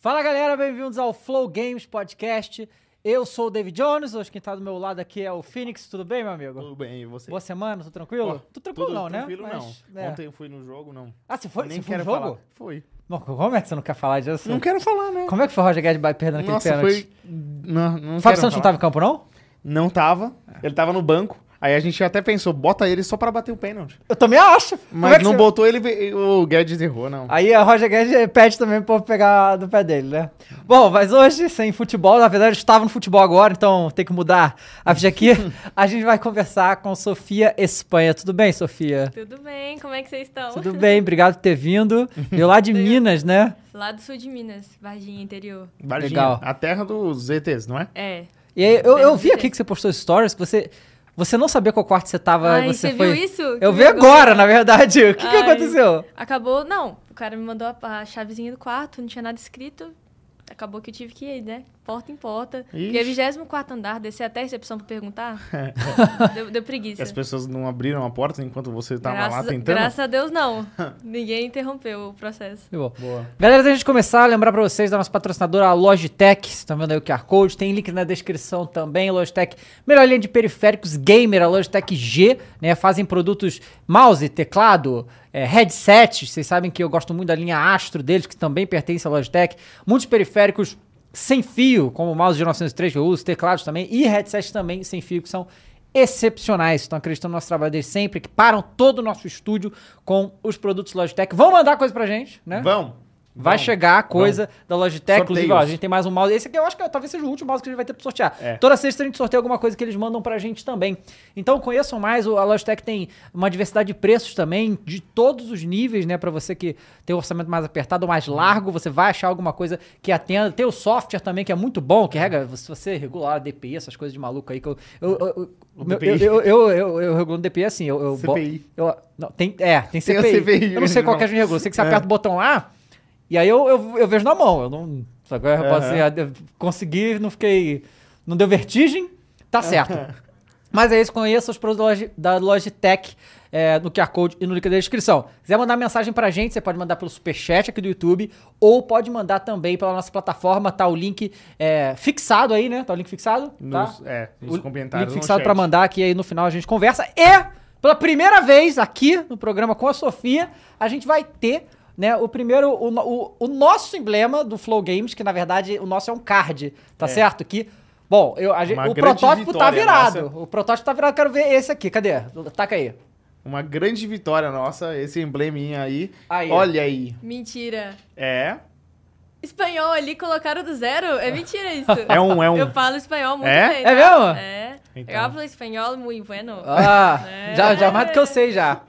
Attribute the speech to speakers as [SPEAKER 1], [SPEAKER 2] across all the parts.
[SPEAKER 1] Fala galera, bem-vindos ao Flow Games Podcast. Eu sou o David Jones, hoje quem tá do meu lado aqui é o Phoenix, tudo bem, meu amigo?
[SPEAKER 2] Tudo bem, e você?
[SPEAKER 1] Boa semana, tudo tranquilo?
[SPEAKER 2] Ó,
[SPEAKER 1] tudo tranquilo
[SPEAKER 2] Tudo
[SPEAKER 1] não,
[SPEAKER 2] tranquilo,
[SPEAKER 1] né?
[SPEAKER 2] não.
[SPEAKER 1] Mas, é.
[SPEAKER 2] Ontem eu fui no jogo, não.
[SPEAKER 1] Ah, você foi,
[SPEAKER 2] Nem
[SPEAKER 1] você foi no
[SPEAKER 2] quero
[SPEAKER 1] jogo?
[SPEAKER 2] falar. Foi.
[SPEAKER 1] Não, como é que você não quer falar disso?
[SPEAKER 2] Não quero falar, né?
[SPEAKER 1] Como é que foi o Roger Guedes perdendo aquele
[SPEAKER 2] Nossa,
[SPEAKER 1] pênalti?
[SPEAKER 2] foi... Não, não
[SPEAKER 1] O Fábio
[SPEAKER 2] quero
[SPEAKER 1] Santos não
[SPEAKER 2] falar.
[SPEAKER 1] tava É. em campo, não?
[SPEAKER 2] Não tava. Ele tava no banco. Aí a gente até pensou, bota ele só pra bater o pênalti.
[SPEAKER 1] Eu também acho. Como
[SPEAKER 2] Mas
[SPEAKER 1] é que
[SPEAKER 2] não
[SPEAKER 1] você-
[SPEAKER 2] botou ele, ve- o Guedes errou, não.
[SPEAKER 1] Aí o Roger Guedes pede também pro povo pegar do pé dele, né? Bom, mas hoje, sem futebol, na verdade eu estava no futebol agora, então tem que mudar a ficha aqui. a gente vai conversar com Sofia Espanha. Tudo bem, Sofia?
[SPEAKER 3] Tudo bem, como é que vocês estão?
[SPEAKER 1] Tudo bem, obrigado por ter vindo. Eu lá de Minas, né?
[SPEAKER 3] Lá do sul de Minas, Varginha, interior.
[SPEAKER 2] Varginha,
[SPEAKER 1] legal.
[SPEAKER 2] A terra dos ZTs, não é?
[SPEAKER 3] É.
[SPEAKER 1] E aí, eu, eu
[SPEAKER 3] Temos
[SPEAKER 1] vi aqui
[SPEAKER 3] tempo.
[SPEAKER 1] que você postou stories que você, você não sabia qual quarto você
[SPEAKER 2] Ah,
[SPEAKER 1] tava.
[SPEAKER 3] Ai,
[SPEAKER 1] você
[SPEAKER 3] você
[SPEAKER 1] foi...
[SPEAKER 3] viu isso?
[SPEAKER 1] Eu
[SPEAKER 3] Que
[SPEAKER 1] vi
[SPEAKER 3] vergonha.
[SPEAKER 1] agora, na verdade. O que, que
[SPEAKER 3] Ai.
[SPEAKER 1] aconteceu?
[SPEAKER 3] Acabou, não, o cara me mandou a, a chavezinha do quarto, não tinha nada escrito. Acabou que eu tive que ir, né? Porta em porta.
[SPEAKER 2] Ixi.
[SPEAKER 3] E é 24 andar, descer até a recepção pra perguntar. deu, deu
[SPEAKER 2] E É.
[SPEAKER 3] preguiça.
[SPEAKER 2] as pessoas não abriram a porta enquanto você tava lá
[SPEAKER 3] graças,
[SPEAKER 2] tentando?
[SPEAKER 3] graças a Deus, não. Ninguém interrompeu o processo.
[SPEAKER 1] Que bom.
[SPEAKER 2] Boa.
[SPEAKER 1] Galera, antes de começar, lembrar pra vocês da nossa patrocinadora a Logitech. Vocês estão vendo aí o QR Code, tem link na descrição também. Logitech, melhor linha de periféricos gamer, a Logitech G, né? Fazem produtos mouse, teclado, eh, headsets. Vocês sabem que eu gosto muito da linha Astro deles, que também pertence à Logitech. Muitos periféricos sem fio, como o mouse de 903 que eu uso, teclados também, e headsets também sem fio, que são excepcionais. Estão acreditando no nosso trabalho deles sempre, que param todo o nosso estúdio com os produtos Logitech. Vão mandar coisa pra gente, né?
[SPEAKER 2] Vamos.
[SPEAKER 1] Vai
[SPEAKER 2] Vamos.
[SPEAKER 1] chegar a coisa da Logitech. Inclusive, ó, a
[SPEAKER 2] Sorteios.
[SPEAKER 1] gente tem mais um mouse. Esse aqui eu acho que talvez seja o último mouse que a gente vai ter pra sortear.
[SPEAKER 2] É.
[SPEAKER 1] Toda sexta a gente sorteia alguma coisa que eles mandam pra gente também. Então conheçam mais. o- A Logitech tem uma diversidade de preços também, de todos os níveis, né? Pra você que tem um orçamento mais apertado ou mais largo, você vai achar alguma coisa que atenda. Tem o software também, que é muito bom, que rega, se você regular a DPI, essas coisas de maluco aí que eu. eu, eu, eu
[SPEAKER 2] O
[SPEAKER 1] meu-
[SPEAKER 2] DPI.
[SPEAKER 1] eu, eu, eu, eu, eu regulo no DPI assim, eu, eu bo-
[SPEAKER 2] CPI.
[SPEAKER 1] eu- não, tem, é, tem
[SPEAKER 2] Tem a
[SPEAKER 1] CPI.
[SPEAKER 2] CPI,
[SPEAKER 1] Eu não sei qual que é a
[SPEAKER 2] irmão.
[SPEAKER 1] gente regula. Eu sei que você aperta o botão lá, e aí eu, eu, eu vejo na mão. Eu não. Só que eu posso
[SPEAKER 2] Aham.
[SPEAKER 1] dizer, ah, eu consegui, não fiquei. Não deu vertigem, tá certo. Mas é isso, conheça os produtos da Logi- da Logitech é, no QR Code e no link da descrição. Se quiser mandar mensagem pra gente, você pode mandar pelo superchat aqui do YouTube, ou pode mandar também pela nossa plataforma, tá o link é, fixado aí, né? Tá o link fixado? tá?
[SPEAKER 2] Nos, é, nos
[SPEAKER 1] O
[SPEAKER 2] comentários.
[SPEAKER 1] Link
[SPEAKER 2] no
[SPEAKER 1] fixado
[SPEAKER 2] chat.
[SPEAKER 1] pra mandar aqui aí no final a gente conversa. E pela primeira vez aqui no programa com a Sofia, a gente vai ter né, o primeiro, o, no- o, o nosso emblema do Flow Games, que na verdade o nosso é um card, tá certo? Que, bom, eu, a gente-
[SPEAKER 2] Uma
[SPEAKER 1] o
[SPEAKER 2] grande
[SPEAKER 1] protótipo tá
[SPEAKER 2] vitória
[SPEAKER 1] virado.
[SPEAKER 2] nossa.
[SPEAKER 1] O protótipo tá virado, quero ver esse aqui. Cadê? Taca aí.
[SPEAKER 2] Uma grande vitória nossa, esse embleminha aí.
[SPEAKER 1] Aí.
[SPEAKER 2] Olha aí.
[SPEAKER 3] Mentira.
[SPEAKER 2] É.
[SPEAKER 3] Espanhol ali colocaram do zero? É mentira isso.
[SPEAKER 2] É um, é um.
[SPEAKER 3] Eu falo espanhol muito
[SPEAKER 2] É?
[SPEAKER 3] bem.
[SPEAKER 1] É
[SPEAKER 3] tá?
[SPEAKER 1] mesmo?
[SPEAKER 3] É.
[SPEAKER 2] Então.
[SPEAKER 3] Eu falo espanhol muito bueno.
[SPEAKER 1] Ah,
[SPEAKER 3] É.
[SPEAKER 1] já, já mais do que eu sei já.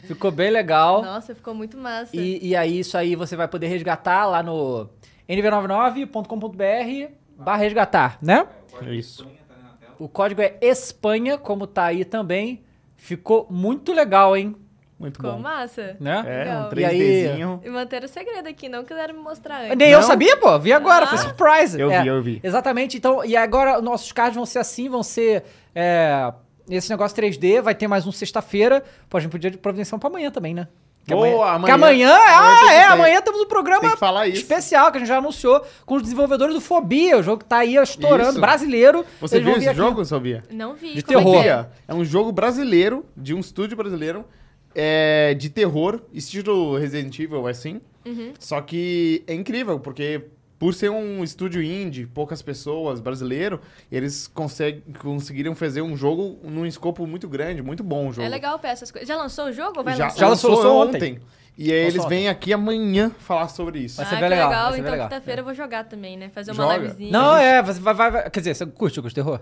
[SPEAKER 1] Ficou bem legal.
[SPEAKER 3] Nossa, ficou muito massa.
[SPEAKER 1] E, e aí, isso aí você vai poder resgatar lá no nv99.com.br barra resgatar, né?
[SPEAKER 2] Isso.
[SPEAKER 1] O código é Espanha, como tá aí também. Ficou muito legal, hein?
[SPEAKER 2] Muito
[SPEAKER 3] Ficou
[SPEAKER 2] bom.
[SPEAKER 3] massa.
[SPEAKER 1] Né?
[SPEAKER 2] É, um
[SPEAKER 3] Legal.
[SPEAKER 1] E aí?
[SPEAKER 2] 3Dzinho.
[SPEAKER 3] E manter o segredo aqui, não quiseram me mostrar antes.
[SPEAKER 1] Nem eu
[SPEAKER 2] É. Não? Ah.
[SPEAKER 1] sabia, pô. Vi agora, foi surprise.
[SPEAKER 2] Eu
[SPEAKER 1] É,
[SPEAKER 2] vi, eu vi.
[SPEAKER 1] Exatamente. Então, e agora nossos cards vão ser assim, vão ser é, esse negócio 3D. Vai ter mais um sexta-feira. Pô, a gente podia providenciar um pra amanhã também, né? Que
[SPEAKER 2] Boa,
[SPEAKER 1] Que amanhã,
[SPEAKER 2] amanhã- amanhã tem
[SPEAKER 1] ah,
[SPEAKER 2] que
[SPEAKER 1] é,
[SPEAKER 2] sair.
[SPEAKER 1] amanhã temos um
[SPEAKER 2] Tem
[SPEAKER 1] programa
[SPEAKER 2] que falar isso.
[SPEAKER 1] especial que a gente já anunciou com os desenvolvedores do Fobia, o jogo que tá aí estourando,
[SPEAKER 2] Isso.
[SPEAKER 1] brasileiro.
[SPEAKER 2] Você
[SPEAKER 1] Eles vão
[SPEAKER 2] viu
[SPEAKER 1] vir
[SPEAKER 2] esse
[SPEAKER 1] aqui.
[SPEAKER 2] jogo, Sofia?
[SPEAKER 3] Não vi.
[SPEAKER 1] De
[SPEAKER 3] como é que
[SPEAKER 1] terror.
[SPEAKER 3] é?
[SPEAKER 2] Sofia, É um jogo brasileiro, de um estúdio brasileiro, é, de terror, estilo Resident Evil, assim.
[SPEAKER 1] Uhum.
[SPEAKER 2] Só que é incrível, porque por ser um estúdio indie, poucas pessoas, brasileiro, eles conseguem, conseguiram fazer um jogo num escopo muito grande, muito bom o jogo.
[SPEAKER 3] É legal pra essas coisas. Já lançou o jogo ou vai
[SPEAKER 2] Já,
[SPEAKER 3] lançar?
[SPEAKER 1] Já lançou
[SPEAKER 2] lançou,
[SPEAKER 1] ontem.
[SPEAKER 2] ontem. E aí
[SPEAKER 1] Lançou É.
[SPEAKER 2] eles vêm aqui amanhã falar sobre isso.
[SPEAKER 1] Vai
[SPEAKER 3] ah,
[SPEAKER 1] ser
[SPEAKER 3] que
[SPEAKER 1] bem legal,
[SPEAKER 3] legal.
[SPEAKER 1] vai ser bem
[SPEAKER 3] Então
[SPEAKER 1] legal.
[SPEAKER 3] quinta-feira eu vou jogar também, né? Fazer uma
[SPEAKER 2] Joga.
[SPEAKER 3] livezinha.
[SPEAKER 1] Não, é, você vai, vai, vai- Quer dizer, você curte jogos de terror?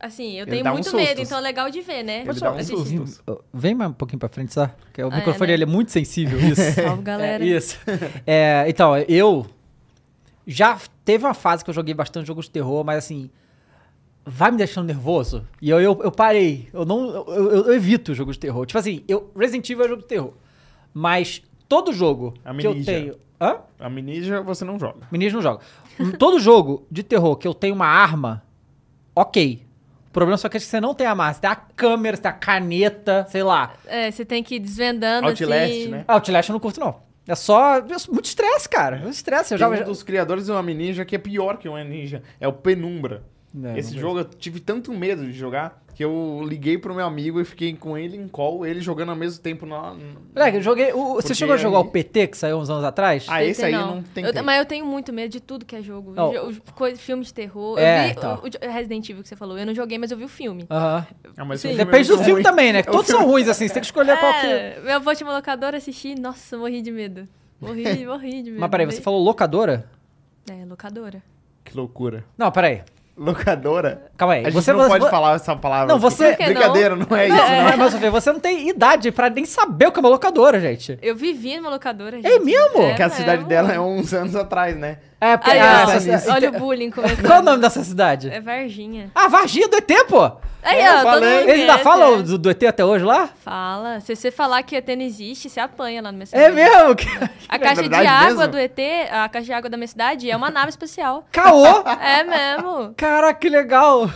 [SPEAKER 3] Assim, eu
[SPEAKER 2] Ele
[SPEAKER 3] tenho
[SPEAKER 2] dá uns
[SPEAKER 3] muito
[SPEAKER 2] sustos.
[SPEAKER 3] medo, então é legal de ver, né?
[SPEAKER 2] Ele dá um uns
[SPEAKER 3] Assistir.
[SPEAKER 2] sustos.
[SPEAKER 1] Vem mais um pouquinho pra frente, sabe? Porque o
[SPEAKER 3] Ah, é,
[SPEAKER 1] microfone
[SPEAKER 3] né?
[SPEAKER 1] ele é muito sensível, isso.
[SPEAKER 3] Salve, galera.
[SPEAKER 1] É, isso. É, então, eu já teve uma fase que eu joguei bastante jogos de terror, mas assim, vai me deixando nervoso. E eu, eu, eu parei. Eu não eu, eu- eu evito jogos de terror. Tipo assim, eu, Resident Evil é jogo de terror. Mas todo jogo
[SPEAKER 2] É
[SPEAKER 1] que eu
[SPEAKER 2] Amnesia.
[SPEAKER 1] tenho. Hã?
[SPEAKER 2] A Minija você não joga.
[SPEAKER 1] Meninas não jogam. Todo jogo de terror que eu tenho uma arma, ok. O problema só que é que você não tem a arma. Você tem a câmera, você tem a caneta, sei lá.
[SPEAKER 3] É, você tem que ir desvendando,
[SPEAKER 2] Outlast,
[SPEAKER 3] assim.
[SPEAKER 2] né?
[SPEAKER 1] Ah, Outlast eu não curto, não. É só. é muito estresse, cara. Muito estresse. Eu
[SPEAKER 2] Tem
[SPEAKER 1] já.
[SPEAKER 2] um dos criadores de uma ninja que é pior que uma ninja. É o Penumbra.
[SPEAKER 1] Não,
[SPEAKER 2] Esse
[SPEAKER 1] É, não
[SPEAKER 2] jogo eu tive tanto medo de jogar que eu liguei pro meu amigo e fiquei com ele em call, ele jogando ao mesmo tempo na.
[SPEAKER 1] Moleque, eu joguei. o- você
[SPEAKER 2] Porque
[SPEAKER 1] chegou a jogar
[SPEAKER 2] aí-
[SPEAKER 1] o PT que saiu uns anos atrás?
[SPEAKER 2] Ah, esse aí não tem
[SPEAKER 3] Eu-
[SPEAKER 2] tempo.
[SPEAKER 3] Mas eu tenho muito medo de tudo que é jogo.
[SPEAKER 1] Não.
[SPEAKER 3] Jo- coisa, filme de terror.
[SPEAKER 1] É,
[SPEAKER 3] eu vi
[SPEAKER 1] então.
[SPEAKER 3] o, o Resident Evil que você falou. Eu não joguei, mas eu vi o filme.
[SPEAKER 1] Aham.
[SPEAKER 2] Ah, mas
[SPEAKER 3] Sim.
[SPEAKER 2] esse é
[SPEAKER 1] Depende do
[SPEAKER 2] muito
[SPEAKER 1] filme
[SPEAKER 2] ruim.
[SPEAKER 1] também, né? Que
[SPEAKER 2] É o
[SPEAKER 1] todos
[SPEAKER 2] filme-
[SPEAKER 1] são ruins, assim. Você tem que escolher qual que.
[SPEAKER 3] É, eu vou te uma locadora assistir. Nossa, morri de medo. Morri, morri de medo.
[SPEAKER 1] Mas peraí, você falou locadora?
[SPEAKER 3] É, locadora.
[SPEAKER 2] Que loucura.
[SPEAKER 1] Não, peraí.
[SPEAKER 2] Locadora?
[SPEAKER 1] Calma
[SPEAKER 2] A
[SPEAKER 1] aí.
[SPEAKER 2] gente
[SPEAKER 1] É, você
[SPEAKER 2] não
[SPEAKER 1] você-
[SPEAKER 2] pode falar essa palavra.
[SPEAKER 1] Não,
[SPEAKER 2] aqui.
[SPEAKER 1] você- Por
[SPEAKER 3] que não?
[SPEAKER 2] Brincadeira, não, é isso.
[SPEAKER 1] Não, não é mais Sofia, você não tem idade pra nem saber o que é uma locadora, gente.
[SPEAKER 3] Eu vivi numa locadora.
[SPEAKER 1] É mesmo?
[SPEAKER 2] Porque a cidade dela é uns anos atrás, né?
[SPEAKER 1] É,
[SPEAKER 3] Aí,
[SPEAKER 1] ah,
[SPEAKER 3] ó,
[SPEAKER 1] essa- essa-
[SPEAKER 3] olha o bullying começando.
[SPEAKER 1] Qual o nome dessa cidade?
[SPEAKER 3] É Varginha.
[SPEAKER 1] Ah, Varginha do ET, pô!
[SPEAKER 3] Aí,
[SPEAKER 2] Eu
[SPEAKER 3] ó, todo
[SPEAKER 2] falei.
[SPEAKER 3] mundo
[SPEAKER 1] É, Eles ainda
[SPEAKER 3] conhece,
[SPEAKER 1] falam
[SPEAKER 3] é.
[SPEAKER 1] do, do ET até hoje lá?
[SPEAKER 3] Fala. Se você falar que ET não existe, você apanha lá no minha
[SPEAKER 1] É
[SPEAKER 3] cidade.
[SPEAKER 1] mesmo?
[SPEAKER 3] A caixa
[SPEAKER 2] É verdade
[SPEAKER 3] de água
[SPEAKER 2] mesmo?
[SPEAKER 3] do ET, a caixa de água da minha cidade, é uma nave especial.
[SPEAKER 1] Caô!
[SPEAKER 3] É mesmo.
[SPEAKER 1] Caraca, que legal!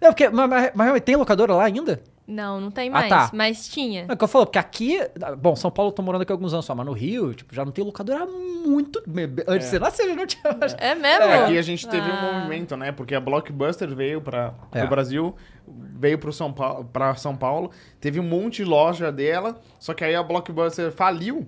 [SPEAKER 1] É porque, mas, mas- mas realmente tem locadora lá ainda?
[SPEAKER 3] Não, não tem
[SPEAKER 1] Ah,
[SPEAKER 3] mais.
[SPEAKER 1] tá.
[SPEAKER 3] Mas tinha.
[SPEAKER 1] É o que eu falo, porque aqui. Bom, São Paulo eu tô morando aqui há alguns anos só, mas no Rio, tipo, já não tem locadora há muito. Antes de você nascer, já não tinha mais.
[SPEAKER 3] É mesmo?
[SPEAKER 1] É,
[SPEAKER 2] Aqui a gente teve um
[SPEAKER 3] Ah.
[SPEAKER 2] movimento, né? Porque a Blockbuster veio para
[SPEAKER 1] É.
[SPEAKER 2] o Brasil, veio para São, Paulo, pra São Paulo, teve um monte de loja dela, só que aí a Blockbuster faliu.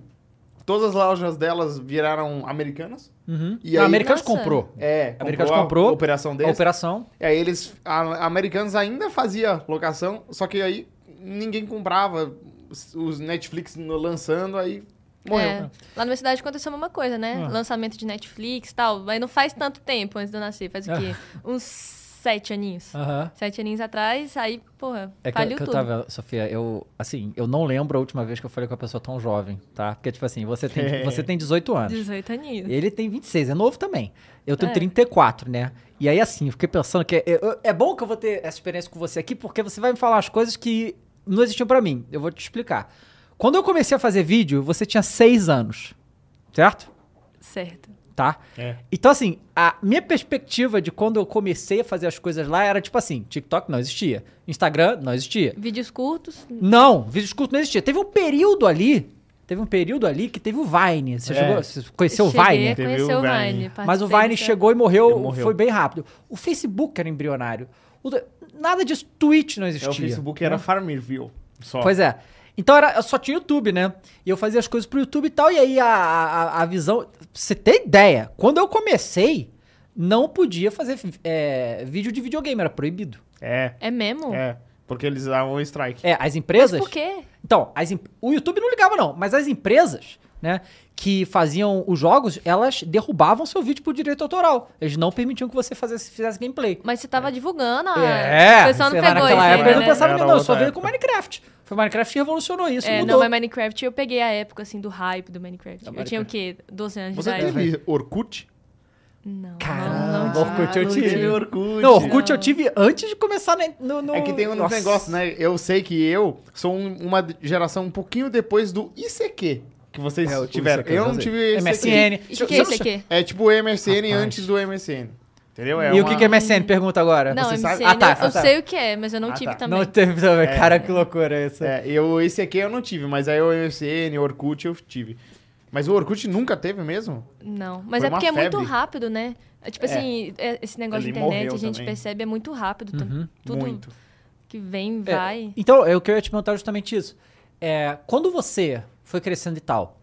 [SPEAKER 2] Todas as lojas delas viraram americanas.
[SPEAKER 1] Uhum.
[SPEAKER 2] E
[SPEAKER 1] a
[SPEAKER 2] aí- Um
[SPEAKER 1] Americanos
[SPEAKER 3] Nossa.
[SPEAKER 1] comprou.
[SPEAKER 2] É,
[SPEAKER 1] A Americanos
[SPEAKER 2] a
[SPEAKER 1] comprou
[SPEAKER 2] operação
[SPEAKER 1] A
[SPEAKER 2] deles.
[SPEAKER 1] operação.
[SPEAKER 2] E aí eles, a, Americanos ainda fazia locação, só que aí ninguém comprava os- os Netflix no- lançando, aí morreu.
[SPEAKER 3] É. Lá na minha cidade aconteceu a mesma coisa, né?
[SPEAKER 1] Ah.
[SPEAKER 3] Lançamento de Netflix e tal. Mas não faz tanto tempo antes de eu nascer. Faz o quê?
[SPEAKER 1] Ah.
[SPEAKER 3] Uns sete aninhos.
[SPEAKER 1] Aham.
[SPEAKER 3] Sete aninhos atrás, aí, porra,
[SPEAKER 1] Ah. É que, eu-
[SPEAKER 3] faliu
[SPEAKER 1] que eu
[SPEAKER 3] tudo.
[SPEAKER 1] tava, Sofia, eu, assim, eu não lembro a última vez que eu falei com uma pessoa tão jovem, tá? Porque, tipo assim, você
[SPEAKER 2] É.
[SPEAKER 1] tem, você tem 18 anos.
[SPEAKER 3] 18 aninhos.
[SPEAKER 1] Ele tem 26, é novo também. Eu tenho
[SPEAKER 3] É.
[SPEAKER 1] 34, né? E aí, assim, eu fiquei pensando que é, é- é bom que eu vou ter essa experiência com você aqui, porque você vai me falar as coisas que não existiam pra mim. Eu vou te explicar. Quando eu comecei a fazer vídeo, você tinha 6 anos, certo?
[SPEAKER 3] Certo.
[SPEAKER 1] Tá?
[SPEAKER 2] É.
[SPEAKER 1] Então, assim, a minha perspectiva de quando eu comecei a fazer as coisas lá era tipo assim: TikTok não existia, Instagram não existia,
[SPEAKER 3] Vídeos curtos.
[SPEAKER 1] não, vídeo curto não existia. Teve um período ali, teve um período ali que teve o Vine. Você,
[SPEAKER 2] É.
[SPEAKER 1] chegou, você conheceu o
[SPEAKER 3] cheguei
[SPEAKER 1] Vine?
[SPEAKER 3] a
[SPEAKER 2] Teve
[SPEAKER 3] conhecer
[SPEAKER 2] o
[SPEAKER 3] o
[SPEAKER 2] Vine.
[SPEAKER 3] Vine.
[SPEAKER 1] Mas o
[SPEAKER 3] participei
[SPEAKER 1] Vine
[SPEAKER 3] dessa-
[SPEAKER 1] chegou e morreu,
[SPEAKER 2] Ele morreu.
[SPEAKER 1] foi bem rápido. O Facebook era embrionário. O- nada disso, Twitch não
[SPEAKER 2] É,
[SPEAKER 1] existia.
[SPEAKER 2] o Facebook era Farmerville. Só.
[SPEAKER 1] Né? Pois é. Então era, eu só tinha YouTube, né? E eu fazia as coisas pro YouTube e tal. E aí a, a, a visão. pra Você tem ideia? Quando eu comecei, não podia fazer é, vídeo de videogame, era proibido.
[SPEAKER 2] É,
[SPEAKER 3] É mesmo?
[SPEAKER 2] é. Porque eles davam um strike.
[SPEAKER 1] É, as
[SPEAKER 3] Mas
[SPEAKER 1] empresas.
[SPEAKER 3] por quê?
[SPEAKER 1] Então, as em- o YouTube não ligava, não, mas as empresas, né, que faziam os jogos, elas derrubavam seu vídeo por direito autoral. Eles não permitiam que você fazesse, fizesse gameplay.
[SPEAKER 3] Mas você tava divulgando, a...
[SPEAKER 1] É,
[SPEAKER 3] Ah, o pessoal
[SPEAKER 1] sei
[SPEAKER 3] não
[SPEAKER 1] lá,
[SPEAKER 3] pegou isso
[SPEAKER 1] naquela época
[SPEAKER 3] ainda,
[SPEAKER 1] eu não
[SPEAKER 3] né?
[SPEAKER 1] pensava
[SPEAKER 2] Era
[SPEAKER 1] nisso, não, eu só
[SPEAKER 2] outra
[SPEAKER 1] veio com
[SPEAKER 2] época.
[SPEAKER 1] Minecraft. Foi o Minecraft que revolucionou isso,
[SPEAKER 3] É, não,
[SPEAKER 1] mudou.
[SPEAKER 3] mas Minecraft, eu peguei a época, assim, do hype do Minecraft.
[SPEAKER 1] Do
[SPEAKER 3] eu tinha o quê? 12 anos
[SPEAKER 2] Você
[SPEAKER 3] de idade?
[SPEAKER 2] teve Orkut?
[SPEAKER 3] Não,
[SPEAKER 1] Caramba,
[SPEAKER 3] não, não tinha.
[SPEAKER 1] Ah, Orkut eu
[SPEAKER 2] não
[SPEAKER 1] tive.
[SPEAKER 2] teve
[SPEAKER 3] é
[SPEAKER 2] Orkut.
[SPEAKER 1] Não, Orkut
[SPEAKER 3] Não.
[SPEAKER 1] eu tive antes de começar na- no, no-
[SPEAKER 2] É que tem um
[SPEAKER 1] Nossa.
[SPEAKER 2] negócio, né? Eu sei que eu sou um- uma geração um pouquinho depois do ICQ que vocês
[SPEAKER 1] É, o
[SPEAKER 2] tiveram.
[SPEAKER 1] ICQ,
[SPEAKER 2] eu não
[SPEAKER 1] fazer.
[SPEAKER 2] tive ICQ.
[SPEAKER 1] MSN.
[SPEAKER 3] E o que é isso aqui?
[SPEAKER 2] É tipo o MSN
[SPEAKER 1] Rapaz.
[SPEAKER 2] antes do MSN. Entendeu? É
[SPEAKER 1] E o
[SPEAKER 2] uma-
[SPEAKER 1] que, que é MSN? Pergunta agora.
[SPEAKER 3] Não,
[SPEAKER 2] Você
[SPEAKER 3] MCN,
[SPEAKER 2] sabe?
[SPEAKER 1] Ah, tá,
[SPEAKER 3] eu,
[SPEAKER 1] ah, tá.
[SPEAKER 3] sei o que é, mas eu não
[SPEAKER 2] Ah,
[SPEAKER 3] tive
[SPEAKER 2] tá.
[SPEAKER 3] também.
[SPEAKER 1] Não teve também.
[SPEAKER 2] É.
[SPEAKER 1] Cara, que loucura isso.
[SPEAKER 2] É, eu, esse aqui eu não tive, mas aí o MSN, o Orkut eu tive. Mas o Orkut nunca teve mesmo?
[SPEAKER 3] Não, mas
[SPEAKER 2] Foi
[SPEAKER 3] é porque
[SPEAKER 2] uma
[SPEAKER 3] é muito
[SPEAKER 2] febre.
[SPEAKER 3] rápido, né? É, Tipo
[SPEAKER 2] É.
[SPEAKER 3] assim, é- esse negócio
[SPEAKER 2] Ele
[SPEAKER 3] de internet,
[SPEAKER 2] morreu
[SPEAKER 3] a gente
[SPEAKER 2] também.
[SPEAKER 3] percebe, é muito rápido. tu- Tudo
[SPEAKER 2] Muito.
[SPEAKER 3] que vem,
[SPEAKER 1] É,
[SPEAKER 3] vai.
[SPEAKER 1] então, eu queria te perguntar justamente isso. É, quando você foi crescendo e tal,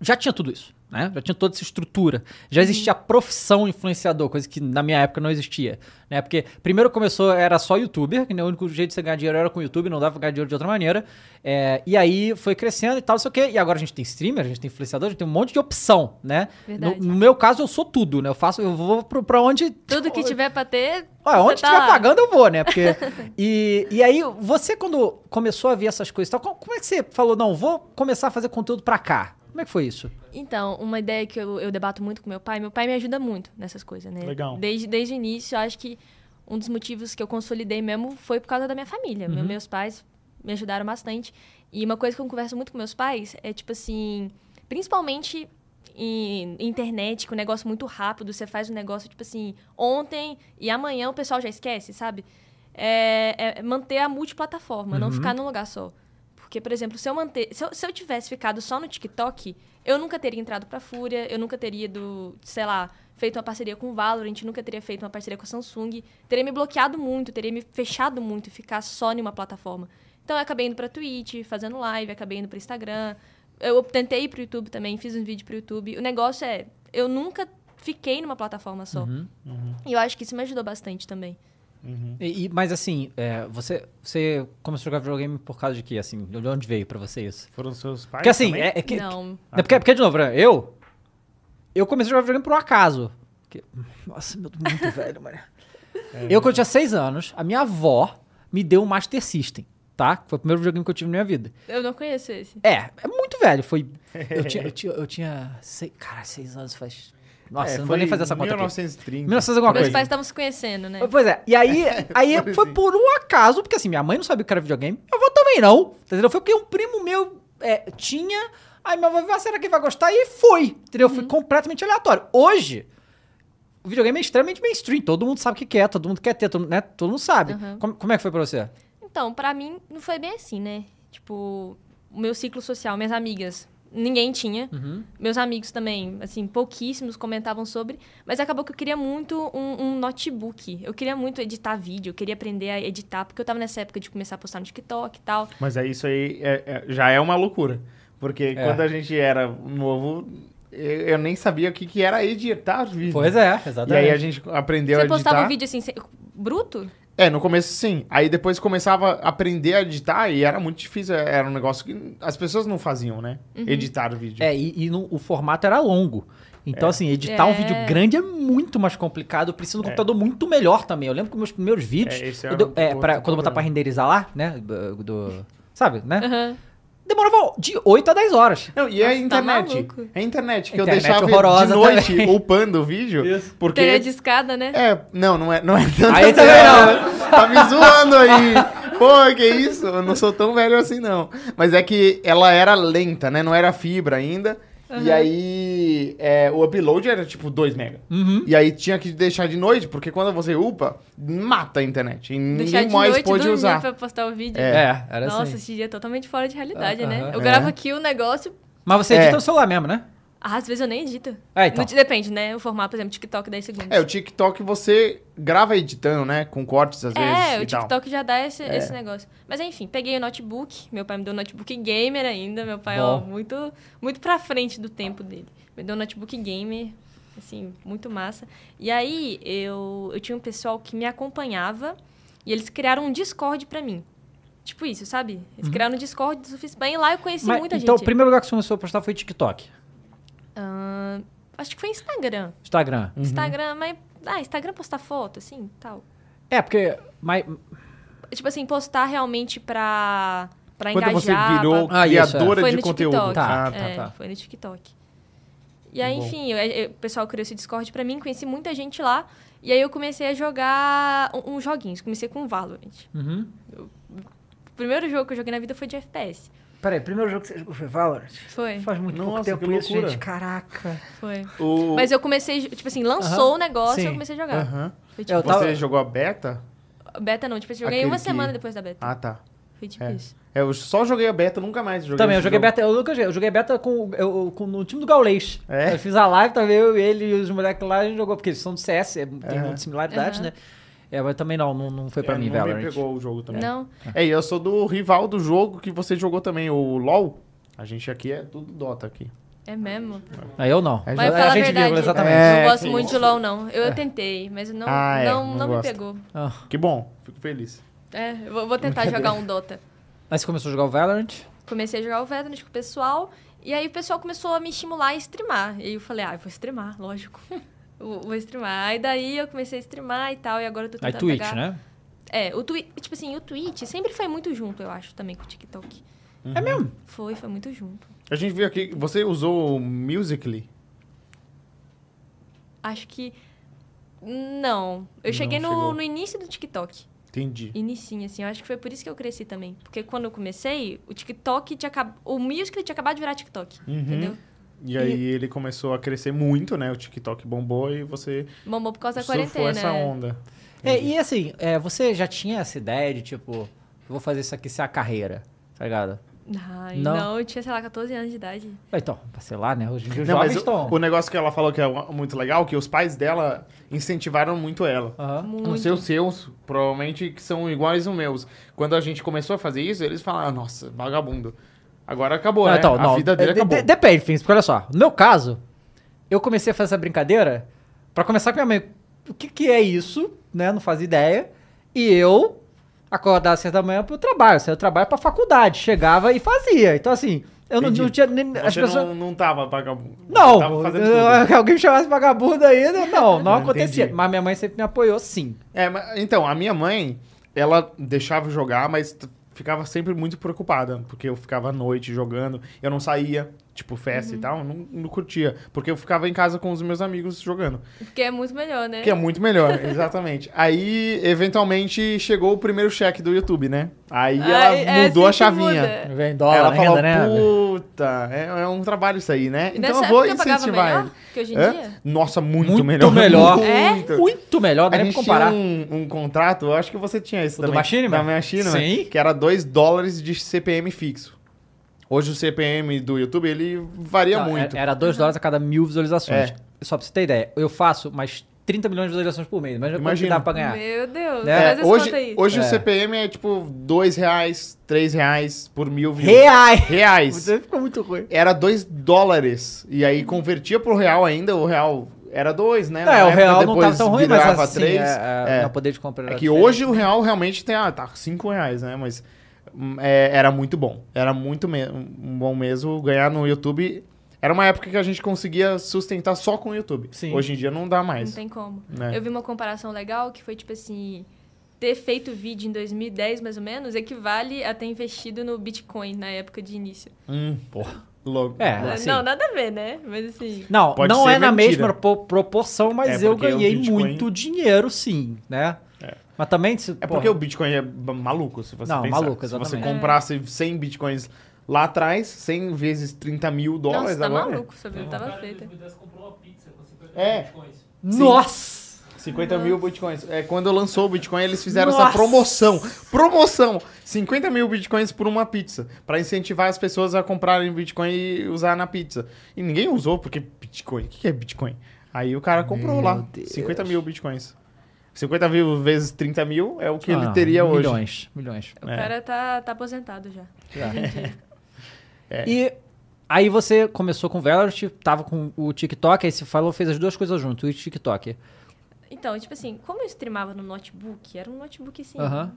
[SPEAKER 1] já tinha tudo isso, né? Já tinha toda essa estrutura.
[SPEAKER 3] Uhum.
[SPEAKER 1] Já existia a profissão influenciador, coisa que na minha época não existia, né? Porque primeiro começou, era só youtuber, que né, o único jeito de você ganhar dinheiro era com YouTube, não dava pra ganhar dinheiro de outra maneira. É, e aí foi crescendo e tal, não sei o quê. E agora a gente tem streamer, a gente tem influenciador, a gente tem um monte de opção, né? No,
[SPEAKER 3] Verdade.
[SPEAKER 1] no meu caso, eu sou tudo, né? Eu faço, eu vou pro- pra onde...
[SPEAKER 3] Tudo que tiver pra ter,
[SPEAKER 1] Olha, onde
[SPEAKER 3] Você tá
[SPEAKER 1] estiver
[SPEAKER 3] lá.
[SPEAKER 1] pagando, eu vou, né? Porque... e, e aí, você quando começou a ver essas coisas e tal, co- como é que você falou, não, vou começar a fazer conteúdo pra cá? Como é que foi isso?
[SPEAKER 3] Então, uma ideia que eu, eu debato muito com meu pai, meu pai me ajuda muito nessas coisas, né?
[SPEAKER 2] Legal.
[SPEAKER 3] Desde, desde o início, eu acho que um dos motivos que eu consolidei mesmo foi por causa da minha família. Meu- meus pais me ajudaram bastante. E uma coisa que eu converso muito com meus pais é, tipo assim, principalmente em em internet, com um negócio muito rápido, você faz um negócio, tipo assim, ontem e amanhã o é pessoal já esquece, sabe? É, é manter a multiplataforma, não ficar num lugar só. Porque, por exemplo, se eu, manter, se, eu, se eu tivesse ficado só no TikTok, eu nunca teria entrado pra Fúria, eu nunca teria ido, sei lá, feito uma parceria com o Valorant, nunca teria feito uma parceria com a Samsung, teria me bloqueado muito, teria me fechado muito e ficar só em uma plataforma. Então, eu acabei indo pra Twitch, fazendo live, acabei indo pra Instagram. Eu tentei ir pro YouTube também, fiz um vídeo pro YouTube. O negócio é, eu nunca fiquei numa plataforma só.
[SPEAKER 1] Uhum.
[SPEAKER 3] E eu acho que isso me ajudou bastante também.
[SPEAKER 2] Uhum.
[SPEAKER 1] E- e- mas assim, é, você, você começou a jogar videogame por causa de quê? Assim, de onde veio pra você isso?
[SPEAKER 2] Foram seus pais?
[SPEAKER 1] Porque assim,
[SPEAKER 2] também?
[SPEAKER 1] é, é que,
[SPEAKER 3] Não.
[SPEAKER 1] Não, porque, porque, de novo, né, eu. Eu comecei a jogar videogame por um acaso. Que- nossa, meu, tô muito velho, mano. Eu, quando eu tinha seis anos, a minha avó me deu um Master System, tá? Que Foi o primeiro videogame que eu tive na minha vida.
[SPEAKER 3] Eu não conheço esse.
[SPEAKER 1] É, é muito velho. Foi. Eu tinha. Eu tinha, eu tinha seis, cara, seis anos faz. Nossa, eu não vou
[SPEAKER 2] É, foi
[SPEAKER 1] nem fazer essa conta aqui.
[SPEAKER 2] 1930.
[SPEAKER 1] 1900 alguma
[SPEAKER 3] Meus
[SPEAKER 1] coisa.
[SPEAKER 3] pais estavam se conhecendo, né?
[SPEAKER 1] Pois é, e aí, aí foi por um acaso, porque assim, minha mãe não sabia que era videogame, minha avó também não, tá entendeu? Foi porque um primo meu é, tinha, aí minha avó, ah, será que vai gostar? E foi, entendeu? Foi completamente aleatório. Hoje, o videogame é extremamente mainstream, todo mundo sabe o que que é, todo mundo quer ter, todo, né? todo mundo sabe.
[SPEAKER 3] Uhum.
[SPEAKER 1] Como, como é que foi pra você?
[SPEAKER 3] Então, pra mim, não foi bem assim, né? Tipo, o meu ciclo social, minhas amigas, ninguém tinha.
[SPEAKER 2] Uhum.
[SPEAKER 3] Meus amigos também, assim, pouquíssimos comentavam sobre. Mas acabou que eu queria muito um, um notebook. Eu queria muito editar vídeo, eu queria aprender a editar, porque eu tava nessa época de começar a postar no TikTok e tal.
[SPEAKER 2] Mas é isso aí é- é- já é uma loucura. Porque
[SPEAKER 1] É.
[SPEAKER 2] quando a gente era novo, eu, eu nem sabia o que, que era editar vídeo.
[SPEAKER 1] Pois é,
[SPEAKER 2] E
[SPEAKER 1] exatamente.
[SPEAKER 2] aí a gente aprendeu
[SPEAKER 3] Você
[SPEAKER 2] a editar.
[SPEAKER 3] postava um vídeo assim, sem- bruto?
[SPEAKER 2] É, no começo sim. Aí depois começava a aprender a editar e era muito difícil. Era um negócio que as pessoas não faziam, né?
[SPEAKER 3] Uhum.
[SPEAKER 2] Editar vídeo.
[SPEAKER 1] É, e, e no- o formato era longo. Então, assim, editar um
[SPEAKER 3] É.
[SPEAKER 1] vídeo grande é muito mais complicado. Precisa de um computador muito melhor também. Eu lembro que meus primeiros vídeos.
[SPEAKER 2] É, esse
[SPEAKER 1] eu
[SPEAKER 2] era
[SPEAKER 1] deu-
[SPEAKER 2] um
[SPEAKER 1] é,
[SPEAKER 2] outro
[SPEAKER 1] pra- quando eu botar
[SPEAKER 2] problema.
[SPEAKER 1] pra renderizar lá, né? Do, do- sabe, né?
[SPEAKER 3] Aham.
[SPEAKER 1] Demorava de 8 a 10 horas.
[SPEAKER 2] Não, e é a
[SPEAKER 3] Nossa, tá
[SPEAKER 2] internet.
[SPEAKER 3] maluco.
[SPEAKER 2] é a internet que
[SPEAKER 1] Internet
[SPEAKER 2] eu deixava de
[SPEAKER 1] horrorosa
[SPEAKER 2] noite
[SPEAKER 1] também.
[SPEAKER 2] upando o vídeo. Porque.
[SPEAKER 3] Teria de escada, né?
[SPEAKER 2] É, não, não é. Não é tanto
[SPEAKER 1] Aí também
[SPEAKER 2] assim, Tá me zoando aí. Pô, que isso? Eu não sou tão velho assim, não. Mas é que ela era lenta, né? Não era fibra ainda. E aí, é, o upload era tipo 2 mega.
[SPEAKER 1] Uhum.
[SPEAKER 2] E aí tinha que deixar de noite, porque quando você upa, mata a internet. E
[SPEAKER 3] Deixar
[SPEAKER 2] ninguém
[SPEAKER 3] de
[SPEAKER 2] mais
[SPEAKER 3] noite
[SPEAKER 2] pode
[SPEAKER 3] dormir
[SPEAKER 2] usar.
[SPEAKER 3] pra postar o vídeo.
[SPEAKER 1] É, era
[SPEAKER 3] Nossa,
[SPEAKER 1] assim.
[SPEAKER 3] esse dia é totalmente fora de realidade, né?
[SPEAKER 1] Aham.
[SPEAKER 3] Eu
[SPEAKER 2] É.
[SPEAKER 3] gravo aqui o negócio,
[SPEAKER 1] Mas você edita
[SPEAKER 2] É.
[SPEAKER 1] no celular mesmo, né?
[SPEAKER 3] ah, às vezes eu nem edito.
[SPEAKER 1] É, então.
[SPEAKER 3] Não te- Depende, né? O formato, por exemplo, TikTok 10 segundos.
[SPEAKER 2] Ah, É, o TikTok você grava editando, né? Com cortes às vezes.
[SPEAKER 3] É,
[SPEAKER 2] e
[SPEAKER 3] o
[SPEAKER 2] tal. É.
[SPEAKER 3] TikTok já dá esse, esse negócio. Mas enfim, peguei o notebook. Meu pai me deu um notebook gamer ainda. Meu pai, ó,
[SPEAKER 1] Bom.
[SPEAKER 3] muito, muito pra frente do tempo dele. Me deu um notebook gamer, assim, muito massa. E aí, eu, eu tinha um pessoal que me acompanhava e eles criaram um Discord pra mim. Tipo isso, sabe? Eles
[SPEAKER 2] Uhum.
[SPEAKER 3] criaram um Discord do Sufispan e lá eu conheci
[SPEAKER 1] Mas-
[SPEAKER 3] muita
[SPEAKER 1] então, o
[SPEAKER 3] gente.
[SPEAKER 1] primeiro lugar que você começou a postar foi TikTok.
[SPEAKER 3] Ah, acho que foi Instagram.
[SPEAKER 1] Instagram.
[SPEAKER 2] Uhum. Hum.
[SPEAKER 3] Instagram, mas... Ah, Instagram postar foto, assim, tal.
[SPEAKER 1] É, porque. Mas,
[SPEAKER 3] Tipo assim, postar realmente pra, pra
[SPEAKER 2] Quando
[SPEAKER 3] engajar.
[SPEAKER 2] você virou
[SPEAKER 3] pra-
[SPEAKER 1] Ah, isso, é.
[SPEAKER 2] criadora
[SPEAKER 3] Foi
[SPEAKER 2] de
[SPEAKER 3] no
[SPEAKER 2] conteúdo.
[SPEAKER 3] TikTok.
[SPEAKER 1] Tá,
[SPEAKER 2] Ah, tá,
[SPEAKER 3] é,
[SPEAKER 2] tá.
[SPEAKER 3] Foi no TikTok. E aí,
[SPEAKER 2] Bom.
[SPEAKER 3] enfim, eu- eu- o pessoal criou esse Discord pra mim, conheci muita gente lá. E aí eu comecei a jogar um- uns joguinhos. Comecei com Valorant.
[SPEAKER 1] uhum.
[SPEAKER 3] O primeiro jogo que eu joguei na vida foi de FPS.
[SPEAKER 1] Peraí, primeiro jogo que você jogou foi Valorant?
[SPEAKER 3] Foi,
[SPEAKER 1] Faz muito pouco
[SPEAKER 2] Nossa, que
[SPEAKER 1] tempo isso,
[SPEAKER 2] loucura.
[SPEAKER 1] gente. Caraca.
[SPEAKER 3] foi.
[SPEAKER 2] O-
[SPEAKER 3] Mas eu comecei, tipo assim, lançou
[SPEAKER 1] Aham,
[SPEAKER 3] o negócio e
[SPEAKER 1] sim.
[SPEAKER 3] eu comecei a jogar.
[SPEAKER 2] Aham.
[SPEAKER 3] Foi
[SPEAKER 1] Eu
[SPEAKER 3] tipo,
[SPEAKER 2] Você
[SPEAKER 1] tava-
[SPEAKER 2] jogou a beta?
[SPEAKER 3] beta não, tipo, eu joguei
[SPEAKER 2] Aquele
[SPEAKER 3] uma
[SPEAKER 2] que-
[SPEAKER 3] semana depois da beta.
[SPEAKER 2] Ah, tá.
[SPEAKER 3] foi tipo
[SPEAKER 2] é.
[SPEAKER 3] isso.
[SPEAKER 2] É, eu só joguei a beta, nunca mais joguei.
[SPEAKER 1] Também, eu
[SPEAKER 2] esse
[SPEAKER 1] joguei
[SPEAKER 2] jogo.
[SPEAKER 1] beta, eu nunca joguei, eu joguei beta com, eu- eu- com- no time do Gaulês.
[SPEAKER 2] É?
[SPEAKER 1] Eu fiz a live, também eu, ele e os moleques lá, a gente jogou, porque eles são do CS, é- tem
[SPEAKER 2] Aham.
[SPEAKER 1] muita similaridade,
[SPEAKER 3] Aham.
[SPEAKER 1] né? É, mas também não, não, não foi pra
[SPEAKER 2] É,
[SPEAKER 1] mim,
[SPEAKER 2] não
[SPEAKER 1] Valorant.
[SPEAKER 2] me pegou o jogo também.
[SPEAKER 3] Não,
[SPEAKER 2] É, e eu sou do rival do jogo que você jogou também, o LoL. A gente aqui é tudo Dota aqui.
[SPEAKER 3] é mesmo.
[SPEAKER 1] Ah, eu não.
[SPEAKER 2] Mas
[SPEAKER 3] Mas
[SPEAKER 1] a
[SPEAKER 3] fala a
[SPEAKER 1] gente
[SPEAKER 3] verdade,
[SPEAKER 1] vírgula, exatamente.
[SPEAKER 2] É,
[SPEAKER 3] eu não gosto
[SPEAKER 2] que
[SPEAKER 3] muito
[SPEAKER 2] isso. É.
[SPEAKER 3] de LOL, não. Eu tentei, mas não,
[SPEAKER 2] Ah, é,
[SPEAKER 3] não,
[SPEAKER 2] não
[SPEAKER 3] não, me
[SPEAKER 2] gosta.
[SPEAKER 3] pegou.
[SPEAKER 1] Ah,
[SPEAKER 2] Que bom, fico feliz.
[SPEAKER 3] É, eu vou- vou tentar jogar um Dota.
[SPEAKER 1] mas você começou a jogar o Valorant?
[SPEAKER 3] Comecei a jogar o Valorant com o pessoal, e aí o pessoal começou a me estimular a streamar. E aí eu falei, ah, eu vou streamar, lógico. vou vou streamar. Aí daí eu comecei a streamar e tal, e agora eu tô
[SPEAKER 1] Aí
[SPEAKER 3] tentando
[SPEAKER 1] Twitch,
[SPEAKER 3] pegar...
[SPEAKER 1] né?
[SPEAKER 3] É, o Twitch, tipo assim, o Twitch sempre foi muito junto, eu acho, também com o TikTok.
[SPEAKER 2] Uhum.
[SPEAKER 1] É mesmo?
[SPEAKER 3] Foi, foi muito junto.
[SPEAKER 2] A gente viu aqui, você usou o Musical.ly?
[SPEAKER 3] Acho que... Não, eu
[SPEAKER 2] Não
[SPEAKER 3] cheguei no,
[SPEAKER 2] chegou.
[SPEAKER 3] no início do TikTok.
[SPEAKER 2] Entendi.
[SPEAKER 3] Inicinho, assim. Eu acho que foi por isso que eu cresci também. Porque quando eu comecei, o TikTok tinha acabado... O Musical.ly tinha acabado de virar TikTok,
[SPEAKER 2] Uhum.
[SPEAKER 3] entendeu?
[SPEAKER 2] E aí ele começou a crescer muito, né? O TikTok bombou e você
[SPEAKER 3] Bombou por causa da
[SPEAKER 2] surfou
[SPEAKER 3] quarentena.
[SPEAKER 2] essa
[SPEAKER 3] é.
[SPEAKER 2] onda.
[SPEAKER 1] É, e assim, é, você já tinha essa ideia de, tipo, eu vou fazer isso aqui ser a carreira, tá ligado?
[SPEAKER 3] Ai,
[SPEAKER 1] Não.
[SPEAKER 3] não. eu tinha, sei lá, 14 anos de idade.
[SPEAKER 1] Então, sei lá, né? Hoje em dia os
[SPEAKER 2] Não,
[SPEAKER 1] jovens
[SPEAKER 2] mas o,
[SPEAKER 1] estão...
[SPEAKER 2] o negócio que ela falou que é uma- muito legal, que os pais dela incentivaram muito ela.
[SPEAKER 1] Aham.
[SPEAKER 2] Não
[SPEAKER 3] Muito.
[SPEAKER 2] sei os seus, provavelmente que são iguais aos meus. Quando a gente começou a fazer isso, eles falaram, nossa, vagabundo. Agora acabou,
[SPEAKER 1] Não,
[SPEAKER 2] né?
[SPEAKER 1] então,
[SPEAKER 2] a
[SPEAKER 1] não.
[SPEAKER 2] vida dele
[SPEAKER 1] É, de-
[SPEAKER 2] acabou.
[SPEAKER 1] de- Depende, Fins, porque olha só. No meu caso, eu comecei a fazer essa brincadeira pra começar com minha mãe. O que, que é isso? Né? Não fazia ideia. E eu acordava às seis da manhã pro trabalho. Saía do trabalho pra faculdade. Chegava e fazia. Então, assim, eu não,
[SPEAKER 2] Entendi.
[SPEAKER 1] não tinha nem.
[SPEAKER 2] Você
[SPEAKER 1] as pessoas.
[SPEAKER 2] não, não tava vagabundo. Você
[SPEAKER 1] Não,
[SPEAKER 2] Tava fazendo
[SPEAKER 1] eu-
[SPEAKER 2] tudo.
[SPEAKER 1] alguém me chamasse vagabundo ainda, não, não acontecia.
[SPEAKER 2] Entendi.
[SPEAKER 1] Mas minha mãe sempre me apoiou, sim.
[SPEAKER 2] É, mas- então, a minha mãe, ela deixava eu jogar, mas t- ficava sempre muito preocupada, porque eu ficava à noite jogando, eu não saía, tipo, festa
[SPEAKER 1] Uhum.
[SPEAKER 2] e tal, eu não, não curtia, porque eu ficava em casa com os meus amigos jogando,
[SPEAKER 3] Porque é muito melhor, né?
[SPEAKER 2] que é muito melhor, exatamente. Aí, eventualmente, chegou o primeiro cheque do YouTube, né? Aí ela
[SPEAKER 3] Ai, é,
[SPEAKER 2] mudou a
[SPEAKER 3] sempre
[SPEAKER 2] chavinha.
[SPEAKER 3] muda.
[SPEAKER 1] Vem
[SPEAKER 2] Aí
[SPEAKER 1] dólar,
[SPEAKER 2] ela falou,
[SPEAKER 1] renda, né?
[SPEAKER 2] puta, é, é um trabalho isso aí, né?
[SPEAKER 3] E
[SPEAKER 2] Então
[SPEAKER 3] nessa
[SPEAKER 2] eu vou
[SPEAKER 3] época pagava
[SPEAKER 2] incentivar ele.
[SPEAKER 3] melhor que hoje em
[SPEAKER 2] Hã?
[SPEAKER 3] dia?
[SPEAKER 2] Nossa, muito,
[SPEAKER 1] Muito
[SPEAKER 2] melhor.
[SPEAKER 1] melhor.
[SPEAKER 3] É?
[SPEAKER 2] Muito.
[SPEAKER 1] Muito melhor, não
[SPEAKER 2] A
[SPEAKER 1] nem
[SPEAKER 2] gente
[SPEAKER 1] comparar.
[SPEAKER 2] tinha um, um contrato, eu acho que você tinha esse
[SPEAKER 1] O do
[SPEAKER 2] também.
[SPEAKER 1] Machine
[SPEAKER 2] da
[SPEAKER 1] Man?
[SPEAKER 2] Machine Man,
[SPEAKER 1] Sim.
[SPEAKER 2] Que era 2 dólares de CPM fixo. Hoje o CPM do YouTube, ele varia
[SPEAKER 1] Não, é,
[SPEAKER 2] muito.
[SPEAKER 1] Era 2 dólares a cada mil visualizações.
[SPEAKER 2] É.
[SPEAKER 1] Só pra você ter ideia, eu faço mais 30 milhões de visualizações por mês. Imagina quanto que
[SPEAKER 2] Imagina.
[SPEAKER 1] dá pra ganhar.
[SPEAKER 3] Meu Deus,
[SPEAKER 1] Né?
[SPEAKER 2] É,
[SPEAKER 3] faz essa
[SPEAKER 2] hoje
[SPEAKER 3] conta aí.
[SPEAKER 2] hoje
[SPEAKER 1] É.
[SPEAKER 2] o CPM é tipo 2 reais, 3 reais por mil views.
[SPEAKER 1] Reais!
[SPEAKER 2] Reais.
[SPEAKER 1] Você ficou muito ruim.
[SPEAKER 2] Era 2 dólares. E aí convertia pro real ainda, o real era 2, né?
[SPEAKER 1] É,
[SPEAKER 2] Na
[SPEAKER 1] o
[SPEAKER 2] época,
[SPEAKER 1] real não
[SPEAKER 2] depois
[SPEAKER 1] tá tão ruim, mas
[SPEAKER 2] virava
[SPEAKER 1] assim,
[SPEAKER 2] três.
[SPEAKER 1] é, é,
[SPEAKER 2] É.
[SPEAKER 1] meu poder de compra
[SPEAKER 2] É
[SPEAKER 1] era
[SPEAKER 2] que
[SPEAKER 1] diferente.
[SPEAKER 2] hoje o real realmente tem, ah, tá 5 reais, né? Mas hum, é, era muito bom. Era muito me- um bom mesmo ganhar no YouTube. Era uma época que a gente conseguia sustentar só com o YouTube.
[SPEAKER 1] Sim.
[SPEAKER 2] Hoje em dia não dá mais.
[SPEAKER 3] Não tem como.
[SPEAKER 2] né?
[SPEAKER 3] Eu vi uma comparação legal que foi tipo assim: ter feito vídeo em 2010 mais ou menos equivale a ter investido no Bitcoin na época de início.
[SPEAKER 2] Hum, porra. Logo.
[SPEAKER 1] É,
[SPEAKER 3] Ah,
[SPEAKER 1] assim,
[SPEAKER 3] Não, nada a ver, né? Mas assim.
[SPEAKER 1] Não,
[SPEAKER 2] Pode
[SPEAKER 1] não
[SPEAKER 2] ser
[SPEAKER 1] é na
[SPEAKER 2] mentira.
[SPEAKER 1] mesma pro- proporção, mas
[SPEAKER 2] É,
[SPEAKER 1] eu
[SPEAKER 2] porque o
[SPEAKER 1] ganhei
[SPEAKER 2] Bitcoin-
[SPEAKER 1] muito dinheiro, sim, né? Mas também... Se,
[SPEAKER 2] É porque o Bitcoin é b- maluco, se você
[SPEAKER 1] Não,
[SPEAKER 2] pensar.
[SPEAKER 1] maluco,
[SPEAKER 2] Se você
[SPEAKER 1] exatamente.
[SPEAKER 2] comprasse 100 Bitcoins lá atrás, 100 vezes 30 mil
[SPEAKER 3] Nossa,
[SPEAKER 2] dólares
[SPEAKER 3] tá
[SPEAKER 2] agora.
[SPEAKER 3] maluco, sua vida
[SPEAKER 4] Um
[SPEAKER 3] tava
[SPEAKER 4] cara em
[SPEAKER 3] feita.
[SPEAKER 4] 2010 comprou uma pizza com 50
[SPEAKER 2] É.
[SPEAKER 4] bitcoins.
[SPEAKER 1] Nossa!
[SPEAKER 2] 50 mil bitcoins. É, quando lançou o Bitcoin, eles fizeram essa
[SPEAKER 1] Nossa!
[SPEAKER 2] promoção. Promoção! 50 mil bitcoins por uma pizza. Pra incentivar as pessoas a comprarem Bitcoin e usar na pizza. E ninguém usou, porque Bitcoin. O que que é Bitcoin? Aí o cara comprou
[SPEAKER 1] Meu
[SPEAKER 2] lá.
[SPEAKER 1] Deus.
[SPEAKER 2] 50 mil bitcoins. 50 mil vezes 30 mil é o que ele
[SPEAKER 1] Ah,
[SPEAKER 2] teria hoje.
[SPEAKER 1] Milhões, milhões.
[SPEAKER 3] O
[SPEAKER 2] É.
[SPEAKER 3] cara tá, tá aposentado já.
[SPEAKER 1] Já.
[SPEAKER 3] Gente,
[SPEAKER 2] É.
[SPEAKER 1] E aí você começou com o Valorant, tava com o TikTok, aí você falou, fez as duas coisas junto, o TikTok.
[SPEAKER 3] Então, tipo assim, como eu streamava no notebook, era um notebook assim.
[SPEAKER 1] Aham.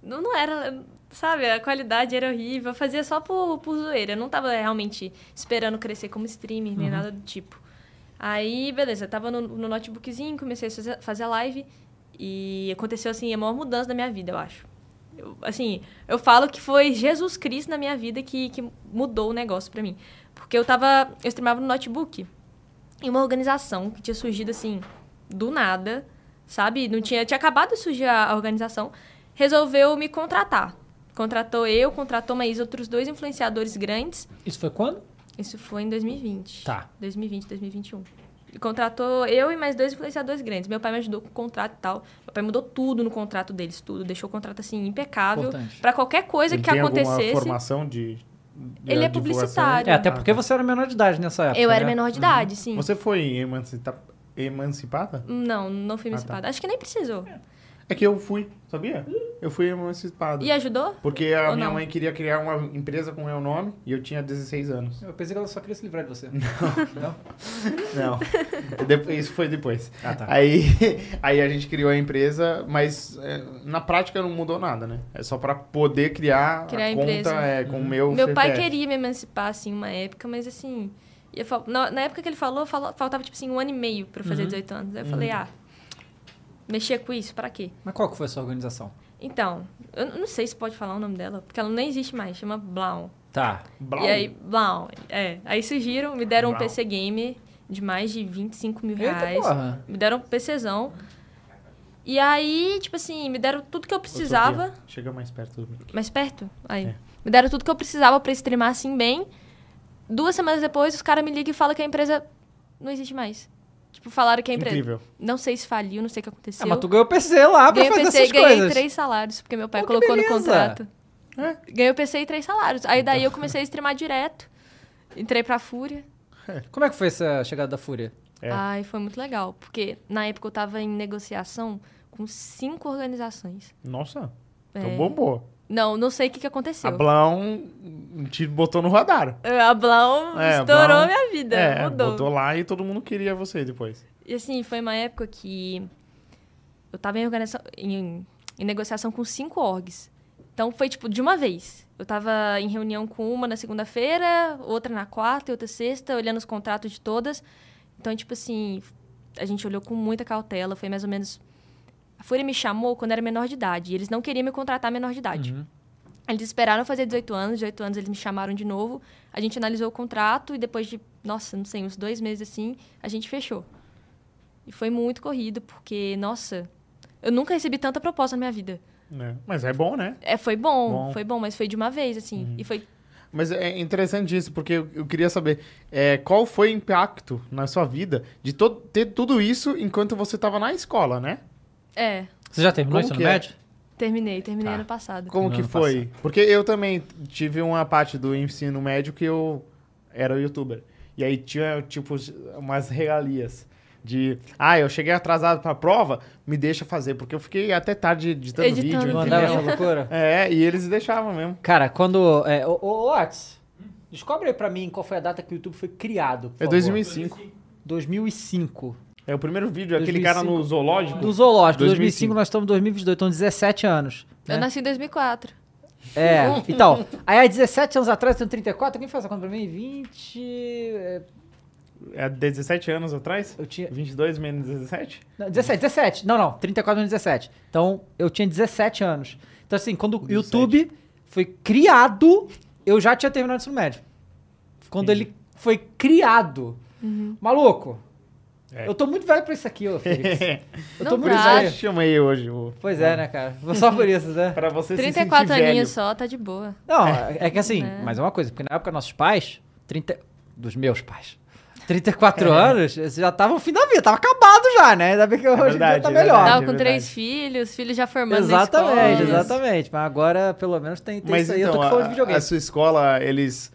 [SPEAKER 3] Não, não era, sabe, a qualidade era horrível. Eu fazia só por, por zoeira. Eu não tava realmente esperando crescer como streamer, nem nada do tipo. Aí, beleza, eu tava no, no notebookzinho, comecei a fazer, fazer live. E aconteceu, assim, a maior mudança da minha vida, eu acho. Eu, assim, eu falo que foi Jesus Cristo na minha vida que, que mudou o negócio pra mim. Porque eu tava, eu streamava no notebook. E uma organização que tinha surgido, assim, do nada, sabe? Não tinha, tinha acabado de surgir a, a organização, resolveu me contratar. Contratou eu, contratou mais outros dois influenciadores grandes.
[SPEAKER 1] Isso foi quando?
[SPEAKER 3] Isso foi em 2020.
[SPEAKER 1] Tá.
[SPEAKER 3] 2020, 2021. E um. Contratou eu e mais dois influenciadores grandes. Meu pai me ajudou com o contrato e tal. Meu pai mudou tudo no contrato deles, tudo. Deixou o contrato, assim, impecável.
[SPEAKER 1] Importante.
[SPEAKER 3] Pra qualquer coisa
[SPEAKER 2] Ele
[SPEAKER 3] é que
[SPEAKER 2] tem
[SPEAKER 3] acontecesse.
[SPEAKER 2] Alguma formação de, de
[SPEAKER 3] Ele é
[SPEAKER 2] divulgação?
[SPEAKER 3] publicitário.
[SPEAKER 1] É, até
[SPEAKER 2] Ah,
[SPEAKER 1] porque
[SPEAKER 2] tá.
[SPEAKER 1] você era menor de idade nessa época.
[SPEAKER 3] Eu era
[SPEAKER 1] né?
[SPEAKER 3] menor de idade, sim.
[SPEAKER 2] Uhum. Você foi emancita- emancipada?
[SPEAKER 3] Não, não
[SPEAKER 2] Ah, tá.
[SPEAKER 3] fui emancipada. Acho que nem precisou.
[SPEAKER 2] É que eu fui, sabia? Eu fui emancipada.
[SPEAKER 3] E ajudou?
[SPEAKER 2] Porque a
[SPEAKER 3] Ou
[SPEAKER 2] minha
[SPEAKER 3] não?
[SPEAKER 2] mãe queria criar uma empresa com meu nome e eu tinha 16 anos.
[SPEAKER 1] Eu pensei que ela só queria se livrar de você.
[SPEAKER 2] Não. Depois- isso foi depois.
[SPEAKER 1] Ah, tá.
[SPEAKER 2] Aí, aí a gente criou a empresa, mas é, na prática não mudou nada, né? É só pra poder criar,
[SPEAKER 3] Criar
[SPEAKER 2] a
[SPEAKER 3] a
[SPEAKER 2] conta
[SPEAKER 3] empresa. Uhum.
[SPEAKER 2] é, com o meu
[SPEAKER 3] Meu pai
[SPEAKER 2] CPF.
[SPEAKER 3] queria me emancipar, assim, uma época, mas assim. eu fal- na, na época que ele falou, falo- faltava, tipo assim, um ano e meio pra eu fazer 18 anos. Aí eu
[SPEAKER 2] Uhum.
[SPEAKER 3] falei, ah, mexer com isso, pra quê?
[SPEAKER 1] Ah, Mas qual que foi a sua organização?
[SPEAKER 3] Então, eu n- não sei se pode falar o nome dela, porque ela nem existe mais, chama Blau.
[SPEAKER 1] Tá.
[SPEAKER 2] Blau.
[SPEAKER 3] E aí, Blau, é. Aí surgiram, me deram
[SPEAKER 2] Blau.
[SPEAKER 3] um PC gamer de mais de 25 mil
[SPEAKER 1] Eita,
[SPEAKER 3] reais.
[SPEAKER 1] porra.
[SPEAKER 3] me deram um PCzão. E aí, tipo assim, me deram tudo que eu precisava.
[SPEAKER 2] Ô, Sofia, Chega mais perto do microfone.
[SPEAKER 3] Mais perto? Aí.
[SPEAKER 2] É.
[SPEAKER 3] Me deram tudo que eu precisava pra streamar assim bem. Duas semanas depois, os caras me ligam e falam que a empresa não existe mais. Tipo, falaram que a empresa.
[SPEAKER 2] Incrível.
[SPEAKER 3] Não sei se faliu, não sei o que aconteceu.
[SPEAKER 1] Ah, mas tu ganhou PC lá pra
[SPEAKER 3] ganhei
[SPEAKER 1] fazer
[SPEAKER 3] PC,
[SPEAKER 1] essas
[SPEAKER 3] ganhei
[SPEAKER 1] coisas.
[SPEAKER 3] três salários, porque meu pai
[SPEAKER 1] Pô, que
[SPEAKER 3] colocou no
[SPEAKER 1] beleza. É? Então.
[SPEAKER 3] contrato. Ganhei o PC e três salários. Aí daí eu comecei a streamar direto. Entrei pra Fúria.
[SPEAKER 1] Como é que foi essa chegada da Fúria?
[SPEAKER 2] É.
[SPEAKER 3] Ai, foi muito legal. Porque na época eu tava em negociação com cinco organizações.
[SPEAKER 2] Nossa,
[SPEAKER 3] É.
[SPEAKER 2] então bombou.
[SPEAKER 3] Não, não sei o que, que
[SPEAKER 2] A
[SPEAKER 3] aconteceu.
[SPEAKER 2] Blão te botou no radar.
[SPEAKER 3] É, A Blau
[SPEAKER 2] É, a
[SPEAKER 3] estourou
[SPEAKER 2] Blau-
[SPEAKER 3] minha vida.
[SPEAKER 2] é,
[SPEAKER 3] mudou.
[SPEAKER 2] botou lá e todo mundo queria você depois.
[SPEAKER 3] E assim, foi uma época que eu tava em, organiza- em- em negociação com cinco orgs. Então foi tipo de uma vez. Eu tava em reunião com uma na segunda-feira, outra na quarta e outra sexta, olhando os contratos de todas. Então, tipo assim, a gente olhou com muita cautela, foi mais ou menos. A Fúria me chamou quando eu era menor de idade. E eles não queriam me contratar menor de idade. Eles esperaram eu fazer 18 anos, 18 anos eles me chamaram de novo. A gente analisou o contrato e depois de, nossa, não sei, uns dois meses assim, a gente fechou. E foi muito corrido, porque, nossa, eu nunca recebi tanta proposta na minha vida.
[SPEAKER 2] né? Mas é bom, né?
[SPEAKER 3] É, foi bom,
[SPEAKER 2] Bom. Uhum.
[SPEAKER 3] foi bom, mas foi de uma vez, assim. E foi.
[SPEAKER 2] Mas é interessante isso, porque eu, eu queria saber é, qual foi o impacto na sua vida de to- ter tudo isso enquanto você estava na escola, né?
[SPEAKER 3] É,
[SPEAKER 1] Você já terminou
[SPEAKER 2] Como
[SPEAKER 1] isso no
[SPEAKER 2] que é?
[SPEAKER 1] médio?
[SPEAKER 3] terminei, terminei
[SPEAKER 2] Tá.
[SPEAKER 3] ano passado.
[SPEAKER 2] Como
[SPEAKER 1] No
[SPEAKER 2] que
[SPEAKER 1] ano
[SPEAKER 2] foi? Porque eu também tive uma parte do ensino médio que eu era youtuber. E aí tinha, tipo, umas regalias. De, ah, eu cheguei atrasado pra prova, me deixa fazer. Porque eu fiquei até tarde editando,
[SPEAKER 3] Editando
[SPEAKER 2] vídeo,
[SPEAKER 1] Não
[SPEAKER 3] vídeo.
[SPEAKER 1] andava
[SPEAKER 2] entendeu?
[SPEAKER 1] essa loucura?
[SPEAKER 2] É, e eles deixavam mesmo.
[SPEAKER 1] Cara, quando. É, ô, ô, ô, Atis, descobre aí pra mim qual foi a data que o YouTube foi criado. por
[SPEAKER 2] É
[SPEAKER 1] favor.
[SPEAKER 2] 2005.
[SPEAKER 1] 2005.
[SPEAKER 2] É o primeiro vídeo, aquele
[SPEAKER 1] 2005.
[SPEAKER 2] cara no zoológico.
[SPEAKER 1] Do zoológico, 2005,
[SPEAKER 2] 2005,
[SPEAKER 1] nós estamos em 2022, estão 17 então anos.
[SPEAKER 2] é?
[SPEAKER 3] Eu
[SPEAKER 1] né?
[SPEAKER 3] nasci em 2004.
[SPEAKER 1] É, então, aí há 17 anos atrás, eu tenho 34, alguém faz a conta pra mim? 20... é,
[SPEAKER 2] É 17 anos atrás?
[SPEAKER 1] Eu tinha...
[SPEAKER 2] 22 menos 17?
[SPEAKER 1] Não, 17, 17, não, não, 34 menos 17. Então, eu tinha 17 anos. Então, assim, quando o
[SPEAKER 2] 17.
[SPEAKER 1] YouTube foi criado, eu já tinha terminado o ensino médio. Quando
[SPEAKER 2] Entendi.
[SPEAKER 1] ele foi criado. Maluco,
[SPEAKER 2] É.
[SPEAKER 1] eu tô muito velho pra isso aqui, ô Felipe. Eu
[SPEAKER 3] Não
[SPEAKER 1] tô
[SPEAKER 2] Por
[SPEAKER 1] muito
[SPEAKER 2] isso
[SPEAKER 3] tá.
[SPEAKER 2] que eu
[SPEAKER 1] velho.
[SPEAKER 2] te chamei hoje. ô.
[SPEAKER 1] Pois é, né, cara? Só por isso, né?
[SPEAKER 2] Pra você 34 se
[SPEAKER 3] 34
[SPEAKER 2] sentir
[SPEAKER 3] aninhos
[SPEAKER 2] velho.
[SPEAKER 3] só, tá de boa.
[SPEAKER 1] Não, é, é que assim,
[SPEAKER 3] Né?
[SPEAKER 1] mas é uma coisa, porque na época nossos pais, 30, dos meus pais, 34 anos, eles já estavam no fim da vida, tava acabado já, né? Ainda bem que hoje em dia
[SPEAKER 2] verdade,
[SPEAKER 1] tá
[SPEAKER 2] É. é
[SPEAKER 1] melhor.
[SPEAKER 2] verdade.
[SPEAKER 3] Tava com três filhos, filhos já formando na
[SPEAKER 1] Exatamente,
[SPEAKER 3] escola.
[SPEAKER 1] exatamente. Mas agora, pelo menos, tem, tem
[SPEAKER 2] Mas
[SPEAKER 1] isso aí. eu
[SPEAKER 2] então,
[SPEAKER 1] tô aqui falando de
[SPEAKER 2] a, a
[SPEAKER 1] videogame.
[SPEAKER 2] sua escola, eles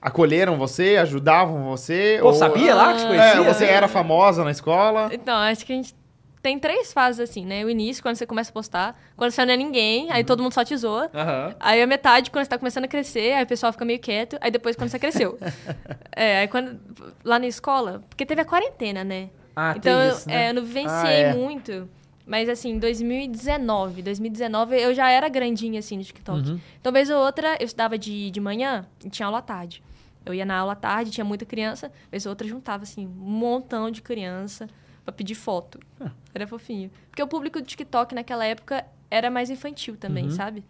[SPEAKER 2] acolheram você, ajudavam você?
[SPEAKER 1] Pô, sabia lá que te
[SPEAKER 3] Ah,
[SPEAKER 1] conhecia? né?
[SPEAKER 2] É, você era famosa na escola?
[SPEAKER 3] Então, acho que a gente tem três fases, assim, né? O início, quando você começa a postar. Quando você não é ninguém,
[SPEAKER 2] Uhum.
[SPEAKER 3] aí todo mundo só te zoa.
[SPEAKER 1] Aham.
[SPEAKER 3] Aí a metade, quando você tá começando a crescer, aí o pessoal fica meio quieto, aí depois quando você cresceu. é, aí quando. Lá na escola, porque teve a quarentena, né?
[SPEAKER 1] Ah,
[SPEAKER 3] então,
[SPEAKER 1] tem
[SPEAKER 3] eu-
[SPEAKER 1] isso, né?
[SPEAKER 3] é, eu não vivenciei
[SPEAKER 2] Ah, é.
[SPEAKER 3] muito. Mas assim, em 2019, 2019 eu já era grandinha assim no TikTok. Então, vez ou outra, eu estudava de, de manhã e tinha aula à tarde. Eu ia na aula à tarde, tinha muita criança, vez ou outra juntava assim, um montão de criança pra pedir foto. Era fofinho. Porque o público do TikTok naquela época era mais infantil também, sabe?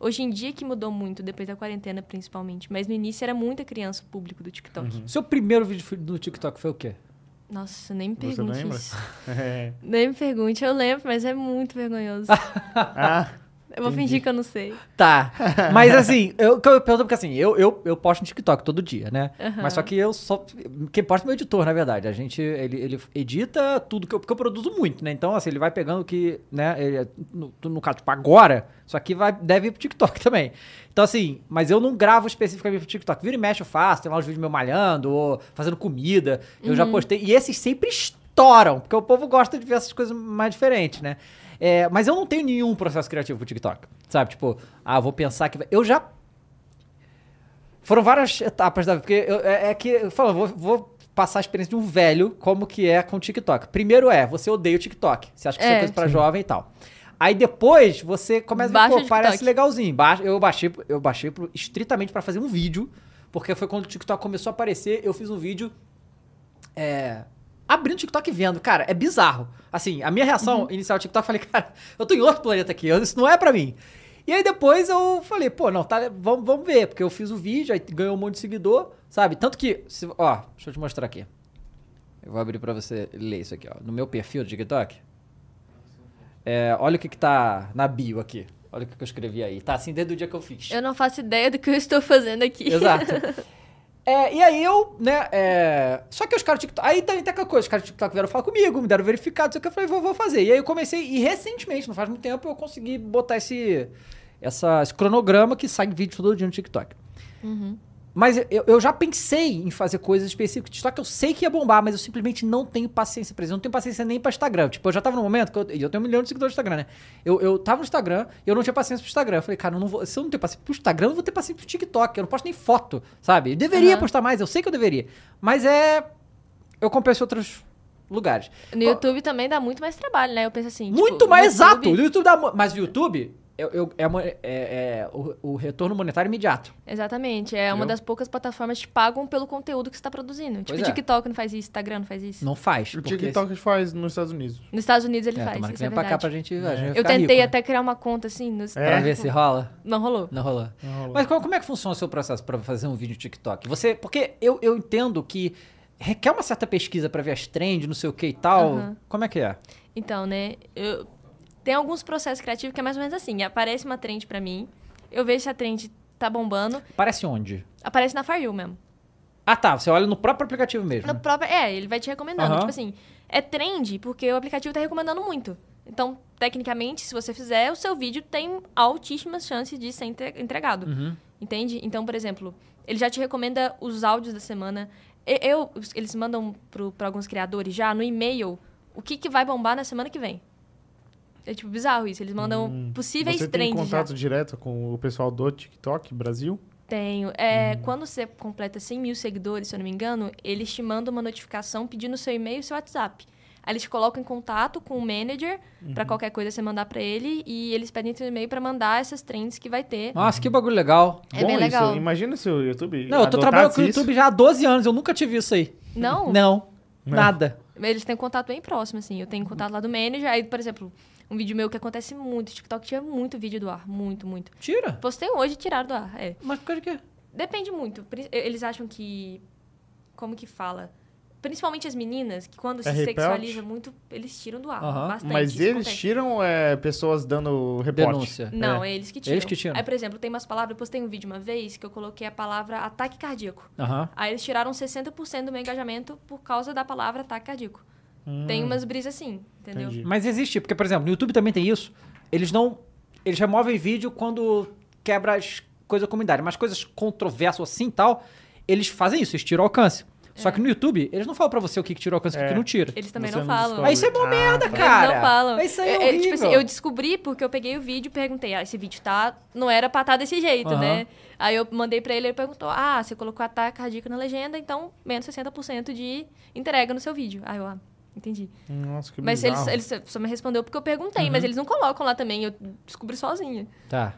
[SPEAKER 3] Hoje em dia que mudou muito, depois da quarentena principalmente. Mas no início era muita criança o público do TikTok.
[SPEAKER 1] Seu primeiro vídeo do TikTok foi o quê?
[SPEAKER 3] Nossa, nem me
[SPEAKER 2] Você
[SPEAKER 3] pergunte
[SPEAKER 2] lembra?
[SPEAKER 3] isso.
[SPEAKER 2] É.
[SPEAKER 3] Nem me pergunte, eu lembro, mas é muito vergonhoso.
[SPEAKER 2] Ah,
[SPEAKER 3] eu vou
[SPEAKER 2] entendi.
[SPEAKER 3] fingir que eu não sei.
[SPEAKER 1] Tá. Mas assim, eu, que eu pergunto porque assim, eu, eu, eu posto no TikTok todo dia, né?
[SPEAKER 3] Aham.
[SPEAKER 1] Mas só que eu só. Quem posta é meu editor, na verdade. A gente. Ele, ele edita tudo que eu, porque eu produzo muito, né? Então, assim, ele vai pegando o que. Né? ele- no, no caso, tipo, agora, isso aqui vai, deve ir pro TikTok também. Então, assim, mas eu não gravo especificamente pro TikTok. Vira e mexe, eu faço. Tem lá os vídeos meu malhando, ou fazendo comida. Eu já postei. E esses sempre estouram, porque o povo gosta de ver essas coisas mais diferentes, né? É, mas eu não tenho nenhum processo criativo pro TikTok. Sabe? Tipo, ah, vou pensar que. vai- Eu já foram várias etapas da. Porque eu- é, é que. Eu falo, vou, vou passar a experiência de um velho, como que é com o TikTok. Primeiro é, você odeia o TikTok. Você acha que isso é
[SPEAKER 3] É.
[SPEAKER 1] coisa pra jovem e tal. Aí depois você começa a ver,
[SPEAKER 3] Baixa
[SPEAKER 1] pô,
[SPEAKER 3] o TikTok.
[SPEAKER 1] parece legalzinho. Baixa- Eu baixei, eu baixei pro- estritamente pra fazer um vídeo, porque foi quando o TikTok começou a aparecer, eu fiz um vídeo é, abrindo o TikTok e vendo. Cara, é bizarro. Assim, a minha reação inicial ao TikTok, eu falei, cara, eu tô em outro planeta aqui, eu- isso não é pra mim. E aí depois eu falei, pô, não, tá, vamos, vamos ver, porque eu fiz o vídeo, aí ganhou um monte de seguidor, sabe? Tanto que, se- ó, deixa eu te mostrar aqui. Eu vou abrir pra você ler isso aqui, ó. No meu perfil do TikTok, é, olha o que que tá na bio aqui. Olha o que que eu escrevi aí. Tá assim desde o dia que eu fiz.
[SPEAKER 3] Eu não faço ideia do que eu estou fazendo aqui.
[SPEAKER 1] Exato. É, e aí eu, né, é... Só que os caras do TikTok... Aí também tem aquela coisa, os caras do TikTok vieram falar comigo, me deram verificado, não sei o que, eu falei, vou, vou fazer. E aí eu comecei, e recentemente, não faz muito tempo, eu consegui botar esse... essa, esse cronograma que sai vídeo todo dia no TikTok. Mas eu, eu já pensei em fazer coisas específicas de TikTok, eu sei que ia bombar, mas eu simplesmente não tenho paciência pra isso. Eu não tenho paciência nem pra Instagram. Tipo, eu já tava no momento que eu, e eu tenho um milhão de seguidores no Instagram, né? Eu, eu tava no Instagram e eu não tinha paciência pro Instagram. Eu falei, cara, eu não vou, se eu não tenho paciência pro Instagram, eu vou ter paciência pro TikTok. Eu não posto nem foto, sabe? Eu deveria
[SPEAKER 3] Aham.
[SPEAKER 1] postar mais, eu sei que eu deveria. Mas é. Eu compenso em outros lugares.
[SPEAKER 3] No YouTube também dá muito mais trabalho, né? Eu penso assim.
[SPEAKER 1] Muito
[SPEAKER 3] tipo,
[SPEAKER 1] mais
[SPEAKER 3] no
[SPEAKER 1] exato!
[SPEAKER 3] YouTube-
[SPEAKER 1] No YouTube dá, mo- mas o YouTube eu, eu- é, mo- é- é o, o retorno monetário imediato.
[SPEAKER 3] Exatamente. É uma
[SPEAKER 2] Entendeu?
[SPEAKER 3] das poucas plataformas que pagam pelo conteúdo que você tá produzindo. Tipo,
[SPEAKER 1] Pois é.
[SPEAKER 3] TikTok não faz isso, Instagram não faz isso.
[SPEAKER 1] Não faz.
[SPEAKER 2] O
[SPEAKER 1] porque-
[SPEAKER 2] TikTok faz nos Estados Unidos.
[SPEAKER 3] Nos Estados Unidos ele
[SPEAKER 1] É,
[SPEAKER 3] faz,
[SPEAKER 1] tomara que
[SPEAKER 3] isso é
[SPEAKER 1] venha pra cá
[SPEAKER 3] verdade.
[SPEAKER 1] pra gente, a gente vai
[SPEAKER 3] Eu
[SPEAKER 1] ficar
[SPEAKER 3] tentei
[SPEAKER 1] rico, né? É.
[SPEAKER 3] até criar uma conta assim nos...
[SPEAKER 1] Pra ver se rola.
[SPEAKER 3] Não rolou.
[SPEAKER 1] Não rolou.
[SPEAKER 2] Não rolou.
[SPEAKER 1] Mas qual- como é que funciona o seu processo pra fazer um vídeo TikTok? Você, porque eu, eu entendo que requer uma certa pesquisa pra ver as trends, não sei o que e tal.
[SPEAKER 3] Aham.
[SPEAKER 1] Como é que é?
[SPEAKER 3] Então, né? eu- Tem alguns processos criativos que é mais ou menos assim. Aparece uma trend pra mim, eu vejo se a trend tá bombando,
[SPEAKER 1] Parece onde?
[SPEAKER 3] aparece na For You mesmo.
[SPEAKER 1] Ah, tá. Você olha no próprio aplicativo mesmo.
[SPEAKER 2] né?
[SPEAKER 3] No próprio, é, ele vai te recomendando.
[SPEAKER 1] Aham.
[SPEAKER 3] Tipo assim, é trend porque o aplicativo tá recomendando muito. Então, tecnicamente, se você fizer, o seu vídeo tem altíssimas chances de ser entre- entregado.
[SPEAKER 1] Uhum.
[SPEAKER 3] Entende? Então, por exemplo, ele já te recomenda os áudios da semana. E- Eu, eles mandam para alguns criadores já no e-mail o que, que vai bombar na semana que vem. É tipo bizarro isso. Eles mandam possíveis
[SPEAKER 2] Hum. Você tem
[SPEAKER 3] trends já.
[SPEAKER 2] contato direto com o pessoal do TikTok Brasil?
[SPEAKER 3] Tenho. É, Quando você completa 100 mil seguidores, se eu não me engano, eles te mandam uma notificação pedindo seu e-mail e seu WhatsApp. Aí eles te colocam em contato com o manager pra qualquer coisa você mandar pra ele e eles pedem seu e-mail pra mandar essas trends que vai ter.
[SPEAKER 1] Nossa, que bagulho legal.
[SPEAKER 3] É bem legal.
[SPEAKER 2] Isso. Imagina se o YouTube.
[SPEAKER 1] Não, eu tô
[SPEAKER 2] adotasse
[SPEAKER 1] trabalhando com o
[SPEAKER 2] isso.
[SPEAKER 1] YouTube já há 12 anos, eu nunca tive isso aí.
[SPEAKER 3] Não?
[SPEAKER 1] Não. Nada.
[SPEAKER 3] Eles têm um contato bem próximo, assim. Eu tenho contato lá do manager. Aí, por exemplo, um vídeo meu que acontece muito. O TikTok tira muito vídeo do ar. Muito, muito.
[SPEAKER 1] Tira.
[SPEAKER 3] Postei hoje e tiraram do ar. É.
[SPEAKER 1] Mas por causa de quê?
[SPEAKER 3] Depende muito. Pri- Eles acham que. Como que fala? Principalmente as meninas, que quando
[SPEAKER 2] É
[SPEAKER 3] se
[SPEAKER 2] repelt?
[SPEAKER 3] sexualiza muito, eles tiram do ar.
[SPEAKER 1] Aham.
[SPEAKER 3] Bastante.
[SPEAKER 2] Mas
[SPEAKER 3] isso
[SPEAKER 2] eles
[SPEAKER 3] acontece.
[SPEAKER 2] tiram é, pessoas dando reporte.
[SPEAKER 1] Denúncia.
[SPEAKER 3] Não, é. eles que tiram.
[SPEAKER 1] Eles que tiram.
[SPEAKER 3] Aí, por exemplo, tem umas palavras. Eu postei um vídeo uma vez que eu coloquei a palavra ataque cardíaco.
[SPEAKER 1] Aham.
[SPEAKER 3] Aí eles tiraram 60% do meu engajamento por causa da palavra ataque cardíaco. Tem umas brisas assim, entendeu?
[SPEAKER 2] Entendi.
[SPEAKER 1] Mas existe, porque, por exemplo, no YouTube também tem isso. Eles não. Eles removem vídeo quando quebra as coisas da comunidade. Mas coisas controversas assim e tal, eles fazem isso, eles tiram o alcance. Só que no YouTube, eles não falam pra você o que, que tira o alcance e o que
[SPEAKER 2] É.
[SPEAKER 1] que não tira.
[SPEAKER 3] Eles também
[SPEAKER 2] Você
[SPEAKER 3] não falam.
[SPEAKER 2] descobre.
[SPEAKER 1] Aí isso é uma
[SPEAKER 2] Ah,
[SPEAKER 1] merda,
[SPEAKER 2] tá.
[SPEAKER 1] cara.
[SPEAKER 3] Eles não falam.
[SPEAKER 1] Mas isso aí é
[SPEAKER 3] Eu- eu, tipo assim,
[SPEAKER 1] horrível.
[SPEAKER 3] eu descobri porque eu peguei o vídeo e perguntei, ah, esse vídeo tá, não era pra estar desse jeito,
[SPEAKER 1] Aham.
[SPEAKER 3] né? Aí eu mandei pra ele, ele perguntou, ah, você colocou ataque cardíaco na legenda, então menos 60% de entrega no seu vídeo. Aí eu, ah, entendi.
[SPEAKER 2] Nossa, que
[SPEAKER 3] mas eles,
[SPEAKER 2] bizarro.
[SPEAKER 3] eles só me respondeu porque eu
[SPEAKER 1] Uhum.
[SPEAKER 3] perguntei, mas eles não colocam lá também, eu descobri sozinha.
[SPEAKER 1] Tá.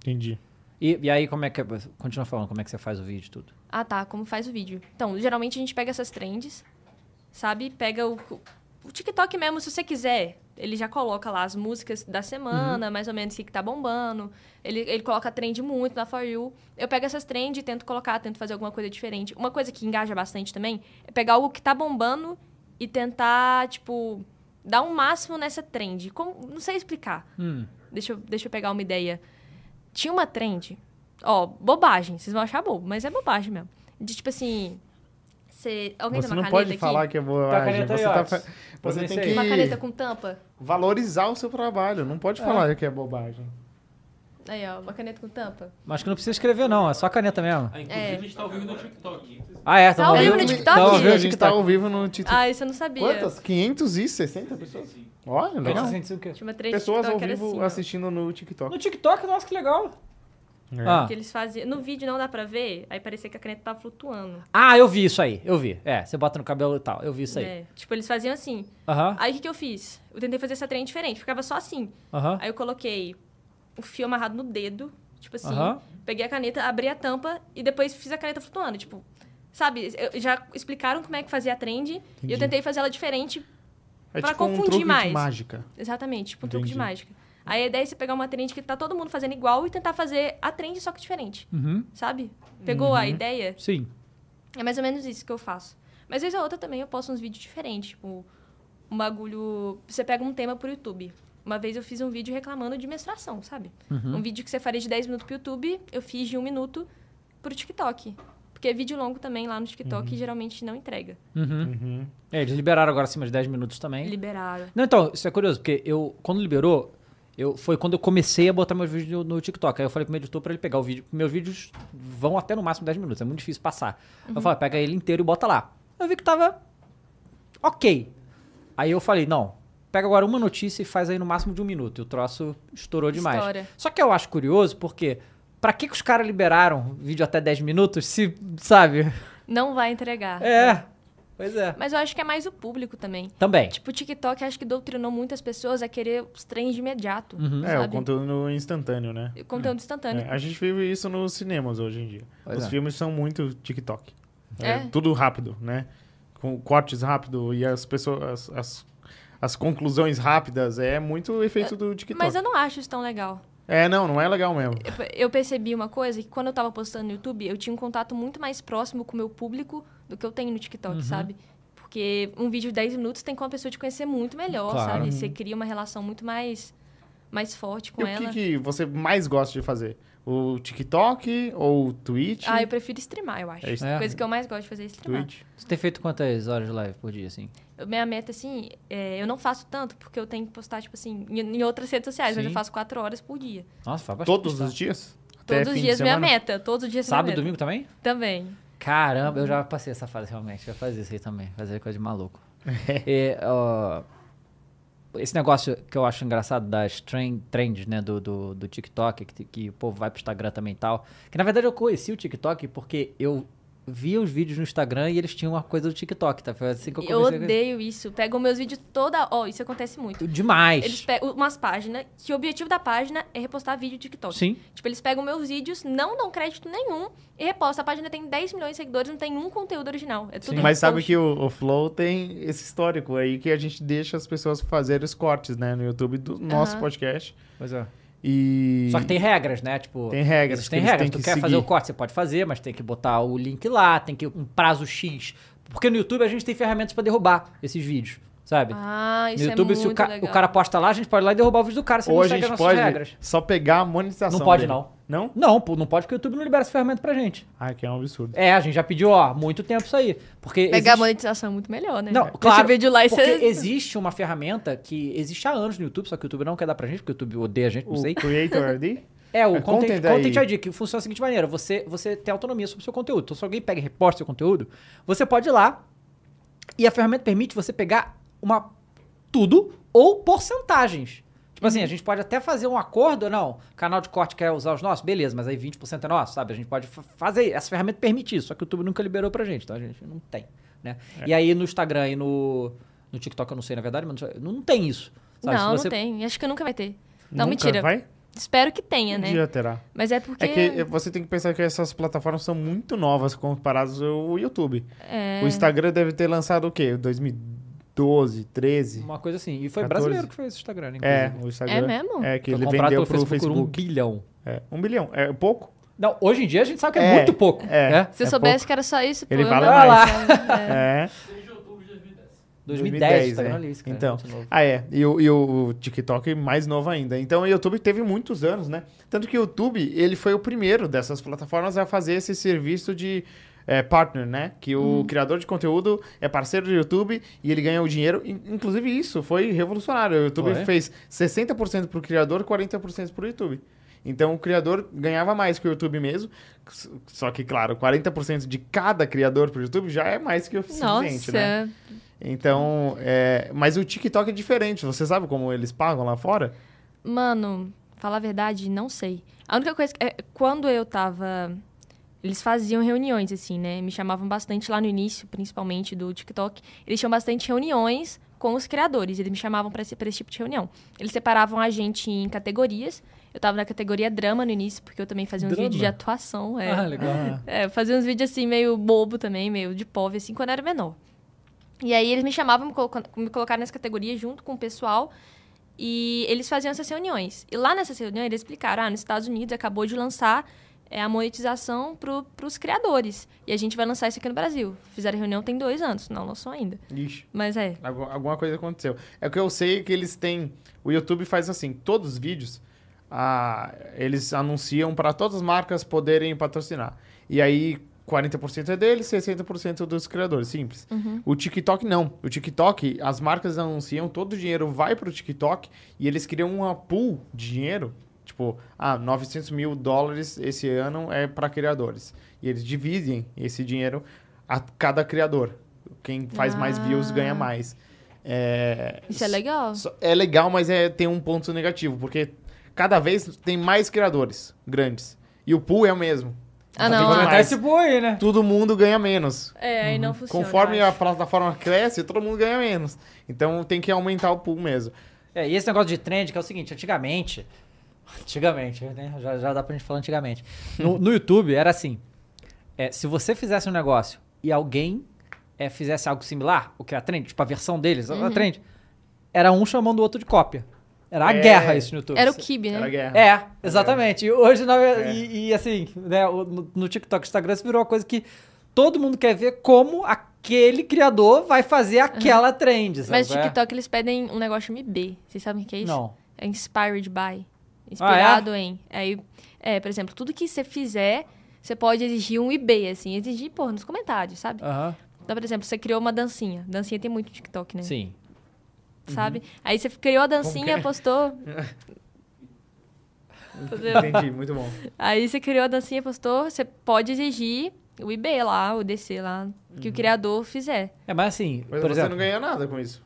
[SPEAKER 2] Entendi.
[SPEAKER 1] E, e aí, como é que. é- Continua falando, como é que você faz o vídeo e tudo.
[SPEAKER 3] Ah, tá. Como faz o vídeo? Então, geralmente a gente pega essas trends, sabe? Pega o, o TikTok mesmo, se você quiser. Ele já coloca lá as músicas da semana, mais ou menos o que que tá bombando. Ele, ele coloca trend muito na For You. Eu pego essas trends e tento colocar, tento fazer alguma coisa diferente. Uma coisa que engaja bastante também é pegar algo que tá bombando e tentar, tipo, dar um máximo nessa trend. Como- não sei explicar.
[SPEAKER 1] Hum.
[SPEAKER 3] Deixa eu, deixa eu pegar uma ideia. Tinha uma trend, ó, bobagem, vocês vão achar bobo, mas é bobagem mesmo. De tipo assim. Você, alguém
[SPEAKER 2] Você
[SPEAKER 3] tem uma
[SPEAKER 2] não
[SPEAKER 3] caneta
[SPEAKER 2] pode
[SPEAKER 3] aqui?
[SPEAKER 2] falar que é bobagem.
[SPEAKER 1] caneta aí,
[SPEAKER 2] Você, tá
[SPEAKER 1] ó.
[SPEAKER 2] fa- você
[SPEAKER 1] Providencia
[SPEAKER 2] tem
[SPEAKER 1] aí.
[SPEAKER 2] que
[SPEAKER 3] Uma caneta com tampa?
[SPEAKER 2] valorizar o seu trabalho. Não pode falar que é bobagem.
[SPEAKER 3] Aí, ó, uma caneta com tampa.
[SPEAKER 1] Mas que não precisa escrever, não. É só caneta mesmo.
[SPEAKER 4] Ah, inclusive
[SPEAKER 3] É.
[SPEAKER 4] a gente tá ouvindo no TikTok.
[SPEAKER 1] Ah, é.
[SPEAKER 3] Tá ao
[SPEAKER 1] ouvindo-
[SPEAKER 3] vivo no TikTok?
[SPEAKER 1] Tá ao vivo
[SPEAKER 2] a
[SPEAKER 1] no
[SPEAKER 2] gente tá ao
[SPEAKER 1] TikTok.
[SPEAKER 2] vivo no TikTok.
[SPEAKER 3] Ah, isso eu não sabia.
[SPEAKER 2] Quantas? 560 pessoas? Olha, legal.
[SPEAKER 3] Tinha uma trend
[SPEAKER 2] Pessoas ao
[SPEAKER 3] TikTok, era
[SPEAKER 2] vivo
[SPEAKER 3] assim, ó,
[SPEAKER 2] assistindo no TikTok.
[SPEAKER 1] No TikTok, nossa, que legal.
[SPEAKER 2] É.
[SPEAKER 1] Ah.
[SPEAKER 3] Que eles faziam. No vídeo não dá pra ver, aí parecia que a caneta tava flutuando.
[SPEAKER 1] Ah, eu vi isso aí. Eu vi. É, você bota no cabelo e tal. Eu vi isso aí.
[SPEAKER 3] né? Tipo, eles faziam assim.
[SPEAKER 1] Aham.
[SPEAKER 3] Aí o que, que eu fiz? Eu tentei fazer essa trend diferente, ficava só assim.
[SPEAKER 1] Aham.
[SPEAKER 2] Ah.
[SPEAKER 3] Aí eu coloquei o fio amarrado no dedo, tipo assim,
[SPEAKER 1] Aham.
[SPEAKER 3] peguei a caneta, abri a tampa e depois fiz a caneta flutuando, tipo, sabe? Eu- já explicaram como é que fazia a trend e eu tentei fazer ela diferente,
[SPEAKER 2] É
[SPEAKER 3] Pra
[SPEAKER 2] tipo um
[SPEAKER 3] confundir
[SPEAKER 2] truque de
[SPEAKER 3] mais.
[SPEAKER 2] mágica.
[SPEAKER 3] exatamente, tipo um truque de
[SPEAKER 2] Entendi.
[SPEAKER 3] mágica. Aí a ideia é você pegar uma trend que tá todo mundo fazendo igual e tentar fazer a trend só que diferente,
[SPEAKER 1] Uhum.
[SPEAKER 3] sabe? Pegou a ideia?
[SPEAKER 1] Sim.
[SPEAKER 3] É mais ou menos isso que eu faço. Mas vez ou outra também eu posto uns vídeos diferentes, tipo, um bagulho. Você pega um tema pro YouTube. Uma vez eu fiz um vídeo reclamando de menstruação, sabe?
[SPEAKER 2] Uhum.
[SPEAKER 3] Um vídeo que você faria de 10 minutos pro YouTube, eu fiz de 1 minuto pro TikTok. Porque é vídeo longo também lá no
[SPEAKER 2] Uhum.
[SPEAKER 3] TikTok geralmente não entrega.
[SPEAKER 1] Uhum. É, eles liberaram agora acima de 10 minutos também.
[SPEAKER 3] Liberaram.
[SPEAKER 1] Não, então, isso é curioso, porque eu, quando liberou, Eu, foi quando eu comecei a botar meus vídeos no, no TikTok. Aí eu falei pro meu editor pra ele pegar o vídeo. Meus vídeos vão até no máximo 10 minutos, é muito difícil passar. Eu falei, "Ah, pega ele inteiro e bota lá. Eu vi que tava ok. Aí eu falei, não, pega agora uma notícia e faz aí no máximo de um minuto. E o troço estourou demais.
[SPEAKER 3] Estoura.
[SPEAKER 1] Só que eu acho curioso porque pra que, que os caras liberaram vídeo até 10 minutos se, sabe?
[SPEAKER 3] Não vai entregar.
[SPEAKER 1] É, pois é.
[SPEAKER 3] Mas eu acho que é mais o público também.
[SPEAKER 1] Também.
[SPEAKER 3] Tipo, o TikTok acho que doutrinou muitas pessoas a querer os trens de imediato.
[SPEAKER 2] É, o
[SPEAKER 3] sabe?
[SPEAKER 2] conteúdo instantâneo, né?
[SPEAKER 3] Conteúdo instantâneo.
[SPEAKER 2] É, a gente vive isso nos cinemas hoje em dia.
[SPEAKER 1] Pois
[SPEAKER 2] Os
[SPEAKER 1] é.
[SPEAKER 2] filmes são muito TikTok.
[SPEAKER 3] É.
[SPEAKER 2] Tudo rápido, né? Com cortes rápido e as pessoas. As, as, as conclusões rápidas. É muito o efeito do TikTok.
[SPEAKER 3] Mas eu não acho isso tão legal.
[SPEAKER 2] É, não, não é legal mesmo.
[SPEAKER 3] Eu, eu percebi uma coisa, que quando eu tava postando no YouTube, eu tinha um contato muito mais próximo com o meu público do que eu tenho no TikTok,
[SPEAKER 1] Uhum.
[SPEAKER 3] sabe? Porque um vídeo de 10 minutos tem como a pessoa te conhecer muito melhor,
[SPEAKER 1] Claro. Uhum.
[SPEAKER 3] sabe? Você cria uma relação muito mais, mais forte com
[SPEAKER 2] E o que,
[SPEAKER 3] ela.
[SPEAKER 2] que você mais gosta de fazer? O TikTok ou o Twitch?
[SPEAKER 3] Ah, eu prefiro streamar, eu acho.
[SPEAKER 2] É isso.
[SPEAKER 1] É.
[SPEAKER 3] A coisa que eu mais gosto de fazer é streamar.
[SPEAKER 2] Twitch.
[SPEAKER 1] Você tem feito quantas horas de live por dia, assim?
[SPEAKER 3] Eu- Minha meta, assim, é, eu não faço tanto, porque eu tenho que postar, tipo assim, em, em outras redes sociais, mas
[SPEAKER 1] Sim.
[SPEAKER 3] eu faço quatro horas por dia.
[SPEAKER 1] Nossa, faz bastante.
[SPEAKER 2] Todos os dias? Até
[SPEAKER 3] Todos
[SPEAKER 2] fim
[SPEAKER 3] os
[SPEAKER 2] de
[SPEAKER 3] dias minha
[SPEAKER 2] semana?
[SPEAKER 3] meta. né? Todos os dias minha
[SPEAKER 1] Sábado,
[SPEAKER 3] meta.
[SPEAKER 1] domingo também?
[SPEAKER 3] Também.
[SPEAKER 1] Caramba,
[SPEAKER 3] Uhum.
[SPEAKER 1] eu já passei essa fase realmente. Já fazia isso aí também. Fazer coisa de maluco.
[SPEAKER 3] É.
[SPEAKER 1] E, ó, esse negócio que eu acho engraçado das trend, trends, né? Do, do, do TikTok, que, que o povo vai pro Instagram também e tal. Que na verdade eu conheci o TikTok porque eu via os vídeos no Instagram e eles tinham uma coisa do TikTok, tá? Foi assim que eu
[SPEAKER 3] Eu
[SPEAKER 1] comecei. a-
[SPEAKER 3] odeio isso. Pegam meus vídeos toda hora. isso acontece muito.
[SPEAKER 1] Demais.
[SPEAKER 3] Eles pegam umas páginas, que o objetivo da página é repostar vídeo de TikTok.
[SPEAKER 1] Sim.
[SPEAKER 3] Tipo, eles pegam meus vídeos, não dão crédito nenhum e repostam. A página tem 10 milhões de seguidores, não tem um conteúdo original. É tudo
[SPEAKER 2] Mas
[SPEAKER 3] repost.
[SPEAKER 2] sabe que o, o Flow tem esse histórico aí que a gente deixa as pessoas fazerem os cortes, né? No YouTube do nosso
[SPEAKER 3] Aham.
[SPEAKER 2] podcast.
[SPEAKER 1] Pois é.
[SPEAKER 2] E...
[SPEAKER 1] Só que tem regras, né? Tipo,
[SPEAKER 2] Tem regras
[SPEAKER 1] Eles
[SPEAKER 2] que
[SPEAKER 1] têm
[SPEAKER 2] eles
[SPEAKER 1] regras.
[SPEAKER 2] têm
[SPEAKER 1] Tu
[SPEAKER 2] que
[SPEAKER 1] quer fazer o
[SPEAKER 2] seguir.
[SPEAKER 1] corte, você pode fazer, mas tem que botar o link lá, tem que um prazo X. Porque no YouTube a gente tem ferramentas pra derrubar esses vídeos, sabe?
[SPEAKER 3] Ah, isso
[SPEAKER 1] no YouTube,
[SPEAKER 3] é muito
[SPEAKER 1] se o, ca-
[SPEAKER 3] legal.
[SPEAKER 1] o cara posta lá, a gente pode ir lá e derrubar o vídeo do cara se ele
[SPEAKER 2] Ou
[SPEAKER 1] não
[SPEAKER 2] a
[SPEAKER 1] segue as
[SPEAKER 2] gente
[SPEAKER 1] nossas
[SPEAKER 2] pode
[SPEAKER 1] regras.
[SPEAKER 2] só pegar a monetização
[SPEAKER 1] Não pode,
[SPEAKER 2] dele.
[SPEAKER 1] não.
[SPEAKER 2] Não?
[SPEAKER 1] Não, pô, não pode porque o YouTube não libera essa ferramenta pra gente.
[SPEAKER 2] Ah, que é um absurdo.
[SPEAKER 1] É, a gente já pediu, ó, há muito tempo isso aí. Porque
[SPEAKER 3] Pegar a
[SPEAKER 1] existe-
[SPEAKER 3] monetização é muito melhor, né?
[SPEAKER 1] Não,
[SPEAKER 3] Deixa
[SPEAKER 1] claro,
[SPEAKER 3] o vídeo lá é- e
[SPEAKER 1] porque
[SPEAKER 3] você...
[SPEAKER 1] existe uma ferramenta que existe há anos no YouTube, só que o YouTube não quer dar pra gente, porque o YouTube odeia a gente, não
[SPEAKER 2] O
[SPEAKER 1] sei.
[SPEAKER 2] Creator ID?
[SPEAKER 1] É, o
[SPEAKER 2] É,
[SPEAKER 1] Content,
[SPEAKER 2] content aí.
[SPEAKER 1] content ID, que funciona da seguinte maneira: você, você tem autonomia sobre o seu conteúdo. Então, se alguém pega e reposta seu conteúdo, você pode ir lá e a ferramenta permite você pegar uma tudo ou porcentagens. Tipo
[SPEAKER 3] Uhum.
[SPEAKER 1] assim, a gente pode até fazer um acordo, não, canal de corte quer usar os nossos, beleza, mas aí 20% é nosso, sabe? A gente pode fa- fazer, essa ferramenta permite isso, só que o YouTube nunca liberou pra gente, então a gente não tem, né?
[SPEAKER 2] É.
[SPEAKER 1] E aí no Instagram e no, no TikTok, eu não sei na verdade, mas não, não tem isso. sabe? Se
[SPEAKER 3] Não,
[SPEAKER 1] você-
[SPEAKER 3] não tem. Acho que nunca vai ter. Não,
[SPEAKER 2] Nunca
[SPEAKER 3] mentira.
[SPEAKER 2] Vai?
[SPEAKER 3] Espero que tenha,
[SPEAKER 2] Um
[SPEAKER 3] né?
[SPEAKER 2] dia terá.
[SPEAKER 3] Mas é porque...
[SPEAKER 2] É que você tem que pensar que essas plataformas são muito novas comparadas ao YouTube.
[SPEAKER 3] é,
[SPEAKER 2] O Instagram deve ter lançado o quê? 2012, 13?
[SPEAKER 1] Uma coisa assim, e foi
[SPEAKER 2] 14.
[SPEAKER 1] brasileiro que fez o Instagram, né, inclusive.
[SPEAKER 2] É, o Instagram.
[SPEAKER 3] É mesmo?
[SPEAKER 2] É, que
[SPEAKER 1] Foi
[SPEAKER 2] ele
[SPEAKER 1] comprado pelo
[SPEAKER 2] vendeu pro
[SPEAKER 1] Facebook, por um
[SPEAKER 2] Facebook.
[SPEAKER 1] bilhão.
[SPEAKER 2] É, um bilhão. É pouco?
[SPEAKER 1] Não, hoje em dia a gente sabe que é,
[SPEAKER 2] É,
[SPEAKER 1] muito pouco. "Ah,
[SPEAKER 2] é.
[SPEAKER 1] né?
[SPEAKER 3] Se eu
[SPEAKER 2] é
[SPEAKER 3] soubesse
[SPEAKER 2] pouco.
[SPEAKER 3] que era só isso, pô,
[SPEAKER 2] Ele
[SPEAKER 3] eu
[SPEAKER 2] fala
[SPEAKER 3] não-
[SPEAKER 1] mais.
[SPEAKER 3] Olha lá.
[SPEAKER 2] É.
[SPEAKER 4] 6 de outubro de 2010.
[SPEAKER 1] 2010, o
[SPEAKER 2] 2010,
[SPEAKER 1] Instagram
[SPEAKER 2] né?
[SPEAKER 1] tá ali, esse cara,
[SPEAKER 2] Então,
[SPEAKER 1] muito novo.
[SPEAKER 2] Ah, é. E o, e o TikTok mais novo ainda. Então, o YouTube teve muitos anos, né? Tanto que o YouTube, ele foi o primeiro dessas plataformas a fazer esse serviço de eh, partner, né? Que o
[SPEAKER 1] Hum.
[SPEAKER 2] criador de conteúdo é parceiro do YouTube e ele ganha o dinheiro. In- Inclusive, isso foi revolucionário. O YouTube
[SPEAKER 1] Foi.
[SPEAKER 2] fez 60% pro criador, 40% pro YouTube. Então, o criador ganhava mais que o YouTube mesmo. S- Só que, claro, 40% de cada criador pro YouTube já é mais que o suficiente,
[SPEAKER 3] Nossa,
[SPEAKER 2] né? Então, é, mas o TikTok é diferente. Você sabe como eles pagam lá fora?
[SPEAKER 3] mano, falar a verdade, não sei. A única coisa que é quando eu tava eles faziam reuniões assim, né? Me chamavam bastante lá no início, principalmente do TikTok. Eles tinham bastante reuniões com os criadores, eles me chamavam pra esse, pra esse tipo de reunião. Eles separavam a gente em categorias. Eu tava na categoria drama no início, porque eu também fazia uns
[SPEAKER 1] Drama?
[SPEAKER 3] vídeos de atuação, é.
[SPEAKER 1] Ah, legal.
[SPEAKER 3] É, eu fazia uns vídeos assim, meio bobo também, meio de pove, assim, quando eu era menor. E aí eles me chamavam, me, colocando, me colocaram nessa categoria junto com o pessoal. E eles faziam essas reuniões. E lá nessas reuniões eles explicaram: ah, nos Estados Unidos acabou de lançar é, a monetização para os criadores. E a gente vai lançar isso aqui no Brasil. Fizeram reunião tem dois anos, não lançou ainda.
[SPEAKER 2] Ixi.
[SPEAKER 3] Mas é.
[SPEAKER 2] Algu- Alguma coisa aconteceu. É o que eu sei que eles têm. O YouTube faz assim: todos os vídeos ah, eles anunciam para todas as marcas poderem patrocinar. E aí, 40% é dele, 60% dos criadores, simples. O TikTok não. O TikTok, as marcas anunciam, todo o dinheiro vai pro TikTok e eles criam uma pool de dinheiro. Tipo, ah, 900 mil dólares esse ano é para criadores. E eles dividem esse dinheiro a cada criador. Quem faz mais views
[SPEAKER 3] Ah.
[SPEAKER 2] ganha mais. É,
[SPEAKER 3] Isso é legal.
[SPEAKER 2] só- É legal, mas é, tem um ponto negativo, porque cada vez tem mais criadores grandes. E o pool é o mesmo.
[SPEAKER 3] Ah,
[SPEAKER 1] Tem
[SPEAKER 2] Então,
[SPEAKER 1] que
[SPEAKER 3] não.
[SPEAKER 2] mas-
[SPEAKER 1] aumentar esse boi, aí, né?
[SPEAKER 2] Todo mundo ganha menos.
[SPEAKER 3] É, aí não funciona.
[SPEAKER 2] Uhum. Conforme
[SPEAKER 3] eu
[SPEAKER 2] a
[SPEAKER 3] acho.
[SPEAKER 2] plataforma cresce, todo mundo ganha menos. Então tem que aumentar o pool mesmo.
[SPEAKER 1] É, e esse negócio de trend, que é o seguinte, antigamente. Antigamente, né? Já, já dá pra gente falar antigamente. No, no YouTube era assim: é, se você fizesse um negócio e alguém é, fizesse algo similar, o que era trend, tipo a versão deles, a- a trend, era um chamando o outro de cópia. Era a
[SPEAKER 2] É.
[SPEAKER 1] guerra isso no YouTube.
[SPEAKER 3] Era o Kibe,
[SPEAKER 2] Era
[SPEAKER 3] né?
[SPEAKER 2] guerra.
[SPEAKER 1] É, exatamente. E hoje, na verdade,
[SPEAKER 2] É.
[SPEAKER 1] e, e assim, né, o- no, no TikTok, Instagram, isso virou uma coisa que todo mundo quer ver como aquele criador vai fazer aquela trend. Sabe?
[SPEAKER 3] Mas o
[SPEAKER 1] É.
[SPEAKER 3] TikTok, eles pedem um negócio MB. Vocês sabem o que é isso?
[SPEAKER 1] Não.
[SPEAKER 3] É inspired by.
[SPEAKER 2] Ah,
[SPEAKER 3] Inspirado em. Aí, é, por exemplo, tudo que você fizer, você pode exigir um IB, assim. Exigir, pô, nos comentários, sabe?
[SPEAKER 1] Aham.
[SPEAKER 3] Então, por exemplo, você criou uma dancinha. Dancinha tem muito no TikTok, né?
[SPEAKER 1] Sim.
[SPEAKER 3] Sabe? Aí você criou a dancinha,
[SPEAKER 2] Uhum. que é?
[SPEAKER 3] postou.
[SPEAKER 2] Entendi, muito bom.
[SPEAKER 3] Aí você criou a dancinha, postou. Você pode exigir o IB lá, o DC lá, que
[SPEAKER 2] Uhum.
[SPEAKER 3] o criador fizer.
[SPEAKER 1] É, mas assim,
[SPEAKER 2] Mas
[SPEAKER 1] por
[SPEAKER 2] você
[SPEAKER 1] exemplo.
[SPEAKER 2] não ganha nada com isso.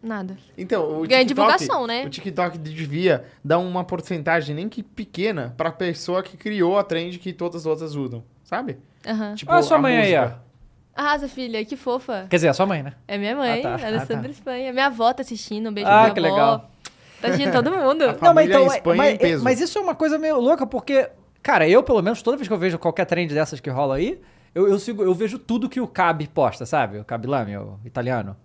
[SPEAKER 3] Nada.
[SPEAKER 2] Então, o TikTok-
[SPEAKER 3] Ganha divulgação, né?
[SPEAKER 2] O TikTok devia dar uma porcentagem, nem que pequena, pra pessoa que criou a trend que todas as outras usam, sabe?
[SPEAKER 3] Aham.
[SPEAKER 2] Tipo,
[SPEAKER 1] Olha a sua
[SPEAKER 2] a
[SPEAKER 1] mãe aí, ó.
[SPEAKER 2] música.
[SPEAKER 3] Arrasa, filha, que fofa.
[SPEAKER 1] Quer dizer, a sua mãe, né?
[SPEAKER 3] É minha mãe,
[SPEAKER 1] Ah, tá.
[SPEAKER 3] Alessandra Espanha. Minha avó tá assistindo, um beijo
[SPEAKER 1] Ah,
[SPEAKER 3] pra minha
[SPEAKER 1] que
[SPEAKER 3] avó.
[SPEAKER 1] legal.
[SPEAKER 3] Tá assistindo todo mundo.
[SPEAKER 2] A fa- Família
[SPEAKER 1] é-
[SPEAKER 2] Espanha
[SPEAKER 1] mas,
[SPEAKER 2] em peso.
[SPEAKER 1] mas isso é uma coisa meio louca, porque, cara, eu pelo menos, toda vez que eu vejo qualquer trend dessas que rola aí, eu, eu, sigo- eu vejo tudo que o Cab posta, sabe? O Cab Lame, o italiano.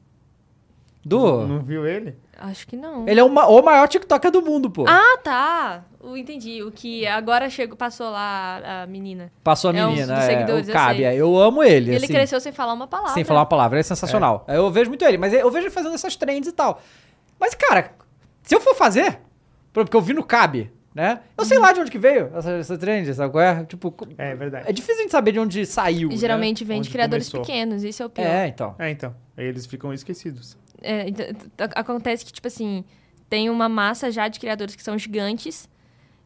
[SPEAKER 1] Do.
[SPEAKER 2] Não viu ele?
[SPEAKER 3] Acho que não.
[SPEAKER 1] Ele é o, ma- o maior TikToker do mundo, pô.
[SPEAKER 3] Ah, tá. O, entendi. O que agora chegou, passou lá a menina.
[SPEAKER 1] Passou a
[SPEAKER 3] é um dos
[SPEAKER 1] menina, é,
[SPEAKER 3] seguidores,
[SPEAKER 1] o
[SPEAKER 3] eu
[SPEAKER 1] Cab.
[SPEAKER 3] sei.
[SPEAKER 1] é, Eu amo ele.
[SPEAKER 3] Ele
[SPEAKER 1] assim.
[SPEAKER 3] cresceu né? sem falar uma palavra.
[SPEAKER 1] Sem falar uma palavra, ele é sensacional. Eu vejo muito ele, mas eu vejo ele fazendo essas trends e tal. Mas, cara, se eu for fazer, por- porque eu vi no Cabe, né? Eu
[SPEAKER 3] Uhum.
[SPEAKER 1] sei lá de onde que veio essa, essa trend, sabe qual é? Tipo, co-
[SPEAKER 2] É verdade.
[SPEAKER 1] é difícil a gente saber de onde saiu.
[SPEAKER 3] E geralmente vem de
[SPEAKER 2] Onde
[SPEAKER 3] criadores
[SPEAKER 2] começou.
[SPEAKER 3] pequenos, isso é o pior.
[SPEAKER 1] Né? É, então.
[SPEAKER 2] É, então. Aí eles ficam esquecidos.
[SPEAKER 3] É, então, t- t- acontece que, tipo assim, tem uma massa já de criadores que são gigantes.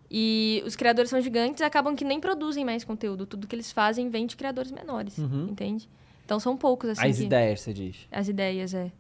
[SPEAKER 3] E os criadores são gigantes e acabam que nem produzem mais conteúdo. Tudo que eles fazem vem de criadores menores,
[SPEAKER 1] Uhum.
[SPEAKER 3] entende? Então são poucos, assim.
[SPEAKER 1] As
[SPEAKER 3] que-
[SPEAKER 1] ideias, você diz.
[SPEAKER 3] As ideias, é.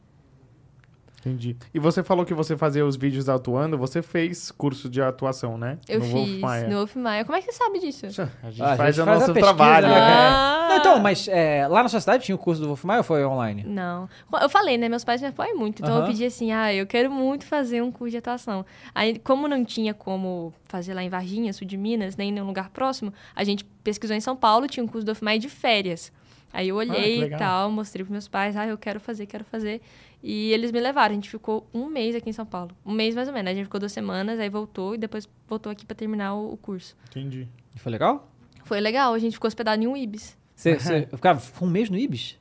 [SPEAKER 2] Entendi. E você falou que você fazia os vídeos atuando, você fez curso de atuação, né?
[SPEAKER 3] Eu
[SPEAKER 2] No Wolf
[SPEAKER 3] fiz
[SPEAKER 2] Maia.
[SPEAKER 3] no Wolf Maia. Como é que você sabe disso?
[SPEAKER 2] A gente
[SPEAKER 1] Ah, a
[SPEAKER 2] faz
[SPEAKER 1] gente
[SPEAKER 2] o
[SPEAKER 1] faz a
[SPEAKER 2] nosso
[SPEAKER 1] pesquisa,
[SPEAKER 2] trabalho, né?
[SPEAKER 3] Ah!
[SPEAKER 1] Não, então, mas é, lá na sua cidade tinha o curso do Wolfmar ou foi online?
[SPEAKER 3] Não. Eu falei, né? Meus pais me apoiam muito. Então
[SPEAKER 1] Aham.
[SPEAKER 3] eu pedi assim, ah, eu quero muito fazer um curso de atuação. Aí, como não tinha como fazer lá em Varginha, sul de Minas, nem em nenhum lugar próximo, a gente pesquisou em São Paulo, tinha um curso do UFMAI de férias. Aí eu
[SPEAKER 2] Ah, que
[SPEAKER 3] olhei e
[SPEAKER 2] legal.
[SPEAKER 3] tal, mostrei pros meus pais, ah, eu quero fazer, quero fazer. E eles me levaram. A gente ficou um mês aqui em São Paulo. Um mês mais ou menos. A gente ficou duas semanas, aí voltou e depois voltou aqui pra terminar o, o curso.
[SPEAKER 2] Entendi.
[SPEAKER 1] E Foi legal?
[SPEAKER 3] Foi legal, a gente ficou hospedado em um Ibis.
[SPEAKER 1] Você, você ficava um mês no Ibis?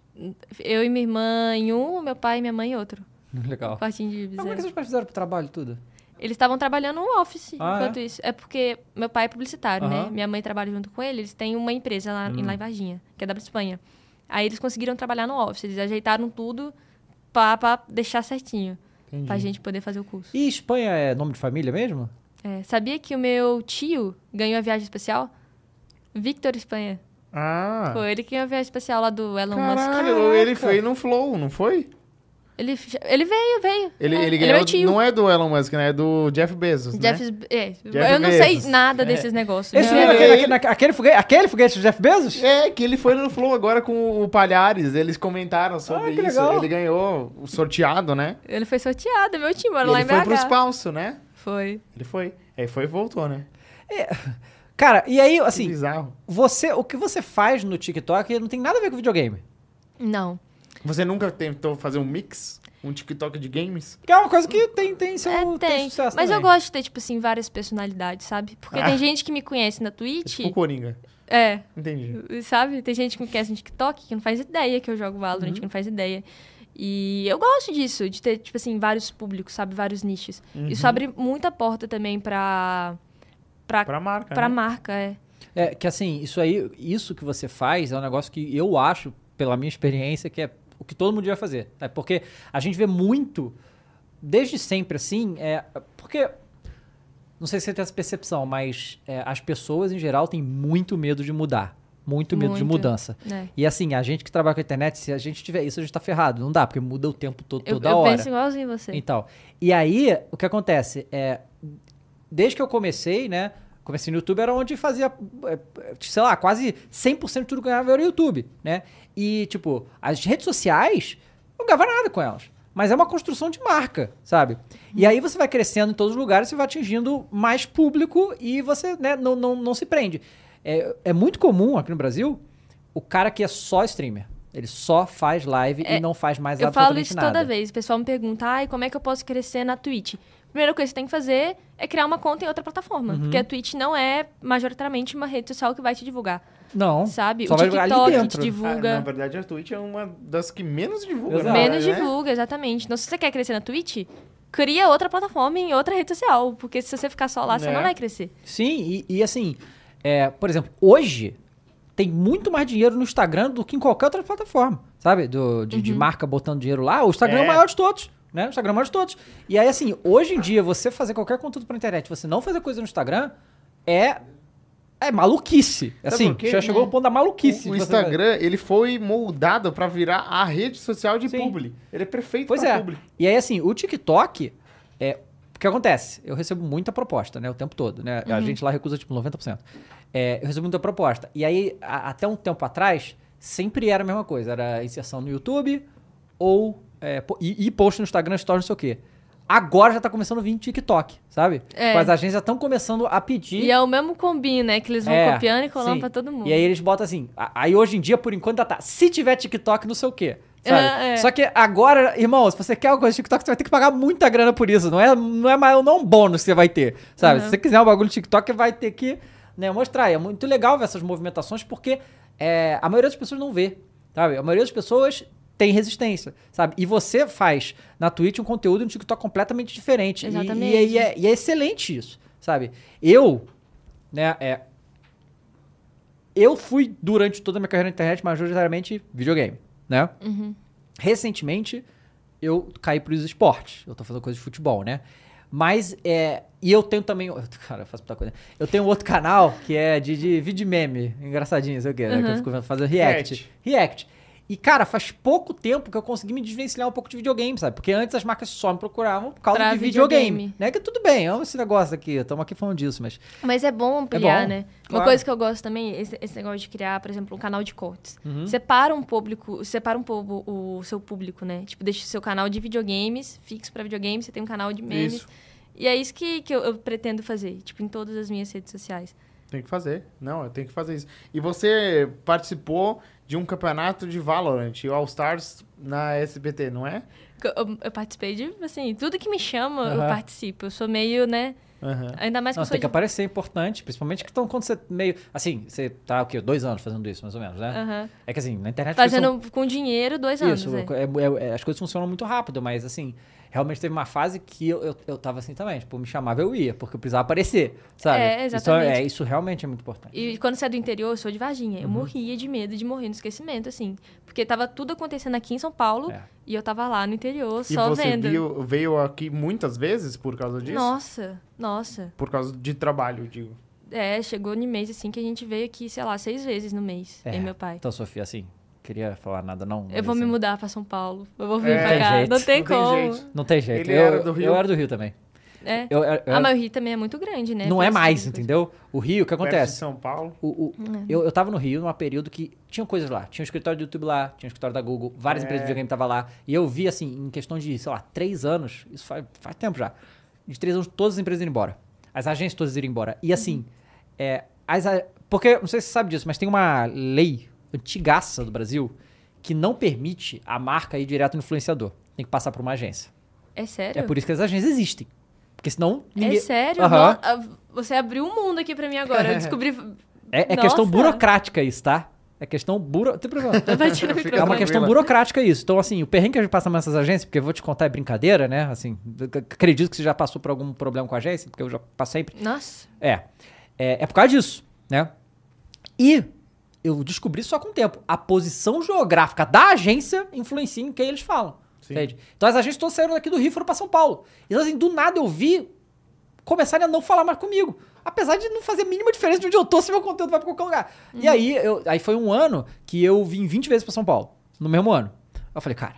[SPEAKER 3] Eu e minha irmã em um, meu pai e minha mãe em outro.
[SPEAKER 1] Legal.
[SPEAKER 3] Quartinho de Ibis.
[SPEAKER 1] Mas como é
[SPEAKER 3] é.
[SPEAKER 1] que seus pais fizeram pro trabalho e tudo?
[SPEAKER 3] Eles estavam trabalhando no office
[SPEAKER 1] Ah,
[SPEAKER 3] enquanto isso. É porque meu pai é publicitário,
[SPEAKER 1] Aham.
[SPEAKER 3] né? Minha mãe trabalha junto com ele. Eles têm uma empresa lá, em, lá em Varginha, que é da Espanha. Aí eles conseguiram trabalhar no office. Eles ajeitaram tudo pra, pra deixar certinho. Pra gente poder fazer o curso.
[SPEAKER 1] E Espanha é nome de família mesmo?
[SPEAKER 3] É, sabia que o meu tio ganhou a viagem especial? Victor Espanha.
[SPEAKER 2] Ah.
[SPEAKER 3] Foi ele que ganhou a viagem especial lá do Elon Musk.
[SPEAKER 2] Caralho,
[SPEAKER 1] Caraca.
[SPEAKER 2] ele foi no Flow, não foi?
[SPEAKER 3] Ele, ele veio, veio.
[SPEAKER 2] Ele,
[SPEAKER 3] É,
[SPEAKER 2] ele
[SPEAKER 3] é
[SPEAKER 2] ganhou.
[SPEAKER 3] meu tio.
[SPEAKER 2] Não é do Elon Musk, né? É do Jeff Bezos.
[SPEAKER 3] Jeff,
[SPEAKER 2] né?
[SPEAKER 3] é,
[SPEAKER 2] Jeff
[SPEAKER 3] eu não
[SPEAKER 2] Bezos.
[SPEAKER 3] sei nada desses negócios.
[SPEAKER 1] Esse
[SPEAKER 3] Meu-
[SPEAKER 1] lembra
[SPEAKER 2] é
[SPEAKER 1] aquele,
[SPEAKER 2] ele.
[SPEAKER 1] aquele, aquele foguete, aquele foguete do Jeff Bezos?
[SPEAKER 2] É, que ele foi no Flow agora com o Palhares. Eles comentaram sobre
[SPEAKER 1] Ah, que
[SPEAKER 2] isso.
[SPEAKER 1] legal.
[SPEAKER 2] Ele ganhou o sorteado, né?
[SPEAKER 3] Ele foi sorteado, meu time, era
[SPEAKER 2] E
[SPEAKER 3] lá em
[SPEAKER 2] ele foi pro
[SPEAKER 3] BH.
[SPEAKER 2] espaço, né?
[SPEAKER 3] Foi.
[SPEAKER 2] Ele foi. Aí foi e voltou, né?
[SPEAKER 1] Cara, e aí,
[SPEAKER 2] Que
[SPEAKER 1] assim,
[SPEAKER 2] bizarro.
[SPEAKER 1] você, o que você faz no TikTok não tem nada a ver com videogame.
[SPEAKER 3] Não.
[SPEAKER 2] Você nunca tentou fazer um mix? Um TikTok de games?
[SPEAKER 1] Que é uma coisa que tem, tem seu
[SPEAKER 3] É,
[SPEAKER 2] um
[SPEAKER 1] tem
[SPEAKER 3] tem.
[SPEAKER 1] sucesso
[SPEAKER 3] Mas eu
[SPEAKER 1] também.
[SPEAKER 3] gosto de ter, tipo assim, várias personalidades, sabe? Porque
[SPEAKER 2] Ah.
[SPEAKER 3] tem gente que me conhece na Twitch.
[SPEAKER 2] Tipo o Coringa.
[SPEAKER 3] É,
[SPEAKER 2] Entendi.
[SPEAKER 3] sabe? Tem gente que me conhece no TikTok que não faz ideia que eu jogo
[SPEAKER 2] Uhum.
[SPEAKER 3] Valorant, que não faz ideia. E eu gosto disso, de ter, tipo assim, vários públicos, sabe? Vários nichos.
[SPEAKER 2] Uhum.
[SPEAKER 3] Isso abre muita porta também pra. pra,
[SPEAKER 2] Pra marca.
[SPEAKER 3] pra
[SPEAKER 2] né?
[SPEAKER 3] marca, é.
[SPEAKER 1] É, que assim, isso aí, isso que você faz é um negócio que eu acho, pela minha experiência, que é o que todo mundo devia fazer. É porque a gente vê muito, desde sempre assim, é, porque. Não sei se você tem essa percepção, mas é, as pessoas em geral têm muito medo de mudar. Muito medo de
[SPEAKER 3] Muito.
[SPEAKER 1] mudança.
[SPEAKER 3] né?
[SPEAKER 1] E assim, a gente que trabalha com a internet, se a gente tiver isso, a gente tá ferrado. Não dá, porque muda o tempo todo,
[SPEAKER 3] Eu,
[SPEAKER 1] toda
[SPEAKER 3] eu
[SPEAKER 1] hora.
[SPEAKER 3] penso igualzinho você.
[SPEAKER 1] Então, e aí, o que acontece? É, desde que eu comecei, né? Comecei no YouTube, era onde fazia, é, sei lá, quase 100% de tudo que eu ganhava era o YouTube, né? E, tipo, as redes sociais, eu não ganhava nada com elas. Mas é uma construção de marca, sabe? E aí você vai crescendo em todos os lugares, você vai atingindo mais público e você né, não, não, não se prende. É, é muito comum aqui no Brasil o cara que é só streamer. Ele só faz live e não faz mais
[SPEAKER 3] É, Eu falo
[SPEAKER 1] absolutamente
[SPEAKER 3] isso
[SPEAKER 1] nada.
[SPEAKER 3] toda vez. O pessoal me pergunta, ai, como é que eu posso crescer na Twitch? Primeira coisa que você tem que fazer é criar uma conta em outra plataforma.
[SPEAKER 1] Uhum.
[SPEAKER 3] Porque a Twitch não é majoritariamente uma rede social que vai te divulgar,
[SPEAKER 1] Não.
[SPEAKER 3] sabe?
[SPEAKER 1] só
[SPEAKER 3] o
[SPEAKER 1] vai divulgar ali
[SPEAKER 3] TikTok
[SPEAKER 1] dentro.
[SPEAKER 3] te
[SPEAKER 1] Ah, É.
[SPEAKER 2] na
[SPEAKER 3] divulga.
[SPEAKER 2] verdade, a Twitch é uma das que menos divulga.
[SPEAKER 1] Exato.
[SPEAKER 2] na
[SPEAKER 3] menos
[SPEAKER 2] verdade, né?
[SPEAKER 3] divulga, exatamente. Então, se você quer crescer na Twitch, cria outra plataforma em outra rede social. Porque se você ficar só lá, você
[SPEAKER 2] Né?
[SPEAKER 3] não vai crescer.
[SPEAKER 1] Sim, e, e assim, é, por exemplo, hoje tem muito mais dinheiro no Instagram do que em qualquer outra plataforma, sabe? Do, de, de marca botando dinheiro lá. O Instagram é, o
[SPEAKER 2] Uhum. É.
[SPEAKER 1] maior de todos, né? O Instagram é o maior de todos. E aí, assim, hoje em dia, você fazer qualquer conteúdo pra internet, você não fazer coisa no Instagram, é. É maluquice.
[SPEAKER 2] Sabe
[SPEAKER 1] Assim,
[SPEAKER 2] por quê? É.
[SPEAKER 1] já chegou ao ponto da maluquice.
[SPEAKER 2] O, o
[SPEAKER 1] de você fazer-
[SPEAKER 2] Instagram, ele foi moldado pra virar a rede social de
[SPEAKER 1] Sim.
[SPEAKER 2] publi. Ele é perfeito
[SPEAKER 1] Pois
[SPEAKER 2] pra
[SPEAKER 1] é.
[SPEAKER 2] publi.
[SPEAKER 1] E aí, assim, o TikTok é. O que acontece? Eu recebo muita proposta, né? O tempo todo, né?
[SPEAKER 3] Uhum.
[SPEAKER 1] A gente lá recusa, tipo, 90%. É, eu recebo muita proposta. E aí, a- até um tempo atrás, sempre era a mesma coisa. Era inserção no YouTube ou... é, po- e, e post no Instagram, story, não sei o quê. Agora já tá começando a vir TikTok, sabe?
[SPEAKER 3] É.
[SPEAKER 1] Mas as agências estão começando a pedir...
[SPEAKER 3] E é o mesmo combinho, né? Que eles vão
[SPEAKER 1] É,
[SPEAKER 3] copiando e colando
[SPEAKER 1] sim.
[SPEAKER 3] pra todo mundo.
[SPEAKER 1] E aí eles botam assim. a- Aí hoje em dia, por enquanto, tá. Se tiver TikTok, não sei o quê. Sabe?
[SPEAKER 3] Ah, é.
[SPEAKER 1] Só que agora, irmão, se você quer alguma coisa de TikTok, você vai ter que pagar muita grana por isso. Não é, não é, mais, não é um bônus que você vai ter.
[SPEAKER 3] Uhum.
[SPEAKER 1] Sabe? Se você quiser um bagulho de TikTok, vai ter que né, mostrar. E é muito legal ver essas movimentações, porque é, a maioria das pessoas não vê. Sabe? A maioria das pessoas tem resistência, sabe? E você faz na Twitch um conteúdo e um TikTok completamente diferente. E-
[SPEAKER 3] Exatamente.
[SPEAKER 1] E, e é, e é excelente isso, sabe? Eu, né, é, eu fui, durante toda a minha carreira na internet, majoritariamente videogame, né?
[SPEAKER 3] Uhum.
[SPEAKER 1] Recentemente, eu caí pros esportes. Eu tô fazendo coisa de futebol, né? Mas, é... E eu tenho também... Cara, eu faço muita coisa. Eu tenho um outro canal que é de, de vídeo meme. Engraçadinho, sei o quê. né?
[SPEAKER 3] Uhum.
[SPEAKER 1] Que eu fico fazendo react.
[SPEAKER 2] React.
[SPEAKER 1] React. E, cara, faz pouco tempo que eu consegui me desvencilhar um pouco de videogame, sabe? Porque antes as marcas só me procuravam por causa
[SPEAKER 3] Pra
[SPEAKER 1] de videogame.
[SPEAKER 3] videogame.
[SPEAKER 1] Né? Que tudo bem, eu amo esse negócio aqui. Estamos aqui falando disso, mas...
[SPEAKER 3] Mas é bom ampliar,
[SPEAKER 1] bom,
[SPEAKER 3] né? Uma
[SPEAKER 1] claro.
[SPEAKER 3] coisa que eu gosto também, esse, esse negócio de criar, por exemplo, um canal de cortes.
[SPEAKER 1] Uhum.
[SPEAKER 3] Separa um público, separa um povo, o seu público, né? Tipo, deixa o seu canal de videogames fixo pra videogames, você tem um canal de memes.
[SPEAKER 2] Isso.
[SPEAKER 3] E é isso que, que eu, eu pretendo fazer, tipo, em todas as minhas redes sociais.
[SPEAKER 2] Tem que fazer. Não, eu tenho que fazer isso. E você participou de um campeonato de Valorant, o All Stars na SBT, não é?
[SPEAKER 3] Eu, eu- eu participei de, assim, tudo que me chama, eu
[SPEAKER 1] Aham.
[SPEAKER 3] participo. Eu sou meio, né?
[SPEAKER 2] Aham.
[SPEAKER 3] Ainda mais que
[SPEAKER 1] Não,
[SPEAKER 3] eu sou
[SPEAKER 1] tem que
[SPEAKER 3] de...
[SPEAKER 1] aparecer, é importante. Principalmente que tão, quando você meio... Assim, você tá o quê? Dois anos fazendo isso, mais ou menos, né?
[SPEAKER 3] Aham.
[SPEAKER 1] É que assim, na internet... as pessoas-
[SPEAKER 3] Fazendo com dinheiro dois anos,
[SPEAKER 1] Isso,
[SPEAKER 3] né?
[SPEAKER 1] é- é- é- as coisas funcionam muito rápido, mas assim, realmente teve uma fase que eu, eu, eu tava assim também, tipo, me chamava eu ia, porque eu precisava aparecer, sabe?
[SPEAKER 3] É, exatamente.
[SPEAKER 1] Então, é, isso realmente é muito importante.
[SPEAKER 3] E quando você é do interior, eu sou de Varginha.
[SPEAKER 1] Uhum.
[SPEAKER 3] Eu morria de medo de morrer no esquecimento, assim. Porque tava tudo acontecendo aqui em São Paulo
[SPEAKER 1] É.
[SPEAKER 3] e eu tava lá no interior
[SPEAKER 2] E
[SPEAKER 3] só
[SPEAKER 2] você
[SPEAKER 3] vendo.
[SPEAKER 2] viu- veio aqui muitas vezes por causa disso?
[SPEAKER 3] Nossa, nossa.
[SPEAKER 2] Por causa de trabalho, digo.
[SPEAKER 3] É, chegou no mês assim que a gente veio aqui, sei lá, seis vezes no mês.
[SPEAKER 1] É.
[SPEAKER 3] Eu E meu pai.
[SPEAKER 1] Então, Sofia, assim, queria falar nada não.
[SPEAKER 3] Eu
[SPEAKER 1] mas,
[SPEAKER 3] vou me
[SPEAKER 1] assim,
[SPEAKER 3] mudar pra São Paulo. Eu vou vir
[SPEAKER 2] É.
[SPEAKER 3] pra
[SPEAKER 1] Tem
[SPEAKER 3] cá.
[SPEAKER 1] jeito.
[SPEAKER 3] Não tem
[SPEAKER 2] Não tem
[SPEAKER 3] como.
[SPEAKER 2] jeito.
[SPEAKER 1] Não tem jeito.
[SPEAKER 2] Ele
[SPEAKER 1] eu,
[SPEAKER 2] era do Rio?
[SPEAKER 1] Eu era do Rio também.
[SPEAKER 3] É.
[SPEAKER 1] Eu, eu- eu-
[SPEAKER 3] Ah, mas o Rio também é muito grande, né?
[SPEAKER 1] não
[SPEAKER 3] Tem
[SPEAKER 1] é
[SPEAKER 3] essas
[SPEAKER 1] mais,
[SPEAKER 3] coisas.
[SPEAKER 1] entendeu? O Rio, o que
[SPEAKER 2] Perto de
[SPEAKER 1] acontece?
[SPEAKER 2] São Paulo.
[SPEAKER 1] O, o-
[SPEAKER 3] É.
[SPEAKER 1] eu, eu tava no Rio num período que tinha coisas lá. Tinha o escritório do YouTube lá, tinha o escritório da Google, várias
[SPEAKER 2] É.
[SPEAKER 1] empresas de videogame estavam lá. E eu vi, assim, em questão de, sei lá, três anos, isso faz, faz tempo já. De três anos, todas as empresas indo embora. As agências todas indo embora. E
[SPEAKER 3] Uhum.
[SPEAKER 1] assim, é, as, a- porque, não sei se você sabe disso, mas tem uma lei antigaça do Brasil que não permite a marca ir direto no influenciador. Tem que passar por uma agência.
[SPEAKER 3] É sério?
[SPEAKER 1] É por isso que as agências existem. Porque senão.
[SPEAKER 3] É sério?
[SPEAKER 1] Aham.
[SPEAKER 3] No- ah, Você abriu um mundo aqui pra mim agora. Eu descobri.
[SPEAKER 1] É, é questão
[SPEAKER 3] Nossa.
[SPEAKER 1] burocrática isso, tá? É questão buro. Não tem problema.
[SPEAKER 3] Bati no
[SPEAKER 2] Fica
[SPEAKER 1] É
[SPEAKER 3] microfone.
[SPEAKER 1] uma questão burocrática isso. Então, assim, o perrengue que a gente passa nessas agências, porque eu vou te contar, é brincadeira, né? Assim, eu ac- acredito que você já passou por algum problema com a agência, porque eu já passei.
[SPEAKER 3] Nossa.
[SPEAKER 1] É. É, é por causa disso, né? E eu descobri só com o tempo. A posição geográfica da agência influencia em quem eles falam.
[SPEAKER 2] Sim.
[SPEAKER 1] Entende? Então as agências todas saíram daqui do Rio e foram pra São Paulo. Então, assim, do nada eu vi começarem a não falar mais comigo. Apesar de não fazer a mínima diferença de onde eu tô se meu conteúdo vai pra qualquer lugar.
[SPEAKER 3] Uhum.
[SPEAKER 1] E aí, eu, aí foi um ano que eu vim 20 vezes pra São Paulo. No mesmo ano. Eu falei, cara,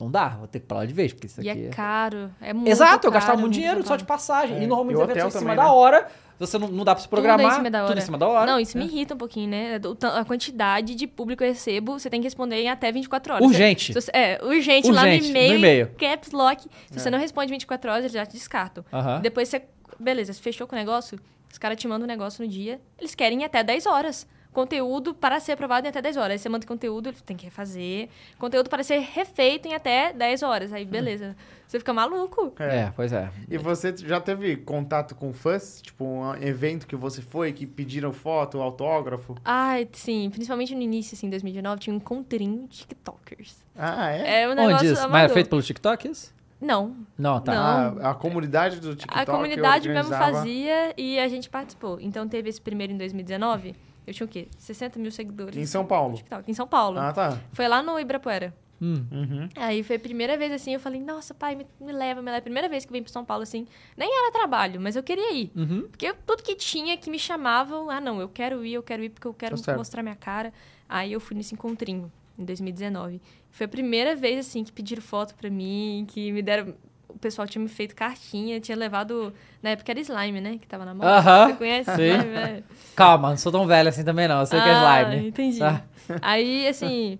[SPEAKER 1] não dá, vou ter que ir pra lá de vez, porque isso
[SPEAKER 3] E
[SPEAKER 1] aqui.
[SPEAKER 3] é caro. É muito
[SPEAKER 1] Exato, eu
[SPEAKER 3] caro,
[SPEAKER 1] gastava muito
[SPEAKER 3] muito
[SPEAKER 1] dinheiro
[SPEAKER 3] caro.
[SPEAKER 1] só de passagem.
[SPEAKER 2] É,
[SPEAKER 1] E
[SPEAKER 2] e
[SPEAKER 1] normalmente
[SPEAKER 2] o
[SPEAKER 1] os eventos
[SPEAKER 2] hotel
[SPEAKER 1] são em cima
[SPEAKER 2] também,
[SPEAKER 1] da
[SPEAKER 2] né?
[SPEAKER 1] hora. Você não, não dá pra se programar.
[SPEAKER 3] Tudo em cima da hora.
[SPEAKER 1] Tudo em cima da hora.
[SPEAKER 3] Não, isso me
[SPEAKER 1] É.
[SPEAKER 3] irrita um pouquinho, né? Do- ta- A quantidade de público que eu recebo, você tem que responder em até 24 horas.
[SPEAKER 1] Urgente.
[SPEAKER 3] Se você- é, urgente, lá no
[SPEAKER 1] Urgente, no
[SPEAKER 3] e-mail,
[SPEAKER 1] e-mail. É.
[SPEAKER 3] caps lock. Se você não responde 24 horas, eles já te descartam.
[SPEAKER 1] Aham.
[SPEAKER 3] Depois você... Beleza, você fechou com o negócio, os caras te mandam um negócio no dia, eles querem em até 10 horas. Conteúdo para ser aprovado em até 10 horas. Aí você manda conteúdo, ele tem que refazer. Conteúdo para ser refeito em até 10 horas.
[SPEAKER 1] Hum.
[SPEAKER 3] Aí, beleza. Você fica maluco.
[SPEAKER 1] É, pois é.
[SPEAKER 2] E você já teve contato com fãs? Tipo, um evento que você foi, que pediram foto, autógrafo?
[SPEAKER 3] Ai, sim. Principalmente no início, assim, em 2019, tinha um encontrinho de tiktokers.
[SPEAKER 2] Ah, é?
[SPEAKER 3] É um negócio
[SPEAKER 1] Onde isso? Mas
[SPEAKER 3] amador.
[SPEAKER 1] é feito pelo TikTok isso?
[SPEAKER 3] Não.
[SPEAKER 1] Não, tá.
[SPEAKER 3] Não.
[SPEAKER 2] A, a comunidade do TikTok
[SPEAKER 3] a comunidade mesmo
[SPEAKER 2] organizava-
[SPEAKER 3] fazia e a gente participou. Então teve esse primeiro em 2019. Eu tinha o quê? 60 mil seguidores.
[SPEAKER 2] Em São Paulo.
[SPEAKER 3] no TikTok, em São Paulo.
[SPEAKER 2] Ah, tá.
[SPEAKER 3] Foi lá no Ibirapuera.
[SPEAKER 1] Hum.
[SPEAKER 2] Uhum.
[SPEAKER 3] Aí foi a primeira vez assim, eu falei, nossa, pai, me, me leva, me leva. Primeira vez que eu vim pra São Paulo, assim. Nem era trabalho, mas eu queria ir.
[SPEAKER 1] Uhum.
[SPEAKER 3] Porque eu- tudo que tinha que me chamavam, ah, não, eu quero ir, eu quero ir porque eu quero
[SPEAKER 2] Tá certo.
[SPEAKER 3] mostrar minha cara. Aí eu fui nesse encontrinho, em 2019. Foi a primeira vez, assim, que pediram foto pra mim, que me deram. O pessoal tinha me feito cartinha, tinha levado. Na época era slime, né? Que tava na moda.
[SPEAKER 1] Aham,
[SPEAKER 3] Você conhece
[SPEAKER 1] sim.
[SPEAKER 3] slime? É.
[SPEAKER 1] Calma, não sou tão velho assim também não. Eu sei que é
[SPEAKER 3] Ah,
[SPEAKER 1] slime.
[SPEAKER 3] Entendi.
[SPEAKER 1] Tá.
[SPEAKER 3] Aí, assim.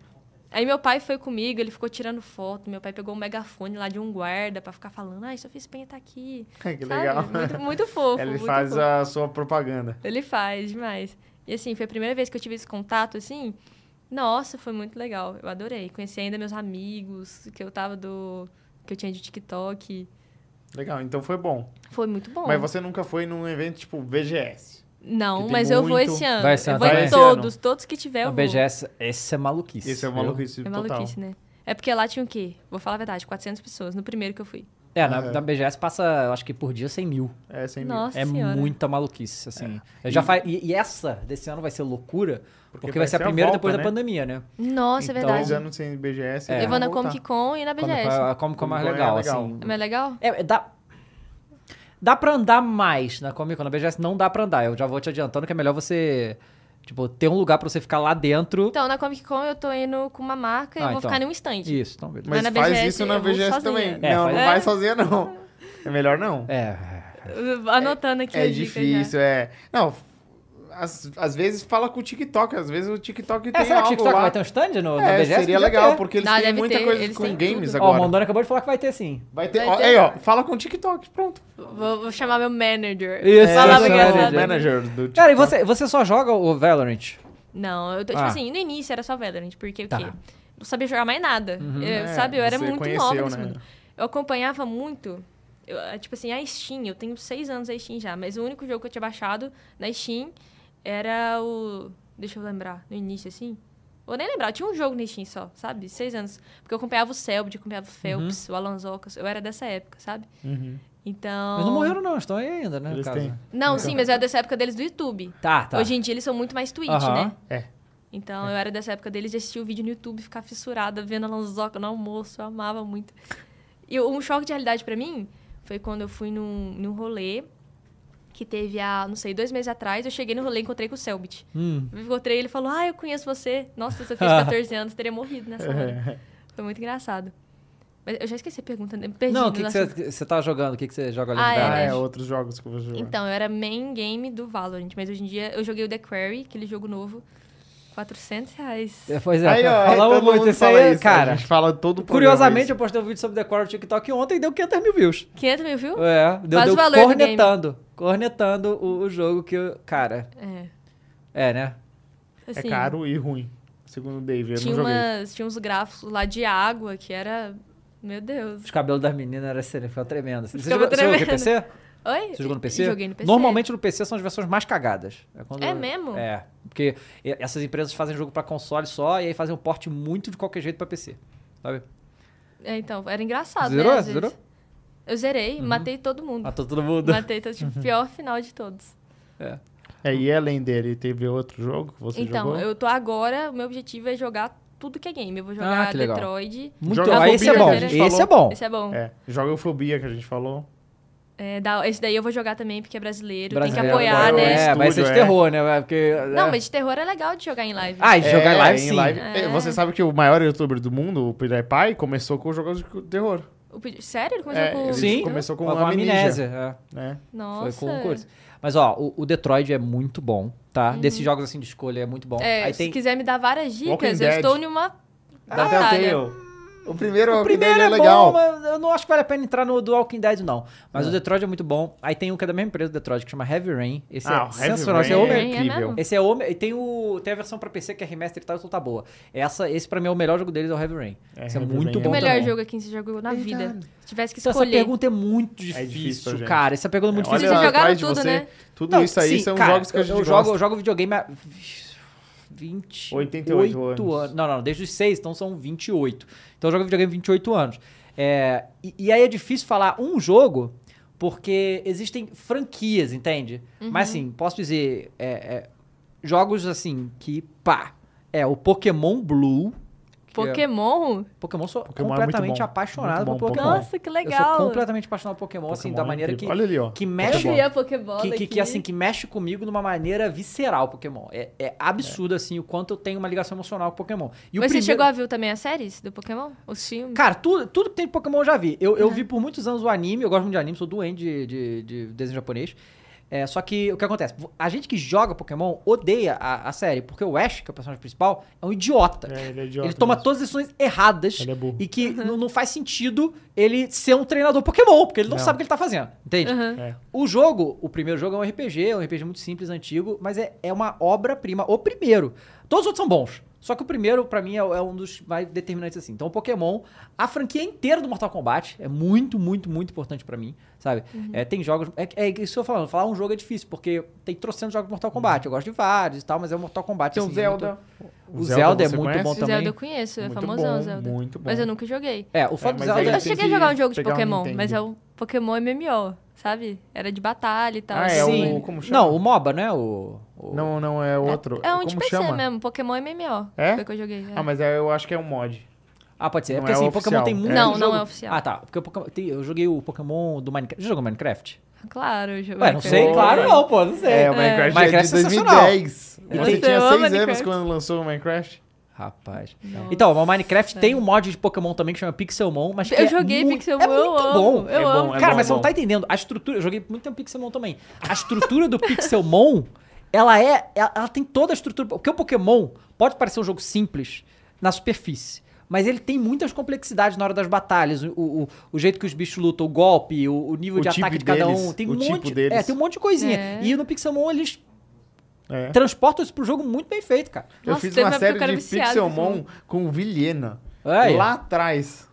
[SPEAKER 3] Aí meu pai foi comigo, ele ficou tirando foto. Meu pai pegou um megafone lá de um guarda pra ficar falando, ai, Sofia Espanha tá aqui.
[SPEAKER 2] que
[SPEAKER 3] Sabe?
[SPEAKER 2] legal.
[SPEAKER 3] Muito, muito fofo.
[SPEAKER 2] Ele
[SPEAKER 3] muito
[SPEAKER 2] faz
[SPEAKER 3] fofo.
[SPEAKER 2] a sua propaganda.
[SPEAKER 3] Ele faz demais. E assim, foi a primeira vez que eu tive esse contato, assim. Nossa, foi muito legal. Eu adorei. Conheci ainda meus amigos, que eu tava do. que eu tinha de TikTok.
[SPEAKER 2] Legal, então foi bom.
[SPEAKER 3] Foi muito bom.
[SPEAKER 2] Mas você nunca foi num evento tipo VGS.
[SPEAKER 3] Não,
[SPEAKER 2] que tem
[SPEAKER 3] mas eu vou
[SPEAKER 2] muito-
[SPEAKER 3] esse ano.
[SPEAKER 1] Vai esse ano
[SPEAKER 3] eu vou
[SPEAKER 1] também?
[SPEAKER 3] em
[SPEAKER 2] Vai esse ano.
[SPEAKER 3] todos, todos que tiver,
[SPEAKER 1] O
[SPEAKER 3] eu vou.
[SPEAKER 1] BGS, esse é maluquice.
[SPEAKER 2] Esse é
[SPEAKER 1] viu?
[SPEAKER 2] maluquice
[SPEAKER 3] é
[SPEAKER 2] total.
[SPEAKER 3] maluquice, né? É porque lá tinha o quê? Vou falar a verdade, 400 pessoas no primeiro que eu fui.
[SPEAKER 1] É, na,
[SPEAKER 2] É.
[SPEAKER 1] na BGS passa, eu acho que por dia 100 mil.
[SPEAKER 2] É, sem mil.
[SPEAKER 3] Nossa
[SPEAKER 1] é
[SPEAKER 3] senhora.
[SPEAKER 1] muita maluquice, assim. Eu já fa- e, e essa desse ano vai ser loucura, porque, vai
[SPEAKER 2] É. vai
[SPEAKER 1] ser a
[SPEAKER 2] ser a
[SPEAKER 1] primeira
[SPEAKER 2] volta,
[SPEAKER 1] depois da
[SPEAKER 2] né?
[SPEAKER 1] pandemia, né?
[SPEAKER 3] Nossa,
[SPEAKER 1] Então,
[SPEAKER 3] é
[SPEAKER 2] Dois
[SPEAKER 3] verdade.
[SPEAKER 2] anos sem BGS.
[SPEAKER 1] É.
[SPEAKER 3] Eu vou na
[SPEAKER 2] voltar.
[SPEAKER 3] Comic Con e na
[SPEAKER 1] Quando-
[SPEAKER 3] BGS.
[SPEAKER 1] a Comic Con é mais
[SPEAKER 2] Quando
[SPEAKER 1] legal,
[SPEAKER 2] é legal.
[SPEAKER 1] assim.
[SPEAKER 3] É mais legal?
[SPEAKER 1] É, é, dá... Dá pra andar mais na Comic Con. Na BGS não dá pra andar. Eu já vou te adiantando que é melhor você, tipo, ter um lugar pra você ficar lá dentro.
[SPEAKER 3] Então, na Comic Con eu tô indo com uma marca e
[SPEAKER 1] Ah,
[SPEAKER 3] eu vou
[SPEAKER 1] então.
[SPEAKER 3] ficar em um stand.
[SPEAKER 1] Isso, então beleza.
[SPEAKER 2] Mas
[SPEAKER 3] Mas na
[SPEAKER 2] faz
[SPEAKER 3] BGS
[SPEAKER 2] isso na
[SPEAKER 3] eu vou
[SPEAKER 2] VGS também.
[SPEAKER 3] sozinha.
[SPEAKER 1] É,
[SPEAKER 2] não,
[SPEAKER 1] faz-
[SPEAKER 2] não
[SPEAKER 3] É.
[SPEAKER 2] vai sozinha, não. É melhor não.
[SPEAKER 1] É,
[SPEAKER 3] Anotando aqui
[SPEAKER 2] É
[SPEAKER 3] as dicas já.
[SPEAKER 2] difícil, é. Não, às, às vezes fala com o TikTok, às vezes o TikTok
[SPEAKER 1] É,
[SPEAKER 2] tem
[SPEAKER 1] será que
[SPEAKER 2] algo
[SPEAKER 1] o TikTok
[SPEAKER 2] lá.
[SPEAKER 1] vai ter um stand no, na
[SPEAKER 2] é,
[SPEAKER 1] BGS?
[SPEAKER 2] seria
[SPEAKER 1] Podia
[SPEAKER 2] legal,
[SPEAKER 1] ter.
[SPEAKER 2] porque eles
[SPEAKER 3] Não,
[SPEAKER 2] têm
[SPEAKER 3] deve
[SPEAKER 2] muita
[SPEAKER 3] ter,
[SPEAKER 2] coisa
[SPEAKER 3] eles
[SPEAKER 2] com
[SPEAKER 3] têm
[SPEAKER 2] games
[SPEAKER 3] tudo.
[SPEAKER 1] Ó, o
[SPEAKER 2] agora. Tipo,
[SPEAKER 1] Mondoni acabou de falar que vai ter sim.
[SPEAKER 2] vai ter,
[SPEAKER 3] Vai
[SPEAKER 2] ó,
[SPEAKER 3] ter.
[SPEAKER 2] Aí, ó, fala com o TikTok, pronto.
[SPEAKER 3] Vou, vou chamar meu manager.
[SPEAKER 1] Isso,
[SPEAKER 3] Vai lá,
[SPEAKER 1] isso,
[SPEAKER 3] vai
[SPEAKER 2] o
[SPEAKER 1] manager.
[SPEAKER 3] gravar.
[SPEAKER 2] manager do TikTok.
[SPEAKER 1] Cara, e você, você só joga o Valorant?
[SPEAKER 3] Não, eu tô, tipo
[SPEAKER 1] Ah.
[SPEAKER 3] assim, no início era só Valorant, porque
[SPEAKER 1] Tá. Uhum.
[SPEAKER 3] o quê? Não sabia jogar mais nada. Eu,
[SPEAKER 2] É,
[SPEAKER 3] sabe, eu era
[SPEAKER 2] você
[SPEAKER 3] muito
[SPEAKER 2] conheceu,
[SPEAKER 3] nova nesse
[SPEAKER 2] né?
[SPEAKER 3] mundo. Eu acompanhava muito, eu, ah, tipo assim, a Steam. Eu tenho seis anos a Steam já, mas o único jogo que eu tinha baixado na Steam era o... Deixa eu lembrar, no início, assim... Vou nem lembrar, eu tinha um jogo na Steam só, sabe? Seis anos. Porque eu acompanhava o Selbit, eu
[SPEAKER 1] Uhum.
[SPEAKER 3] acompanhava o Phelps, o Alonzocas. Eu era dessa época, sabe?
[SPEAKER 2] Uhum.
[SPEAKER 3] Então...
[SPEAKER 1] Eles não morreram não, estão aí ainda, né? no
[SPEAKER 2] Eles
[SPEAKER 1] caso.
[SPEAKER 2] têm.
[SPEAKER 3] Não, sim, mas eu era dessa época deles do YouTube.
[SPEAKER 1] Tá, tá.
[SPEAKER 3] Hoje é em dia eles são muito mais Twitch,
[SPEAKER 1] Aham.
[SPEAKER 3] né?
[SPEAKER 2] É.
[SPEAKER 3] Então eu era dessa época deles de assistir o vídeo no YouTube, ficar fissurada, vendo a Lanzoca no almoço, eu amava muito. E um choque de realidade pra mim foi quando eu fui num, num rolê que teve há, não sei, dois meses atrás. Eu cheguei no rolê e encontrei com o Selbit.
[SPEAKER 1] Hum.
[SPEAKER 3] Eu encontrei ele e falou: Ah, eu conheço você. Nossa, se eu fiz 14 anos, teria morrido nessa hora. Foi muito engraçado. Mas eu já esqueci a pergunta, né? perdi.
[SPEAKER 1] Não, o
[SPEAKER 3] no
[SPEAKER 1] que que
[SPEAKER 3] assunto.
[SPEAKER 1] você você tá jogando? O que que você joga ali
[SPEAKER 3] Ah,
[SPEAKER 1] no
[SPEAKER 2] Ah,
[SPEAKER 1] Valorant?
[SPEAKER 2] é,
[SPEAKER 3] né?
[SPEAKER 2] outros jogos que você joga.
[SPEAKER 1] é?
[SPEAKER 3] Então, eu era main game do Valorant, mas hoje em dia eu joguei o The Quarry, aquele jogo novo. 400 reais.
[SPEAKER 1] É, Pois é,
[SPEAKER 2] aí, ó, aí
[SPEAKER 1] falamos
[SPEAKER 2] todo
[SPEAKER 1] muito
[SPEAKER 2] mundo
[SPEAKER 1] isso
[SPEAKER 2] fala
[SPEAKER 3] é
[SPEAKER 1] aí,
[SPEAKER 2] isso,
[SPEAKER 1] cara.
[SPEAKER 2] A gente fala todo o programa
[SPEAKER 1] Curiosamente,
[SPEAKER 2] isso.
[SPEAKER 1] eu postei um vídeo sobre The Quarry no TikTok ontem e deu 500 mil views.
[SPEAKER 3] 500 mil, viu?
[SPEAKER 1] É, deu,
[SPEAKER 3] Faz
[SPEAKER 1] deu
[SPEAKER 3] o valor do
[SPEAKER 1] cornetando. Cornetando o, o jogo que, eu- cara,
[SPEAKER 3] É.
[SPEAKER 1] é, né?
[SPEAKER 3] Assim,
[SPEAKER 2] É caro e ruim, segundo o Dave. Eu
[SPEAKER 3] Tinha,
[SPEAKER 2] não joguei.
[SPEAKER 3] umas, tinha uns gráficos lá de água que era. Meu Deus.
[SPEAKER 1] Os cabelos das meninas eram assim, ficava tremendo. Você
[SPEAKER 3] Ficava
[SPEAKER 1] jogou, você jogou no
[SPEAKER 3] tremendo.
[SPEAKER 1] PC?
[SPEAKER 3] Oi?
[SPEAKER 1] Você jogou no PC?
[SPEAKER 3] Joguei no PC.
[SPEAKER 1] Normalmente no PC são as versões mais cagadas. quando-
[SPEAKER 3] É mesmo?
[SPEAKER 1] É. Porque e- essas empresas fazem jogo pra console só e aí fazem um porte muito de qualquer jeito pra PC. Sabe?
[SPEAKER 3] É, então, era engraçado.
[SPEAKER 1] Zerou?
[SPEAKER 3] Né, às vezes.
[SPEAKER 1] Zerou?
[SPEAKER 3] Eu zerei, matei todo mundo.
[SPEAKER 1] Matou Ah, tá todo mundo. Uhum.
[SPEAKER 3] Matei todo, tipo, pior final de todos.
[SPEAKER 1] É.
[SPEAKER 2] É, e além dele, teve outro jogo que você
[SPEAKER 3] então,
[SPEAKER 2] jogou?
[SPEAKER 3] eu tô agora, o meu objetivo é jogar tudo que é game. Eu vou
[SPEAKER 1] Ah,
[SPEAKER 3] jogar
[SPEAKER 1] que legal.
[SPEAKER 3] Detroit.
[SPEAKER 1] Muito
[SPEAKER 2] Joga né,
[SPEAKER 1] bom.
[SPEAKER 2] a
[SPEAKER 1] Esse é
[SPEAKER 3] bombinha
[SPEAKER 1] bom.
[SPEAKER 3] que a gente
[SPEAKER 1] Esse é
[SPEAKER 2] falou.
[SPEAKER 1] bom.
[SPEAKER 3] Esse é bom.
[SPEAKER 2] É, joga o Fobia que a gente falou.
[SPEAKER 3] É, dá- esse daí eu vou jogar também, porque é brasileiro,
[SPEAKER 1] Brasileiro,
[SPEAKER 3] tem que apoiar,
[SPEAKER 2] agora
[SPEAKER 3] né?
[SPEAKER 1] É,
[SPEAKER 2] Estúdio,
[SPEAKER 1] vai ser de
[SPEAKER 2] é.
[SPEAKER 1] terror, né? Porque,
[SPEAKER 3] Não,
[SPEAKER 1] é.
[SPEAKER 3] mas de terror é legal de jogar em live.
[SPEAKER 1] Ah, e jogar
[SPEAKER 2] É,
[SPEAKER 1] em live sim.
[SPEAKER 2] em live.
[SPEAKER 3] É.
[SPEAKER 2] É, Você sabe que o maior youtuber do mundo, o PewDiePie, começou com jogos de terror.
[SPEAKER 3] O pe- Sério? Ele começou
[SPEAKER 2] É,
[SPEAKER 3] com...
[SPEAKER 2] ele
[SPEAKER 1] Sim.
[SPEAKER 2] começou com
[SPEAKER 1] Com a
[SPEAKER 2] Amnesia.
[SPEAKER 1] amnésia. é.
[SPEAKER 2] Né?
[SPEAKER 3] Nossa. Uhum.
[SPEAKER 1] Foi com o curso. Mas, ó, o, o Detroit é muito bom, tá? Desses jogos, assim, de escolha, é muito bom.
[SPEAKER 3] É,
[SPEAKER 1] Aí
[SPEAKER 3] se
[SPEAKER 1] tem...
[SPEAKER 3] quiser me dar várias
[SPEAKER 2] Walking
[SPEAKER 3] dicas, eu
[SPEAKER 2] Dead.
[SPEAKER 3] estou numa
[SPEAKER 2] Da
[SPEAKER 3] batalha.
[SPEAKER 2] Telltale. O primeiro,
[SPEAKER 1] O
[SPEAKER 2] Walking Dead
[SPEAKER 1] primeiro é,
[SPEAKER 2] é
[SPEAKER 1] bom,
[SPEAKER 2] legal.
[SPEAKER 1] mas eu não acho que vale a pena entrar no do Walking Dead, não. Mas o Detroit é muito bom. Aí tem um que é da mesma empresa do Detroit, que chama Heavy Rain. Esse
[SPEAKER 2] ah,
[SPEAKER 1] é
[SPEAKER 2] o Heavy
[SPEAKER 1] sensacional. Esse é,
[SPEAKER 2] Rain
[SPEAKER 1] o-
[SPEAKER 3] Rain,
[SPEAKER 2] é
[SPEAKER 3] é
[SPEAKER 2] incrível.
[SPEAKER 3] mesmo?
[SPEAKER 1] esse é o... E tem, o... tem a versão pra PC, que é remaster e tal, então tá boa. Essa, esse, pra mim, é o melhor jogo deles, é o Heavy Rain.
[SPEAKER 2] É,
[SPEAKER 1] esse é
[SPEAKER 2] Heavy
[SPEAKER 1] muito
[SPEAKER 2] Rain é
[SPEAKER 1] bom
[SPEAKER 3] O melhor
[SPEAKER 1] também.
[SPEAKER 3] jogo que você jogou na vida. Se tivesse que
[SPEAKER 1] Então, essa
[SPEAKER 3] escolher.
[SPEAKER 1] pergunta é muito
[SPEAKER 2] difícil
[SPEAKER 1] difícil,
[SPEAKER 2] pra gente.
[SPEAKER 1] cara. Essa pergunta é muito
[SPEAKER 2] Olha,
[SPEAKER 1] difícil.
[SPEAKER 3] Vocês jogaram
[SPEAKER 2] atrás de
[SPEAKER 3] tudo,
[SPEAKER 2] você,
[SPEAKER 3] né?
[SPEAKER 2] Tudo
[SPEAKER 1] Não,
[SPEAKER 2] isso aí
[SPEAKER 1] sim,
[SPEAKER 2] são
[SPEAKER 1] cara,
[SPEAKER 2] jogos que a
[SPEAKER 1] eu-
[SPEAKER 2] gente
[SPEAKER 1] eu
[SPEAKER 2] gosta.
[SPEAKER 1] jogo, eu jogo videogame há 20
[SPEAKER 2] 88
[SPEAKER 1] anos.
[SPEAKER 2] anos.
[SPEAKER 1] Não, não, desde os 6, então são 28. Então eu jogo videogame há 28 anos. É, e, e aí é difícil falar um jogo, porque existem franquias, entende? Mas assim, posso dizer, é, é, jogos assim que, pá, é o Pokémon Blue. que é-
[SPEAKER 3] Pokémon?
[SPEAKER 1] Pokémon sou
[SPEAKER 2] Pokémon é muito
[SPEAKER 1] completamente
[SPEAKER 2] bom.
[SPEAKER 1] apaixonado
[SPEAKER 2] Muito
[SPEAKER 1] por
[SPEAKER 2] bom,
[SPEAKER 1] Pokémon.
[SPEAKER 2] Pokémon.
[SPEAKER 3] Nossa, que
[SPEAKER 1] Eu
[SPEAKER 3] legal.
[SPEAKER 1] sou completamente apaixonado por Pokémon, assim,
[SPEAKER 2] Pokémon
[SPEAKER 1] da
[SPEAKER 2] é
[SPEAKER 1] maneira
[SPEAKER 2] incrível.
[SPEAKER 1] que,
[SPEAKER 2] Olha ali, ó.
[SPEAKER 1] que
[SPEAKER 3] Eu
[SPEAKER 1] mexe
[SPEAKER 2] Pokémon.
[SPEAKER 3] vi a Pokébola
[SPEAKER 1] que, que,
[SPEAKER 3] aqui.
[SPEAKER 1] que, assim, que mexe comigo de uma maneira visceral, Pokémon. É, é absurdo, assim, o quanto eu tenho uma ligação emocional com Pokémon. E o
[SPEAKER 3] Mas
[SPEAKER 1] primeiro...
[SPEAKER 3] você chegou a ver também as séries do Pokémon? Os filmes?
[SPEAKER 1] Cara, tudo, tudo que tem de Pokémon eu já vi. Eu, eu vi por muitos anos o anime, eu gosto muito de anime, sou doente de, de, de desenho japonês. É, só que o que acontece? A gente que joga Pokémon odeia a, a série, porque o Ash, que é o personagem principal, é um idiota.
[SPEAKER 2] É, ele é idiota
[SPEAKER 1] Ele toma
[SPEAKER 2] mesmo.
[SPEAKER 1] todas as decisões erradas
[SPEAKER 2] Ele é burro.
[SPEAKER 1] e que não, não faz sentido ele ser um treinador Pokémon, porque ele não,
[SPEAKER 2] Não.
[SPEAKER 1] sabe o que ele tá fazendo, entende?
[SPEAKER 3] Aham.
[SPEAKER 2] É.
[SPEAKER 1] O jogo, o primeiro jogo é um RPG, é um RPG muito simples, antigo, mas é, é uma obra-prima. O primeiro. Todos os outros são bons. Só que o primeiro, pra mim, é, é um dos mais determinantes assim. Então, o Pokémon, a franquia inteira do Mortal Kombat é muito, muito, muito importante pra mim, sabe? É, tem jogos. É, é isso que eu tô falando. Falar um jogo é difícil, porque tem trocentos jogos de Mortal Kombat. Eu gosto de vários e tal, mas é o Mortal Kombat.
[SPEAKER 2] Uhum. Tem o
[SPEAKER 1] assim,
[SPEAKER 2] Zelda.
[SPEAKER 1] muito- O Zelda é
[SPEAKER 2] você
[SPEAKER 1] muito bom
[SPEAKER 3] O Zelda
[SPEAKER 1] também.
[SPEAKER 3] eu conheço, é
[SPEAKER 2] Muito
[SPEAKER 3] famosão
[SPEAKER 2] bom,
[SPEAKER 3] o Zelda.
[SPEAKER 2] muito bom.
[SPEAKER 3] Mas eu nunca joguei.
[SPEAKER 1] É, o foda
[SPEAKER 2] É,
[SPEAKER 1] do
[SPEAKER 2] mas
[SPEAKER 1] Zelda
[SPEAKER 2] aí
[SPEAKER 1] é
[SPEAKER 3] Eu
[SPEAKER 2] tem
[SPEAKER 3] cheguei a
[SPEAKER 2] que
[SPEAKER 3] jogar um jogo de
[SPEAKER 2] pegar um
[SPEAKER 3] Pokémon,
[SPEAKER 2] Nintendo.
[SPEAKER 3] mas é um Pokémon MMO, sabe? Era de batalha e tal.
[SPEAKER 2] Ah, é
[SPEAKER 3] assim.
[SPEAKER 2] o- como chama?
[SPEAKER 1] Não, o MOBA, né? O, o-
[SPEAKER 2] Não, não, é outro.
[SPEAKER 3] É um de
[SPEAKER 2] Como
[SPEAKER 3] PC
[SPEAKER 2] chama?
[SPEAKER 3] mesmo, Pokémon MMO.
[SPEAKER 2] É?
[SPEAKER 3] Foi que eu joguei. é.
[SPEAKER 2] Ah, mas é- eu acho que é um mod.
[SPEAKER 1] Ah, pode ser. É
[SPEAKER 2] Não
[SPEAKER 1] porque
[SPEAKER 2] é
[SPEAKER 1] assim,
[SPEAKER 2] oficial.
[SPEAKER 1] Pokémon tem muito.
[SPEAKER 3] Não,
[SPEAKER 1] jogo.
[SPEAKER 3] não é oficial.
[SPEAKER 1] Ah, tá. Porque o Pokémon- tem- eu joguei o Pokémon do Minecraft. Você jogou Minecraft?
[SPEAKER 3] Ah, Claro, eu joguei.
[SPEAKER 1] Ué, não sei,
[SPEAKER 2] Pô,
[SPEAKER 1] claro
[SPEAKER 2] é.
[SPEAKER 1] não, pô, não sei.
[SPEAKER 2] É, o Minecraft é,
[SPEAKER 1] Minecraft
[SPEAKER 2] de
[SPEAKER 1] é sensacional.
[SPEAKER 2] 2010.
[SPEAKER 1] E
[SPEAKER 2] Você
[SPEAKER 1] tem-
[SPEAKER 2] tinha
[SPEAKER 3] Eu amo
[SPEAKER 2] 6 anos
[SPEAKER 3] Minecraft.
[SPEAKER 2] quando lançou o Minecraft.
[SPEAKER 1] Rapaz.
[SPEAKER 3] Nossa.
[SPEAKER 1] Então, o Minecraft tem um mod de Pokémon também que chama Pixelmon, mas que
[SPEAKER 3] Eu
[SPEAKER 1] é
[SPEAKER 3] joguei
[SPEAKER 1] muito-
[SPEAKER 3] Pixelmon,
[SPEAKER 1] é muito
[SPEAKER 3] eu
[SPEAKER 1] bom.
[SPEAKER 3] amo, eu
[SPEAKER 2] É bom,
[SPEAKER 3] amo.
[SPEAKER 2] é
[SPEAKER 1] Cara, mas você
[SPEAKER 2] bom.
[SPEAKER 1] não tá entendendo. A estrutura. Eu joguei muito tempo Pixelmon também. A estrutura do Pixelmon, ela é. Ela, ela tem toda a estrutura. Porque o Pokémon pode parecer um jogo simples na superfície. Mas ele tem muitas complexidades na hora das batalhas. O, o, o jeito que os bichos lutam, o golpe, o, o nível
[SPEAKER 2] O
[SPEAKER 1] de
[SPEAKER 2] tipo
[SPEAKER 1] ataque de cada um.
[SPEAKER 2] deles,
[SPEAKER 1] Tem
[SPEAKER 2] o
[SPEAKER 1] um
[SPEAKER 2] tipo
[SPEAKER 1] monte.
[SPEAKER 2] deles.
[SPEAKER 1] É, tem um monte de coisinha.
[SPEAKER 3] É.
[SPEAKER 1] E no Pixelmon eles
[SPEAKER 2] É.
[SPEAKER 1] transportam isso pro jogo muito bem feito, cara.
[SPEAKER 2] Eu
[SPEAKER 3] Nossa,
[SPEAKER 2] fiz
[SPEAKER 3] teve
[SPEAKER 2] uma
[SPEAKER 3] época
[SPEAKER 2] série
[SPEAKER 3] que eu era
[SPEAKER 2] de
[SPEAKER 3] viciada em
[SPEAKER 2] Pixelmon com o Vilhena.
[SPEAKER 1] Aí.
[SPEAKER 2] Lá atrás.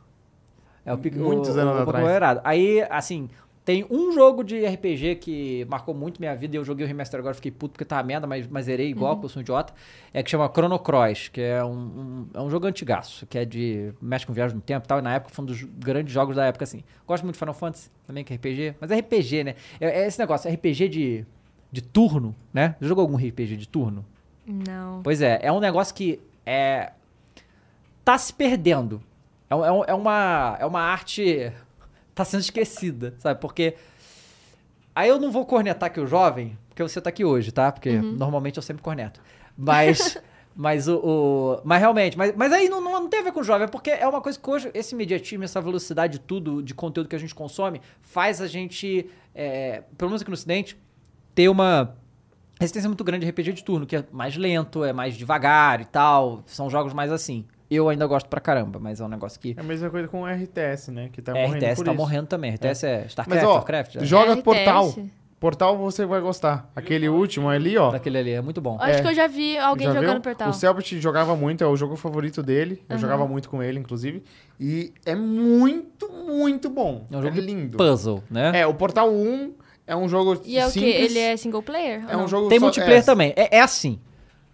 [SPEAKER 1] É o Pic-
[SPEAKER 2] Muitos
[SPEAKER 1] o-
[SPEAKER 2] anos
[SPEAKER 1] o Pokémon
[SPEAKER 2] atrás.
[SPEAKER 1] Dourado. Aí, assim, tem um jogo de RPG que marcou muito minha vida e eu joguei o remaster agora, fiquei puto porque tá uma merda, mas, mas zerei igual, porque eu sou um idiota. É que chama Chrono Cross, que é um, um- é um jogo antigaço, que é de. mexe com viagem no tempo e tal, e na época foi um dos grandes jogos da época, assim. Gosto muito de Final Fantasy, também que é RPG, mas é RPG, né? É, é esse negócio, RPG de, de turno, né? Já Jogou algum RPG de turno?
[SPEAKER 3] Não.
[SPEAKER 1] Pois é, é um negócio que é tá se perdendo. É, um- é um- é uma é uma arte tá sendo esquecida, sabe? Porque aí eu não vou cornetar que o jovem, porque você tá aqui hoje, tá? Porque normalmente eu sempre corneto. Mas mas o, o- mas realmente, mas, mas aí não, não, não tem a ver com o jovem, é porque é uma coisa que hoje esse mediatismo, essa velocidade de tudo de conteúdo que a gente consome faz a gente, é, pelo menos aqui no Ocidente, ter uma resistência muito grande a RPG de turno, que é mais lento, é mais devagar e tal. São jogos mais assim. Eu ainda gosto pra caramba, mas é um negócio que.
[SPEAKER 2] É a mesma coisa com o RTS, né? Que tá
[SPEAKER 1] É,
[SPEAKER 2] morrendo
[SPEAKER 1] RTS
[SPEAKER 2] por
[SPEAKER 1] tá
[SPEAKER 2] isso.
[SPEAKER 1] morrendo também. RTS é, StarCraft,
[SPEAKER 2] Mas, ó,
[SPEAKER 1] Warcraft. é.
[SPEAKER 2] joga
[SPEAKER 3] RTS.
[SPEAKER 2] Portal. Portal você vai gostar. Aquele último ali, ó.
[SPEAKER 1] Daquele ali, é muito bom.
[SPEAKER 3] Acho
[SPEAKER 2] É.
[SPEAKER 3] que eu já vi alguém
[SPEAKER 2] Já
[SPEAKER 3] jogando
[SPEAKER 2] viu?
[SPEAKER 3] Portal.
[SPEAKER 2] O Selbit jogava muito, é o jogo favorito dele. Eu jogava muito com ele, inclusive. E é muito, muito bom.
[SPEAKER 1] É um jogo
[SPEAKER 2] é
[SPEAKER 1] de
[SPEAKER 2] lindo.
[SPEAKER 1] Puzzle, né?
[SPEAKER 2] É, o Portal 1 é um jogo
[SPEAKER 3] E é o quê?
[SPEAKER 2] simples.
[SPEAKER 3] Ele é single player? ou
[SPEAKER 2] É um
[SPEAKER 3] não?
[SPEAKER 2] jogo
[SPEAKER 1] Tem
[SPEAKER 2] só-
[SPEAKER 1] multiplayer
[SPEAKER 2] é,
[SPEAKER 1] também. É, é assim.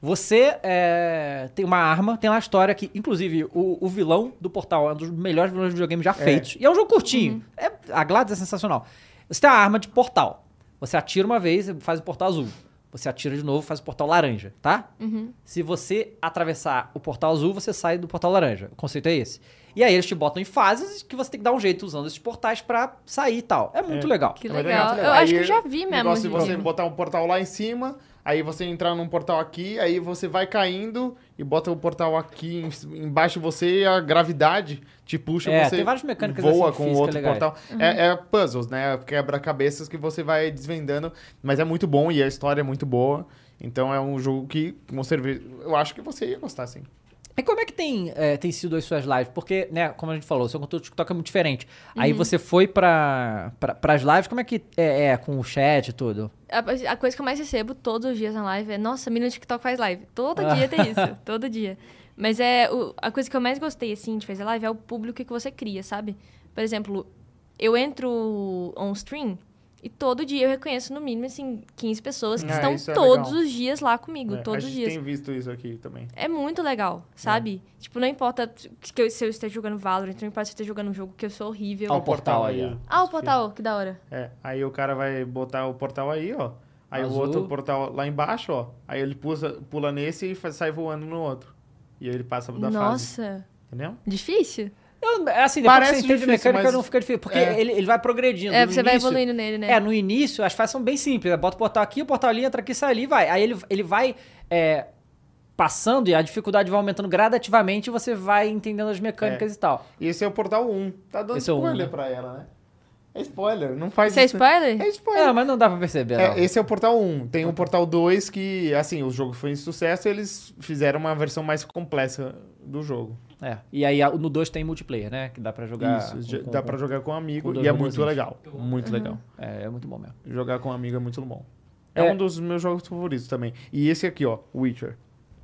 [SPEAKER 1] Você é, tem uma arma, tem lá a história que, inclusive, o, o vilão do Portal é um dos melhores vilões de videogame já feitos. E é um jogo
[SPEAKER 2] Uhum.
[SPEAKER 1] curtinho. É, a Gladys é sensacional. Você tem a arma de Portal. Você atira uma vez e faz o Portal azul. você atira de novo, faz o portal laranja, tá?
[SPEAKER 3] Uhum,
[SPEAKER 1] Se você atravessar o portal azul, você sai do portal laranja. O conceito é esse. E aí eles te botam em fases que você tem que dar um jeito usando esses portais pra sair e tal. É muito
[SPEAKER 2] É.
[SPEAKER 1] legal.
[SPEAKER 3] Que
[SPEAKER 2] É
[SPEAKER 3] legal.
[SPEAKER 2] muito muito
[SPEAKER 3] Eu acho que
[SPEAKER 2] Aí
[SPEAKER 3] eu já vi
[SPEAKER 2] o
[SPEAKER 3] mesmo.
[SPEAKER 2] negócio de
[SPEAKER 3] esse
[SPEAKER 2] você
[SPEAKER 3] jogo.
[SPEAKER 2] botar um portal lá em cima, aí você entrar num portal aqui, aí você vai caindo e bota o portal aqui em- embaixo de você e a gravidade te puxa.
[SPEAKER 1] É,
[SPEAKER 2] você
[SPEAKER 1] tem várias mecânicas
[SPEAKER 2] voa
[SPEAKER 1] assim de
[SPEAKER 2] com
[SPEAKER 1] física
[SPEAKER 2] outro
[SPEAKER 1] legais.
[SPEAKER 2] portal.
[SPEAKER 3] Uhum.
[SPEAKER 2] É, é puzzles, né? Quebra-cabeças que você vai desvendando, mas é muito bom e a história é muito boa. Então é um jogo que, como serviço, eu acho que você ia gostar, sim.
[SPEAKER 1] E como é que tem, é, tem sido as suas lives? Porque, né, como a gente falou, o seu conteúdo do TikTok é muito diferente.
[SPEAKER 2] Uhum.
[SPEAKER 1] Aí você foi pra, pra, pras lives, como é que é, é, com o chat e tudo?
[SPEAKER 3] A, a coisa que eu mais recebo todos os dias na live é: nossa, menino do TikTok faz live. Todo
[SPEAKER 2] Ah.
[SPEAKER 3] dia tem isso, todo dia. Mas é o- a coisa que eu mais gostei, assim, de fazer live é o público que você cria, sabe? Por exemplo, eu entro on stream e todo dia eu reconheço no mínimo, assim, 15 pessoas que
[SPEAKER 2] Ah,
[SPEAKER 3] estão
[SPEAKER 2] isso é
[SPEAKER 3] todos
[SPEAKER 2] legal.
[SPEAKER 3] os dias lá comigo,
[SPEAKER 2] É,
[SPEAKER 3] todos
[SPEAKER 2] a
[SPEAKER 3] os
[SPEAKER 2] gente
[SPEAKER 3] dias.
[SPEAKER 2] tem É. visto isso aqui também.
[SPEAKER 3] É muito legal, sabe? Tipo, não importa que eu- se eu esteja jogando Valorant, não importa se eu esteja jogando um jogo que eu sou horrível.
[SPEAKER 1] Ah, o portal aí, ó.
[SPEAKER 3] Ah, o portal, que da hora.
[SPEAKER 2] É, aí o cara vai botar o portal aí, ó. Aí
[SPEAKER 1] Azul.
[SPEAKER 2] o outro portal lá embaixo, ó. Aí ele pula, pula nesse e fa- sai voando no outro. E aí ele passa da fase.
[SPEAKER 3] Nossa,
[SPEAKER 2] Entendeu?
[SPEAKER 3] difícil?
[SPEAKER 1] Eu, é assim, depois
[SPEAKER 2] Parece
[SPEAKER 1] que você entende
[SPEAKER 2] difícil,
[SPEAKER 1] mecânica,
[SPEAKER 2] mas-
[SPEAKER 1] não fica difícil. Porque
[SPEAKER 2] é.
[SPEAKER 1] ele, ele vai progredindo.
[SPEAKER 3] É,
[SPEAKER 1] No
[SPEAKER 3] você vai
[SPEAKER 1] início-
[SPEAKER 3] evoluindo nele, né?
[SPEAKER 1] É, no início as fases são bem simples. né? Bota o portal aqui, o portal ali, entra aqui, sai ali, vai. Aí ele, ele vai é, passando e a dificuldade vai aumentando gradativamente e você vai entendendo as mecânicas e tal.
[SPEAKER 2] E esse é o portal 1. Tá dando
[SPEAKER 1] Esse é o um,
[SPEAKER 2] spoiler
[SPEAKER 1] né?
[SPEAKER 2] pra ela, né? É spoiler, não faz
[SPEAKER 3] Isso é
[SPEAKER 2] né?
[SPEAKER 3] spoiler?
[SPEAKER 2] É spoiler.
[SPEAKER 1] É, mas não dá pra perceber.
[SPEAKER 2] É,
[SPEAKER 1] não.
[SPEAKER 2] esse é o portal 1. Tem o portal 2 que, assim, o jogo foi um sucesso e eles fizeram uma versão mais complexa do jogo.
[SPEAKER 1] É. E aí a- no 2 tem multiplayer, né? Que dá pra jogar.
[SPEAKER 2] Isso,
[SPEAKER 1] com-
[SPEAKER 2] já-
[SPEAKER 1] com-
[SPEAKER 2] dá
[SPEAKER 1] com-
[SPEAKER 2] pra jogar com um
[SPEAKER 1] com
[SPEAKER 2] amigo
[SPEAKER 1] dois
[SPEAKER 2] e é
[SPEAKER 1] robôzinhos.
[SPEAKER 2] muito legal. Muito
[SPEAKER 3] Uhum.
[SPEAKER 2] legal.
[SPEAKER 1] É, é muito bom mesmo.
[SPEAKER 2] Jogar com um amigo é muito bom. É,
[SPEAKER 1] É.
[SPEAKER 2] um dos meus jogos favoritos também. E esse aqui, ó, Witcher.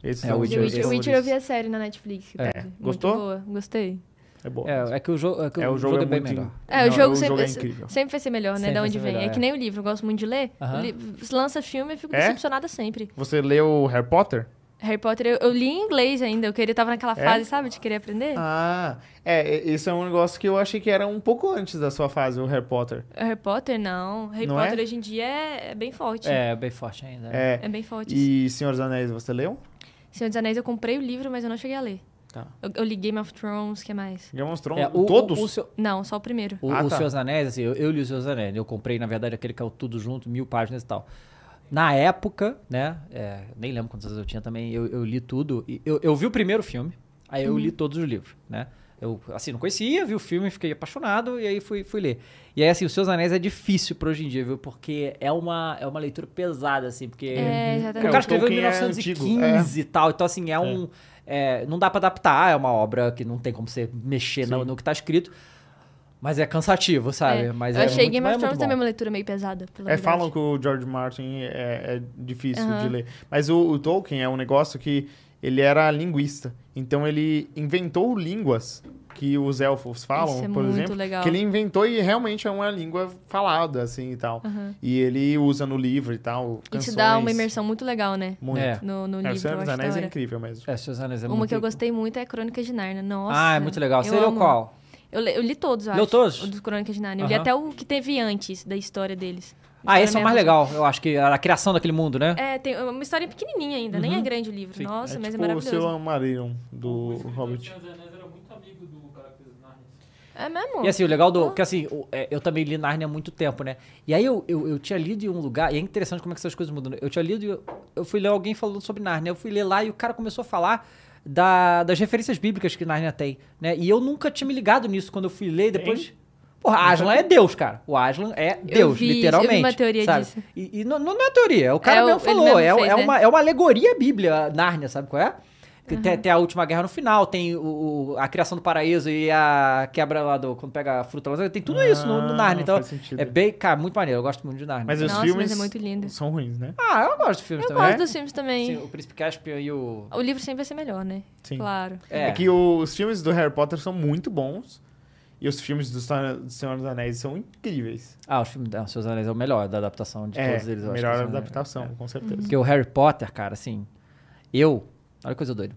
[SPEAKER 2] Esse
[SPEAKER 1] É,
[SPEAKER 2] são os
[SPEAKER 1] Witcher,
[SPEAKER 3] The
[SPEAKER 2] meus
[SPEAKER 3] Witcher,
[SPEAKER 1] esse-
[SPEAKER 3] Witcher eu vi a série na Netflix.
[SPEAKER 1] É.
[SPEAKER 3] inclusive. Muito
[SPEAKER 2] Gostou?
[SPEAKER 3] boa, gostei.
[SPEAKER 2] É bom.
[SPEAKER 1] É, é que o jogo é, que
[SPEAKER 2] É,
[SPEAKER 1] o jogo é bem
[SPEAKER 2] muito
[SPEAKER 1] melhor.
[SPEAKER 2] in-
[SPEAKER 3] É,
[SPEAKER 2] Não,
[SPEAKER 3] o jogo,
[SPEAKER 2] é
[SPEAKER 3] sempre,
[SPEAKER 2] incrível.
[SPEAKER 3] sempre vai ser melhor, né?
[SPEAKER 1] Sempre
[SPEAKER 3] Da
[SPEAKER 1] vai
[SPEAKER 3] onde
[SPEAKER 1] ser
[SPEAKER 3] vem.
[SPEAKER 1] melhor,
[SPEAKER 3] é
[SPEAKER 1] é.
[SPEAKER 3] que nem o livro, eu gosto muito de ler.
[SPEAKER 1] Aham.
[SPEAKER 3] Li- lança filme e fico
[SPEAKER 2] É?
[SPEAKER 3] decepcionada sempre.
[SPEAKER 2] Você leu Harry Potter?
[SPEAKER 3] Harry Potter, eu, eu li em inglês ainda, eu queria, tava naquela
[SPEAKER 2] É?
[SPEAKER 3] fase, sabe, de querer aprender.
[SPEAKER 2] Ah, é, e- esse é um negócio que eu achei que era um pouco antes da sua fase, o Harry Potter.
[SPEAKER 3] Harry Potter, não. Harry
[SPEAKER 2] Não
[SPEAKER 3] Potter
[SPEAKER 2] é?
[SPEAKER 3] hoje em dia é, é bem forte.
[SPEAKER 1] É, bem forte ainda. né?
[SPEAKER 2] É.
[SPEAKER 3] É bem forte.
[SPEAKER 2] E Senhor dos Anéis, você leu?
[SPEAKER 3] Senhor dos Anéis, eu comprei o livro, mas eu não cheguei a ler.
[SPEAKER 2] Tá.
[SPEAKER 3] Eu, eu li Game of Thrones, que é mais?
[SPEAKER 2] Game of Thrones,
[SPEAKER 1] É, o-
[SPEAKER 2] todos?
[SPEAKER 1] O, o, seu-
[SPEAKER 3] Não, só o primeiro.
[SPEAKER 1] o-
[SPEAKER 2] Ah,
[SPEAKER 1] os
[SPEAKER 2] tá.
[SPEAKER 1] Seus Anéis, assim, eu, eu li os Seus Anéis. Eu comprei, na verdade, aquele que é o tudo junto, mil páginas e tal. Na época, né? é, nem lembro quantas eu tinha também. Eu, eu li tudo. e Eu, eu vi o primeiro filme, aí
[SPEAKER 2] Uhum.
[SPEAKER 1] eu li todos os livros, né? Eu, assim, não conhecia, vi o filme, fiquei apaixonado e aí fui, fui ler. E aí, assim, Os Seus Anéis é difícil pra hoje em dia, viu? Porque é uma, é uma leitura pesada, assim, porque...
[SPEAKER 3] É,
[SPEAKER 1] Porque
[SPEAKER 3] exatamente.
[SPEAKER 1] o
[SPEAKER 2] É,
[SPEAKER 1] cara
[SPEAKER 2] o
[SPEAKER 1] escreveu em
[SPEAKER 2] Tolkien é antigo,
[SPEAKER 1] 1915 e tal. Então, assim, é um. é, não dá pra adaptar, é uma obra que não tem como você mexer no, no que tá escrito. Mas é cansativo, sabe?
[SPEAKER 3] É,
[SPEAKER 1] Mas
[SPEAKER 3] eu
[SPEAKER 1] é
[SPEAKER 3] achei
[SPEAKER 1] muito,
[SPEAKER 3] Game
[SPEAKER 1] mas
[SPEAKER 3] of
[SPEAKER 1] é
[SPEAKER 3] Thrones
[SPEAKER 1] muito
[SPEAKER 3] também
[SPEAKER 1] bom.
[SPEAKER 3] uma leitura meio pesada. pela
[SPEAKER 2] É,
[SPEAKER 3] verdade.
[SPEAKER 2] falam que o George Martin é, é difícil
[SPEAKER 3] Aham.
[SPEAKER 2] de ler. Mas o, o Tolkien é um negócio que ele era linguista. Então ele inventou línguas que os elfos falam,
[SPEAKER 3] Isso é
[SPEAKER 2] por
[SPEAKER 3] muito
[SPEAKER 2] exemplo.
[SPEAKER 3] legal.
[SPEAKER 2] Que ele inventou e realmente é uma língua falada, assim e tal.
[SPEAKER 3] Aham.
[SPEAKER 2] E ele usa no livro e tal.
[SPEAKER 3] E te
[SPEAKER 2] canções,
[SPEAKER 3] dá uma imersão muito legal, né?
[SPEAKER 2] Muito.
[SPEAKER 1] É.
[SPEAKER 3] No, no
[SPEAKER 2] É, o
[SPEAKER 3] livro,
[SPEAKER 2] Senhor
[SPEAKER 3] eu
[SPEAKER 2] dos
[SPEAKER 3] acho da
[SPEAKER 2] Anéis é
[SPEAKER 3] hora.
[SPEAKER 2] incrível mesmo.
[SPEAKER 1] É, Seus Anéis é
[SPEAKER 3] Uma
[SPEAKER 1] muito...
[SPEAKER 3] que eu gostei muito é Crônicas de Narnia. Nossa.
[SPEAKER 1] Ah, é muito legal.
[SPEAKER 3] eu
[SPEAKER 1] Você leu
[SPEAKER 3] amo.
[SPEAKER 1] qual?
[SPEAKER 3] Eu, le- eu li todos, eu
[SPEAKER 1] Leu
[SPEAKER 3] acho.
[SPEAKER 1] todos?
[SPEAKER 3] O dos Crônicas de Narnia. Eu li
[SPEAKER 1] Aham.
[SPEAKER 3] até o que teve antes da história deles.
[SPEAKER 1] Ah,
[SPEAKER 3] História
[SPEAKER 1] esse é o
[SPEAKER 3] meio
[SPEAKER 1] mais
[SPEAKER 3] avançada.
[SPEAKER 1] legal, eu acho que era a criação daquele mundo, né?
[SPEAKER 3] É, tem uma história pequenininha ainda, nem é grande o livro.
[SPEAKER 1] Uhum. Sim.
[SPEAKER 3] Nossa, mas
[SPEAKER 2] tipo
[SPEAKER 3] é
[SPEAKER 2] o seu
[SPEAKER 3] maravilhoso.
[SPEAKER 2] Amarion,
[SPEAKER 4] O
[SPEAKER 2] do
[SPEAKER 4] escritor
[SPEAKER 2] Hobbit.
[SPEAKER 4] Senhor dos Anéis era muito amigo do cara que fez o Narnia.
[SPEAKER 3] É mesmo?
[SPEAKER 1] E assim, o legal do.
[SPEAKER 3] Ah.
[SPEAKER 1] Que assim, o- é, eu também li Narnia há muito tempo, né? E aí eu, eu, eu tinha lido em um lugar, e é interessante como é que essas coisas mudam. né? Eu tinha lido, e eu, eu fui ler alguém falando sobre Narnia, eu fui ler lá e o cara começou a falar. da- das referências bíblicas que Narnia tem, né? E eu nunca tinha me ligado nisso quando eu fui ler e depois. Porra, Aslan é Deus, cara. O Aslan é Deus,
[SPEAKER 3] vi isso,
[SPEAKER 1] literalmente.
[SPEAKER 3] eu vi uma teoria
[SPEAKER 1] sabe?
[SPEAKER 3] disso.
[SPEAKER 1] E, e não, não é teoria, é o cara
[SPEAKER 3] É, o-
[SPEAKER 1] mesmo
[SPEAKER 3] ele
[SPEAKER 1] falou.
[SPEAKER 3] mesmo
[SPEAKER 1] é,
[SPEAKER 3] fez,
[SPEAKER 1] é
[SPEAKER 3] né?
[SPEAKER 1] uma, é uma alegoria à Bíblia, a Nárnia, sabe qual é? Que tem, tem a última guerra no final, tem o- o- a criação do paraíso e a quebra lá do. Quando pega a fruta lá, tem tudo isso no, no
[SPEAKER 2] Ah,
[SPEAKER 1] Narnia. Então,
[SPEAKER 2] faz sentido.
[SPEAKER 1] é bem. Cara, muito maneiro. Eu gosto muito de Narnia.
[SPEAKER 2] Mas os
[SPEAKER 3] Nossa,
[SPEAKER 2] filmes
[SPEAKER 3] mas é muito lindo.
[SPEAKER 2] são ruins, né?
[SPEAKER 1] Ah, eu gosto de filmes
[SPEAKER 3] Eu
[SPEAKER 1] também.
[SPEAKER 3] gosto
[SPEAKER 2] É?
[SPEAKER 3] dos filmes também.
[SPEAKER 1] Sim, o Príncipe Caspian e o.
[SPEAKER 3] O livro sempre vai ser melhor, né?
[SPEAKER 2] Sim.
[SPEAKER 3] Claro.
[SPEAKER 1] É.
[SPEAKER 2] É que os filmes do Harry Potter são muito bons. E os filmes do Senhor do Senhor dos Anéis são incríveis.
[SPEAKER 1] Ah, o filme ah, Seus Anéis é o melhor da adaptação de
[SPEAKER 2] é,
[SPEAKER 1] todos eles. eu acho
[SPEAKER 2] melhor
[SPEAKER 1] que são- né? É.
[SPEAKER 2] adaptação, com certeza.
[SPEAKER 3] Hum,
[SPEAKER 1] Porque o Harry Potter, cara, assim, eu. Olha que coisa doida.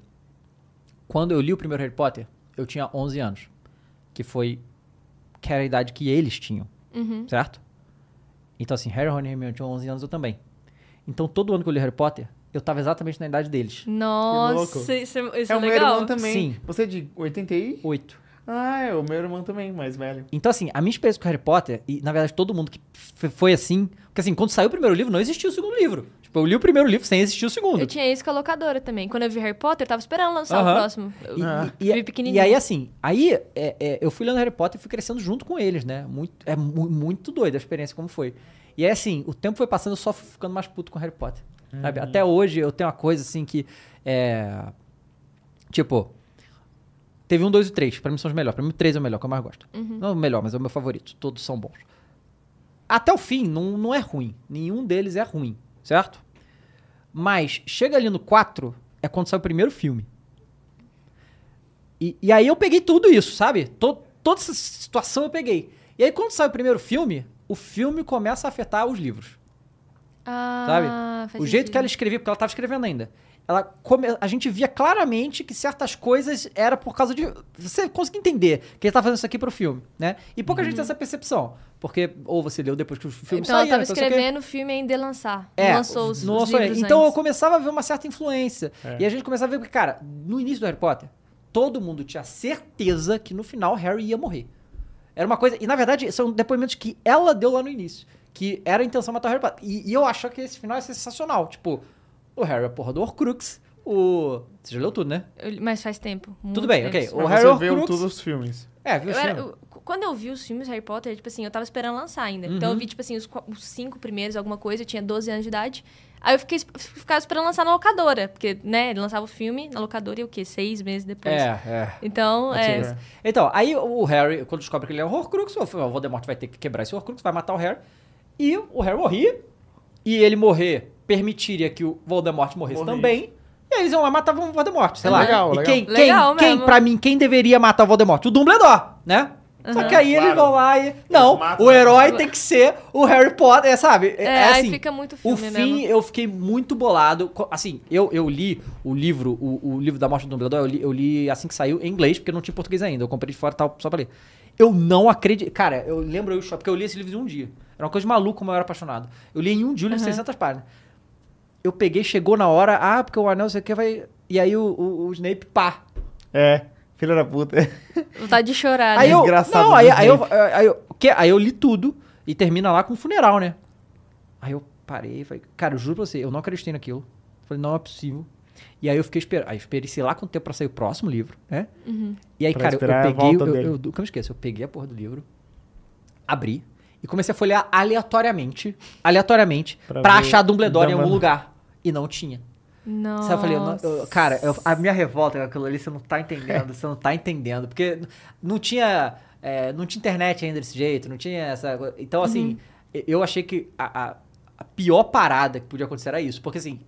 [SPEAKER 1] Quando eu li o primeiro Harry Potter, eu tinha 11 anos. Que foi. que era a idade que eles tinham,
[SPEAKER 3] Uhum.
[SPEAKER 1] certo? Então, assim, Harry, Ron e Hermione tinham 11 anos, eu também. Então todo ano que eu li Harry Potter, eu tava exatamente na idade deles.
[SPEAKER 2] Que louco.
[SPEAKER 3] Nossa, isso, é- isso é,
[SPEAKER 2] é o
[SPEAKER 1] um
[SPEAKER 2] meu
[SPEAKER 3] legal.
[SPEAKER 2] irmão também.
[SPEAKER 1] Sim.
[SPEAKER 2] Você é de 80 e?
[SPEAKER 1] Oito.
[SPEAKER 2] Ah, é o meu irmão também, mais velho.
[SPEAKER 1] Então, assim, a minha experiência com Harry Potter, e na verdade todo mundo que f- foi assim. Porque, assim, quando saiu o primeiro livro, não existia o segundo livro. Tipo, eu li o primeiro livro sem existir o segundo.
[SPEAKER 3] Eu tinha isso com a locadora também. Quando eu vi Harry Potter, eu tava esperando lançar
[SPEAKER 1] Aham.
[SPEAKER 3] o próximo. Eu
[SPEAKER 1] E,
[SPEAKER 2] Ah.
[SPEAKER 1] e- e-
[SPEAKER 3] vi
[SPEAKER 1] e
[SPEAKER 3] pequenininho.
[SPEAKER 1] aí, assim, aí é, é, eu fui lendo Harry Potter e fui crescendo junto com eles, né? Muito, é mu- muito doida a experiência como foi. E aí, assim, o tempo foi passando, eu só fui ficando mais puto com Harry Potter. sabe? Até hoje eu tenho uma coisa assim que. É, tipo, teve um, dois e três. Pra mim são os melhores. Pra mim o três é o melhor, que eu mais gosto. Não é o melhor, mas é o meu favorito. Todos são bons. Até o fim, não, não é ruim. Nenhum deles é ruim, certo? Mas chega ali no 4, é quando sai o primeiro filme. E, e aí eu peguei tudo isso, sabe? To- toda essa situação eu peguei. E aí quando sai o primeiro filme, o filme começa a afetar os livros.
[SPEAKER 3] Ah,
[SPEAKER 1] Sabe?
[SPEAKER 3] faz
[SPEAKER 1] o jeito
[SPEAKER 3] sentido.
[SPEAKER 1] que ela escrevia, porque ela estava escrevendo ainda. Ela come- A gente via claramente que certas coisas era por causa de. Você conseguia entender que ele tá fazendo isso aqui pro filme, né? E pouca gente tem essa percepção. Porque ou você leu depois que o filme
[SPEAKER 3] Uhum. Então
[SPEAKER 1] saiu,
[SPEAKER 3] ela tava
[SPEAKER 1] então não sei o quê.
[SPEAKER 3] escrevendo o filme ainda ia lançar.
[SPEAKER 1] É,
[SPEAKER 3] não lançou os,
[SPEAKER 1] não
[SPEAKER 3] os
[SPEAKER 1] lançou
[SPEAKER 3] livros
[SPEAKER 1] ainda. Então eu
[SPEAKER 3] antes.
[SPEAKER 1] começava a ver uma certa influência.
[SPEAKER 2] É.
[SPEAKER 1] E a gente começava a ver que, cara, no início do Harry Potter, todo mundo tinha certeza que no final Harry ia morrer. Era uma coisa. E na verdade, são depoimentos que ela deu lá no início. Que era a intenção matar o Harry Potter. E, e eu achava que esse final ia ser sensacional. Tipo, o Harry é a porra do Horcrux. O. Você já leu tudo, né?
[SPEAKER 3] Eu- Mas faz tempo. muito
[SPEAKER 1] tudo bem,
[SPEAKER 3] tempo.
[SPEAKER 1] ok. O
[SPEAKER 2] Mas
[SPEAKER 1] Harry
[SPEAKER 2] você viu
[SPEAKER 1] Horcrux.
[SPEAKER 2] todos os filmes.
[SPEAKER 1] É, viu
[SPEAKER 3] Eu
[SPEAKER 1] o
[SPEAKER 3] era-
[SPEAKER 1] filme.
[SPEAKER 3] eu- quando eu vi os filmes Harry Potter, tipo assim, eu tava esperando lançar ainda. Então
[SPEAKER 1] Uhum.
[SPEAKER 3] eu vi, tipo assim, os, qu- os cinco primeiros, alguma coisa, eu tinha 12 anos de idade. Aí eu fiquei, esp- ficava esperando lançar na locadora. Porque, né, ele lançava o filme na locadora e o quê? Seis meses depois.
[SPEAKER 1] É, é.
[SPEAKER 3] Então,
[SPEAKER 1] Tinha
[SPEAKER 3] é.
[SPEAKER 1] isso. Então, aí o Harry, quando descobre que ele é um Horcrux, o o Voldemort vai ter que quebrar esse Horcrux, vai matar o Harry. E o Harry morrer. E ele morrer permitiria que o Voldemort morresse
[SPEAKER 2] Morresse. É
[SPEAKER 1] também. E aí eles iam lá e matavam o Voldemort, sei lá.
[SPEAKER 2] Legal,
[SPEAKER 1] e
[SPEAKER 2] legal.
[SPEAKER 1] quem, quem,
[SPEAKER 3] Legal
[SPEAKER 1] quem,
[SPEAKER 3] mesmo.
[SPEAKER 1] pra mim, quem deveria matar o Voldemort? O Dumbledore, né?
[SPEAKER 3] Uhum.
[SPEAKER 1] Só que aí
[SPEAKER 2] Claro.
[SPEAKER 1] eles vão lá e... Não,
[SPEAKER 2] matam,
[SPEAKER 1] o
[SPEAKER 2] né?
[SPEAKER 1] herói tem que ser o Harry Potter, é, sabe?
[SPEAKER 3] É,
[SPEAKER 1] É
[SPEAKER 3] aí
[SPEAKER 1] assim,
[SPEAKER 3] fica muito
[SPEAKER 1] o
[SPEAKER 3] filme
[SPEAKER 1] fim,
[SPEAKER 3] mesmo.
[SPEAKER 1] eu fiquei muito bolado. Co- Assim, eu, eu li o livro, o, o livro da morte do Dumbledore, eu li, eu li assim que saiu em inglês, porque não tinha em português ainda. Eu comprei de fora e tal, só pra ler. Eu não acredito. Cara, eu lembro eu e o choque, porque eu li esse livro em um dia. Era uma coisa de maluco como eu era apaixonado. Eu li em um dia, eu li 600 páginas. Eu peguei, chegou na hora, ah, porque o anel, não sei o que, vai. E aí o, o- o Snape, pá.
[SPEAKER 2] É, filha da puta.
[SPEAKER 3] Vontade de chorar,
[SPEAKER 1] Aí
[SPEAKER 3] né?
[SPEAKER 1] eu.
[SPEAKER 2] Desgraçado
[SPEAKER 1] Não,
[SPEAKER 2] do
[SPEAKER 1] aí, aí eu,
[SPEAKER 2] Snape.
[SPEAKER 1] aí, eu, que- aí eu li tudo e termina lá com um funeral, né? Aí eu parei e falei, cara, eu juro pra você, eu não acreditei naquilo. Falei, não é possível. E aí eu fiquei esperando. Aí eu esperei, sei lá quanto tempo pra sair o próximo livro, né? E aí,
[SPEAKER 2] Pra
[SPEAKER 1] cara, eu
[SPEAKER 2] esperar a
[SPEAKER 1] peguei.
[SPEAKER 2] volta
[SPEAKER 1] Eu,
[SPEAKER 2] dele.
[SPEAKER 1] eu, nunca me esqueço, eu peguei a porra do livro, abri e comecei a folhear aleatoriamente aleatoriamente
[SPEAKER 2] Pra
[SPEAKER 1] pra
[SPEAKER 2] ver
[SPEAKER 1] achar Dumbledore em algum
[SPEAKER 2] Dumbledore.
[SPEAKER 1] lugar. E não tinha.
[SPEAKER 3] Nossa.
[SPEAKER 1] Sabe, eu falei, eu não- eu- cara, eu- a minha revolta com aquilo ali, você não tá entendendo, você não tá entendendo. Porque n- não tinha, é, não tinha internet ainda desse jeito, não tinha essa. co- Então, assim, e- eu achei que a, a- a pior parada que podia acontecer era isso. Porque, assim,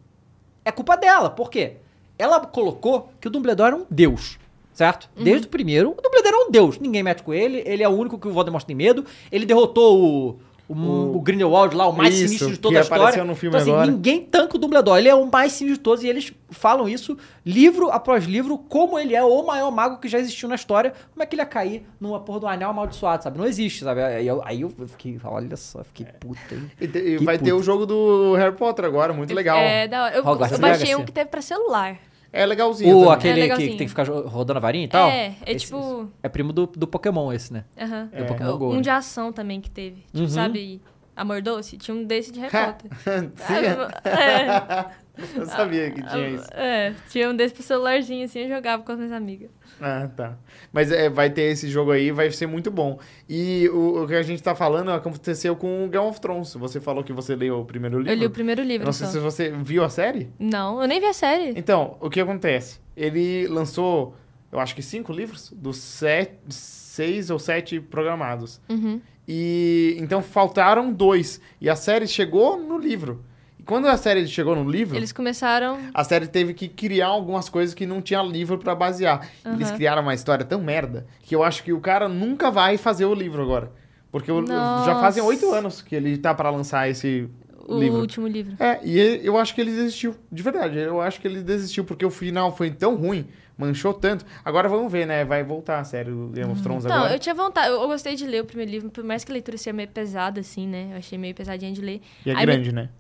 [SPEAKER 1] é culpa dela. Por quê? Ela colocou que o Dumbledore era um deus. Certo? Desde o primeiro, o Dumbledore era um deus. Ninguém mete com ele, ele é o único que o Voldemort tem medo. Ele derrotou o, o,
[SPEAKER 2] O-
[SPEAKER 1] o Grindelwald lá, o mais
[SPEAKER 2] Isso,
[SPEAKER 1] sinistro de
[SPEAKER 2] que
[SPEAKER 1] toda a história.
[SPEAKER 2] apareceu no filme
[SPEAKER 1] então, assim,
[SPEAKER 2] agora.
[SPEAKER 1] ninguém tanca o Dumbledore. Ele é o mais sinistro de todos e eles falam isso livro após livro, como ele é o maior mago que já existiu na história. Como é que ele ia cair numa porra do anel amaldiçoado, sabe? Não existe, sabe? Aí eu, aí eu fiquei, olha só, fiquei puta, hein?
[SPEAKER 2] E, te- e
[SPEAKER 1] Que
[SPEAKER 2] vai ter
[SPEAKER 1] puta.
[SPEAKER 2] o jogo do Harry Potter agora, muito legal.
[SPEAKER 3] É, da hora. Eu,
[SPEAKER 1] Hogwarts né?
[SPEAKER 3] eu baixei
[SPEAKER 1] Legacy.
[SPEAKER 3] um que teve pra celular.
[SPEAKER 2] É legalzinho.
[SPEAKER 1] O
[SPEAKER 2] também.
[SPEAKER 1] aquele que- que,
[SPEAKER 3] legalzinho.
[SPEAKER 1] tem que ficar jo- rodando a varinha e tal?
[SPEAKER 3] É, é
[SPEAKER 1] Esse-
[SPEAKER 3] tipo-
[SPEAKER 1] É primo do, do Pokémon esse, né?
[SPEAKER 3] Aham.
[SPEAKER 1] É. Do Pokémon Go.
[SPEAKER 3] Um
[SPEAKER 1] né?
[SPEAKER 3] de ação também que teve. Tipo,
[SPEAKER 1] Uhum.
[SPEAKER 3] sabe? Amordou-se? Tinha um desse de Harry
[SPEAKER 2] Ha.
[SPEAKER 3] Potter.
[SPEAKER 2] Sim,
[SPEAKER 3] Ah, é.
[SPEAKER 2] eu sabia que tinha isso.
[SPEAKER 3] É, tinha um desse pro celularzinho, assim, eu jogava com as minhas amigas.
[SPEAKER 2] Ah, tá. Mas é, vai ter esse jogo aí, vai ser muito bom. E o, o que a gente tá falando aconteceu com o Game of Thrones. Você falou que você leu o primeiro livro.
[SPEAKER 3] Eu li o primeiro
[SPEAKER 2] Eu
[SPEAKER 3] livro
[SPEAKER 2] Não
[SPEAKER 3] só.
[SPEAKER 2] sei se você viu a série.
[SPEAKER 3] Não, eu nem vi a série.
[SPEAKER 2] Então, o que acontece? Ele lançou, eu acho que cinco livros, dos sete, seis ou sete programados.
[SPEAKER 3] Uhum.
[SPEAKER 2] E então faltaram dois. E a série chegou no livro. E quando a série chegou no livro,
[SPEAKER 3] Eles começaram...
[SPEAKER 2] a série teve que criar algumas coisas que não tinha livro pra basear. Eles
[SPEAKER 3] Aham.
[SPEAKER 2] criaram uma história tão merda que eu acho que o cara nunca vai fazer o livro agora. Porque o-
[SPEAKER 3] Nossa.
[SPEAKER 2] já fazem oito anos que ele tá pra lançar esse
[SPEAKER 3] O
[SPEAKER 2] livro.
[SPEAKER 3] último livro.
[SPEAKER 2] É, e ele- eu acho que ele desistiu. De verdade, eu acho que ele desistiu, porque o final foi tão ruim, manchou tanto. Agora vamos ver, né? Vai voltar, sério, o Game of Thrones
[SPEAKER 3] Não,
[SPEAKER 2] agora.
[SPEAKER 3] Uhum. Então, eu tinha vontade, eu, eu gostei de ler o primeiro livro, por mais que a leitura seja meio pesada, assim, né? Eu achei meio pesadinha de ler.
[SPEAKER 2] E é
[SPEAKER 3] Aí me-
[SPEAKER 2] grande, né?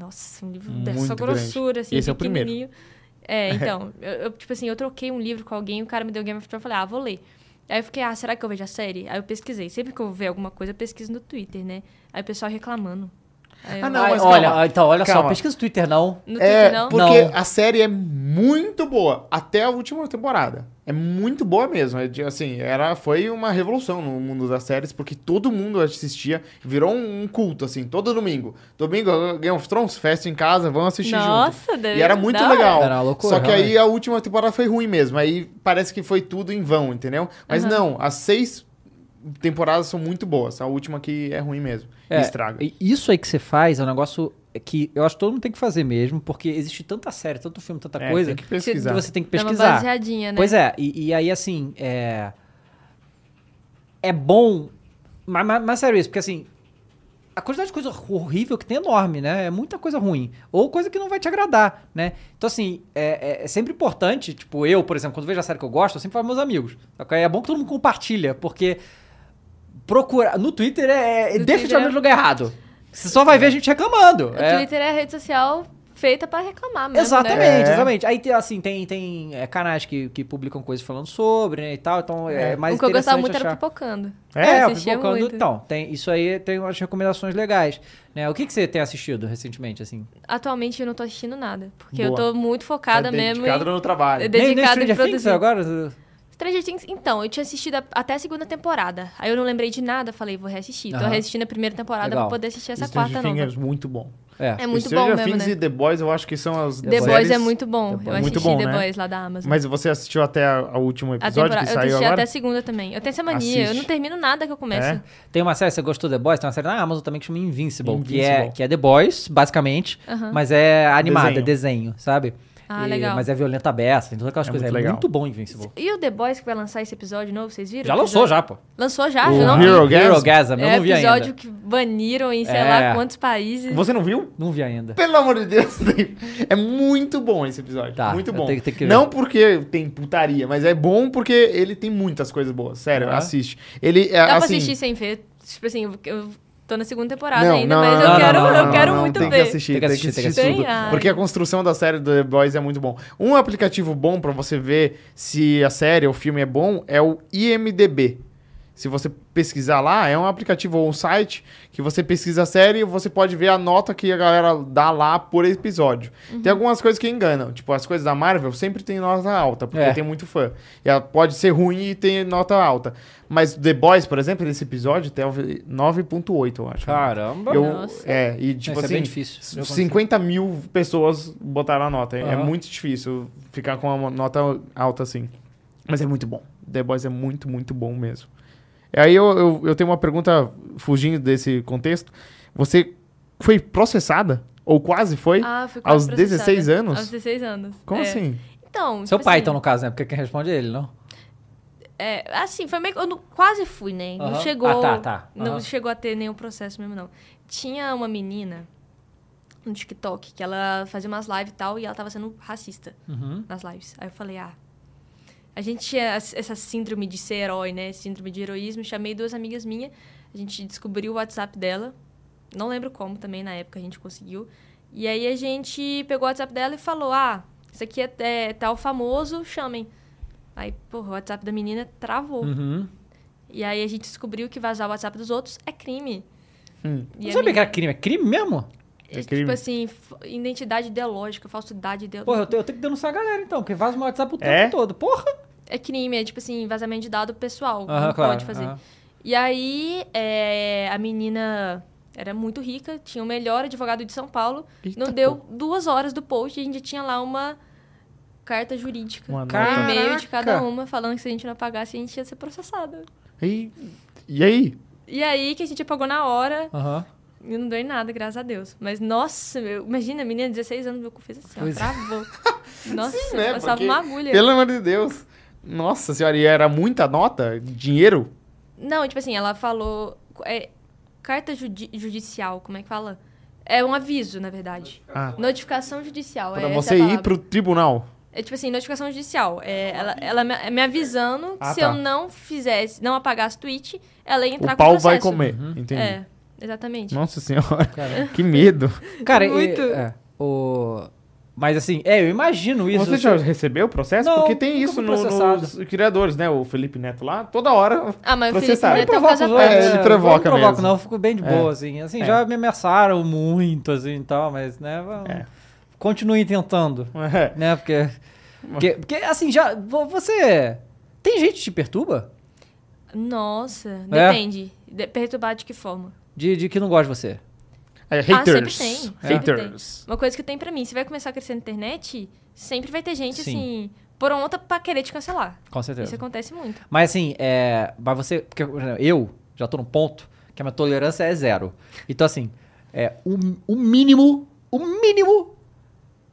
[SPEAKER 3] Nossa, um livro
[SPEAKER 2] Muito
[SPEAKER 3] dessa
[SPEAKER 2] grande.
[SPEAKER 3] grossura, assim,
[SPEAKER 2] Esse é o primeiro.
[SPEAKER 3] pequenininho. É, então, eu, eu, tipo assim, eu troquei um livro com alguém, o cara me deu Game of Thrones, eu falei, ah, vou ler. Aí eu fiquei, ah, será que eu vejo a série? Aí eu pesquisei. Sempre que eu ver alguma coisa, eu pesquiso no Twitter, né? Aí o pessoal reclamando. Aí eu-
[SPEAKER 2] Ah, não,
[SPEAKER 1] Ai,
[SPEAKER 2] mas
[SPEAKER 1] olha,
[SPEAKER 2] calma.
[SPEAKER 1] então, olha só,
[SPEAKER 2] Calma.
[SPEAKER 1] pesquisa no Twitter não.
[SPEAKER 3] No
[SPEAKER 2] É,
[SPEAKER 3] Twitter, não?
[SPEAKER 2] porque
[SPEAKER 1] Não.
[SPEAKER 2] a série é muito boa, até a última temporada. É muito boa mesmo. é de- Assim, era, foi uma revolução no mundo das séries, porque todo mundo assistia, virou um, um culto, assim, todo domingo. Domingo, Game of Thrones, festa em casa, vamos assistir junto.
[SPEAKER 3] Nossa, deve-
[SPEAKER 2] E era muito
[SPEAKER 3] da hora.
[SPEAKER 2] legal.
[SPEAKER 1] Era uma loucura,
[SPEAKER 2] Só que aí
[SPEAKER 1] realmente.
[SPEAKER 2] a última temporada foi ruim mesmo. Aí parece que foi tudo em vão, entendeu? Mas não, as seis temporadas são muito boas. A última que é ruim mesmo. e
[SPEAKER 1] É,
[SPEAKER 2] estraga.
[SPEAKER 1] e Isso aí que você faz é um negócio que eu acho que todo mundo tem que fazer mesmo, porque existe tanta série, tanto filme, tanta
[SPEAKER 2] É,
[SPEAKER 1] coisa
[SPEAKER 2] tem que pesquisar.
[SPEAKER 1] você tem que
[SPEAKER 3] Dá uma
[SPEAKER 1] pesquisar.
[SPEAKER 3] baseadinha, né?
[SPEAKER 1] Pois é, e, e aí assim, é. É bom. Mas, mas, mas sério isso, porque assim. A quantidade de coisa horrível que tem é enorme, né? É muita coisa ruim. Ou coisa que não vai te agradar, né? Então, assim, é, é- é sempre importante, tipo, eu, por exemplo, quando vejo a série que eu gosto, eu sempre falo pros meus amigos. saca? É bom que todo mundo compartilha, porque procurar. No Twitter é, é
[SPEAKER 3] No
[SPEAKER 1] definitivamente
[SPEAKER 3] Twitter é-
[SPEAKER 1] lugar errado. Você só vai ver a gente reclamando.
[SPEAKER 3] O
[SPEAKER 1] é.
[SPEAKER 3] Twitter é a rede social feita pra reclamar mesmo,
[SPEAKER 1] Exatamente,
[SPEAKER 3] né?
[SPEAKER 2] É.
[SPEAKER 1] exatamente. Aí, tem, assim, tem, tem é, canais que, que publicam coisas falando sobre, né, e tal, então é,
[SPEAKER 2] É.
[SPEAKER 1] mais
[SPEAKER 3] o que eu gostava
[SPEAKER 1] interessante
[SPEAKER 3] muito era
[SPEAKER 1] achar.
[SPEAKER 3] Pipocando.
[SPEAKER 1] É,
[SPEAKER 3] eu
[SPEAKER 1] o
[SPEAKER 3] assistia
[SPEAKER 1] Pipocando,
[SPEAKER 3] muito.
[SPEAKER 1] então, tem, isso aí tem umas recomendações legais, né? O que, que você tem assistido recentemente, assim?
[SPEAKER 3] Atualmente eu não tô assistindo nada, porque eu
[SPEAKER 2] Boa.
[SPEAKER 3] tô muito
[SPEAKER 1] Tá
[SPEAKER 3] focada mesmo em...
[SPEAKER 2] Dedicada no trabalho.
[SPEAKER 3] Dedicado
[SPEAKER 1] nem, nem
[SPEAKER 3] em
[SPEAKER 1] Stranger Things
[SPEAKER 3] produzir.
[SPEAKER 1] agora?
[SPEAKER 3] Stranger Things, então, eu tinha assistido a- até a segunda temporada. Aí eu não lembrei de nada, falei, vou reassistir. Tô
[SPEAKER 1] Aham.
[SPEAKER 3] reassistindo a primeira temporada
[SPEAKER 1] Legal.
[SPEAKER 3] pra poder assistir essa
[SPEAKER 2] Stranger
[SPEAKER 3] quarta
[SPEAKER 2] Things
[SPEAKER 3] nova.
[SPEAKER 2] é muito bom.
[SPEAKER 1] É.
[SPEAKER 3] É muito
[SPEAKER 2] Stranger
[SPEAKER 3] bom mesmo,
[SPEAKER 2] Things
[SPEAKER 3] né?
[SPEAKER 2] e The Boys, eu acho que são as
[SPEAKER 3] The Boys
[SPEAKER 2] séries-
[SPEAKER 3] é muito bom.
[SPEAKER 1] The
[SPEAKER 3] Eu
[SPEAKER 1] Boys.
[SPEAKER 2] Muito
[SPEAKER 3] assisti
[SPEAKER 2] bom,
[SPEAKER 3] The
[SPEAKER 2] né?
[SPEAKER 3] Boys lá da Amazon.
[SPEAKER 2] Mas você assistiu até a, a última
[SPEAKER 3] a
[SPEAKER 2] episódio
[SPEAKER 3] temporada,
[SPEAKER 2] que
[SPEAKER 3] eu
[SPEAKER 2] saiu
[SPEAKER 3] assisti
[SPEAKER 2] agora?
[SPEAKER 3] até a segunda também. Eu tenho essa mania, eu não
[SPEAKER 2] Assiste.
[SPEAKER 3] termino nada que eu começo.
[SPEAKER 2] É?
[SPEAKER 1] Tem uma série, você gostou The Boys? Tem uma série na Amazon também que chama Invincible, Que, é,
[SPEAKER 2] Invincible.
[SPEAKER 1] que é The Boys, basicamente,
[SPEAKER 3] Aham.
[SPEAKER 1] mas é animada,
[SPEAKER 2] Desenho.
[SPEAKER 1] é desenho, sabe?
[SPEAKER 3] Ah,
[SPEAKER 1] E-
[SPEAKER 3] legal.
[SPEAKER 1] Mas é violenta beça, tem todas aquelas
[SPEAKER 2] É
[SPEAKER 1] coisas.
[SPEAKER 2] muito
[SPEAKER 1] é
[SPEAKER 2] legal.
[SPEAKER 1] muito bom Invincible.
[SPEAKER 3] E o The Boys que vai lançar esse episódio novo, vocês viram?
[SPEAKER 1] Já
[SPEAKER 3] O
[SPEAKER 1] lançou,
[SPEAKER 3] episódio-
[SPEAKER 1] já, pô.
[SPEAKER 3] Lançou já?
[SPEAKER 2] O
[SPEAKER 3] Eu não vi.
[SPEAKER 2] Hero Gasm?
[SPEAKER 1] Gasm, eu
[SPEAKER 3] É
[SPEAKER 1] não vi
[SPEAKER 3] episódio
[SPEAKER 1] ainda.
[SPEAKER 3] que baniram em sei
[SPEAKER 1] É.
[SPEAKER 3] lá quantos países.
[SPEAKER 2] Você não viu?
[SPEAKER 1] Não vi ainda.
[SPEAKER 2] Pelo amor de Deus, Dave. é muito bom esse episódio.
[SPEAKER 1] Tá,
[SPEAKER 2] muito
[SPEAKER 1] eu
[SPEAKER 2] bom.
[SPEAKER 1] tenho que- tenho que ver.
[SPEAKER 2] não porque tem putaria, mas é bom porque ele tem muitas coisas boas. Sério,
[SPEAKER 1] É?
[SPEAKER 2] assiste. Ele é
[SPEAKER 3] Dá pra
[SPEAKER 2] assim,
[SPEAKER 3] assistir sem ver. Tipo assim, eu- eu tô na segunda temporada
[SPEAKER 2] não,
[SPEAKER 3] ainda,
[SPEAKER 2] não,
[SPEAKER 3] mas
[SPEAKER 2] não,
[SPEAKER 3] eu
[SPEAKER 2] não,
[SPEAKER 3] quero,
[SPEAKER 2] não,
[SPEAKER 3] eu
[SPEAKER 2] não,
[SPEAKER 3] quero
[SPEAKER 2] não,
[SPEAKER 3] muito
[SPEAKER 2] tem
[SPEAKER 3] ver.
[SPEAKER 2] Que assistir, tem que assistir,
[SPEAKER 3] tem ah. que
[SPEAKER 2] tudo.
[SPEAKER 3] assistir.
[SPEAKER 2] Porque a construção da série do The Boys é muito bom. Um aplicativo bom pra você ver se a série ou o filme é bom é o IMDB. Se você pesquisar lá, é um aplicativo ou um site que você pesquisa a série e você pode ver a nota que a galera dá lá por episódio.
[SPEAKER 3] Uhum.
[SPEAKER 2] Tem algumas coisas que enganam. Tipo, as coisas da Marvel sempre tem nota alta, porque
[SPEAKER 1] É.
[SPEAKER 2] tem muito fã. E ela pode ser ruim e tem nota alta. Mas The Boys, por exemplo, nesse episódio, teve 9.8, eu acho.
[SPEAKER 1] Caramba.
[SPEAKER 2] Eu-
[SPEAKER 3] Nossa.
[SPEAKER 2] é, e tipo
[SPEAKER 1] Isso é
[SPEAKER 2] assim,
[SPEAKER 1] bem difícil. Eu
[SPEAKER 2] 50 mil pessoas botaram a nota. É
[SPEAKER 1] Aham.
[SPEAKER 2] muito difícil ficar com uma nota alta assim. Mas é muito bom. The Boys é muito, muito bom mesmo. E aí eu, eu, eu tenho uma pergunta fugindo desse contexto. Você foi processada? Ou quase foi?
[SPEAKER 3] Ah, fui
[SPEAKER 2] Aos
[SPEAKER 3] quase processada.
[SPEAKER 2] 16 anos?
[SPEAKER 3] Aos 16 anos.
[SPEAKER 2] Como
[SPEAKER 3] é.
[SPEAKER 2] assim?
[SPEAKER 3] Então,
[SPEAKER 1] Seu
[SPEAKER 3] tipo
[SPEAKER 1] pai,
[SPEAKER 3] assim,
[SPEAKER 1] então, no caso, né? Porque quem responde é ele, não?
[SPEAKER 3] É, assim, foi meio que- eu não- quase fui, né?
[SPEAKER 1] Aham.
[SPEAKER 3] Não chegou.
[SPEAKER 1] Ah, tá, tá. Aham.
[SPEAKER 3] Não chegou a ter nenhum processo mesmo, não. Tinha uma menina no TikTok que ela fazia umas lives e tal, e ela tava sendo racista
[SPEAKER 1] Uhum.
[SPEAKER 3] nas lives. Aí eu falei, ah. A gente tinha as- essa síndrome de ser herói, né? Síndrome de heroísmo. Chamei duas amigas minhas. A gente descobriu o WhatsApp dela. Não lembro como também, na época a gente conseguiu. E aí a gente pegou o WhatsApp dela e falou: Ah, isso aqui é, é tal famoso, chamem. Aí, porra, o WhatsApp da menina travou.
[SPEAKER 1] Uhum.
[SPEAKER 3] E aí a gente descobriu que vazar o WhatsApp dos outros é crime.
[SPEAKER 2] Hum.
[SPEAKER 3] E
[SPEAKER 1] não sabia
[SPEAKER 3] a
[SPEAKER 1] que
[SPEAKER 3] menina-
[SPEAKER 1] era crime. É crime mesmo?
[SPEAKER 2] É
[SPEAKER 3] Tipo
[SPEAKER 2] crime.
[SPEAKER 3] assim, f- identidade ideológica, falsidade
[SPEAKER 1] Porra,
[SPEAKER 3] ideológica.
[SPEAKER 1] eu, te- eu tenho que denunciar a galera, então, porque vaza o meu WhatsApp o tempo
[SPEAKER 2] É?
[SPEAKER 1] todo. Porra!
[SPEAKER 3] É crime, é tipo assim, vazamento de dado pessoal.
[SPEAKER 1] Aham,
[SPEAKER 3] não
[SPEAKER 1] claro,
[SPEAKER 3] pode fazer.
[SPEAKER 1] aham.
[SPEAKER 3] E aí, é, a menina era muito rica, tinha o melhor advogado de São Paulo.
[SPEAKER 2] Eita,
[SPEAKER 3] não deu duas horas do post e a gente tinha lá uma carta jurídica.
[SPEAKER 2] Uma
[SPEAKER 3] um
[SPEAKER 2] nota.
[SPEAKER 3] e-mail de cada
[SPEAKER 1] Caraca!
[SPEAKER 3] uma falando que se a gente não pagasse, a gente ia ser processada.
[SPEAKER 2] E, e aí?
[SPEAKER 3] E aí que a gente apagou na hora
[SPEAKER 1] Aham.
[SPEAKER 3] e não deu em nada, graças a Deus. Mas, nossa, meu, imagina, a menina de 16 anos, meu cu fez assim, ó,
[SPEAKER 1] Pois é.
[SPEAKER 3] travou. Nossa,
[SPEAKER 2] Sim, né?
[SPEAKER 3] passava
[SPEAKER 2] Porque,
[SPEAKER 3] uma agulha.
[SPEAKER 2] Pelo amor de Deus. Nossa senhora, e era muita nota? Dinheiro?
[SPEAKER 3] Não, tipo assim, ela falou. é, carta judi- judicial, como é que fala? É um aviso, na verdade.
[SPEAKER 2] Ah.
[SPEAKER 3] Notificação judicial.
[SPEAKER 2] Pra
[SPEAKER 3] é, essa
[SPEAKER 2] você
[SPEAKER 3] é a
[SPEAKER 2] ir
[SPEAKER 3] palavra.
[SPEAKER 2] pro tribunal.
[SPEAKER 3] É tipo assim, notificação judicial. É, ela ela me, me avisando que
[SPEAKER 2] Ah,
[SPEAKER 3] se
[SPEAKER 2] tá.
[SPEAKER 3] eu não fizesse, não apagasse o tweet, ela ia entrar
[SPEAKER 2] o pau
[SPEAKER 3] com o
[SPEAKER 2] vai
[SPEAKER 3] processo.
[SPEAKER 2] Uhum. comer. Entendi.
[SPEAKER 3] É. Exatamente.
[SPEAKER 2] Nossa senhora,
[SPEAKER 1] Cara.
[SPEAKER 2] que medo.
[SPEAKER 1] Cara, e-
[SPEAKER 3] Muito.
[SPEAKER 1] é, o... Mas assim, é, eu imagino isso.
[SPEAKER 2] Você já recebeu o processo?
[SPEAKER 1] Não,
[SPEAKER 2] Porque tem
[SPEAKER 1] nunca
[SPEAKER 2] isso
[SPEAKER 1] fui
[SPEAKER 2] no-
[SPEAKER 1] processado.
[SPEAKER 2] nos criadores, né? O Felipe Neto lá, toda hora.
[SPEAKER 3] Ah, mas o Felipe
[SPEAKER 2] Processar.
[SPEAKER 1] Eu
[SPEAKER 3] Neto é um
[SPEAKER 1] provoco os
[SPEAKER 3] caso à
[SPEAKER 1] outros,
[SPEAKER 3] parte.
[SPEAKER 2] É, ele
[SPEAKER 1] né?
[SPEAKER 2] provoca
[SPEAKER 1] Eu não provoco,
[SPEAKER 2] mesmo.
[SPEAKER 1] não. Eu fico bem de
[SPEAKER 2] É.
[SPEAKER 1] boa, assim. Assim,
[SPEAKER 2] É.
[SPEAKER 1] já me ameaçaram muito, assim, e tal, mas, né, vamos-
[SPEAKER 2] É.
[SPEAKER 1] Continuem tentando,
[SPEAKER 2] É.
[SPEAKER 1] né, porque... Porque, porque, assim, já... vo- Você... Tem gente que te perturba?
[SPEAKER 3] Nossa,
[SPEAKER 1] É?
[SPEAKER 3] depende. De- perturbar de que forma?
[SPEAKER 1] De, de que não gosta de você?
[SPEAKER 2] É, haters.
[SPEAKER 3] Ah, sempre tem, sempre
[SPEAKER 2] haters.
[SPEAKER 3] Uma coisa que tem pra mim, você vai começar a crescer na internet, sempre vai ter gente,
[SPEAKER 1] Sim.
[SPEAKER 3] assim, pronta pra querer te cancelar.
[SPEAKER 1] Com
[SPEAKER 2] É.
[SPEAKER 1] certeza.
[SPEAKER 3] Isso acontece muito.
[SPEAKER 1] Mas assim, é. Mas você. Porque por exemplo, eu já tô num ponto que a minha tolerância é zero. Então, assim, é, o, o mínimo. O mínimo.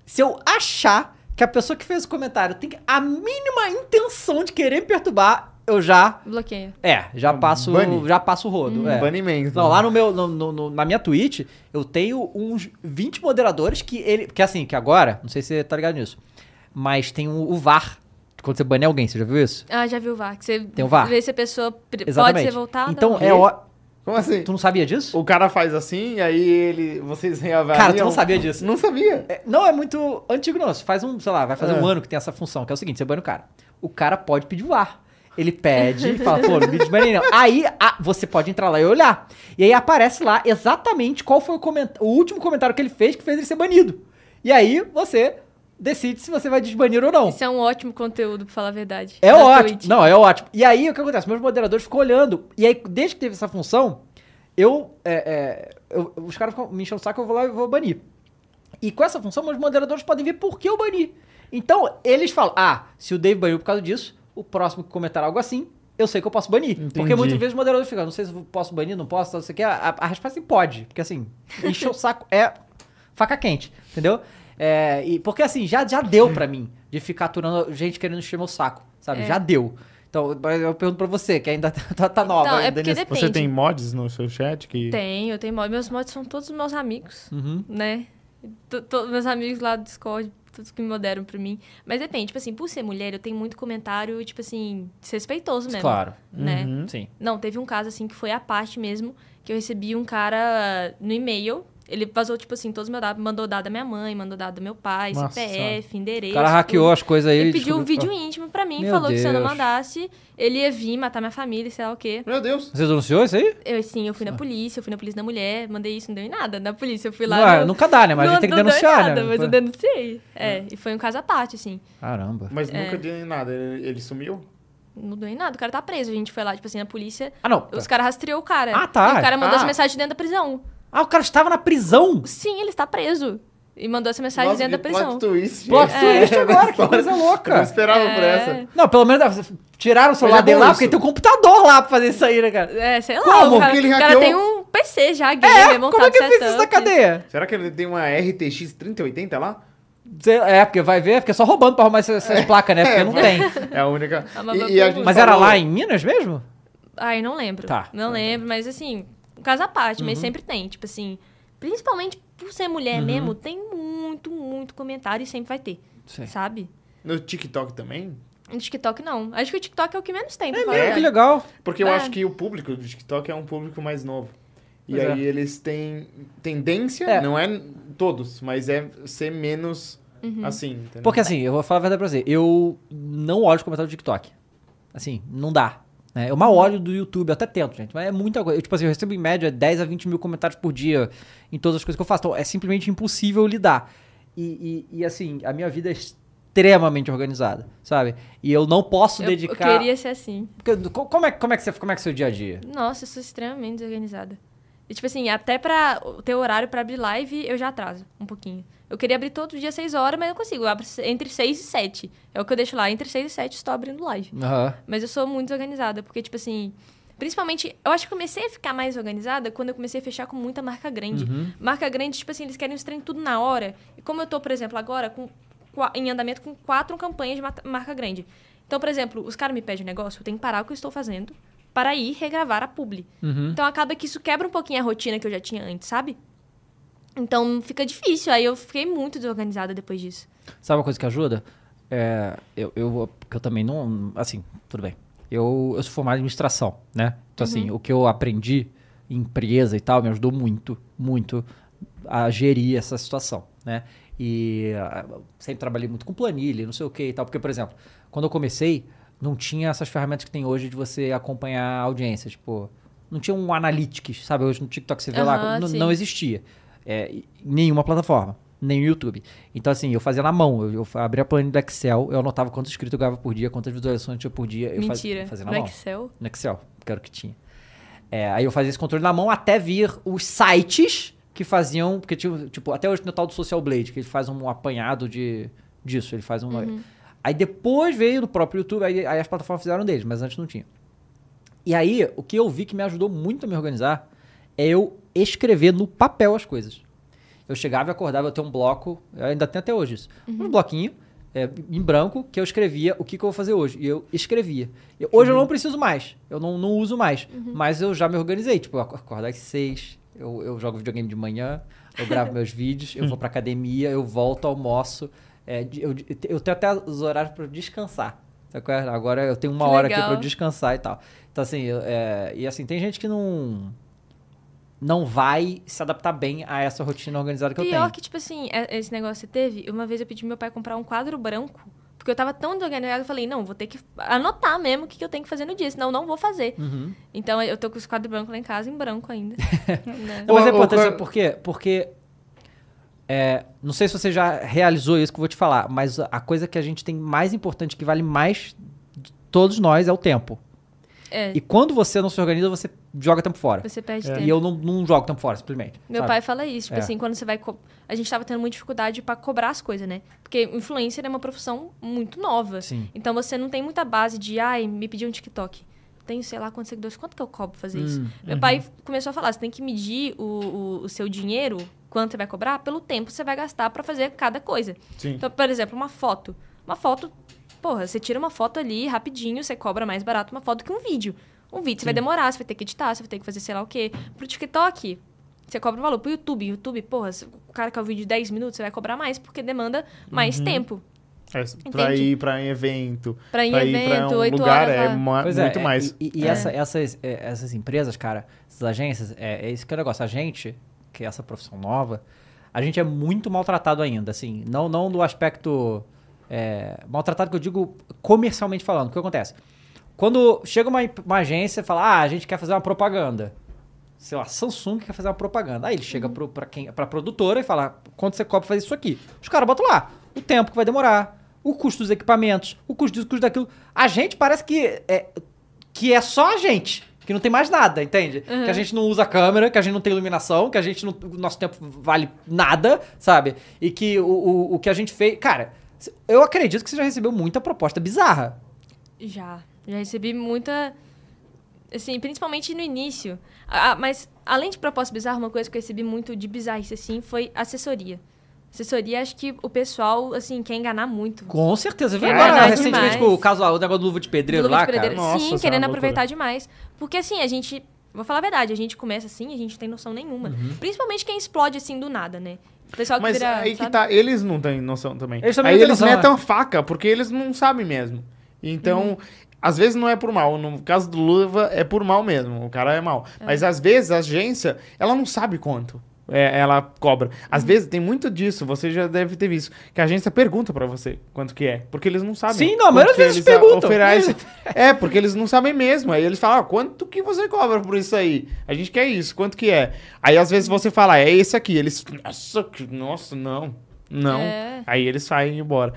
[SPEAKER 1] Se eu achar que a pessoa que fez o comentário tem a mínima intenção de querer me perturbar, eu já.
[SPEAKER 3] Bloqueia.
[SPEAKER 1] É, já passo.
[SPEAKER 2] bane. Hum.
[SPEAKER 1] Já passo o rodo. é.
[SPEAKER 2] Banimento. né?
[SPEAKER 1] Não, lá no meu, no- no- no- na minha Twitch, eu tenho uns 20 moderadores que ele. Que assim, que agora, não sei se você tá ligado nisso, mas tem o, o VAR. Quando você bane alguém, você já viu isso?
[SPEAKER 3] Ah, já viu o VAR. Que você
[SPEAKER 1] Tem o VAR.
[SPEAKER 3] Vê se a pessoa pr- pode
[SPEAKER 1] Exatamente.
[SPEAKER 3] ser voltada.
[SPEAKER 1] Então,
[SPEAKER 2] E-
[SPEAKER 1] é ó-
[SPEAKER 2] Como assim?
[SPEAKER 1] Tu não sabia disso?
[SPEAKER 2] O cara faz assim, aí ele. Vocês reavaliam.
[SPEAKER 1] Cara, tu não sabia disso.
[SPEAKER 2] Não sabia.
[SPEAKER 1] É, não, é muito antigo, não. Isso Faz um, sei lá, vai fazer um
[SPEAKER 2] É.
[SPEAKER 1] ano que tem essa função, que é o seguinte: você banha o cara. O cara pode pedir o ar. Ele pede e fala, pô, não me desbanei não. Aí a- você pode entrar lá e olhar. E aí aparece lá exatamente qual foi o, comenta- o último comentário que ele fez que fez ele ser banido. E aí você decide se você vai desbanir ou não.
[SPEAKER 3] Isso é um ótimo conteúdo, pra falar a verdade.
[SPEAKER 1] É
[SPEAKER 3] Na
[SPEAKER 1] ótimo.
[SPEAKER 3] Twitch.
[SPEAKER 1] Não, é ótimo. E aí, o que acontece? Meus moderadores ficam olhando. E aí, desde que teve essa função, eu... é, é, eu- os caras ficam me enchendo o saco, eu vou lá e vou banir. E com essa função, meus moderadores podem ver por que eu bani. Então, eles falam, ah, se o Dave baniu por causa disso, o próximo que comentar algo assim, eu sei que eu posso banir. Porque
[SPEAKER 2] Entendi.
[SPEAKER 1] muitas vezes o moderador fica, não sei se eu posso banir, não posso, não sei o que. A, a resposta é pode. Porque assim, encher o saco é faca quente, entendeu? É, e, porque assim, já, já deu pra mim de ficar aturando gente querendo encher meu saco, sabe?
[SPEAKER 3] É.
[SPEAKER 1] Já deu. Então, mas eu pergunto pra você, que ainda tá, tá- tá nova.
[SPEAKER 3] Então, é
[SPEAKER 1] ainda
[SPEAKER 3] porque
[SPEAKER 1] nesse-
[SPEAKER 3] depende. Você tem
[SPEAKER 2] mods no seu chat que.
[SPEAKER 3] Tenho, tenho mod. Meus mods são todos meus amigos,
[SPEAKER 1] Uhum.
[SPEAKER 3] né? To- to- meus amigos lá do Discord, todos que me moderam pra mim. Mas depende, tipo assim, por ser mulher, eu tenho muito comentário, tipo assim, desrespeitoso mesmo.
[SPEAKER 1] Claro.
[SPEAKER 3] Né?
[SPEAKER 2] Uhum.
[SPEAKER 1] Sim.
[SPEAKER 3] Não, teve um caso, assim, que foi a parte mesmo, que eu recebi um cara no e-mail. Ele vazou, tipo assim, todos os meus dados. Mandou dado da minha mãe, mandou dado do meu pai,
[SPEAKER 2] Nossa
[SPEAKER 3] CPF, endereço.
[SPEAKER 1] O cara hackeou as coisas aí.
[SPEAKER 3] Ele,
[SPEAKER 1] e
[SPEAKER 3] pediu um
[SPEAKER 1] descobriu- Ah.
[SPEAKER 3] vídeo íntimo pra mim,
[SPEAKER 1] Meu
[SPEAKER 3] falou que se eu não
[SPEAKER 1] Deus.
[SPEAKER 3] mandasse, ele ia vir matar minha família, sei lá o quê.
[SPEAKER 2] Meu Deus.
[SPEAKER 1] Você denunciou isso aí?
[SPEAKER 3] Eu, sim, eu fui na polícia, eu fui na polícia da mulher, mandei isso, não deu em nada. Na polícia, eu fui lá.
[SPEAKER 1] Não,
[SPEAKER 3] não-
[SPEAKER 1] nunca dá, né? Mas a
[SPEAKER 3] não-
[SPEAKER 1] gente tem que
[SPEAKER 3] não deu em
[SPEAKER 1] denunciar,
[SPEAKER 3] nada,
[SPEAKER 1] né?
[SPEAKER 3] Mas eu denunciei. É, e foi um caso à parte, assim.
[SPEAKER 1] Caramba.
[SPEAKER 2] Mas
[SPEAKER 3] É.
[SPEAKER 2] nunca deu em nada. Ele, ele sumiu?
[SPEAKER 3] Não deu em nada, o cara tá preso. A gente foi lá, tipo assim, na polícia.
[SPEAKER 1] Ah, não.
[SPEAKER 3] Os caras rastreou o cara.
[SPEAKER 1] Ah, tá.
[SPEAKER 3] E o cara mandou
[SPEAKER 2] Ah.
[SPEAKER 3] essa mensagem dentro da prisão.
[SPEAKER 1] Ah, o cara estava na prisão?
[SPEAKER 3] Sim, ele está preso. E mandou essa mensagem
[SPEAKER 2] Nossa,
[SPEAKER 3] dentro da
[SPEAKER 2] que
[SPEAKER 3] prisão.
[SPEAKER 2] Plot twist.
[SPEAKER 1] Plot
[SPEAKER 2] gente.
[SPEAKER 1] twist agora, que
[SPEAKER 2] História.
[SPEAKER 1] coisa louca.
[SPEAKER 2] Eu não esperava por
[SPEAKER 3] É,
[SPEAKER 2] essa.
[SPEAKER 1] Não, pelo menos tiraram o celular
[SPEAKER 2] Mas é bom
[SPEAKER 1] dele lá,
[SPEAKER 2] isso.
[SPEAKER 1] porque tem um computador lá pra fazer isso aí, né, cara?
[SPEAKER 3] é, sei lá.
[SPEAKER 1] Como
[SPEAKER 3] O cara,
[SPEAKER 2] que ele
[SPEAKER 3] o cara
[SPEAKER 2] hackeou?
[SPEAKER 3] tem um PC já, gamer,
[SPEAKER 1] É,
[SPEAKER 3] montado
[SPEAKER 1] como é que eu fiz isso da
[SPEAKER 3] setup.
[SPEAKER 1] cadeia?
[SPEAKER 2] Será que ele tem uma RTX 3080 lá?
[SPEAKER 1] Sei- É, porque vai ver, porque é só roubando pra arrumar essas, essas placas, né? Porque não tem.
[SPEAKER 2] É a única.
[SPEAKER 3] É uma
[SPEAKER 2] E-
[SPEAKER 3] boa
[SPEAKER 2] e a
[SPEAKER 3] pergunta.
[SPEAKER 2] gente
[SPEAKER 1] Mas era
[SPEAKER 2] falou-
[SPEAKER 1] lá em Minas mesmo?
[SPEAKER 3] Ai, não lembro.
[SPEAKER 1] Tá. Uhum.
[SPEAKER 3] Não lembro, mas assim, um caso à parte, mas sempre tem. Tipo assim, principalmente por ser mulher mesmo, tem muito, muito comentário e sempre vai ter.
[SPEAKER 1] Sei.
[SPEAKER 3] Sabe?
[SPEAKER 2] No TikTok também?
[SPEAKER 3] No TikTok, não. Acho que o TikTok é o que menos tem, pra
[SPEAKER 1] É
[SPEAKER 3] falar a
[SPEAKER 1] mesmo, que
[SPEAKER 3] verdade.
[SPEAKER 1] legal.
[SPEAKER 2] Porque eu
[SPEAKER 3] É.
[SPEAKER 2] acho que o público do TikTok é um público mais novo. E
[SPEAKER 3] é.
[SPEAKER 1] Pois
[SPEAKER 2] aí eles têm tendência,
[SPEAKER 1] É.
[SPEAKER 2] não é todos, mas é ser menos
[SPEAKER 3] Uhum.
[SPEAKER 2] assim, entendeu?
[SPEAKER 1] Porque assim, eu vou falar a verdade pra você. Eu não olho os comentários do TikTok. Assim, não dá. né? Eu mal olho do YouTube, eu até tento, gente. Mas é muita coisa. Eu, tipo assim, eu recebo em média 10 a 20 mil comentários por dia em todas as coisas que eu faço. Então é simplesmente impossível lidar. E, e- e, assim, a minha vida é extremamente organizada, sabe? E eu não posso
[SPEAKER 3] Eu, eu
[SPEAKER 1] dedicar.
[SPEAKER 3] queria ser assim.
[SPEAKER 1] Porque co- como, é, como é que você como é que é o seu dia a dia?
[SPEAKER 3] Nossa, eu sou extremamente desorganizada. E, tipo assim, até pra ter horário pra abrir live, eu já atraso um pouquinho. Eu queria abrir todo dia às 6 horas, mas eu consigo. Eu abro entre 6 e 7. É o que eu deixo lá. Entre 6 e 7 estou abrindo live.
[SPEAKER 1] Aham.
[SPEAKER 3] Mas eu sou muito desorganizada, porque, tipo assim. Principalmente, eu acho que comecei a ficar mais organizada quando eu comecei a fechar com muita marca grande.
[SPEAKER 1] Uhum.
[SPEAKER 3] Marca grande, tipo assim, eles querem os trem tudo na hora. E como eu tô, por exemplo, agora com, qua- em andamento com quatro campanhas de mata- marca grande. Então, por exemplo, os caras me pedem um negócio, eu tenho que parar o que eu estou fazendo para ir regravar a publi.
[SPEAKER 1] Uhum.
[SPEAKER 3] Então acaba que isso quebra um pouquinho a rotina que eu já tinha antes, sabe? Então fica difícil. Aí eu fiquei muito desorganizada depois disso.
[SPEAKER 1] Sabe uma coisa que ajuda? É, eu, eu, que eu também
[SPEAKER 3] Uhum.
[SPEAKER 1] não. Assim, tudo bem. Eu, eu sou formado em administração, né? Então, assim, o que eu aprendi em empresa e tal, me ajudou muito, muito a gerir essa situação, né? E ah, sempre trabalhei muito com planilha, não sei o que e tal, porque, por exemplo, quando eu comecei, não tinha essas ferramentas que tem hoje de você acompanhar a audiência, tipo, não tinha um analytics, sabe? Hoje no TikTok você vê lá,
[SPEAKER 3] Aham,
[SPEAKER 1] não,
[SPEAKER 3] sim.
[SPEAKER 1] não existia é, em nenhuma plataforma, nem o YouTube. Então, assim, eu fazia na mão, eu, eu abria a planilha do Excel, eu anotava quantos inscritos eu ganhava por dia, quantas visualizações eu tinha por dia, eu faz-
[SPEAKER 3] Mentira. é
[SPEAKER 1] fazia na
[SPEAKER 3] no
[SPEAKER 1] mão
[SPEAKER 3] Excel.
[SPEAKER 1] no Excel, que era o que tinha. É, aí eu fazia esse controle na mão até vir os sites que faziam. Porque, tinha, tipo, até hoje tem o tal do Social Blade, que ele faz um apanhado de, disso. Ele faz uma.
[SPEAKER 3] Uhum.
[SPEAKER 1] Aí depois veio do próprio YouTube, aí, aí as plataformas fizeram deles, mas antes não tinha. E aí, o que eu vi que me ajudou muito a me organizar é eu escrever no papel as coisas. Eu chegava e acordava, eu tenho um bloco, eu ainda tem até hoje isso, um bloquinho é, em branco que eu escrevia o que, que eu vou fazer hoje. E eu escrevia. E hoje eu não preciso mais, eu não, não uso mais, mas eu já me organizei. Tipo, eu ac- acordo às seis, eu, eu jogo videogame de manhã, eu gravo meus vídeos, eu vou pra academia, eu volto, almoço. É, de- eu, eu tenho até os horários para descansar. sabe qual é? Agora eu tenho uma
[SPEAKER 3] Que
[SPEAKER 1] hora aqui
[SPEAKER 3] legal.
[SPEAKER 1] pra eu descansar e tal. Então, assim, eu- é, e assim, tem gente que não não vai se adaptar bem a essa rotina organizada que eu
[SPEAKER 3] Pior
[SPEAKER 1] tenho.
[SPEAKER 3] que, tipo assim, é- esse negócio que teve, uma vez eu pedi pro meu pai comprar um quadro branco. Porque eu tava tão desorganizada, eu falei, não, vou ter que anotar mesmo o que, que eu tenho que fazer no dia, senão eu não vou fazer.
[SPEAKER 1] Uhum.
[SPEAKER 3] Então eu tô com os quadros brancos lá em casa, em branco ainda. Né?
[SPEAKER 1] Não, mas é
[SPEAKER 2] Ô, ô,
[SPEAKER 1] importante, sabe
[SPEAKER 2] Cor-
[SPEAKER 1] por quê? Porque. é, não sei se você já realizou isso que eu vou te falar, mas a coisa que a gente tem mais importante, que vale mais de todos nós, é o tempo.
[SPEAKER 3] É,
[SPEAKER 1] E quando você não se organiza, você joga tempo fora.
[SPEAKER 3] você perde
[SPEAKER 1] É. E
[SPEAKER 3] tempo.
[SPEAKER 1] eu não, não jogo tempo fora, simplesmente.
[SPEAKER 3] Meu
[SPEAKER 1] sabe?
[SPEAKER 3] pai fala isso, tipo
[SPEAKER 1] É.
[SPEAKER 3] assim, quando você vai. co- A gente tava tendo muita dificuldade pra cobrar as coisas, né? Porque influencer é uma profissão muito nova.
[SPEAKER 1] Sim.
[SPEAKER 3] Então você não tem muita base de, ai, me pediu um TikTok. Tenho, sei lá, quantos seguidores, quanto que eu cobro fazer isso?
[SPEAKER 1] Hum,
[SPEAKER 2] Uhum.
[SPEAKER 3] Meu pai começou a falar, você tem que medir o, o, o seu dinheiro, quanto você vai cobrar, pelo tempo que você vai gastar pra fazer cada coisa.
[SPEAKER 2] Sim.
[SPEAKER 3] Então, por exemplo, uma foto. Uma foto, porra, você tira uma foto ali rapidinho, você cobra mais barato uma foto que um vídeo. Um vídeo você vai demorar, você vai ter que editar, você vai ter que fazer sei lá o quê. Pro TikTok, você cobra um valor. Pro YouTube, YouTube, porra, se o cara quer o vídeo de 10 minutos, você vai cobrar mais, porque demanda mais
[SPEAKER 2] Uhum.
[SPEAKER 3] tempo.
[SPEAKER 2] É, pra
[SPEAKER 3] Entendi.
[SPEAKER 2] ir pra um evento.
[SPEAKER 3] Pra ir em
[SPEAKER 2] pra ir pra
[SPEAKER 3] evento,
[SPEAKER 2] um
[SPEAKER 3] oito
[SPEAKER 2] lugar
[SPEAKER 3] horas.
[SPEAKER 2] é,
[SPEAKER 3] lá.
[SPEAKER 2] ma-
[SPEAKER 1] Pois é,
[SPEAKER 2] muito
[SPEAKER 1] é,
[SPEAKER 2] mais.
[SPEAKER 1] E, e essa- essas, é, essas empresas, cara, essas agências, é, é isso que é o negócio. A gente, que é essa profissão nova, a gente é muito maltratado ainda, assim. Não, não do aspecto. é, maltratado que eu digo comercialmente falando. O que acontece? Quando chega uma, imp- uma agência e fala, ah, a gente quer fazer uma propaganda. Sei lá, Samsung quer fazer uma propaganda. Aí ele chega
[SPEAKER 3] Uhum.
[SPEAKER 1] pro, pra, quem, pra produtora e fala, quanto você cobra pra fazer isso aqui? Os caras botam lá o tempo que vai demorar, o custo dos equipamentos, o custo disso, o custo daquilo. A gente parece que é, que é só a gente, que não tem mais nada, entende?
[SPEAKER 3] Uhum.
[SPEAKER 1] Que a gente não usa câmera, que a gente não tem iluminação, que a gente não, o nosso tempo vale nada, sabe? E que o, o, o que a gente fez... Cara, se- eu acredito que você já recebeu muita proposta bizarra.
[SPEAKER 3] Já. Já recebi muita. Assim, principalmente no início. Ah, ah, mas, além de proposta bizarra, uma coisa que eu recebi muito de bizarrice, assim, foi assessoria. Assessoria, acho que o pessoal, assim, quer enganar muito.
[SPEAKER 1] Com certeza. Viu
[SPEAKER 2] É
[SPEAKER 1] agora,
[SPEAKER 2] verdade
[SPEAKER 1] recentemente,
[SPEAKER 3] demais.
[SPEAKER 1] com o caso lá, o negócio do luva de pedreiro
[SPEAKER 3] Luva
[SPEAKER 1] lá,
[SPEAKER 3] de pedreiro.
[SPEAKER 1] cara.
[SPEAKER 2] Nossa,
[SPEAKER 3] Sim,
[SPEAKER 2] isso é uma
[SPEAKER 3] querendo
[SPEAKER 2] loucura.
[SPEAKER 3] aproveitar demais. Porque, assim, a gente... Vou falar a verdade, a gente começa assim, a gente não tem noção nenhuma. Principalmente quem explode, assim, do nada, né? O pessoal que
[SPEAKER 2] Uhum. Mas
[SPEAKER 3] vira...
[SPEAKER 2] aí que
[SPEAKER 3] sabe?
[SPEAKER 2] tá, eles não têm noção também.
[SPEAKER 1] Eles também
[SPEAKER 2] aí
[SPEAKER 1] não têm
[SPEAKER 2] eles
[SPEAKER 1] noção, é.
[SPEAKER 2] metem a faca, porque eles não sabem mesmo. Então, às vezes não é por mal. No caso do Luva, é por mal mesmo. O cara é mal. Mas às vezes a agência, ela não sabe quanto. é, ela cobra. Às vezes tem muito disso, você já deve ter visto. Que a agência pergunta pra você quanto que é. Porque eles não sabem.
[SPEAKER 1] Sim, não, a maioria
[SPEAKER 2] quanto
[SPEAKER 1] das vezes
[SPEAKER 2] que eles
[SPEAKER 1] perguntam.
[SPEAKER 2] oferecem. É, porque eles não sabem mesmo. Aí eles falam, ah, quanto que você cobra por isso aí? A gente quer isso, quanto que é? Aí às vezes você fala, é esse aqui. Eles, nossa, que- nossa não, não.
[SPEAKER 3] É.
[SPEAKER 2] Aí eles saem embora.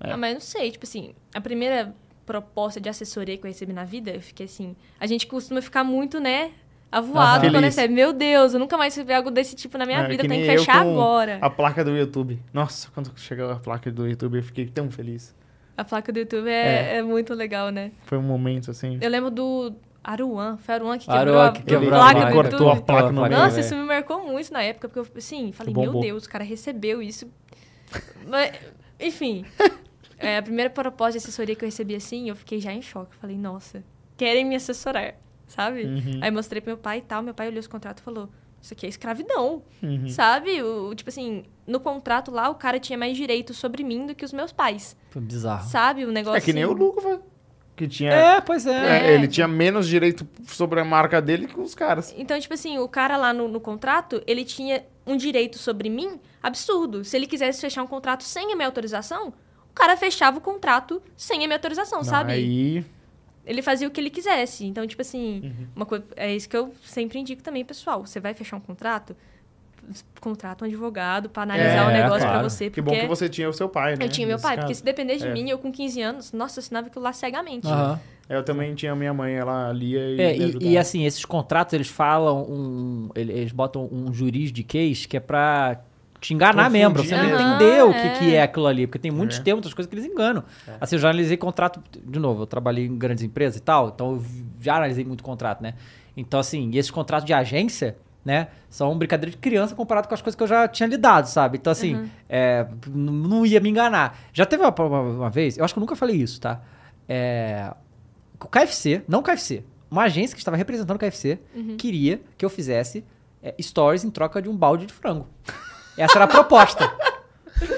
[SPEAKER 2] É.
[SPEAKER 3] Ah, mas não sei, tipo assim, a primeira proposta de assessoria que eu recebi na vida, eu fiquei assim. A gente costuma ficar muito, né?
[SPEAKER 2] Aham.
[SPEAKER 3] Avoado quando
[SPEAKER 2] Feliz.
[SPEAKER 3] recebe. Meu Deus, eu nunca mais recebi algo desse tipo na minha
[SPEAKER 2] É,
[SPEAKER 3] vida,
[SPEAKER 2] que
[SPEAKER 3] eu tenho que
[SPEAKER 2] nem eu
[SPEAKER 3] fechar
[SPEAKER 2] com
[SPEAKER 3] agora.
[SPEAKER 2] A placa do YouTube. Nossa, quando chegou a placa do YouTube, eu fiquei tão feliz.
[SPEAKER 3] A... placa do YouTube é, é muito legal, né?
[SPEAKER 2] Foi um momento assim.
[SPEAKER 3] Eu lembro do Aruan, foi Aruan que quebrou
[SPEAKER 1] Aroa
[SPEAKER 3] a
[SPEAKER 1] que
[SPEAKER 2] quebrou
[SPEAKER 1] quebrou né?
[SPEAKER 2] a
[SPEAKER 3] placa
[SPEAKER 2] placa,
[SPEAKER 3] do
[SPEAKER 2] cortou
[SPEAKER 3] YouTube.
[SPEAKER 2] a placa no meio,
[SPEAKER 3] Nossa, isso me marcou muito na época, porque eu, assim, falei, meu
[SPEAKER 2] Bombou.
[SPEAKER 3] Deus, o cara recebeu isso. Mas, enfim, é, a primeira proposta de assessoria que eu recebi, assim, eu fiquei já em choque. Falei, nossa, querem me assessorar, sabe? Aí mostrei pro meu pai e tal, meu pai olhou os contratos e falou, isso aqui é escravidão,
[SPEAKER 2] Uhum.
[SPEAKER 3] sabe? O, o- tipo assim, no contrato lá,
[SPEAKER 1] é
[SPEAKER 3] o cara tinha mais direito sobre mim do Ah. É que os meus pais,
[SPEAKER 1] Foi bizarro.
[SPEAKER 3] sabe? O negócio...
[SPEAKER 2] É que nem o Luva. que tinha.
[SPEAKER 1] É, pois é.
[SPEAKER 2] é, ele tinha menos direito sobre a marca dele que os caras.
[SPEAKER 3] Então, tipo assim, o cara lá no, no contrato, ele tinha um direito sobre mim absurdo. Se ele quisesse fechar um contrato sem a minha autorização, o cara fechava o contrato sem a minha autorização, sabe?
[SPEAKER 2] Aí.
[SPEAKER 3] Ele fazia o que ele quisesse. Então, tipo assim,
[SPEAKER 2] Uhum.
[SPEAKER 3] uma coisa, é isso que eu sempre indico também, pessoal. Você vai fechar um contrato, contrata um advogado pra analisar
[SPEAKER 2] É,
[SPEAKER 3] o negócio pra
[SPEAKER 1] claro.
[SPEAKER 3] você.
[SPEAKER 2] Que
[SPEAKER 3] Porque
[SPEAKER 2] bom que você tinha o seu pai, né?
[SPEAKER 3] eu tinha meu
[SPEAKER 2] nesse
[SPEAKER 3] pai.
[SPEAKER 2] caso.
[SPEAKER 3] Porque se depender de
[SPEAKER 2] É.
[SPEAKER 3] mim, eu com 15 anos, nossa, eu assinava aquilo lá cegamente.
[SPEAKER 1] Aham.
[SPEAKER 2] Eu também tinha minha mãe, ela lia e.
[SPEAKER 1] É,
[SPEAKER 2] me
[SPEAKER 1] e,
[SPEAKER 2] ajudava.
[SPEAKER 1] e, assim, esses contratos, eles falam um. ele- Eles botam um juris de case que é pra te enganar
[SPEAKER 2] Confundir
[SPEAKER 1] mesmo, pra você não
[SPEAKER 2] mesmo.
[SPEAKER 1] entender o que,
[SPEAKER 3] Aham,
[SPEAKER 1] que
[SPEAKER 3] é.
[SPEAKER 1] é aquilo ali. Porque tem muitos
[SPEAKER 2] É.
[SPEAKER 1] termos, outras coisas que eles enganam. Assim, eu já analisei contrato, de novo, eu trabalhei em grandes empresas e tal, então eu vi- já analisei muito contrato, né? Então, assim, e esses contratos de agência, né, são brincadeira de criança comparado com as coisas que eu já tinha lidado, sabe? Então, assim, é, n- não ia me enganar. Já teve uma, uma- uma vez, eu acho que eu nunca falei isso, tá? É, o KFC, não o KFC, uma agência que estava representando o KFC
[SPEAKER 3] Uhum.
[SPEAKER 1] queria que eu fizesse é, stories em troca de um balde de frango. Essa era a proposta.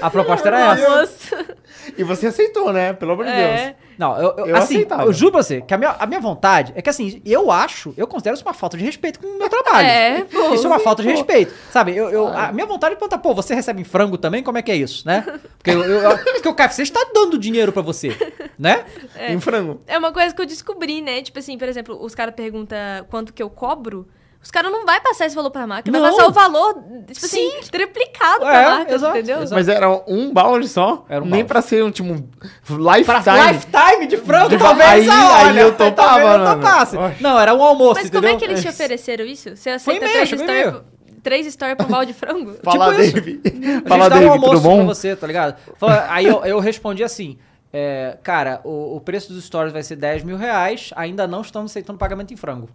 [SPEAKER 1] A proposta era essa.
[SPEAKER 3] Nossa.
[SPEAKER 2] E você aceitou, né? Pelo amor de
[SPEAKER 3] É.
[SPEAKER 2] Deus.
[SPEAKER 1] Não, eu, eu-
[SPEAKER 2] Eu
[SPEAKER 1] assim,
[SPEAKER 2] aceitava.
[SPEAKER 1] eu juro pra você que a minha, a minha vontade é que assim, eu acho, eu considero isso uma falta de respeito com o meu trabalho.
[SPEAKER 3] É, pô.
[SPEAKER 1] Isso é uma falta de respeito. Sabe, eu, eu- a minha vontade é perguntar, pô, você recebe em frango também? Como é que é isso, né? Porque, eu, eu- eu- porque o KFC está dando dinheiro pra você, né?
[SPEAKER 2] Em frango.
[SPEAKER 3] É uma coisa que eu descobri, né? Tipo assim, por exemplo, os caras perguntam quanto que eu cobro. Os caras não vai passar esse valor pra marca,
[SPEAKER 1] Não.
[SPEAKER 3] vai passar o valor, tipo assim, triplicado pra
[SPEAKER 1] É,
[SPEAKER 3] marca,
[SPEAKER 1] exato,
[SPEAKER 3] entendeu?
[SPEAKER 1] exato.
[SPEAKER 2] Mas era um balde só?
[SPEAKER 1] Era um
[SPEAKER 2] Nem
[SPEAKER 1] balde.
[SPEAKER 2] pra ser um tipo. um
[SPEAKER 1] Pra
[SPEAKER 2] Lifetime.
[SPEAKER 1] lifetime de frango,
[SPEAKER 2] De-
[SPEAKER 1] talvez.
[SPEAKER 2] aí-
[SPEAKER 1] ah, olha,
[SPEAKER 2] aí eu topava,
[SPEAKER 1] talvez eu
[SPEAKER 2] mano.
[SPEAKER 1] topasse.
[SPEAKER 2] Olha.
[SPEAKER 1] Não, era um almoço,
[SPEAKER 3] Mas como
[SPEAKER 1] entendeu?
[SPEAKER 3] é que eles te ofereceram isso? Você aceita
[SPEAKER 1] e-mail,
[SPEAKER 3] três
[SPEAKER 1] chegou
[SPEAKER 3] stories
[SPEAKER 1] e-mail.
[SPEAKER 3] três stories pra um balde de frango?
[SPEAKER 2] Fala,
[SPEAKER 1] Tipo isso.
[SPEAKER 2] Dave.
[SPEAKER 1] A gente
[SPEAKER 2] Fala,
[SPEAKER 1] dava um
[SPEAKER 2] Dave, tudo
[SPEAKER 1] almoço pra
[SPEAKER 2] bom?
[SPEAKER 1] você, tá ligado? Fala- aí eu, eu respondi assim, é, cara, o, o preço dos stories vai ser 10 mil reais, ainda não estamos aceitando pagamento em frango.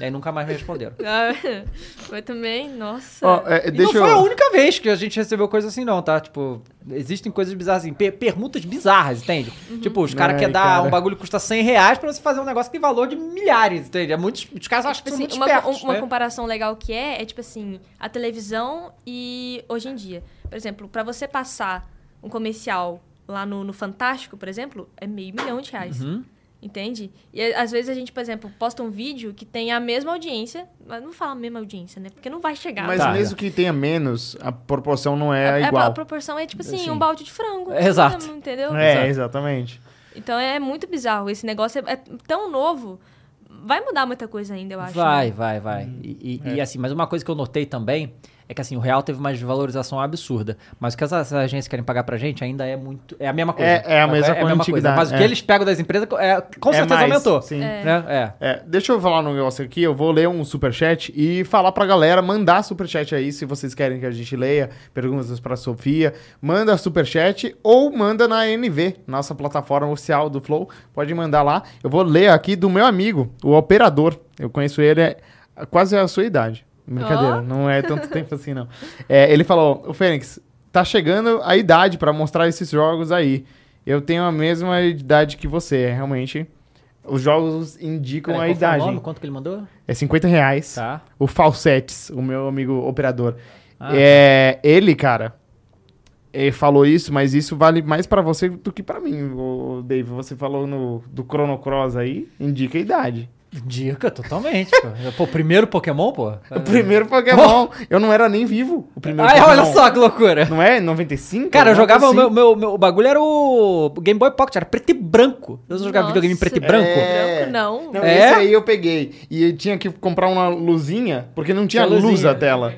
[SPEAKER 1] E aí nunca mais me responderam.
[SPEAKER 3] Ah, mas também, nossa.
[SPEAKER 2] Ó, é,
[SPEAKER 1] E
[SPEAKER 2] deixa
[SPEAKER 1] não foi
[SPEAKER 2] eu.
[SPEAKER 1] a única vez que a gente recebeu coisa assim não, tá? Tipo, existem coisas bizarras assim, per- permutas bizarras, entende?
[SPEAKER 3] Uhum.
[SPEAKER 1] Tipo, os caras
[SPEAKER 2] Ai,
[SPEAKER 1] querem dar
[SPEAKER 2] cara.
[SPEAKER 1] um bagulho que custa 100 reais pra você fazer um negócio que tem valor de milhares, entende? É muito, os caras acham
[SPEAKER 3] Tipo
[SPEAKER 1] que são
[SPEAKER 3] assim,
[SPEAKER 1] muito
[SPEAKER 3] uma,
[SPEAKER 1] espertos,
[SPEAKER 3] uma
[SPEAKER 1] né?
[SPEAKER 3] comparação legal que é, é tipo assim, a televisão e hoje em dia. Por exemplo, pra você passar um comercial lá no, no Fantástico, por exemplo, é meio milhão de reais.
[SPEAKER 1] Uhum.
[SPEAKER 3] Entende? E a- às vezes a gente, por exemplo, posta um vídeo que tem a mesma audiência, mas não fala a mesma audiência, né? Porque não vai chegar.
[SPEAKER 2] Mas
[SPEAKER 1] Tá.
[SPEAKER 2] mesmo que tenha menos, a proporção não é,
[SPEAKER 3] a,
[SPEAKER 2] igual.
[SPEAKER 3] a proporção é tipo assim,
[SPEAKER 1] Assim.
[SPEAKER 3] um balde de frango.
[SPEAKER 1] É, exato.
[SPEAKER 3] Entendeu?
[SPEAKER 2] É, exatamente.
[SPEAKER 3] Então é muito bizarro. Esse negócio é, é tão novo. Vai mudar muita coisa ainda, eu acho. né?
[SPEAKER 1] Vai, vai, vai.
[SPEAKER 2] Uhum.
[SPEAKER 1] E,
[SPEAKER 2] É.
[SPEAKER 1] e- e, assim, mas uma coisa que eu notei também é que assim, o real teve uma desvalorização absurda. Mas o que essas agências querem pagar pra gente ainda é muito. É a mesma coisa.
[SPEAKER 2] É- é a mesma quantidade,
[SPEAKER 1] Mas o que
[SPEAKER 2] é.
[SPEAKER 1] eles pegam das empresas é, com
[SPEAKER 2] É
[SPEAKER 1] certeza
[SPEAKER 2] mais,
[SPEAKER 1] aumentou.
[SPEAKER 2] sim. É.
[SPEAKER 1] Né? É.
[SPEAKER 2] É, deixa eu falar um negócio aqui, eu vou ler um superchat e falar pra galera, mandar superchat aí se vocês querem que a gente leia, perguntas pra Sofia, manda superchat ou manda na NV, nossa plataforma oficial do Flow, pode mandar lá. Eu vou ler aqui do meu amigo, o operador, eu conheço ele é quase a sua idade, brincadeira,
[SPEAKER 3] Ó.
[SPEAKER 2] não é tanto tempo assim não. É, ele falou, o Fênix, tá chegando a idade pra mostrar esses jogos aí, eu tenho a mesma idade que você, é, realmente... Os jogos indicam
[SPEAKER 1] Peraí, É,
[SPEAKER 2] a
[SPEAKER 1] qual foi o
[SPEAKER 2] idade.
[SPEAKER 1] nome? Quanto que ele mandou?
[SPEAKER 2] É 50 reais.
[SPEAKER 1] Tá.
[SPEAKER 2] O Falsetes, o meu amigo operador.
[SPEAKER 1] Ah.
[SPEAKER 2] É, ele, cara, ele falou isso, mas isso vale mais pra você do que pra mim, o Dave. Você falou no, do Chrono Cross aí, indica a idade.
[SPEAKER 1] Dica, totalmente. pô. pô, primeiro Pokémon, pô. É.
[SPEAKER 2] O primeiro Pokémon, eu não era nem vivo. O primeiro
[SPEAKER 1] Ah. Ai,
[SPEAKER 2] Pokémon.
[SPEAKER 1] olha só que loucura.
[SPEAKER 2] Não é? 95?
[SPEAKER 1] Cara, eu
[SPEAKER 2] Alguma
[SPEAKER 1] jogava. O meu,
[SPEAKER 2] coisa
[SPEAKER 1] meu, meu- o bagulho era o Game Boy Pocket, era preto e branco. Eu jogava
[SPEAKER 3] Nossa.
[SPEAKER 1] videogame em preto e
[SPEAKER 3] É.
[SPEAKER 1] branco.
[SPEAKER 2] É.
[SPEAKER 3] Branco não.
[SPEAKER 2] Não,
[SPEAKER 1] É?
[SPEAKER 2] esse aí eu peguei. E eu tinha que comprar uma luzinha, porque não tinha
[SPEAKER 1] Tinha
[SPEAKER 2] luz
[SPEAKER 1] luzinha.
[SPEAKER 2] na tela.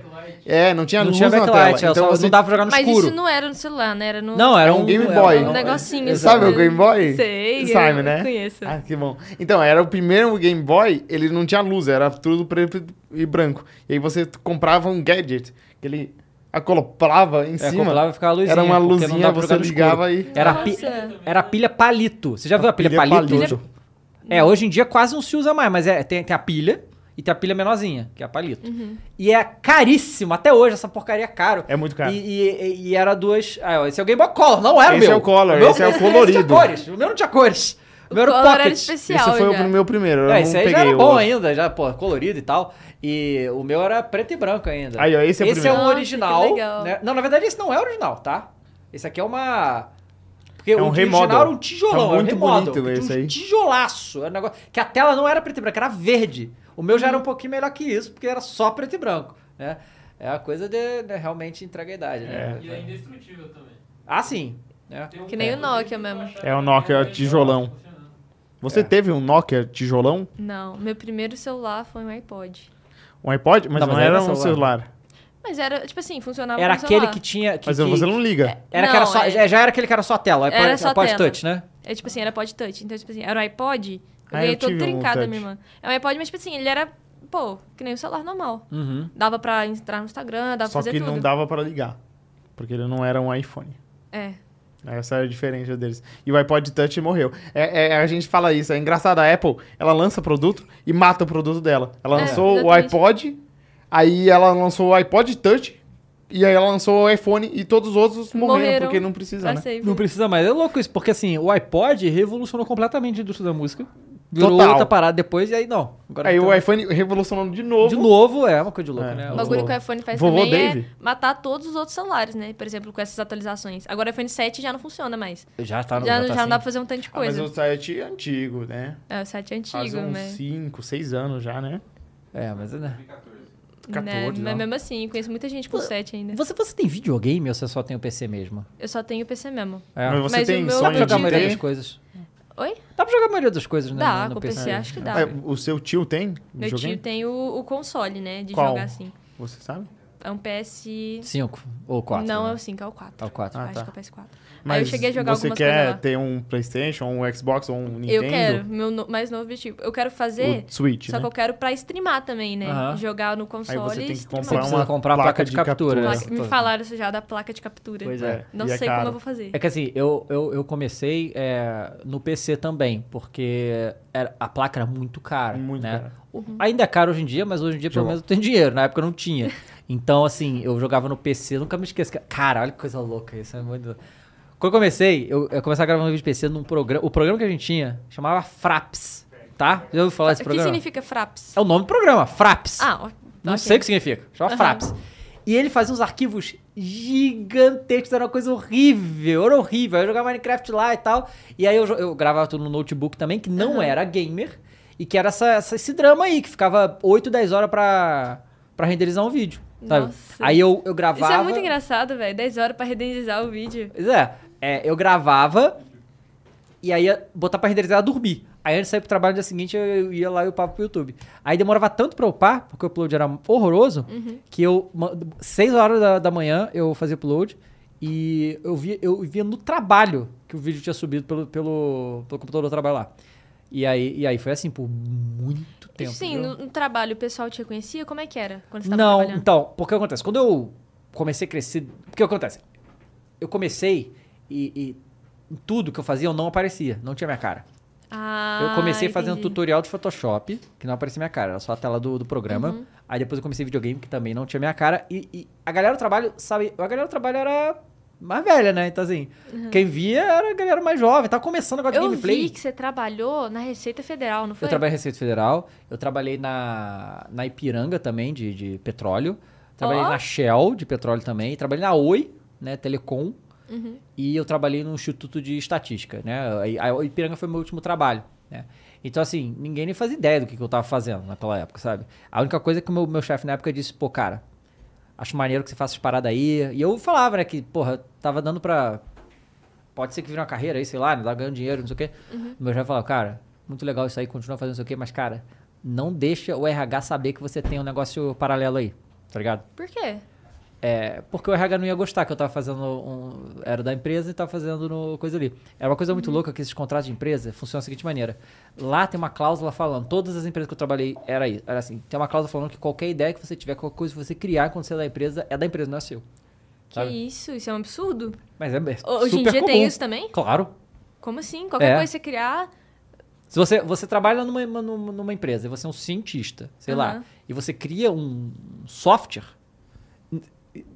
[SPEAKER 2] É, não tinha
[SPEAKER 1] Não
[SPEAKER 2] luz
[SPEAKER 1] tinha
[SPEAKER 2] na
[SPEAKER 1] backlight,
[SPEAKER 2] tela. Então
[SPEAKER 1] é, só
[SPEAKER 2] você-
[SPEAKER 1] não dava pra jogar no
[SPEAKER 3] Mas
[SPEAKER 1] escuro.
[SPEAKER 3] isso não era no celular, né? Era no.
[SPEAKER 1] Não, era
[SPEAKER 2] É um
[SPEAKER 1] um
[SPEAKER 2] Game
[SPEAKER 1] era
[SPEAKER 2] Boy.
[SPEAKER 1] um-
[SPEAKER 3] Um negocinho.
[SPEAKER 1] Exato.
[SPEAKER 2] Sabe o
[SPEAKER 3] assim.
[SPEAKER 2] Game Boy?
[SPEAKER 3] Sei.
[SPEAKER 2] Sabe,
[SPEAKER 3] eu
[SPEAKER 2] né?
[SPEAKER 3] Conheço.
[SPEAKER 2] Ah, que bom. Então, era o primeiro Game Boy, ele não tinha luz, era tudo preto e branco. E aí você t- comprava um gadget, que ele acoplava em
[SPEAKER 1] É,
[SPEAKER 2] cima.
[SPEAKER 1] acoplava e ficava a luzinha.
[SPEAKER 2] era uma
[SPEAKER 1] porque não
[SPEAKER 2] luzinha,
[SPEAKER 1] dava pra
[SPEAKER 2] você
[SPEAKER 1] jogar no escuro.
[SPEAKER 2] ligava e...
[SPEAKER 1] Era, pi-
[SPEAKER 3] Nossa.
[SPEAKER 1] era a pilha palito. Você já viu a pilha, palito? É, hoje em dia quase não se usa mais, mas é, tem, tem a pilha e tem a pilha menorzinha, que é a palito.
[SPEAKER 3] Uhum.
[SPEAKER 1] E é caríssimo, até hoje essa porcaria é caro.
[SPEAKER 2] É muito caro.
[SPEAKER 1] E, e- e era duas. Ah, ó, esse é o Game Boy Color, não era
[SPEAKER 2] Esse
[SPEAKER 1] o meu.
[SPEAKER 2] é o Color,
[SPEAKER 1] meu-
[SPEAKER 2] esse é o
[SPEAKER 1] tinha
[SPEAKER 2] colorido.
[SPEAKER 1] cores, o meu não tinha cores. O meu era o
[SPEAKER 3] Color era
[SPEAKER 1] Pocket.
[SPEAKER 3] especial.
[SPEAKER 2] Esse foi
[SPEAKER 3] É já.
[SPEAKER 2] o meu primeiro, eu
[SPEAKER 1] É,
[SPEAKER 2] não
[SPEAKER 1] esse aí
[SPEAKER 2] peguei
[SPEAKER 1] já era
[SPEAKER 2] o
[SPEAKER 1] bom
[SPEAKER 2] outro.
[SPEAKER 1] ainda, já, pô, colorido e tal. E o meu era preto e branco ainda.
[SPEAKER 2] Aí, ó, esse é o
[SPEAKER 1] esse é
[SPEAKER 2] primeiro.
[SPEAKER 1] o
[SPEAKER 3] Nossa, Ah, que
[SPEAKER 1] original.
[SPEAKER 3] legal.
[SPEAKER 1] né? Não, na verdade, esse não é original, tá? Esse aqui é uma. Porque
[SPEAKER 2] É
[SPEAKER 1] o
[SPEAKER 2] um
[SPEAKER 1] de original
[SPEAKER 2] remodel.
[SPEAKER 1] era um tijolão,
[SPEAKER 2] Tá
[SPEAKER 1] era um
[SPEAKER 2] muito
[SPEAKER 1] remodel,
[SPEAKER 2] bonito
[SPEAKER 1] que tinha
[SPEAKER 2] esse
[SPEAKER 1] um
[SPEAKER 2] aí.
[SPEAKER 1] tijolaço. Era um negócio, que a tela não era preto e branco, era verde. O meu já era um pouquinho melhor que isso, porque era só preto e branco, né? É a coisa de, de realmente entrega a idade, né?
[SPEAKER 4] E é indestrutível também.
[SPEAKER 1] Ah, sim. né?
[SPEAKER 4] Tem um
[SPEAKER 3] Que nem o Nokia mesmo.
[SPEAKER 2] É o Nokia tijolão. Você
[SPEAKER 1] É.
[SPEAKER 2] teve um Nokia tijolão?
[SPEAKER 3] Não, meu primeiro celular foi um iPod.
[SPEAKER 2] Um iPod? Mas
[SPEAKER 1] Não,
[SPEAKER 2] não,
[SPEAKER 1] mas aí
[SPEAKER 2] era
[SPEAKER 1] não é
[SPEAKER 2] um
[SPEAKER 1] celular.
[SPEAKER 2] celular.
[SPEAKER 3] Mas era, tipo assim, funcionava
[SPEAKER 1] Era
[SPEAKER 3] no
[SPEAKER 1] aquele
[SPEAKER 3] celular.
[SPEAKER 1] que tinha... Que,
[SPEAKER 2] Mas você
[SPEAKER 1] que-
[SPEAKER 2] não liga.
[SPEAKER 1] Era que
[SPEAKER 3] Não,
[SPEAKER 1] era só,
[SPEAKER 3] é-
[SPEAKER 1] Já era aquele que era só tela, é o iPod,
[SPEAKER 3] Era só
[SPEAKER 1] iPod
[SPEAKER 3] tela.
[SPEAKER 1] Touch, né?
[SPEAKER 3] É tipo assim, era iPod touch. Então, tipo assim, era o iPod. Eu
[SPEAKER 2] Ah,
[SPEAKER 3] ganhei
[SPEAKER 2] eu
[SPEAKER 3] todo
[SPEAKER 2] tive um
[SPEAKER 3] trincado da
[SPEAKER 2] touch.
[SPEAKER 3] minha irmã. É um iPod, mas tipo assim, ele era, pô, que nem o celular normal.
[SPEAKER 1] Uhum.
[SPEAKER 3] Dava pra entrar no Instagram, dava pra
[SPEAKER 2] Só
[SPEAKER 3] fazer
[SPEAKER 2] que
[SPEAKER 3] tudo.
[SPEAKER 2] não dava para ligar. Porque ele não era um iPhone.
[SPEAKER 3] É.
[SPEAKER 2] Essa era a diferença deles. E o iPod Touch morreu. É, é- a gente fala isso, é engraçado. A Apple, ela lança produto e mata o produto dela. Ela
[SPEAKER 3] É,
[SPEAKER 2] lançou o
[SPEAKER 3] exatamente.
[SPEAKER 2] iPod, aí ela lançou o iPod Touch, e aí ela lançou o iPhone, e todos os outros morreram,
[SPEAKER 3] Morreram
[SPEAKER 2] porque não precisa,
[SPEAKER 3] Pra
[SPEAKER 2] né?
[SPEAKER 3] sempre.
[SPEAKER 1] Não precisa mais. É louco isso, porque assim, o iPod revolucionou completamente a indústria da música. Virou
[SPEAKER 2] Total.
[SPEAKER 1] outra parada depois e aí não. Agora
[SPEAKER 2] Aí
[SPEAKER 1] então-
[SPEAKER 2] o iPhone revolucionando de novo.
[SPEAKER 1] De novo, é uma coisa de louco,
[SPEAKER 2] É.
[SPEAKER 1] né?
[SPEAKER 3] O
[SPEAKER 2] O
[SPEAKER 3] bagulho que o iPhone faz
[SPEAKER 2] Vovô
[SPEAKER 3] também
[SPEAKER 2] Dave?
[SPEAKER 3] é matar todos os outros celulares, né? Por exemplo, com essas atualizações. Agora o iPhone 7 já não funciona mais.
[SPEAKER 1] Já tá no
[SPEAKER 3] já
[SPEAKER 1] já tá
[SPEAKER 3] já não dá pra
[SPEAKER 1] assim.
[SPEAKER 3] fazer um tanto de
[SPEAKER 2] Ah, mas
[SPEAKER 3] coisa.
[SPEAKER 2] o site é antigo, né?
[SPEAKER 3] É, o 7 é
[SPEAKER 2] Faz
[SPEAKER 3] antigo,
[SPEAKER 2] uns
[SPEAKER 3] mas...
[SPEAKER 2] 5, 6 anos já, né?
[SPEAKER 1] É, mas né?
[SPEAKER 2] 14,
[SPEAKER 3] né? Mas
[SPEAKER 2] não.
[SPEAKER 3] mesmo assim, conheço muita gente com
[SPEAKER 1] Pô,
[SPEAKER 3] 7 ainda.
[SPEAKER 1] Você, você tem videogame ou você só tem o PC mesmo?
[SPEAKER 3] Eu só tenho PC mesmo.
[SPEAKER 1] É.
[SPEAKER 2] Mas você
[SPEAKER 3] Mas o
[SPEAKER 2] tem
[SPEAKER 3] meu-
[SPEAKER 1] Dá pra
[SPEAKER 2] sonho
[SPEAKER 1] jogar a
[SPEAKER 2] de
[SPEAKER 1] maioria das
[SPEAKER 2] ter?
[SPEAKER 1] coisas.
[SPEAKER 3] Oi?
[SPEAKER 1] Dá pra jogar a maioria das coisas, né?
[SPEAKER 3] Dá,
[SPEAKER 1] no- no
[SPEAKER 3] com o PC, acho que dá.
[SPEAKER 2] Ah, o seu tio tem?
[SPEAKER 3] Meu
[SPEAKER 2] videogame?
[SPEAKER 3] tio tem o, o console, né? De
[SPEAKER 2] Qual?
[SPEAKER 3] jogar assim.
[SPEAKER 2] Você sabe?
[SPEAKER 3] É um PS.
[SPEAKER 1] Cinco ou quatro.
[SPEAKER 3] não, é
[SPEAKER 1] né?
[SPEAKER 3] o 5, é o 4.
[SPEAKER 1] É o quatro.
[SPEAKER 2] Ah,
[SPEAKER 3] Acho
[SPEAKER 2] tá.
[SPEAKER 3] que é o PS4. Aí eu cheguei a jogar
[SPEAKER 2] você
[SPEAKER 3] algumas
[SPEAKER 2] quer
[SPEAKER 3] coisas lá.
[SPEAKER 2] ter um PlayStation, um Xbox ou um Nintendo?
[SPEAKER 3] Eu quero, meu no- mais novo objetivo. Eu quero fazer,
[SPEAKER 2] O Switch,
[SPEAKER 3] só que
[SPEAKER 2] né?
[SPEAKER 3] eu quero pra streamar também, né?
[SPEAKER 1] Aham.
[SPEAKER 3] Jogar no console
[SPEAKER 2] Aí você tem
[SPEAKER 3] e
[SPEAKER 2] que
[SPEAKER 3] streamar.
[SPEAKER 1] Você
[SPEAKER 3] Tipo,
[SPEAKER 2] comprar
[SPEAKER 1] precisa
[SPEAKER 2] uma
[SPEAKER 1] comprar a placa,
[SPEAKER 2] placa
[SPEAKER 1] de
[SPEAKER 2] de
[SPEAKER 1] captura.
[SPEAKER 2] uma-
[SPEAKER 3] Placa- Me falaram isso já da placa de captura.
[SPEAKER 1] Pois é.
[SPEAKER 3] Não
[SPEAKER 2] E é
[SPEAKER 3] sei como
[SPEAKER 2] caro.
[SPEAKER 3] eu vou fazer.
[SPEAKER 1] É que assim, eu, eu, eu comecei é, no PC também, porque era- a placa era muito cara.
[SPEAKER 2] Muito
[SPEAKER 1] né?
[SPEAKER 2] cara.
[SPEAKER 3] Uhum.
[SPEAKER 1] O- Ainda é caro hoje em dia, mas hoje em dia pelo
[SPEAKER 2] Jogou.
[SPEAKER 1] menos eu tenho dinheiro. Na época eu não tinha. Então, assim, eu jogava no PC, nunca me esqueço. que- Cara, olha que coisa louca isso. É muito... Quando eu comecei, eu, eu comecei a gravar um vídeo de PC num programa. O programa que a gente tinha chamava Fraps. Tá? Já ouviu falar desse
[SPEAKER 3] o que
[SPEAKER 1] programa?
[SPEAKER 3] significa Fraps?
[SPEAKER 1] É o nome do programa, Fraps.
[SPEAKER 3] Ah, ó.
[SPEAKER 1] Não
[SPEAKER 3] ok.
[SPEAKER 1] sei o que significa. Chama
[SPEAKER 3] Aham.
[SPEAKER 1] Fraps. E ele fazia uns arquivos gigantescos, era uma coisa horrível, era horrível. Eu jogava Minecraft lá e tal. E aí eu, jo- eu gravava tudo no notebook também, que não era gamer. E que era essa, essa- esse drama aí, que ficava 8, 10 horas pra, pra renderizar um vídeo. Sabe?
[SPEAKER 3] Nossa.
[SPEAKER 1] Aí eu, eu gravava.
[SPEAKER 3] Isso é muito engraçado, velho. 10 horas pra renderizar o vídeo.
[SPEAKER 1] Pois é, É, eu gravava e aí ia botar pra renderizar e dormir. Aí antes de sair pro trabalho no dia seguinte, eu- eu ia lá e upava pro YouTube. Aí demorava tanto pra upar, porque o upload era horroroso,
[SPEAKER 3] Uhum.
[SPEAKER 1] que eu, 6 horas da, da manhã, eu fazia upload e eu via, eu via no trabalho que o vídeo tinha subido pelo, pelo, pelo computador do trabalho lá. E aí, e aí foi assim por muito tempo.
[SPEAKER 3] Sim,
[SPEAKER 1] viu?
[SPEAKER 3] no, no trabalho o pessoal te reconhecia? Como é que era? Quando você tava
[SPEAKER 1] Não,
[SPEAKER 3] trabalhando?
[SPEAKER 1] então, porque acontece, quando eu comecei a crescer, o que acontece? Eu comecei e, e tudo que eu fazia eu não aparecia, não tinha minha cara.
[SPEAKER 3] Ah,
[SPEAKER 1] eu comecei fazendo
[SPEAKER 3] entendi.
[SPEAKER 1] tutorial de Photoshop, que não aparecia minha cara, era só a tela do, do programa.
[SPEAKER 3] Uhum.
[SPEAKER 1] Aí depois eu comecei videogame, que também não tinha minha cara. E, e a galera do trabalho, sabe, a galera do trabalho era mais velha, né? Então assim, quem via era a galera mais jovem, tava começando agora de
[SPEAKER 3] Uhum. Eu
[SPEAKER 1] gameplay.
[SPEAKER 3] vi que você trabalhou na Receita Federal, não foi?
[SPEAKER 1] Eu trabalhei na Receita Federal, eu trabalhei na, na Ipiranga também, de, de petróleo. Trabalhei
[SPEAKER 3] Ó.
[SPEAKER 1] na Shell, de petróleo também. Trabalhei na Oi, né, telecom.
[SPEAKER 3] Uhum.
[SPEAKER 1] E eu trabalhei no Instituto de Estatística, né? Aí- A, Ipiranga foi meu último trabalho, né? Então, assim, ninguém nem fazia ideia do que, que eu tava fazendo naquela época, sabe? A única coisa é que o meu, meu chefe na época disse, pô, cara, acho maneiro que você faça as paradas aí. E eu falava, né, que, porra, tava dando pra... Pode ser que vire uma carreira aí, sei lá, né, tá ganhando dinheiro, não sei o quê.
[SPEAKER 3] Uhum.
[SPEAKER 1] Meu chefe falava, cara, muito legal isso aí, continua fazendo não sei o quê, mas, cara, não deixa o RH saber que você tem um negócio paralelo aí, tá ligado?
[SPEAKER 3] Por quê?
[SPEAKER 1] É, porque o RH não ia gostar que eu tava fazendo um, era da empresa e tava fazendo no- coisa ali. Era uma coisa muito
[SPEAKER 3] Uhum.
[SPEAKER 1] louca que esses contratos de empresa funcionam da seguinte maneira. Lá tem uma cláusula falando, todas as empresas que eu trabalhei era, isso, era assim, tem uma cláusula falando que qualquer ideia que você tiver, qualquer coisa que você criar quando você é da empresa, é da empresa, não é seu.
[SPEAKER 3] Que
[SPEAKER 1] Sabe?
[SPEAKER 3] isso? Isso é um absurdo?
[SPEAKER 1] Mas é, é
[SPEAKER 3] Hoje em
[SPEAKER 1] super
[SPEAKER 3] dia tem
[SPEAKER 1] comum.
[SPEAKER 3] isso também?
[SPEAKER 1] Claro.
[SPEAKER 3] Como assim? Qualquer
[SPEAKER 1] É.
[SPEAKER 3] coisa que você criar.
[SPEAKER 1] Se você, você trabalha numa, numa, numa empresa, você é um cientista, sei lá,
[SPEAKER 3] Aham.
[SPEAKER 1] e você cria um software,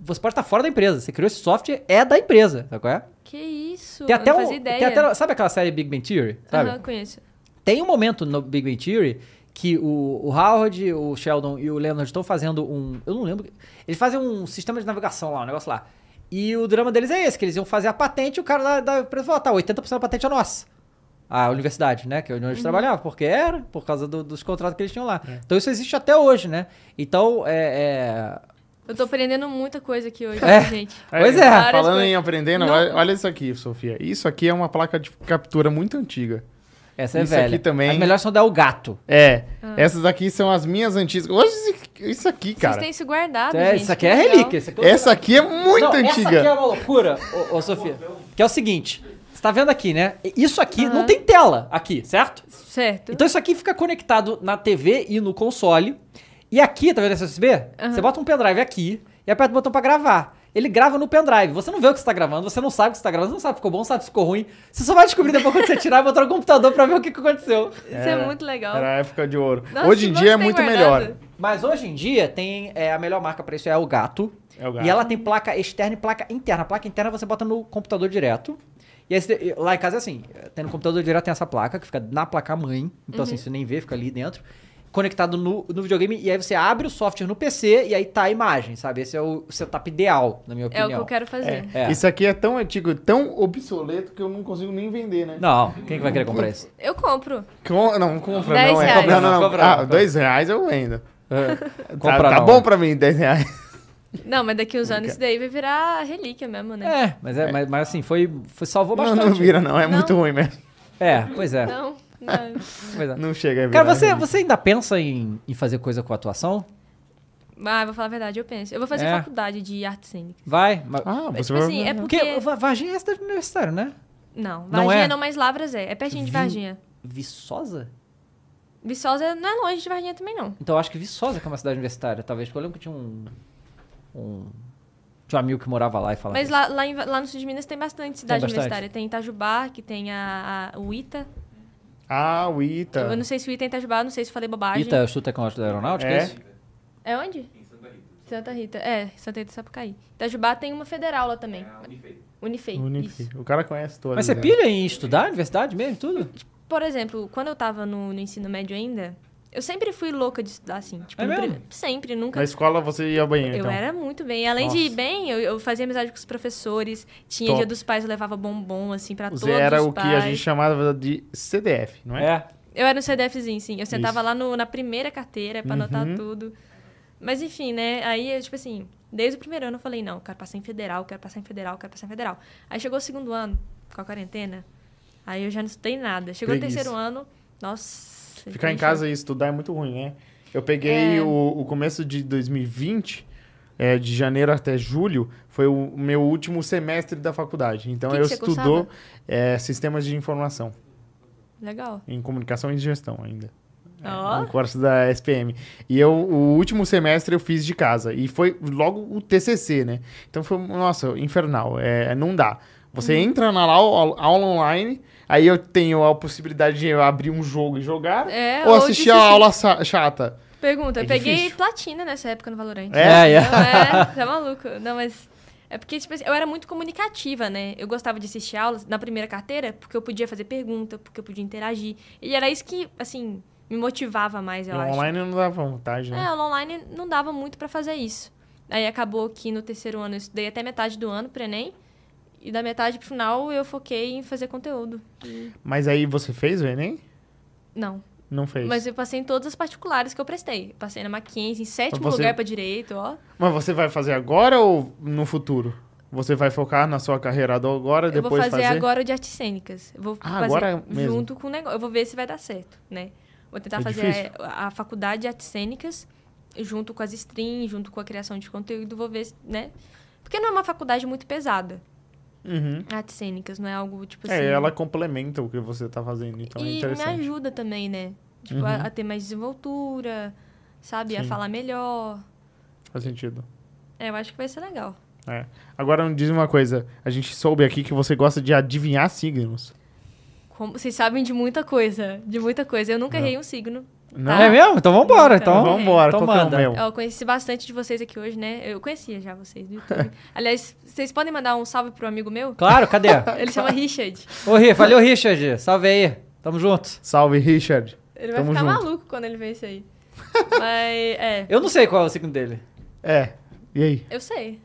[SPEAKER 1] você pode estar fora da empresa. Você criou esse software, é da empresa, sabe qual é?
[SPEAKER 3] Que isso?
[SPEAKER 1] Tem
[SPEAKER 3] Eu
[SPEAKER 1] até,
[SPEAKER 3] não
[SPEAKER 1] um,
[SPEAKER 3] fazia ideia.
[SPEAKER 1] tem até Sabe aquela série Big Bang Theory? Sabe?
[SPEAKER 3] Aham, conheço.
[SPEAKER 1] Tem um momento no Big Bang Theory que o, o Howard, o Sheldon e o Leonard estão fazendo um. Eu não lembro. Eles fazem um sistema de navegação lá, um negócio lá. E o drama deles é esse, que eles iam fazer a patente e o cara da, da empresa falou, "Ah, tá, 80% da patente é nossa. A universidade, né? Que é onde eles trabalhavam, porque era, por causa do- dos contratos que eles tinham lá. Então isso existe até hoje, né? Então, é- é,
[SPEAKER 3] Eu tô aprendendo muita coisa aqui hoje,
[SPEAKER 1] É.
[SPEAKER 3] gente.
[SPEAKER 1] Pois é.
[SPEAKER 3] Várias
[SPEAKER 2] Falando
[SPEAKER 3] coisas.
[SPEAKER 2] em aprendendo,
[SPEAKER 3] Não.
[SPEAKER 2] olha, olha isso aqui, Sofia. Isso aqui é uma placa de captura muito antiga.
[SPEAKER 1] Essa é
[SPEAKER 2] Isso
[SPEAKER 1] velha.
[SPEAKER 2] aqui também.
[SPEAKER 1] As melhores são da El Gato.
[SPEAKER 2] É, essas aqui são as minhas antigas. Hoje, isso aqui,
[SPEAKER 3] Ah. Vocês
[SPEAKER 2] cara.
[SPEAKER 3] têm isso guardado,
[SPEAKER 1] É,
[SPEAKER 3] gente.
[SPEAKER 1] isso aqui
[SPEAKER 3] que
[SPEAKER 1] é
[SPEAKER 3] legal.
[SPEAKER 1] relíquia. Isso aqui é
[SPEAKER 2] Essa aqui é muito
[SPEAKER 1] Não, Essa
[SPEAKER 2] antiga.
[SPEAKER 1] aqui é uma loucura, ô, ô, Sofia. Que é o seguinte, você tá vendo aqui, né? Isso aqui não tem tela aqui, certo?
[SPEAKER 3] Certo.
[SPEAKER 1] Então isso aqui fica conectado na TV e no console. E aqui, tá vendo esse USB? Você bota um pendrive aqui e aperta o botão pra gravar. Ele grava no pendrive. Você não vê o que você tá gravando, você não sabe o que você tá gravando, você não sabe se ficou bom, não sabe se ficou ruim. Você só vai descobrir depois quando você tirar e botar no computador pra ver o que, que aconteceu.
[SPEAKER 3] Isso é muito legal.
[SPEAKER 2] Era a época de ouro.
[SPEAKER 3] Nossa,
[SPEAKER 2] Hoje em
[SPEAKER 3] vocês
[SPEAKER 2] dia é
[SPEAKER 3] têm
[SPEAKER 2] muito
[SPEAKER 3] guardado?
[SPEAKER 2] melhor.
[SPEAKER 1] Mas hoje em dia tem é, a melhor marca pra isso é o Gato.
[SPEAKER 2] É o
[SPEAKER 1] E
[SPEAKER 2] gato.
[SPEAKER 1] ela tem placa externa e placa interna. A placa interna você bota no computador direto. E aí você- lá em casa é assim, tem no computador direto tem essa placa que fica na placa mãe. Então
[SPEAKER 3] Uhum.
[SPEAKER 1] assim, você nem vê, fica ali dentro. Conectado no, no videogame, e aí você abre o software no PC e aí tá a imagem, sabe? Esse é o setup ideal, na minha
[SPEAKER 3] É
[SPEAKER 1] opinião.
[SPEAKER 3] o que eu quero fazer.
[SPEAKER 1] É.
[SPEAKER 2] Isso aqui é tão antigo, tão obsoleto que eu não consigo nem vender, né?
[SPEAKER 1] Não, quem que vai querer comprar isso?
[SPEAKER 3] Eu compro.
[SPEAKER 2] Com- não, compra,
[SPEAKER 3] Dez
[SPEAKER 2] não é.
[SPEAKER 3] reais.
[SPEAKER 2] Não, não, não.
[SPEAKER 1] Compra,
[SPEAKER 2] Ah,
[SPEAKER 1] compra.
[SPEAKER 2] dois reais eu vendo.
[SPEAKER 1] Compra
[SPEAKER 2] tá, tá
[SPEAKER 1] não. né?
[SPEAKER 2] bom pra mim, 10 reais.
[SPEAKER 3] Não, mas daqui uns anos isso daí vai virar relíquia mesmo, né?
[SPEAKER 1] É, mas, é, Mas, mas assim, foi, foi salvou
[SPEAKER 2] Não,
[SPEAKER 1] bastante.
[SPEAKER 2] não vira, não. É
[SPEAKER 3] Não.
[SPEAKER 2] muito ruim mesmo.
[SPEAKER 1] É, pois é.
[SPEAKER 3] Não, não.
[SPEAKER 1] Pois é.
[SPEAKER 2] Não chega a virar.
[SPEAKER 1] Cara, você, você ainda pensa em, em fazer coisa com atuação?
[SPEAKER 3] Ah, vou falar a verdade, eu penso. Eu vou fazer
[SPEAKER 1] É.
[SPEAKER 3] faculdade de arte cênica.
[SPEAKER 1] Vai? mas-
[SPEAKER 2] Ah, você
[SPEAKER 3] tipo
[SPEAKER 2] vai...
[SPEAKER 3] assim, é
[SPEAKER 1] porque
[SPEAKER 3] porque...
[SPEAKER 1] Va- Varginha é cidade universitária, né?
[SPEAKER 3] Não,
[SPEAKER 1] Não
[SPEAKER 3] Varginha não,
[SPEAKER 1] é?
[SPEAKER 3] mas Lavras é. É pertinho de
[SPEAKER 1] Vi-
[SPEAKER 3] Varginha.
[SPEAKER 1] Viçosa?
[SPEAKER 3] Viçosa não é longe de Varginha também, não.
[SPEAKER 1] Então eu acho que Viçosa que é uma cidade universitária, talvez. Porque eu lembro que tinha um. um tinha um amigo que morava lá e falava.
[SPEAKER 3] Mas lá, lá, em- lá no sul de Minas tem bastante cidade
[SPEAKER 1] bastante.
[SPEAKER 3] universitária. Tem Itajubá, que tem a, a o Ita.
[SPEAKER 2] Ah, o Ita.
[SPEAKER 3] Eu não sei se o Ita é Itajubá, não sei se falei
[SPEAKER 1] isso.
[SPEAKER 3] bobagem.
[SPEAKER 1] Tá. Ita, Instituto Tecnológico da Aeronáutica, é
[SPEAKER 2] É.
[SPEAKER 1] isso?
[SPEAKER 3] É onde? Em Santa Rita. Santa Rita, é, Santa Rita Sapucaí. Itajubá tem uma federal lá também. É Unifei.
[SPEAKER 2] Unif.
[SPEAKER 3] isso.
[SPEAKER 2] O cara conhece todas.
[SPEAKER 1] Mas você
[SPEAKER 2] né?
[SPEAKER 1] pilha em estudar universidade mesmo, tudo?
[SPEAKER 3] Por exemplo, quando eu tava no, no ensino médio ainda, eu sempre fui louca de estudar, assim. Tipo,
[SPEAKER 1] É
[SPEAKER 3] no pri-
[SPEAKER 1] mesmo?
[SPEAKER 3] sempre, nunca.
[SPEAKER 2] Na escola você ia ao banheiro,
[SPEAKER 3] Eu
[SPEAKER 2] então.
[SPEAKER 3] era muito bem. Além de ir bem, eu, eu fazia amizade com os professores. Tinha
[SPEAKER 2] Top.
[SPEAKER 3] dia dos pais, eu levava bombom, assim, pra
[SPEAKER 2] Você
[SPEAKER 3] todos
[SPEAKER 2] era
[SPEAKER 3] os
[SPEAKER 2] o que
[SPEAKER 3] pais.
[SPEAKER 2] a gente chamava de CDF, não é?
[SPEAKER 3] Eu era um CDFzinho, sim. Eu sentava
[SPEAKER 2] Isso. Uhum.
[SPEAKER 3] lá no- na primeira carteira pra anotar tudo. Mas enfim, né? Aí, eu, tipo assim, desde o primeiro ano eu falei, não, quero passar em federal, quero passar em federal, quero passar em federal. Aí chegou o segundo ano, com a quarentena, aí eu já não estudei nada. Chegou
[SPEAKER 2] Preguiça.
[SPEAKER 3] o terceiro ano, nossa. então
[SPEAKER 2] Ficar em
[SPEAKER 3] gente,
[SPEAKER 2] casa e estudar é muito ruim, né? Eu peguei
[SPEAKER 3] É.
[SPEAKER 2] o, o começo de 2020, é, de janeiro até julho, foi o meu último semestre da faculdade. Então
[SPEAKER 3] Que que
[SPEAKER 2] eu
[SPEAKER 3] você
[SPEAKER 2] estudou
[SPEAKER 3] cursava?
[SPEAKER 2] é, sistemas de informação,
[SPEAKER 3] Legal.
[SPEAKER 2] em comunicação e gestão ainda.
[SPEAKER 3] Ó.
[SPEAKER 2] Um curso da SPM. E eu, o último semestre eu fiz de casa. E foi logo o TCC, né? Então foi, nossa, infernal. É, não dá. Você
[SPEAKER 3] Uhum.
[SPEAKER 2] entra na aula, aula online, aí eu tenho a possibilidade de eu abrir um jogo e jogar.
[SPEAKER 3] É,
[SPEAKER 2] ou
[SPEAKER 3] ou
[SPEAKER 2] assistir a
[SPEAKER 3] desistir.
[SPEAKER 2] aula sa- chata.
[SPEAKER 3] Pergunta,
[SPEAKER 2] É
[SPEAKER 3] eu peguei
[SPEAKER 2] difícil.
[SPEAKER 3] platina nessa época no Valorant.
[SPEAKER 2] É?
[SPEAKER 1] É,
[SPEAKER 3] Não, é, tá maluco. Não, mas. É porque, tipo assim, eu era muito comunicativa, né? Eu gostava de assistir aulas na primeira carteira porque eu podia fazer pergunta, porque eu podia interagir. E era isso que, assim, me motivava mais, eu
[SPEAKER 2] No
[SPEAKER 3] acho.
[SPEAKER 2] online não dá vontade, né?
[SPEAKER 3] É, o online não dava muito pra fazer isso. Aí acabou que no terceiro ano eu estudei até metade do ano pro Enem. E da metade pro final eu foquei em fazer conteúdo.
[SPEAKER 2] Mas aí você fez o Enem?
[SPEAKER 3] Não.
[SPEAKER 2] Não fez.
[SPEAKER 3] Mas
[SPEAKER 2] Mas,
[SPEAKER 3] eu passei em todas as particulares que eu prestei. Passei na Mackenzie, em sétimo
[SPEAKER 2] Mas Então você-
[SPEAKER 3] lugar pra direito, ó.
[SPEAKER 2] você vai fazer agora ou no futuro? Você vai focar na sua carreira do agora,
[SPEAKER 3] Eu vou
[SPEAKER 2] depois
[SPEAKER 3] fazer, agora o de artes cênicas. Eu Vou
[SPEAKER 2] Ah,
[SPEAKER 3] fazer
[SPEAKER 2] agora
[SPEAKER 3] junto
[SPEAKER 2] mesmo.
[SPEAKER 3] com o negócio. Eu vou ver se vai dar certo, né? Vou tentar
[SPEAKER 2] É
[SPEAKER 3] fazer
[SPEAKER 2] difícil.
[SPEAKER 3] a, a faculdade de artes cênicas junto com as streams, junto com a criação de conteúdo, vou ver, se- né? Porque não é uma faculdade muito pesada,
[SPEAKER 2] Uhum.
[SPEAKER 3] artes cênicas, não é algo tipo assim.
[SPEAKER 2] É, ela complementa o que você tá fazendo, então é
[SPEAKER 3] e me
[SPEAKER 2] interessante. Uhum.
[SPEAKER 3] ajuda também, né? Tipo, a, a ter mais desenvoltura, sabe? A
[SPEAKER 2] Sim.
[SPEAKER 3] falar melhor.
[SPEAKER 2] Faz sentido.
[SPEAKER 3] É, eu acho que vai ser legal.
[SPEAKER 2] É. Agora diz uma coisa, a gente soube aqui que você gosta de adivinhar signos.
[SPEAKER 3] Como, vocês sabem de muita coisa, de muita coisa. Eu nunca errei um signo.
[SPEAKER 2] Não?
[SPEAKER 3] Tá.
[SPEAKER 1] É mesmo? Então vambora.
[SPEAKER 3] Então,
[SPEAKER 1] Então,
[SPEAKER 2] Vamos embora,
[SPEAKER 1] então
[SPEAKER 2] qual que é o
[SPEAKER 1] manda.
[SPEAKER 2] meu?
[SPEAKER 3] Ó, Eu conheci bastante de vocês aqui hoje, né? Eu conhecia já vocês do YouTube. Aliás, vocês podem mandar um salve pro amigo meu?
[SPEAKER 1] Claro, cadê?
[SPEAKER 3] Ele chama Richard.
[SPEAKER 1] Ô, Ri, valeu, Richard. Salve aí. Tamo junto.
[SPEAKER 2] Salve, Richard.
[SPEAKER 3] Ele vai
[SPEAKER 2] Tamo
[SPEAKER 3] ficar
[SPEAKER 2] junto.
[SPEAKER 3] maluco quando ele vê isso aí. Mas, é.
[SPEAKER 1] Eu não sei qual é o signo dele.
[SPEAKER 2] É. E aí?
[SPEAKER 3] Eu sei.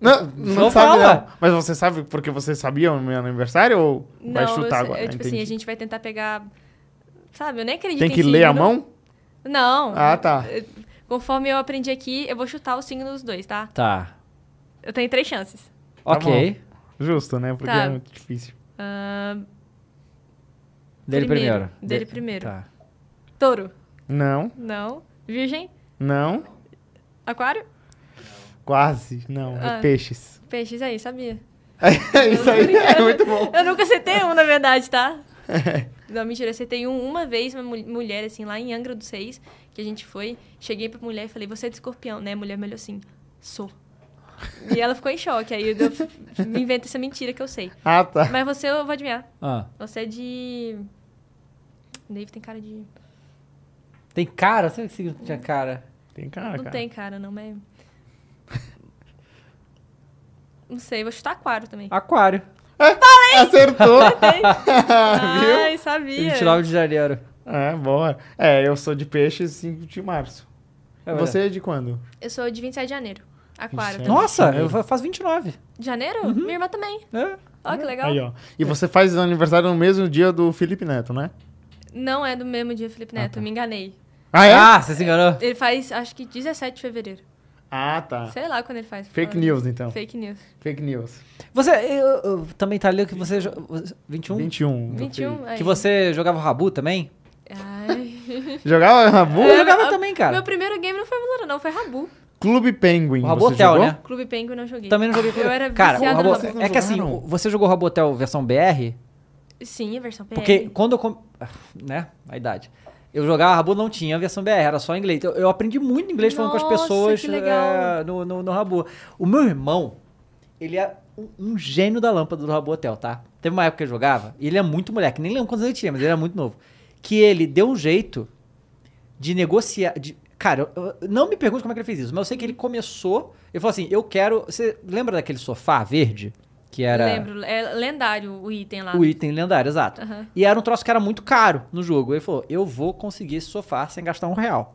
[SPEAKER 2] Não, não
[SPEAKER 1] Não
[SPEAKER 2] sabe
[SPEAKER 1] fala.
[SPEAKER 2] não. Mas você sabe porque você sabia no meu aniversário ou vai
[SPEAKER 3] eu
[SPEAKER 2] chutar
[SPEAKER 3] sei-
[SPEAKER 2] agora?
[SPEAKER 3] eu, tipo
[SPEAKER 2] Entendi.
[SPEAKER 3] assim, a gente vai tentar pegar. Sabe, eu nem acredito
[SPEAKER 2] Tem
[SPEAKER 3] em
[SPEAKER 2] que ler a
[SPEAKER 3] signo.
[SPEAKER 2] mão?
[SPEAKER 3] Não.
[SPEAKER 2] Ah, tá.
[SPEAKER 3] Eu- Conforme eu aprendi aqui, eu vou chutar o signo dos dois, tá?
[SPEAKER 1] Tá.
[SPEAKER 3] Eu tenho três chances.
[SPEAKER 2] Tá
[SPEAKER 1] ok.
[SPEAKER 2] Justo, né? Porque
[SPEAKER 3] Tá.
[SPEAKER 2] é muito difícil.
[SPEAKER 3] Ahn,
[SPEAKER 1] Dele primeiro.
[SPEAKER 3] Primeiro. Dele primeiro.
[SPEAKER 1] Tá.
[SPEAKER 3] touro.
[SPEAKER 2] Não,
[SPEAKER 3] Não. Virgem.
[SPEAKER 2] não,
[SPEAKER 3] Aquário.
[SPEAKER 2] quase. Não, é
[SPEAKER 3] Ah.
[SPEAKER 2] peixes.
[SPEAKER 3] Peixes aí, sabia.
[SPEAKER 2] É isso aí, é muito bom.
[SPEAKER 3] Eu nunca acertei um, na verdade, tá? Não, mentira, eu acertei um uma vez, uma mu- mulher, assim, lá em Angra dos Reis, que a gente foi. Cheguei pra mulher e falei, você é de escorpião, né? A mulher me olhou assim, sou. E ela ficou em choque, aí eu eu me invento essa mentira que eu sei.
[SPEAKER 2] Ah, tá.
[SPEAKER 3] Mas você, eu vou adivinhar.
[SPEAKER 1] Ah,
[SPEAKER 3] Você é de... Dave tem cara de...
[SPEAKER 1] tem cara? Sabe que signo que tinha cara?
[SPEAKER 2] Tem Ah, cara,
[SPEAKER 3] não
[SPEAKER 2] cara.
[SPEAKER 3] tem cara, não, mas... Não sei, vou chutar aquário também.
[SPEAKER 1] Aquário.
[SPEAKER 2] Acertou. Viu?
[SPEAKER 3] Ai, sabia.
[SPEAKER 1] 29 de janeiro.
[SPEAKER 2] É, boa. É, eu sou de peixes 5 de março.
[SPEAKER 1] É verdade.
[SPEAKER 2] você é de quando?
[SPEAKER 3] Eu sou de 27 de janeiro.
[SPEAKER 2] 27.
[SPEAKER 3] Aquário. também.
[SPEAKER 1] Nossa, eu fa- faço 29.
[SPEAKER 3] De janeiro?
[SPEAKER 1] Uhum.
[SPEAKER 3] Minha irmã também.
[SPEAKER 1] É.
[SPEAKER 2] Ah,
[SPEAKER 3] Ó, que legal.
[SPEAKER 2] Aí, ó. E você faz aniversário no mesmo dia do Felipe Neto, né?
[SPEAKER 3] Não é do mesmo dia, Felipe
[SPEAKER 1] tá.
[SPEAKER 3] Neto, me enganei.
[SPEAKER 2] Ah, é?
[SPEAKER 1] Ah, você se enganou?
[SPEAKER 3] Ele faz, acho que 17 de fevereiro.
[SPEAKER 2] Ah, tá.
[SPEAKER 3] Sei lá quando ele faz.
[SPEAKER 2] Fake
[SPEAKER 3] Fala-
[SPEAKER 2] news, então.
[SPEAKER 3] Fake news.
[SPEAKER 2] Fake news.
[SPEAKER 1] Você, eu, eu também tá lendo que você... jo- 21?
[SPEAKER 2] 21. do
[SPEAKER 3] 21. aí.
[SPEAKER 1] Que você jogava Rabu também?
[SPEAKER 3] Ai.
[SPEAKER 2] Felipe. Jogava Rabu?
[SPEAKER 1] Eu jogava
[SPEAKER 3] Ah,
[SPEAKER 1] também, cara.
[SPEAKER 3] Meu primeiro game não foi Valorant, não, foi Rabu.
[SPEAKER 2] Clube Penguin.
[SPEAKER 1] O
[SPEAKER 2] você
[SPEAKER 1] Rabotel,
[SPEAKER 2] jogou?
[SPEAKER 1] né?
[SPEAKER 3] Clube Penguin eu não joguei.
[SPEAKER 1] Também não joguei
[SPEAKER 3] Eu era
[SPEAKER 1] Cara, o
[SPEAKER 3] viciada no
[SPEAKER 1] Rabo-
[SPEAKER 2] Vocês
[SPEAKER 3] Rabu.
[SPEAKER 2] não
[SPEAKER 1] É que assim,
[SPEAKER 2] jogaram?
[SPEAKER 1] o- você jogou Rabotel versão BR?
[SPEAKER 3] Sim, a versão PR.
[SPEAKER 1] Porque quando eu. Com... Ah, Né? A idade. Eu jogava Rabu, não tinha a versão BR, era só inglês. Então, eu aprendi muito inglês falando com as
[SPEAKER 3] Nossa,
[SPEAKER 1] pessoas
[SPEAKER 3] que legal.
[SPEAKER 1] eh, no, no, no Rabu. O meu irmão, ele é um, um gênio da lâmpada do Rabu Hotel, tá? Teve uma época que eu jogava, e ele é muito moleque, nem lembro quantos anos ele tinha, mas ele era muito novo. Que ele deu um jeito de negociar. de- Cara, eu- eu- não me pergunte como é que ele fez isso, mas eu sei que ele começou. Ele falou assim: eu quero. Você lembra daquele sofá verde? Que era
[SPEAKER 3] Lembro, é lendário o item lá.
[SPEAKER 1] o item lendário, exato.
[SPEAKER 3] Aham.
[SPEAKER 1] E era um troço que era muito caro no jogo. Ele falou: eu vou conseguir esse sofá sem gastar um real.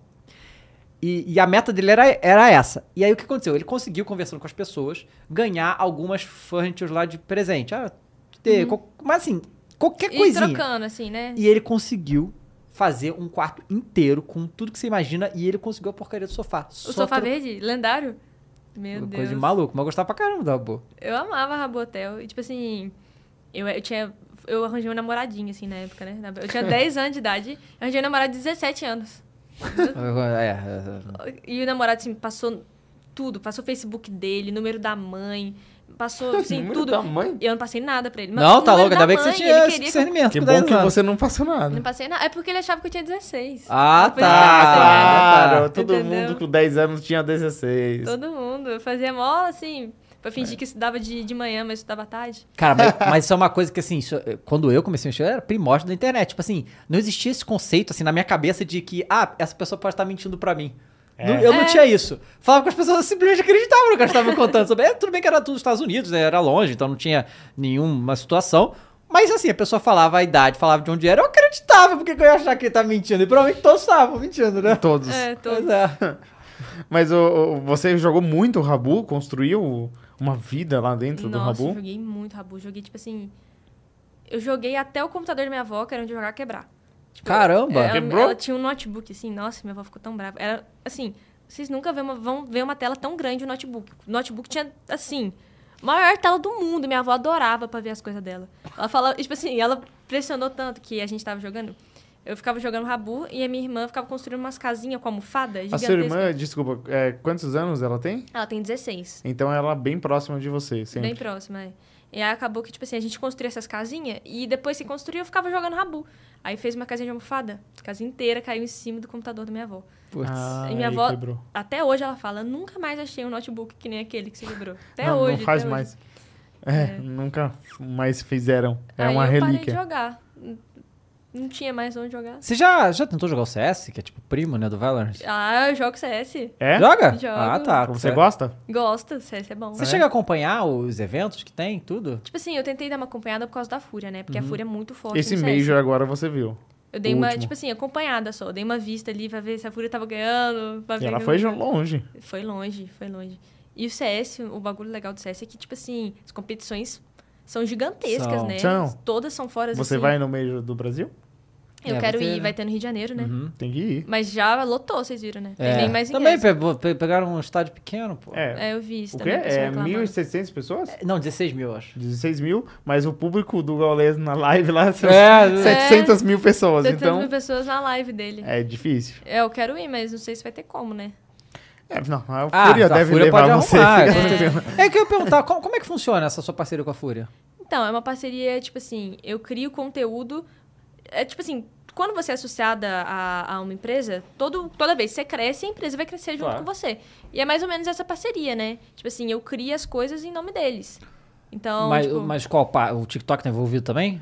[SPEAKER 1] E, e a meta dele era, era essa. E aí o que aconteceu? Ele conseguiu, conversando com as pessoas, ganhar algumas furnitures lá de presente. Ah, ter, co- mas assim, qualquer
[SPEAKER 3] Uhum. E
[SPEAKER 1] coisinha.
[SPEAKER 3] trocando, assim, né?
[SPEAKER 1] E ele conseguiu fazer um quarto inteiro com tudo que você imagina e ele conseguiu a porcaria do sofá.
[SPEAKER 3] O sofá verde, lendário. Meu
[SPEAKER 1] Coisa
[SPEAKER 3] Deus.
[SPEAKER 1] de maluco, mas eu gostava pra caramba da boa.
[SPEAKER 3] Eu amava Rabotel. E, tipo assim, eu, eu tinha. Eu arranjei um namoradinho, assim, na época, né? Na- Eu tinha 10 anos de idade, eu arranjei um namorado de 17 anos.
[SPEAKER 1] É,
[SPEAKER 3] E o namorado, assim, passou tudo. Passou o Facebook dele, número da mãe, passou, assim,
[SPEAKER 2] Número
[SPEAKER 3] tudo.
[SPEAKER 2] da mãe?
[SPEAKER 3] E eu não passei nada pra ele. Mas
[SPEAKER 1] Não,
[SPEAKER 3] o
[SPEAKER 1] tá
[SPEAKER 3] número
[SPEAKER 1] louco,
[SPEAKER 3] da
[SPEAKER 1] ainda bem que você
[SPEAKER 3] mãe,
[SPEAKER 1] tinha
[SPEAKER 3] ele
[SPEAKER 1] esse
[SPEAKER 3] queria que-
[SPEAKER 1] discernimento.
[SPEAKER 2] Que
[SPEAKER 1] com
[SPEAKER 2] bom
[SPEAKER 1] 10
[SPEAKER 2] que
[SPEAKER 1] anos.
[SPEAKER 2] você não passou
[SPEAKER 3] Não
[SPEAKER 2] nada.
[SPEAKER 3] passei nada. É porque ele achava que eu tinha 16.
[SPEAKER 1] Ah, tá,
[SPEAKER 3] Depois ele passou.
[SPEAKER 1] tá,
[SPEAKER 2] Claro,
[SPEAKER 1] tá.
[SPEAKER 2] todo
[SPEAKER 3] né? Entendeu?
[SPEAKER 2] mundo com 10 anos tinha 16.
[SPEAKER 3] Todo mundo. Eu fazia mó, assim, pra
[SPEAKER 1] É.
[SPEAKER 3] fingir que estudava de, de manhã, mas estudava à tarde.
[SPEAKER 1] Cara, mas, mas isso é uma coisa que, assim, isso- quando eu comecei a mexer, era primórdio da internet. Tipo assim, não existia esse conceito, assim, na minha cabeça de que, ah, essa pessoa pode estar mentindo pra mim. Não- eu não
[SPEAKER 3] É.
[SPEAKER 1] tinha isso. Falava com as pessoas, eu simplesmente acreditavam no que elas estavam contando sobre. É, tudo bem que era tudo nos Estados Unidos, né? Era longe, então não tinha nenhuma situação. Mas assim, a pessoa falava a idade, falava de onde era, eu acreditava, porque que eu ia achar que ele tá mentindo. E provavelmente todos estavam mentindo, né?
[SPEAKER 2] Todos.
[SPEAKER 3] É,
[SPEAKER 1] Pois
[SPEAKER 3] todo.
[SPEAKER 1] é.
[SPEAKER 2] Mas o- o- você jogou muito o Rabu? Construiu uma vida lá dentro
[SPEAKER 3] Nossa,
[SPEAKER 2] do
[SPEAKER 3] eu
[SPEAKER 2] Rabu?
[SPEAKER 3] joguei muito Rabu. Joguei, tipo assim. Eu joguei até o computador da minha avó, que era onde eu jogava quebrar. Tipo,
[SPEAKER 1] Caramba.
[SPEAKER 3] Ela,
[SPEAKER 2] Ah, Quebrou?
[SPEAKER 3] ela tinha um notebook, assim, nossa, minha avó ficou tão brava. Era, assim, vocês nunca vê uma- vão ver uma tela tão grande no notebook. O notebook tinha, assim, maior tela do mundo. Minha avó adorava pra ver as coisas dela. Ela falava, tipo assim, ela pressionou tanto que a gente tava jogando. Eu ficava jogando Rabu e a minha irmã ficava construindo umas casinhas com almofada
[SPEAKER 2] A
[SPEAKER 3] gigantesca.
[SPEAKER 2] sua irmã, desculpa, é, quantos anos ela tem?
[SPEAKER 3] Ela tem 16.
[SPEAKER 2] Então ela é bem próxima de você, sempre.
[SPEAKER 3] Bem próxima, é. E aí acabou que, tipo assim, a gente construía essas casinhas e depois que construía eu ficava jogando rabu. Aí fez uma casinha de almofada, a casa inteira caiu em cima do computador da minha avó.
[SPEAKER 1] Putz.
[SPEAKER 2] Ah,
[SPEAKER 3] e minha
[SPEAKER 2] aí
[SPEAKER 3] avó,
[SPEAKER 2] quebrou.
[SPEAKER 3] até hoje, ela fala: nunca mais achei um notebook que nem aquele que você quebrou. Até
[SPEAKER 2] não,
[SPEAKER 3] hoje.
[SPEAKER 2] não faz
[SPEAKER 3] até hoje.
[SPEAKER 2] mais. É, nunca mais fizeram. É
[SPEAKER 3] Aí
[SPEAKER 2] uma
[SPEAKER 3] eu parei de
[SPEAKER 2] relíquia.
[SPEAKER 3] jogar. N- Não tinha mais onde jogar.
[SPEAKER 1] Você já, já tentou jogar o CS, que é tipo primo, né, do Valorant?
[SPEAKER 3] Ah, eu jogo CS.
[SPEAKER 2] É?
[SPEAKER 1] Joga?
[SPEAKER 3] Jogo.
[SPEAKER 1] Ah, tá.
[SPEAKER 2] Você
[SPEAKER 1] Certo.
[SPEAKER 2] gosta?
[SPEAKER 3] Gosto, CS é bom.
[SPEAKER 1] Você chega a acompanhar os eventos que tem, tudo?
[SPEAKER 3] Tipo assim, eu tentei dar uma acompanhada por causa da Fúria, né? Porque a Fúria é muito forte.
[SPEAKER 2] Uhum. Esse
[SPEAKER 3] no CS.
[SPEAKER 2] Major agora você viu.
[SPEAKER 3] Eu dei
[SPEAKER 2] o
[SPEAKER 3] uma,
[SPEAKER 2] último.
[SPEAKER 3] tipo assim, acompanhada só. Eu dei uma vista ali pra ver se a Fúria tava ganhando. Pra
[SPEAKER 2] E
[SPEAKER 3] ver
[SPEAKER 2] ela
[SPEAKER 3] que-
[SPEAKER 2] foi longe.
[SPEAKER 3] Foi longe, foi longe. E o CS, o bagulho legal do CS é que, tipo assim, as competições são gigantescas,
[SPEAKER 1] São.
[SPEAKER 3] né?
[SPEAKER 2] São.
[SPEAKER 3] Todas são fora
[SPEAKER 2] Você
[SPEAKER 3] assim.
[SPEAKER 2] vai no meio do Brasil?
[SPEAKER 3] Eu
[SPEAKER 1] É,
[SPEAKER 3] quero
[SPEAKER 1] vai ter,
[SPEAKER 3] ir,
[SPEAKER 1] né?
[SPEAKER 3] vai ter no Rio de Janeiro, né?
[SPEAKER 1] Uhum.
[SPEAKER 2] Tem que ir.
[SPEAKER 3] Mas já lotou, vocês viram, né? Tem
[SPEAKER 1] É.
[SPEAKER 3] nem mais
[SPEAKER 1] Também
[SPEAKER 3] ingresso.
[SPEAKER 1] pe- pe- pegaram um estádio pequeno, pô.
[SPEAKER 2] É.
[SPEAKER 3] É, eu vi isso
[SPEAKER 2] o quê?
[SPEAKER 3] também. pessoal
[SPEAKER 2] É
[SPEAKER 3] reclamando.
[SPEAKER 2] 1.600 pessoas?
[SPEAKER 1] Não, 16 mil, eu acho.
[SPEAKER 2] 16 mil, mas o público do Gaules na live lá são
[SPEAKER 1] É,
[SPEAKER 3] Cê-
[SPEAKER 2] 700 mil pessoas,
[SPEAKER 3] 700
[SPEAKER 2] então
[SPEAKER 3] mil pessoas na live dele.
[SPEAKER 2] é difícil.
[SPEAKER 3] É, eu quero ir, mas não sei se vai ter como, né?
[SPEAKER 2] É, não, a
[SPEAKER 1] Ah,
[SPEAKER 2] Fúria
[SPEAKER 1] tá, a
[SPEAKER 2] deve
[SPEAKER 1] Fúria
[SPEAKER 2] levar
[SPEAKER 1] pode
[SPEAKER 2] você.
[SPEAKER 1] arrumar,
[SPEAKER 2] fica
[SPEAKER 1] é.
[SPEAKER 2] tranquilo.
[SPEAKER 1] é que eu ia perguntar, como, como é que funciona essa sua parceria com a Fúria?
[SPEAKER 3] Então, é uma parceria, tipo assim, eu crio conteúdo. É tipo assim, quando você é associada a, a uma empresa, todo, toda vez que você cresce, a empresa vai crescer junto
[SPEAKER 2] Claro.
[SPEAKER 3] com você. E é mais ou menos essa parceria, né? Tipo assim, eu crio as coisas em nome deles. Então,
[SPEAKER 1] mas,
[SPEAKER 3] tipo,
[SPEAKER 1] mas qual? pa- O TikTok tá envolvido também?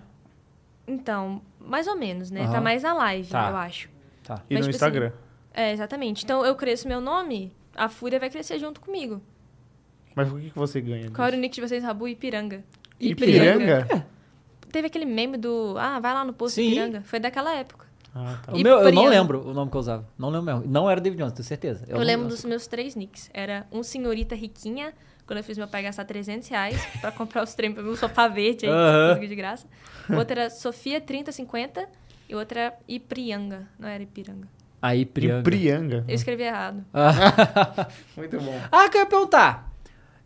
[SPEAKER 3] então, mais ou menos, né?
[SPEAKER 1] Aham.
[SPEAKER 3] Tá mais na live,
[SPEAKER 1] Tá.
[SPEAKER 3] eu acho.
[SPEAKER 1] Tá.
[SPEAKER 2] E
[SPEAKER 3] Mas,
[SPEAKER 2] no
[SPEAKER 3] tipo
[SPEAKER 2] Instagram.
[SPEAKER 3] É, exatamente. Então, eu cresço meu nome, a Fúria vai crescer junto comigo.
[SPEAKER 2] Mas o que, que você ganha?
[SPEAKER 3] Qual era o
[SPEAKER 2] disso?
[SPEAKER 3] nick de vocês, Rabu? Ipiranga.
[SPEAKER 2] Ipiranga?
[SPEAKER 3] Teve aquele meme do, ah, vai lá no posto
[SPEAKER 1] Sim.
[SPEAKER 3] Ipiranga. Foi daquela época.
[SPEAKER 2] Ah, tá.
[SPEAKER 1] O
[SPEAKER 3] E
[SPEAKER 1] meu, eu não
[SPEAKER 3] Priano.
[SPEAKER 1] lembro o nome que eu usava. Não lembro mesmo. Não era David Jones, tenho certeza.
[SPEAKER 3] Eu,
[SPEAKER 1] não-
[SPEAKER 3] lembro dos meus três nicks. Era um senhorita riquinha, quando eu fiz meu pai gastar 300 reais pra comprar os trem, meu sofá verde aí, que você
[SPEAKER 1] Aham.
[SPEAKER 3] conseguiu de graça. O outro era Sofia 3050 e o outro era Iprianga, não era Ipiranga.
[SPEAKER 1] Aí, Priano.
[SPEAKER 2] Iprianga.
[SPEAKER 1] Uhum.
[SPEAKER 3] Eu escrevi errado.
[SPEAKER 1] Ah.
[SPEAKER 2] Muito bom.
[SPEAKER 1] ah, que eu ia perguntar.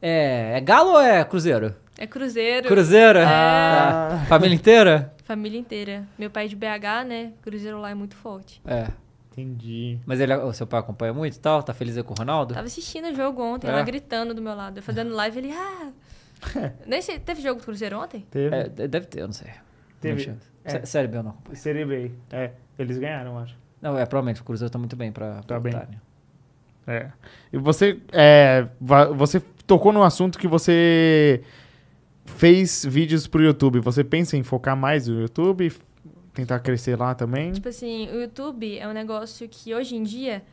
[SPEAKER 1] É, é Galo ou é Cruzeiro?
[SPEAKER 3] É Cruzeiro, É,
[SPEAKER 1] Cruzeiro?
[SPEAKER 2] Ah.
[SPEAKER 1] Tá. Família inteira?
[SPEAKER 3] família inteira. Meu pai é de BH, né? Cruzeiro lá é muito forte.
[SPEAKER 1] É.
[SPEAKER 2] Entendi.
[SPEAKER 1] Mas ele, o seu pai acompanha muito e tal? Tá feliz aí com o Ronaldo?
[SPEAKER 3] Tava assistindo o jogo ontem,
[SPEAKER 1] É?
[SPEAKER 3] ela gritando do meu lado. Eu fazendo live, ele, ah... Nem sei, teve jogo do Cruzeiro ontem?
[SPEAKER 2] Teve.
[SPEAKER 1] É, de- deve ter, eu não sei.
[SPEAKER 2] Teve.
[SPEAKER 1] Não tinha-
[SPEAKER 2] É.
[SPEAKER 1] Sé- Sério, B, eu não.
[SPEAKER 2] E Série B. É. Eles ganharam, acho.
[SPEAKER 1] Não, é, provavelmente o Cruzeiro tá muito bem pra. pra
[SPEAKER 2] Tá bem.
[SPEAKER 1] lutar, né?
[SPEAKER 2] É. E você, é, va- você tocou num assunto que você fez vídeos pro YouTube. Você pensa em focar mais no YouTube, f- tentar crescer lá também?
[SPEAKER 3] Tipo assim, o YouTube é um negócio que hoje em dia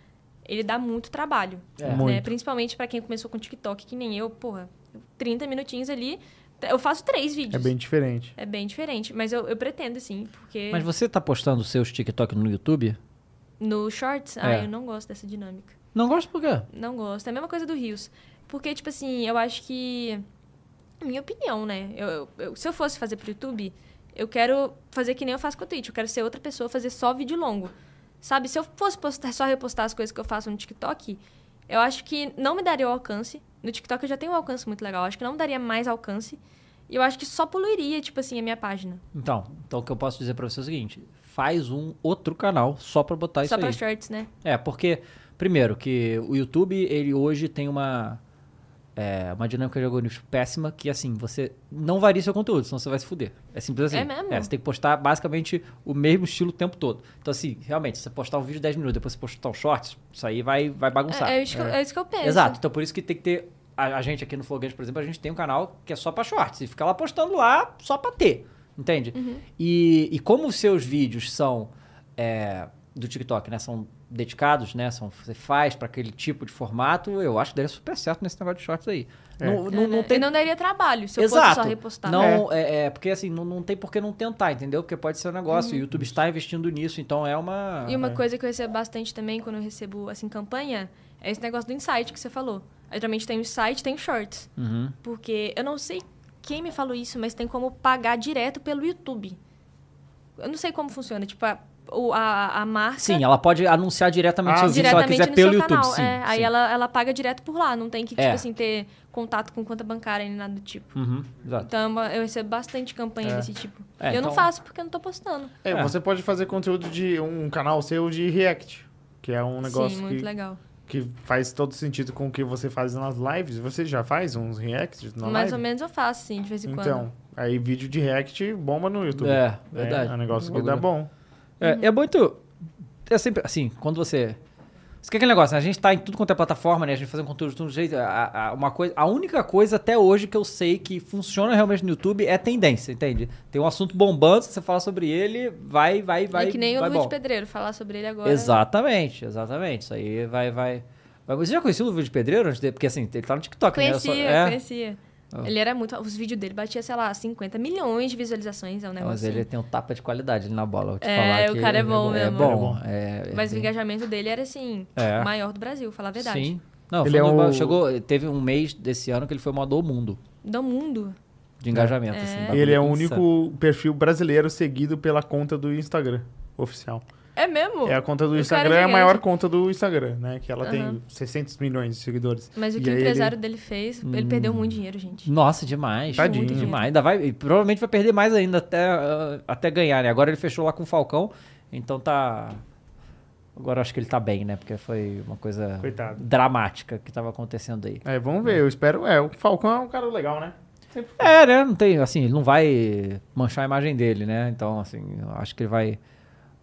[SPEAKER 3] ele dá muito trabalho.
[SPEAKER 1] É.
[SPEAKER 3] né?
[SPEAKER 2] Muito.
[SPEAKER 3] Principalmente pra quem começou com TikTok, que nem eu, porra, 30 minutinhos ali. t- Eu faço três vídeos.
[SPEAKER 2] É bem diferente.
[SPEAKER 3] É bem diferente. Mas eu, eu pretendo, sim, porque
[SPEAKER 1] Mas você tá postando os seus TikTok no YouTube?
[SPEAKER 3] no Shorts,
[SPEAKER 1] É.
[SPEAKER 3] ah, eu não gosto dessa dinâmica.
[SPEAKER 1] Não gosto por quê?
[SPEAKER 3] Não gosto. É a mesma coisa do Rios. Porque, tipo assim, eu acho que. Minha opinião, né? Eu, eu- eu- se eu fosse fazer pro YouTube, eu quero fazer que nem eu faço com o Twitch. Eu quero ser outra pessoa, fazer só vídeo longo. Sabe? Se eu fosse postar, só repostar as coisas que eu faço no TikTok, eu acho que não me daria o alcance. No TikTok eu já tenho um alcance muito legal. Eu acho que não me daria mais alcance. E eu acho que só poluiria, tipo assim, a minha página.
[SPEAKER 1] Então, então o que eu posso dizer pra você é o seguinte: faz um outro canal só pra botar
[SPEAKER 3] só
[SPEAKER 1] isso
[SPEAKER 3] pra
[SPEAKER 1] aí.
[SPEAKER 3] shorts, né?
[SPEAKER 1] É, porque, primeiro, que o YouTube, ele hoje tem uma, é, uma dinâmica de algoritmo péssima que, assim, você não varia seu conteúdo, senão você vai se fuder. É simples assim.
[SPEAKER 3] É mesmo?
[SPEAKER 1] você tem que postar basicamente o mesmo estilo o tempo todo. Então, assim, realmente, se você postar um vídeo de 10 minutos, depois você postar um short, isso aí vai, vai bagunçar.
[SPEAKER 3] É, é isso que, eu- é isso que eu penso.
[SPEAKER 1] Exato. Então, por isso que tem que ter. A, a gente aqui no Flowgante, por exemplo, a gente tem um canal que é só pra shorts. E fica lá postando lá só pra ter. Entende?
[SPEAKER 3] Uhum.
[SPEAKER 1] E, e como os seus vídeos são é, do TikTok, né? São dedicados, né? São, você faz pra aquele tipo de formato, eu acho que daria super certo nesse negócio de shorts aí.
[SPEAKER 2] É.
[SPEAKER 1] Não,
[SPEAKER 3] É,
[SPEAKER 1] não, não
[SPEAKER 3] né?
[SPEAKER 1] tem
[SPEAKER 3] E não daria trabalho se eu fosse
[SPEAKER 1] Exato.
[SPEAKER 3] só repostar.
[SPEAKER 1] Não, é, é, porque assim, não, não tem por que não tentar, entendeu? Porque pode ser um negócio. E o YouTube está investindo nisso, então é uma.
[SPEAKER 3] Uhum. E uma
[SPEAKER 2] É.
[SPEAKER 3] coisa que eu recebo bastante também quando eu recebo, assim, campanha, é esse negócio do insight que você falou. Eu, geralmente tem o insight, tem o shorts.
[SPEAKER 1] Uhum.
[SPEAKER 3] Porque eu não sei quem me falou isso, mas tem como pagar direto pelo YouTube. Eu não sei como funciona. Tipo, a, o- a, a marca...
[SPEAKER 1] Sim, ela pode anunciar diretamente
[SPEAKER 2] Ah,
[SPEAKER 1] sozinha se ela quiser
[SPEAKER 3] Diretamente no
[SPEAKER 1] pelo
[SPEAKER 3] seu
[SPEAKER 1] YouTube.
[SPEAKER 3] canal.
[SPEAKER 1] Sim,
[SPEAKER 3] é, Aí
[SPEAKER 1] sim.
[SPEAKER 3] ela, ela paga direto por lá. Não tem que, tipo
[SPEAKER 1] É.
[SPEAKER 3] assim, ter contato com conta bancária nem nada do tipo.
[SPEAKER 1] Uhum, exato.
[SPEAKER 3] Então, é uma- eu recebo bastante campanha desse tipo.
[SPEAKER 1] É,
[SPEAKER 3] eu
[SPEAKER 1] então-
[SPEAKER 3] não faço porque eu não tô postando.
[SPEAKER 2] É,
[SPEAKER 1] É.
[SPEAKER 2] você pode fazer conteúdo de um canal seu de React, que é um negócio
[SPEAKER 3] Sim, muito
[SPEAKER 2] que,
[SPEAKER 3] legal.
[SPEAKER 2] que faz todo sentido com o que você faz nas lives. Você já faz uns Reacts na
[SPEAKER 3] Mais
[SPEAKER 1] é
[SPEAKER 2] live?
[SPEAKER 3] ou menos eu faço, sim, de vez em quando.
[SPEAKER 2] Então, aí vídeo de React bomba no YouTube.
[SPEAKER 1] É, verdade.
[SPEAKER 2] É um negócio que
[SPEAKER 1] Bagulho.
[SPEAKER 2] dá bom.
[SPEAKER 1] É, é muito. É sempre assim, quando você. Isso que é aquele negócio, né? A gente tá em tudo quanto é plataforma, né? A gente fazendo conteúdo de todo jeito. A, a- uma coisa, a única coisa até hoje que eu sei que funciona realmente no YouTube é tendência, entende? Tem um assunto bombando, se você falar sobre ele, vai, vai, vai.
[SPEAKER 3] é que nem o
[SPEAKER 1] vai
[SPEAKER 3] Luiz
[SPEAKER 1] bom.
[SPEAKER 3] Pedreiro, falar sobre ele agora. né?
[SPEAKER 1] né? Exatamente, exatamente. Isso aí vai, vai. vai- Você já conhecia o Luiz Pedreiro antes dele? Porque assim, ele tá no TikTok,
[SPEAKER 3] Conhecia,
[SPEAKER 1] né? Eu só- é.
[SPEAKER 3] conhecia. Ele era muito. Os vídeos dele batia, sei lá, 50 milhões de visualizações, é um
[SPEAKER 1] Não,
[SPEAKER 3] negócio.
[SPEAKER 1] Mas ele tem um tapa de qualidade ali na bola, eu vou te
[SPEAKER 3] É,
[SPEAKER 1] falar.
[SPEAKER 3] o
[SPEAKER 1] que
[SPEAKER 3] cara é bom
[SPEAKER 1] É
[SPEAKER 3] mesmo.
[SPEAKER 1] bom. É, é
[SPEAKER 3] assim. Mas o
[SPEAKER 1] bem-
[SPEAKER 3] engajamento dele era assim,
[SPEAKER 1] É.
[SPEAKER 3] o maior do Brasil, falar a verdade.
[SPEAKER 1] Sim. Não,
[SPEAKER 2] Ele
[SPEAKER 1] foi
[SPEAKER 2] é
[SPEAKER 1] no-
[SPEAKER 2] o-
[SPEAKER 1] chegou, teve um mês desse ano que ele foi o maior do mundo
[SPEAKER 3] Do mundo.
[SPEAKER 1] de engajamento. assim, bagulho
[SPEAKER 2] Ele é o
[SPEAKER 1] insano.
[SPEAKER 2] único perfil brasileiro seguido pela conta do Instagram oficial.
[SPEAKER 3] É mesmo?
[SPEAKER 2] É a conta do
[SPEAKER 3] cara é
[SPEAKER 2] Instagram, é a
[SPEAKER 3] gigante.
[SPEAKER 2] maior conta do Instagram, né? Que ela tem
[SPEAKER 3] Aham.
[SPEAKER 2] 600 milhões de seguidores.
[SPEAKER 3] Mas o
[SPEAKER 2] E
[SPEAKER 3] que o
[SPEAKER 2] aí ele-
[SPEAKER 3] empresário dele fez, ele
[SPEAKER 1] Hum.
[SPEAKER 3] perdeu muito dinheiro, gente.
[SPEAKER 1] Nossa, demais.
[SPEAKER 2] Tadinho.
[SPEAKER 1] Muito demais. Ainda vai, e provavelmente vai perder mais ainda até, ah, até ganhar, né? Agora ele fechou lá com o Falcão, então tá. Agora eu acho que ele tá bem, né? Porque foi uma coisa
[SPEAKER 2] Coitado.
[SPEAKER 1] dramática que tava acontecendo aí.
[SPEAKER 2] É, vamos ver, eu espero. É, o Falcão é um cara legal, né? Sempre foi.
[SPEAKER 1] É, né? Não tem, assim, ele não vai manchar a imagem dele, né? Então, assim, eu acho que ele vai,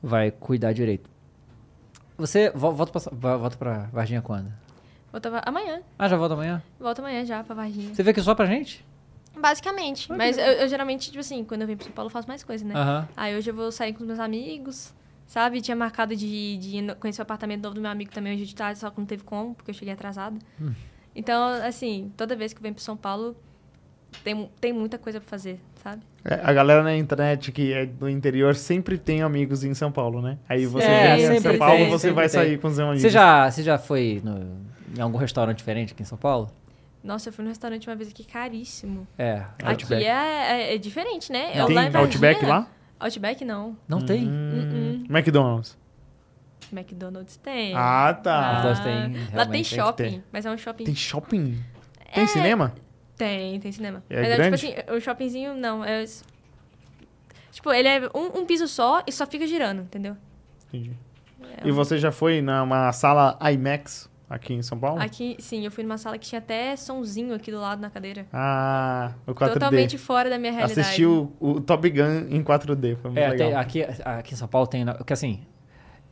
[SPEAKER 1] vai cuidar direito. Você vo- volta pra, va- volta pra Varginha quando?
[SPEAKER 3] Voltava amanhã.
[SPEAKER 1] Ah, já volta amanhã?
[SPEAKER 3] Volta amanhã já pra Varginha.
[SPEAKER 1] Você veio aqui só pra gente?
[SPEAKER 3] Basicamente. Mas eu, eu geralmente, tipo assim, quando eu venho pra São Paulo, eu faço mais coisa, né?
[SPEAKER 1] Aham.
[SPEAKER 3] Aí hoje eu vou sair com os meus amigos, sabe? Tinha marcado de, de ir no- conhecer o apartamento novo do meu amigo também hoje de tarde, só que não teve como, porque eu cheguei atrasada.
[SPEAKER 2] Hum.
[SPEAKER 3] Então, assim, toda vez que eu venho pro São Paulo, tem, mu- tem muita coisa pra fazer, sabe?
[SPEAKER 2] É, a galera na internet que é do interior sempre tem amigos em São Paulo, né? Aí você
[SPEAKER 1] É,
[SPEAKER 2] vem em
[SPEAKER 1] sempre
[SPEAKER 2] São Paulo,
[SPEAKER 1] tem,
[SPEAKER 2] você
[SPEAKER 1] sempre
[SPEAKER 2] vai
[SPEAKER 1] tem.
[SPEAKER 2] sair com os amigos.
[SPEAKER 1] Você já, você já foi no- em algum restaurante diferente aqui em São Paulo?
[SPEAKER 3] Nossa, eu fui num restaurante uma vez aqui caríssimo.
[SPEAKER 1] É.
[SPEAKER 3] Aqui é, é- é diferente, né?
[SPEAKER 1] Não.
[SPEAKER 2] Tem
[SPEAKER 3] Lá em Varginha-
[SPEAKER 2] Outback lá?
[SPEAKER 3] Outback não.
[SPEAKER 1] Não tem?
[SPEAKER 2] Hum, McDonald's.
[SPEAKER 3] McDonald's tem.
[SPEAKER 2] Ah, tá.
[SPEAKER 1] McDonald's tem,
[SPEAKER 3] Lá tem
[SPEAKER 1] realmente, tem que
[SPEAKER 3] shopping,
[SPEAKER 2] ter.
[SPEAKER 3] mas é um shopping.
[SPEAKER 2] Tem shopping? Tem cinema?
[SPEAKER 3] Tem, tem cinema.
[SPEAKER 2] É
[SPEAKER 3] Mas
[SPEAKER 2] grande?
[SPEAKER 3] é tipo assim, o shoppingzinho não. É... s- Tipo, ele é um, um piso só e só fica girando, entendeu?
[SPEAKER 2] Entendi.
[SPEAKER 3] É
[SPEAKER 2] E
[SPEAKER 3] um-
[SPEAKER 2] você já foi numa sala IMAX aqui em São Paulo?
[SPEAKER 3] Aqui, sim, eu fui numa sala que tinha até somzinho aqui do lado na cadeira.
[SPEAKER 2] Ah, o 4D.
[SPEAKER 3] Totalmente fora da minha realidade.
[SPEAKER 2] Assistiu o Top Gun em 4D, foi muito
[SPEAKER 1] É, tem-
[SPEAKER 2] legal.
[SPEAKER 1] aqui, aqui em São Paulo tem. Porque assim,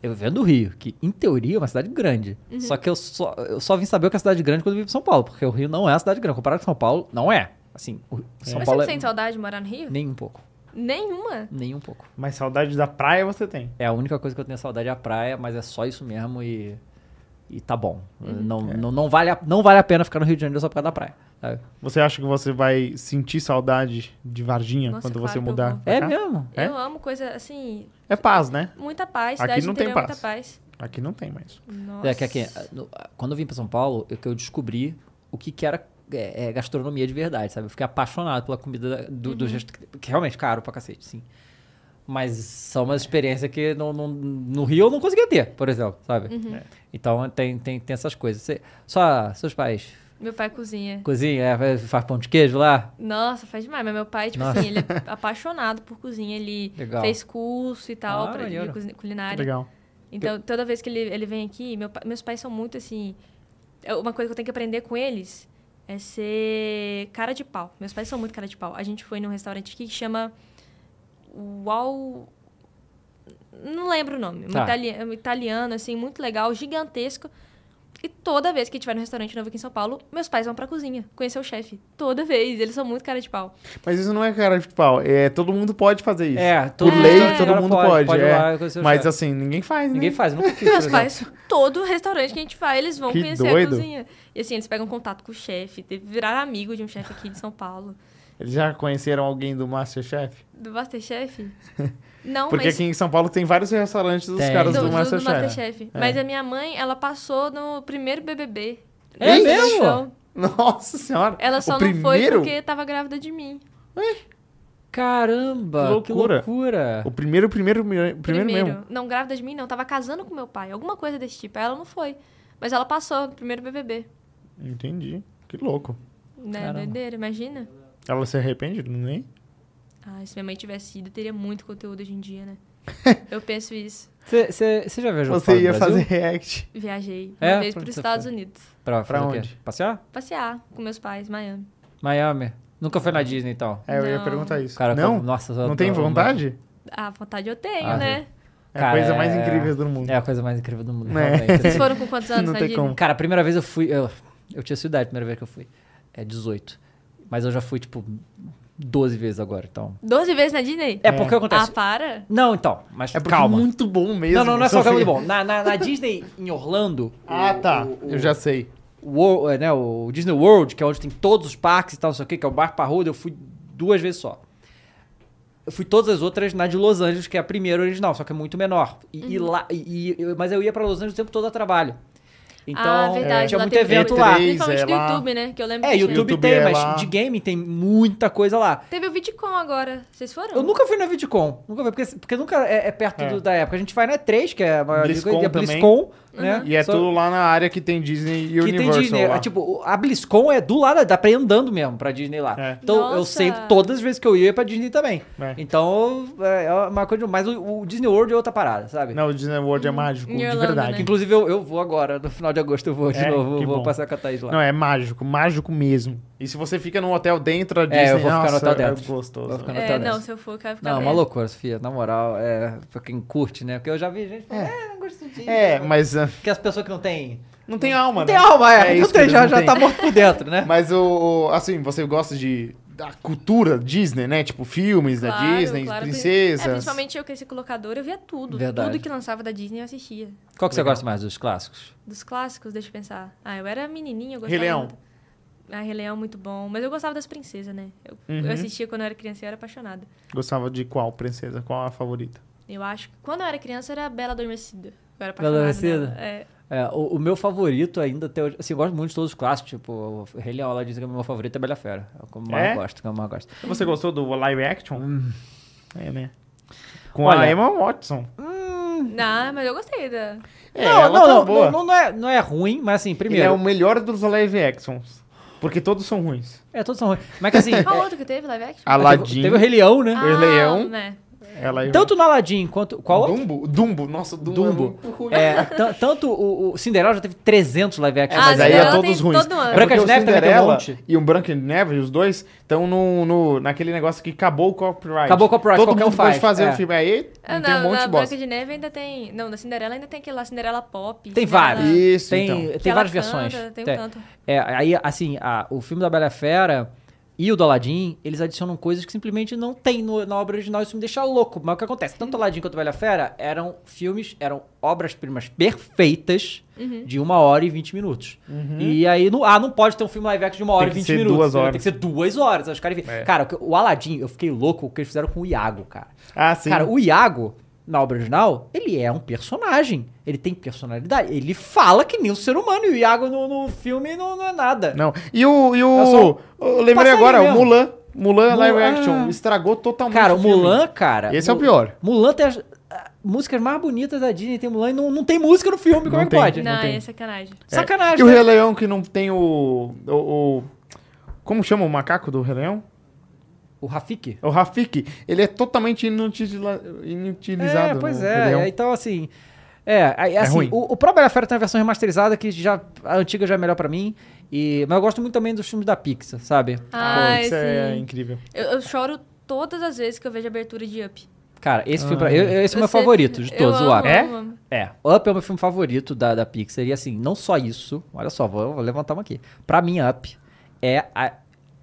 [SPEAKER 1] eu venho do Rio, que em teoria é uma cidade grande.
[SPEAKER 3] Uhum.
[SPEAKER 1] Só que eu só, eu só vim saber o que é cidade grande quando eu vim pra São Paulo, porque o Rio não é uma cidade grande. Comparado com São Paulo, não é. Assim, o São
[SPEAKER 3] Mas você
[SPEAKER 1] Paulo
[SPEAKER 3] não
[SPEAKER 1] é.
[SPEAKER 3] sente saudade de morar no Rio?
[SPEAKER 1] Nem um pouco.
[SPEAKER 3] Nenhuma.
[SPEAKER 1] Nem um pouco.
[SPEAKER 2] Mas saudade da praia você tem.
[SPEAKER 1] É a única coisa que eu tenho saudade é a praia, mas é só isso mesmo e. E tá bom.
[SPEAKER 3] Uhum.
[SPEAKER 1] Não,
[SPEAKER 2] É.
[SPEAKER 1] não, não, vale a, não vale a pena ficar no Rio de Janeiro só por causa da praia. sabe?
[SPEAKER 2] Você acha que você vai sentir saudade de Varginha
[SPEAKER 3] Nossa,
[SPEAKER 2] quando
[SPEAKER 3] claro
[SPEAKER 2] você
[SPEAKER 3] que eu
[SPEAKER 2] mudar?
[SPEAKER 3] vou.
[SPEAKER 2] pra
[SPEAKER 1] É
[SPEAKER 2] cá?
[SPEAKER 1] mesmo.
[SPEAKER 2] É?
[SPEAKER 3] Eu amo coisa assim,
[SPEAKER 2] É paz, né?
[SPEAKER 3] muita paz,
[SPEAKER 2] Aqui
[SPEAKER 3] cidade do
[SPEAKER 2] não tem
[SPEAKER 3] interior, muita paz.
[SPEAKER 2] Aqui não tem mais.
[SPEAKER 3] Nossa.
[SPEAKER 1] É que aqui, no- quando eu vim pra São Paulo, eu, que eu descobri o que, que era é, é, gastronomia de verdade, sabe? Eu fiquei apaixonado pela comida da- do,
[SPEAKER 3] Uhum.
[SPEAKER 1] do gesto, que é realmente caro pra cacete, sim. Mas são umas experiências que não, não- no Rio eu não conseguia ter, por exemplo, sabe?
[SPEAKER 3] Uhum.
[SPEAKER 2] É.
[SPEAKER 1] Então tem, tem, tem essas coisas. Você- só seus pais
[SPEAKER 3] Meu pai cozinha.
[SPEAKER 1] cozinham, é, faz- faz pão de queijo lá?
[SPEAKER 3] Nossa, faz demais. Mas meu pai, tipo
[SPEAKER 1] Nossa.
[SPEAKER 3] assim, ele é apaixonado por cozinha. Ele
[SPEAKER 1] Legal.
[SPEAKER 3] fez curso e tal
[SPEAKER 1] Ah,
[SPEAKER 3] pra, de
[SPEAKER 1] maneiro.
[SPEAKER 3] cozi- culinária.
[SPEAKER 2] Legal.
[SPEAKER 3] Então, toda vez que ele, ele vem aqui, meu pa- meus pais são muito assim. é Uma coisa que eu tenho que aprender com eles é ser cara de pau. Meus pais são muito cara de pau. A gente foi num restaurante aqui que chama. Uau. Não lembro o nome. Um
[SPEAKER 1] Tá.
[SPEAKER 3] itali- um italiano, assim, muito legal, gigantesco. E toda vez que tiver um restaurante novo aqui em São Paulo, meus pais vão pra cozinha conhecer o chefe. Toda vez. Eles são muito cara de pau.
[SPEAKER 2] Mas isso não é cara de pau. É, todo mundo pode fazer isso.
[SPEAKER 1] É,
[SPEAKER 2] Por
[SPEAKER 1] todo
[SPEAKER 2] lei,
[SPEAKER 1] restaurante
[SPEAKER 2] todo
[SPEAKER 1] agora
[SPEAKER 2] mundo
[SPEAKER 1] pode,
[SPEAKER 2] pode.
[SPEAKER 1] pode ir
[SPEAKER 2] é.
[SPEAKER 1] lá com seu
[SPEAKER 2] Mas
[SPEAKER 1] chefe.
[SPEAKER 2] assim, ninguém faz, né?
[SPEAKER 1] Ninguém faz, eu nunca fiz. por
[SPEAKER 3] Uhum. Meus
[SPEAKER 1] exemplo.
[SPEAKER 3] pais, todo restaurante que a gente vai, eles vão
[SPEAKER 2] Que
[SPEAKER 3] conhecer
[SPEAKER 2] doido.
[SPEAKER 3] a cozinha. E assim, eles pegam contato com o chefe, teve- viraram amigo de um chefe aqui de São Paulo.
[SPEAKER 2] Eles já conheceram alguém do Masterchef?
[SPEAKER 3] Do Masterchef? Não,
[SPEAKER 2] Porque
[SPEAKER 3] mas...
[SPEAKER 2] aqui em São Paulo tem vários restaurantes dos
[SPEAKER 1] Tem.
[SPEAKER 3] do,
[SPEAKER 2] caras
[SPEAKER 3] do,
[SPEAKER 2] do,
[SPEAKER 3] do
[SPEAKER 2] Masterchef. né? É.
[SPEAKER 3] Masterchef. Mas a minha mãe, ela passou no primeiro BBB.
[SPEAKER 1] É
[SPEAKER 3] Na
[SPEAKER 1] mesmo?
[SPEAKER 3] edição.
[SPEAKER 2] Nossa senhora.
[SPEAKER 3] Ela só
[SPEAKER 2] o
[SPEAKER 3] não foi
[SPEAKER 2] primeiro,
[SPEAKER 3] porque tava grávida de mim.
[SPEAKER 1] Caramba,
[SPEAKER 2] Loucura.
[SPEAKER 1] que loucura.
[SPEAKER 2] O primeiro, primeiro, primeiro, primeiro mesmo.
[SPEAKER 3] Não, grávida de mim não, tava casando com meu pai, alguma coisa desse tipo. Aí ela não foi. Mas ela passou no primeiro BBB.
[SPEAKER 2] Entendi. Que louco.
[SPEAKER 3] Né,
[SPEAKER 1] Caramba.
[SPEAKER 3] doideira, imagina.
[SPEAKER 2] Ela se arrepende? Nem?
[SPEAKER 3] Ah, se minha mãe tivesse ido, eu teria muito conteúdo hoje em dia, né? eu penso isso.
[SPEAKER 1] Você- Você você já viajou pra
[SPEAKER 2] Você
[SPEAKER 1] fora do
[SPEAKER 2] ia
[SPEAKER 1] Brasil?
[SPEAKER 2] fazer react.
[SPEAKER 3] Viajei
[SPEAKER 1] É?
[SPEAKER 3] uma vez
[SPEAKER 1] Pra
[SPEAKER 3] para
[SPEAKER 1] onde
[SPEAKER 3] os
[SPEAKER 1] você
[SPEAKER 3] Estados
[SPEAKER 1] foi?
[SPEAKER 3] Unidos.
[SPEAKER 1] Pra, fazer
[SPEAKER 2] Pra
[SPEAKER 1] o quê?
[SPEAKER 2] onde?
[SPEAKER 1] Passear?
[SPEAKER 3] Passear com meus pais, Miami.
[SPEAKER 1] Miami. Nunca foi na Disney, então.
[SPEAKER 2] É, eu ia
[SPEAKER 3] Não.
[SPEAKER 2] perguntar isso.
[SPEAKER 1] Cara,
[SPEAKER 2] não?
[SPEAKER 1] como- nossa, eu
[SPEAKER 2] não
[SPEAKER 1] tô-
[SPEAKER 2] tem vontade?
[SPEAKER 3] Ah, vontade eu tenho,
[SPEAKER 1] Ah,
[SPEAKER 3] né?
[SPEAKER 2] É a
[SPEAKER 1] Cara,
[SPEAKER 2] coisa mais
[SPEAKER 1] é-
[SPEAKER 2] incrível do mundo.
[SPEAKER 1] É a coisa mais incrível do mundo.
[SPEAKER 2] É.
[SPEAKER 1] realmente.
[SPEAKER 3] Vocês foram com quantos anos
[SPEAKER 2] Não
[SPEAKER 3] na
[SPEAKER 2] tem
[SPEAKER 3] Disney?
[SPEAKER 2] como.
[SPEAKER 1] Cara, a primeira vez eu fui. Eu, eu tinha sua idade, a primeira vez que eu fui. É 18. Mas eu já fui, tipo, 12 vezes agora, então.
[SPEAKER 3] 12 vezes na Disney?
[SPEAKER 1] É, porque acontece.
[SPEAKER 3] Ah, para.
[SPEAKER 1] Não, então. Mas
[SPEAKER 2] É porque
[SPEAKER 1] calma.
[SPEAKER 2] é muito bom mesmo.
[SPEAKER 1] Não, não, não é só que é
[SPEAKER 2] Sofia.
[SPEAKER 1] muito bom. Na, na, na Disney em Orlando.
[SPEAKER 2] Ah,
[SPEAKER 1] o-
[SPEAKER 2] tá.
[SPEAKER 1] o-
[SPEAKER 2] Eu já sei.
[SPEAKER 1] o Wor- é, né, o Disney World, que é onde tem todos os parques e tal, não sei o que, que é o Bar Parrudo, eu fui duas vezes só. Eu fui todas as outras na de Los Angeles, que é a
[SPEAKER 3] Uhum.
[SPEAKER 1] primeira original, só que é muito menor. E, e lá, e- e- eu- mas eu ia pra Los Angeles o tempo todo a trabalho. Então,
[SPEAKER 3] ah, verdade.
[SPEAKER 1] tinha
[SPEAKER 3] lá
[SPEAKER 1] muito
[SPEAKER 3] teve
[SPEAKER 1] evento
[SPEAKER 3] muito-
[SPEAKER 1] lá.
[SPEAKER 2] E3,
[SPEAKER 3] Principalmente
[SPEAKER 2] é,
[SPEAKER 3] do
[SPEAKER 2] lá.
[SPEAKER 3] YouTube, né? Que eu lembro
[SPEAKER 1] É,
[SPEAKER 3] que tinha.
[SPEAKER 1] YouTube,
[SPEAKER 2] YouTube
[SPEAKER 1] tem,
[SPEAKER 2] é
[SPEAKER 1] mas
[SPEAKER 2] lá.
[SPEAKER 1] de game tem muita coisa lá.
[SPEAKER 3] Teve o VidCon agora. Vocês foram?
[SPEAKER 1] Eu nunca fui na VidCon, nunca fui, porque, porque nunca é, é perto
[SPEAKER 2] É.
[SPEAKER 1] do- da época. A gente vai na E3, que é a maior
[SPEAKER 2] BlizzCon
[SPEAKER 1] e a
[SPEAKER 2] também.
[SPEAKER 1] BlizzCon, né?
[SPEAKER 3] Uhum.
[SPEAKER 2] E é
[SPEAKER 1] Só-
[SPEAKER 2] tudo lá na área que tem Disney e
[SPEAKER 1] Que tem
[SPEAKER 2] Universal
[SPEAKER 1] Disney.
[SPEAKER 2] lá.
[SPEAKER 1] É, tipo, o- a BlizzCon é do lado, dá pra ir andando mesmo pra Disney lá.
[SPEAKER 2] É.
[SPEAKER 1] Então eu
[SPEAKER 3] Nossa!
[SPEAKER 1] sempre, todas as vezes que eu ia, eu ia pra Disney também.
[SPEAKER 2] É.
[SPEAKER 1] Então é uma coisa. de- Mas o, o Disney World é outra parada, sabe?
[SPEAKER 2] Não, o Disney World é mágico,
[SPEAKER 3] Hum, Em
[SPEAKER 2] de
[SPEAKER 3] Orlando,
[SPEAKER 2] verdade.
[SPEAKER 3] né?
[SPEAKER 1] Inclusive eu, eu vou agora, no final de agosto eu vou de
[SPEAKER 2] É?
[SPEAKER 1] novo,
[SPEAKER 2] Que
[SPEAKER 1] vou
[SPEAKER 2] bom.
[SPEAKER 1] passar com a Thaís lá.
[SPEAKER 2] Não, é mágico, mágico mesmo. E se você fica num hotel dentro da
[SPEAKER 1] É, eu
[SPEAKER 2] Disney,
[SPEAKER 1] vou ficar no
[SPEAKER 2] nossa,
[SPEAKER 1] hotel dentro.
[SPEAKER 2] é gostoso.
[SPEAKER 1] Vou ficar no
[SPEAKER 3] É,
[SPEAKER 1] hotel
[SPEAKER 3] não,
[SPEAKER 1] dessa.
[SPEAKER 3] se eu for, eu quero ficar
[SPEAKER 1] Não, é uma
[SPEAKER 3] breve.
[SPEAKER 1] loucura, Sofia, na moral, é, pra quem curte, né? Porque eu já vi gente falando, é, não gosto de
[SPEAKER 2] É, mas ah,
[SPEAKER 1] Porque as pessoas que não têm.
[SPEAKER 2] não tem alma,
[SPEAKER 1] Não
[SPEAKER 2] né?
[SPEAKER 1] tem alma, é. não
[SPEAKER 2] isso que
[SPEAKER 1] tem,
[SPEAKER 2] eles
[SPEAKER 1] já,
[SPEAKER 2] não
[SPEAKER 1] já
[SPEAKER 2] têm.
[SPEAKER 1] tá morto por dentro, né?
[SPEAKER 2] Mas o, o- assim, você gosta de da cultura Disney, né? Tipo filmes
[SPEAKER 1] É
[SPEAKER 2] da
[SPEAKER 3] Claro,
[SPEAKER 2] Disney,
[SPEAKER 3] claro.
[SPEAKER 2] princesas.
[SPEAKER 3] É, principalmente eu cresci com locadora, eu via tudo.
[SPEAKER 1] Verdade.
[SPEAKER 3] Tudo que lançava da Disney eu assistia.
[SPEAKER 1] Qual que você gosta mais dos clássicos?
[SPEAKER 3] Dos clássicos, deixa eu pensar. Ah, eu era menininha, eu gostava.
[SPEAKER 2] Rei Leão.
[SPEAKER 3] muito. Ah, Rei Leão, muito bom. Mas eu gostava das princesas, né? Eu,
[SPEAKER 2] Uhum.
[SPEAKER 3] eu assistia quando eu era criança e eu era apaixonada.
[SPEAKER 2] Gostava de qual princesa? Qual a favorita?
[SPEAKER 3] Eu acho que quando eu era criança era Bela Adormecida. Eu
[SPEAKER 1] Bela
[SPEAKER 3] era apaixonada.
[SPEAKER 1] Adormecida?
[SPEAKER 3] nela. É.
[SPEAKER 1] É, o, o meu favorito ainda até hoje. Assim, eu gosto muito de todos os clássicos. Tipo, o Rei Leão, ela diz que o meu favorito é Bela Fera. É o que eu mais
[SPEAKER 2] É?
[SPEAKER 1] gosto, que eu mais gosto.
[SPEAKER 2] Você gostou do live action? É, né? Com
[SPEAKER 1] Olha-
[SPEAKER 2] a Emma Watson.
[SPEAKER 3] Não, mas eu gostei da.
[SPEAKER 2] É,
[SPEAKER 1] não,
[SPEAKER 2] ela
[SPEAKER 1] não,
[SPEAKER 2] tá
[SPEAKER 1] não,
[SPEAKER 2] boa.
[SPEAKER 1] não, não é, não é ruim, mas assim,
[SPEAKER 2] Ele
[SPEAKER 1] primeiro.
[SPEAKER 2] é
[SPEAKER 1] É,
[SPEAKER 2] o melhor dos live actions. Porque todos são ruins.
[SPEAKER 1] todos são ruins. Mas que assim. é,
[SPEAKER 3] Qual outro que teve live action?
[SPEAKER 1] Ah, teve, teve Então o Rei Leão, né?
[SPEAKER 2] Ah, Rei Leão.
[SPEAKER 3] né?
[SPEAKER 2] ela é e o-
[SPEAKER 1] Tanto no Aladdin quanto. Qual outro?
[SPEAKER 2] Dumbo? Dumbo. Nossa, Dumbo,
[SPEAKER 1] Dumbo.
[SPEAKER 2] é muito ruim.
[SPEAKER 1] É, tan- tanto o, o Cinderela já teve 300 live action.
[SPEAKER 3] Ah,
[SPEAKER 2] mas aí é
[SPEAKER 3] Cinderela
[SPEAKER 2] todos
[SPEAKER 3] tem
[SPEAKER 2] ruins.
[SPEAKER 3] todo ano.
[SPEAKER 2] É
[SPEAKER 1] Branca
[SPEAKER 2] porque
[SPEAKER 1] de
[SPEAKER 2] o
[SPEAKER 1] Neve também tem um
[SPEAKER 2] Cinderela
[SPEAKER 1] monte.
[SPEAKER 2] E o Branca de Neve, os dois, estão no, no, naquele negócio que acabou o copyright.
[SPEAKER 1] Acabou o copyright,
[SPEAKER 2] Todo
[SPEAKER 1] qualquer
[SPEAKER 2] mundo
[SPEAKER 1] um
[SPEAKER 2] pode
[SPEAKER 1] faz,
[SPEAKER 2] fazer
[SPEAKER 1] é.
[SPEAKER 2] o filme aí,
[SPEAKER 3] Ah,
[SPEAKER 2] não,
[SPEAKER 3] na,
[SPEAKER 2] tem um monte
[SPEAKER 3] na
[SPEAKER 2] de
[SPEAKER 3] Branca
[SPEAKER 2] bosta.
[SPEAKER 3] de Neve ainda tem. Não, na Cinderela ainda tem aquele lá, Cinderela Pop.
[SPEAKER 1] Tem
[SPEAKER 3] Cinderela-
[SPEAKER 1] vários.
[SPEAKER 3] que
[SPEAKER 2] Isso,
[SPEAKER 1] tem,
[SPEAKER 2] então.
[SPEAKER 1] tem
[SPEAKER 3] ela
[SPEAKER 1] várias versões.
[SPEAKER 3] canta, Tem um
[SPEAKER 1] Tem.
[SPEAKER 3] canto.
[SPEAKER 1] É, aí, assim, a- o filme da Bela Fera e o do Aladdin, eles adicionam coisas que simplesmente não tem no- na obra original, isso me deixa louco. Mas o que acontece? Tanto o Aladdin quanto a Bela Fera eram filmes, eram obras-primas perfeitas de uma hora e vinte minutos. E aí, não, ah, não pode ter um filme live action de uma hora
[SPEAKER 2] Uhum. que
[SPEAKER 1] e vinte
[SPEAKER 2] ser
[SPEAKER 1] minutos.
[SPEAKER 2] duas
[SPEAKER 1] entendeu?
[SPEAKER 2] horas.
[SPEAKER 1] Tem que ser duas horas. Os caras...
[SPEAKER 2] É.
[SPEAKER 1] Cara, o que- o Aladdin, eu fiquei louco o que eles fizeram com o Iago, cara.
[SPEAKER 2] Ah, sim.
[SPEAKER 1] Cara, o Iago, na obra original, ele é um personagem. Ele tem personalidade. Ele fala que nem um ser humano. E o Iago no, no filme não, não é nada.
[SPEAKER 2] Não. E o... E
[SPEAKER 1] É
[SPEAKER 2] o
[SPEAKER 1] só
[SPEAKER 2] eu lembrei agora,
[SPEAKER 1] passarinho
[SPEAKER 2] o Mulan. Mulan é live
[SPEAKER 1] Mulan.
[SPEAKER 2] action. Estragou totalmente
[SPEAKER 1] cara, o
[SPEAKER 2] é filme.
[SPEAKER 1] Mulan, cara.
[SPEAKER 2] Esse é o
[SPEAKER 1] Mu-
[SPEAKER 2] pior.
[SPEAKER 1] Mulan tem as ah, músicas mais bonitas da Disney. Tem Mulan e não, não tem música no filme. Como
[SPEAKER 2] Não
[SPEAKER 1] é que
[SPEAKER 2] tem.
[SPEAKER 1] pode?
[SPEAKER 3] Não,
[SPEAKER 2] tem.
[SPEAKER 3] é sacanagem.
[SPEAKER 1] Sacanagem.
[SPEAKER 2] E o
[SPEAKER 1] né?
[SPEAKER 2] Rei Leão que não tem o... o, o- como chama o macaco do Rei Leão?
[SPEAKER 1] O Rafiki.
[SPEAKER 2] O Rafiki. Ele é totalmente inutila- inutilizado.
[SPEAKER 1] É, pois
[SPEAKER 2] no Rei Leão.
[SPEAKER 1] é. Então, assim. É, aí, assim,
[SPEAKER 2] um- ruim.
[SPEAKER 1] o, o próprio Bela Fera tem uma versão remasterizada que já. A antiga já é melhor pra mim. E, mas eu gosto muito também dos filmes da Pixar, sabe?
[SPEAKER 3] Ah,
[SPEAKER 2] Pô, isso é
[SPEAKER 3] sim.
[SPEAKER 2] incrível.
[SPEAKER 3] Eu, eu choro todas as vezes que eu vejo a abertura de Up.
[SPEAKER 1] Cara, esse filme.
[SPEAKER 2] Ah.
[SPEAKER 1] pra- eu- eu- esse é o meu
[SPEAKER 3] Você-
[SPEAKER 1] favorito de
[SPEAKER 3] eu
[SPEAKER 1] todos, o
[SPEAKER 3] amo,
[SPEAKER 1] Up.
[SPEAKER 2] É?
[SPEAKER 3] amo, amo.
[SPEAKER 1] É, Up é o meu filme favorito da, da Pixar. E assim, não só isso, olha só, vou, vou levantar uma aqui. Pra mim, Up é a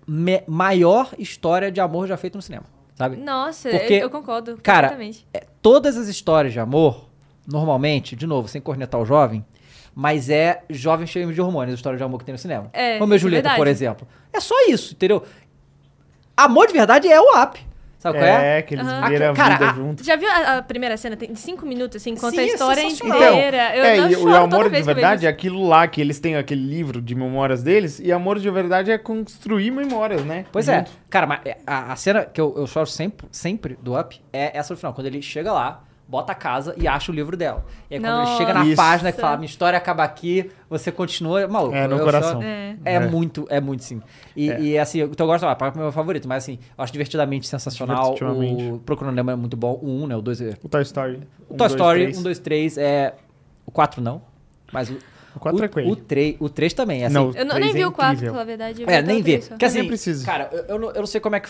[SPEAKER 1] me- maior história de amor já feita no cinema, sabe?
[SPEAKER 3] Nossa,
[SPEAKER 1] Porque-
[SPEAKER 3] eu, eu concordo.
[SPEAKER 1] Cara,
[SPEAKER 3] completamente.
[SPEAKER 1] É, todas as histórias de amor, normalmente, de novo, sem cornetar o jovem, mas é jovem cheio de hormônios, a história de amor que tem no cinema.
[SPEAKER 3] É,
[SPEAKER 1] Como a
[SPEAKER 3] isso é
[SPEAKER 1] Julieta,
[SPEAKER 3] verdade.
[SPEAKER 1] por exemplo. É só isso, entendeu? Amor de verdade é o Up. Sabe qual é?
[SPEAKER 2] que eles
[SPEAKER 3] Aham.
[SPEAKER 2] viram a
[SPEAKER 1] Cara,
[SPEAKER 2] vida
[SPEAKER 1] a-
[SPEAKER 2] junto.
[SPEAKER 3] Já viu a, a primeira cena? Tem cinco minutos, assim, conta
[SPEAKER 1] Sim,
[SPEAKER 3] a
[SPEAKER 1] é
[SPEAKER 3] história
[SPEAKER 1] sensacional.
[SPEAKER 3] inteira. eu
[SPEAKER 2] é,
[SPEAKER 3] não
[SPEAKER 2] e
[SPEAKER 3] choro
[SPEAKER 2] o amor
[SPEAKER 3] toda
[SPEAKER 2] de
[SPEAKER 3] vez que eu
[SPEAKER 2] verdade é
[SPEAKER 3] vejo
[SPEAKER 2] aquilo lá que eles têm aquele livro de memórias deles, e amor de verdade é construir memórias, né?
[SPEAKER 1] Pois é. Cara, mas é, a, a cena que eu, eu choro sempre, sempre do Up é essa no final. Quando ele chega lá, bota a casa e acha o livro dela. E aí, quando ele chega na
[SPEAKER 2] Nossa.
[SPEAKER 1] página que fala, minha história acaba aqui, você continua... Maluco,
[SPEAKER 2] É, no
[SPEAKER 1] eu
[SPEAKER 2] coração.
[SPEAKER 1] choro-
[SPEAKER 3] É.
[SPEAKER 1] É,
[SPEAKER 2] É.
[SPEAKER 1] muito, é muito sim. E, e, assim, eu- então eu gosto, ó, Parque é meu favorito, mas assim, eu acho divertidamente sensacional.
[SPEAKER 2] Divertidamente.
[SPEAKER 1] O Procurando Nemo é muito bom. O 1, né? O 2 é...
[SPEAKER 2] O Toy Story. um,
[SPEAKER 1] O Toy Story, 1, 2, 3 é... O 4 não, mas o...
[SPEAKER 2] O 4 é
[SPEAKER 1] o,
[SPEAKER 2] Quake.
[SPEAKER 1] o 3, o 3 também, é assim...
[SPEAKER 2] Não,
[SPEAKER 3] isso. Eu não-
[SPEAKER 2] Três
[SPEAKER 3] nem
[SPEAKER 2] é
[SPEAKER 3] vi o quatro,
[SPEAKER 2] incrível.
[SPEAKER 3] pela verdade. eu vi
[SPEAKER 1] É,
[SPEAKER 3] até
[SPEAKER 1] nem
[SPEAKER 3] o
[SPEAKER 1] ver.
[SPEAKER 3] três só.
[SPEAKER 1] Porque assim,
[SPEAKER 2] Nem precisa.
[SPEAKER 1] cara, eu, eu não, eu não sei como é que...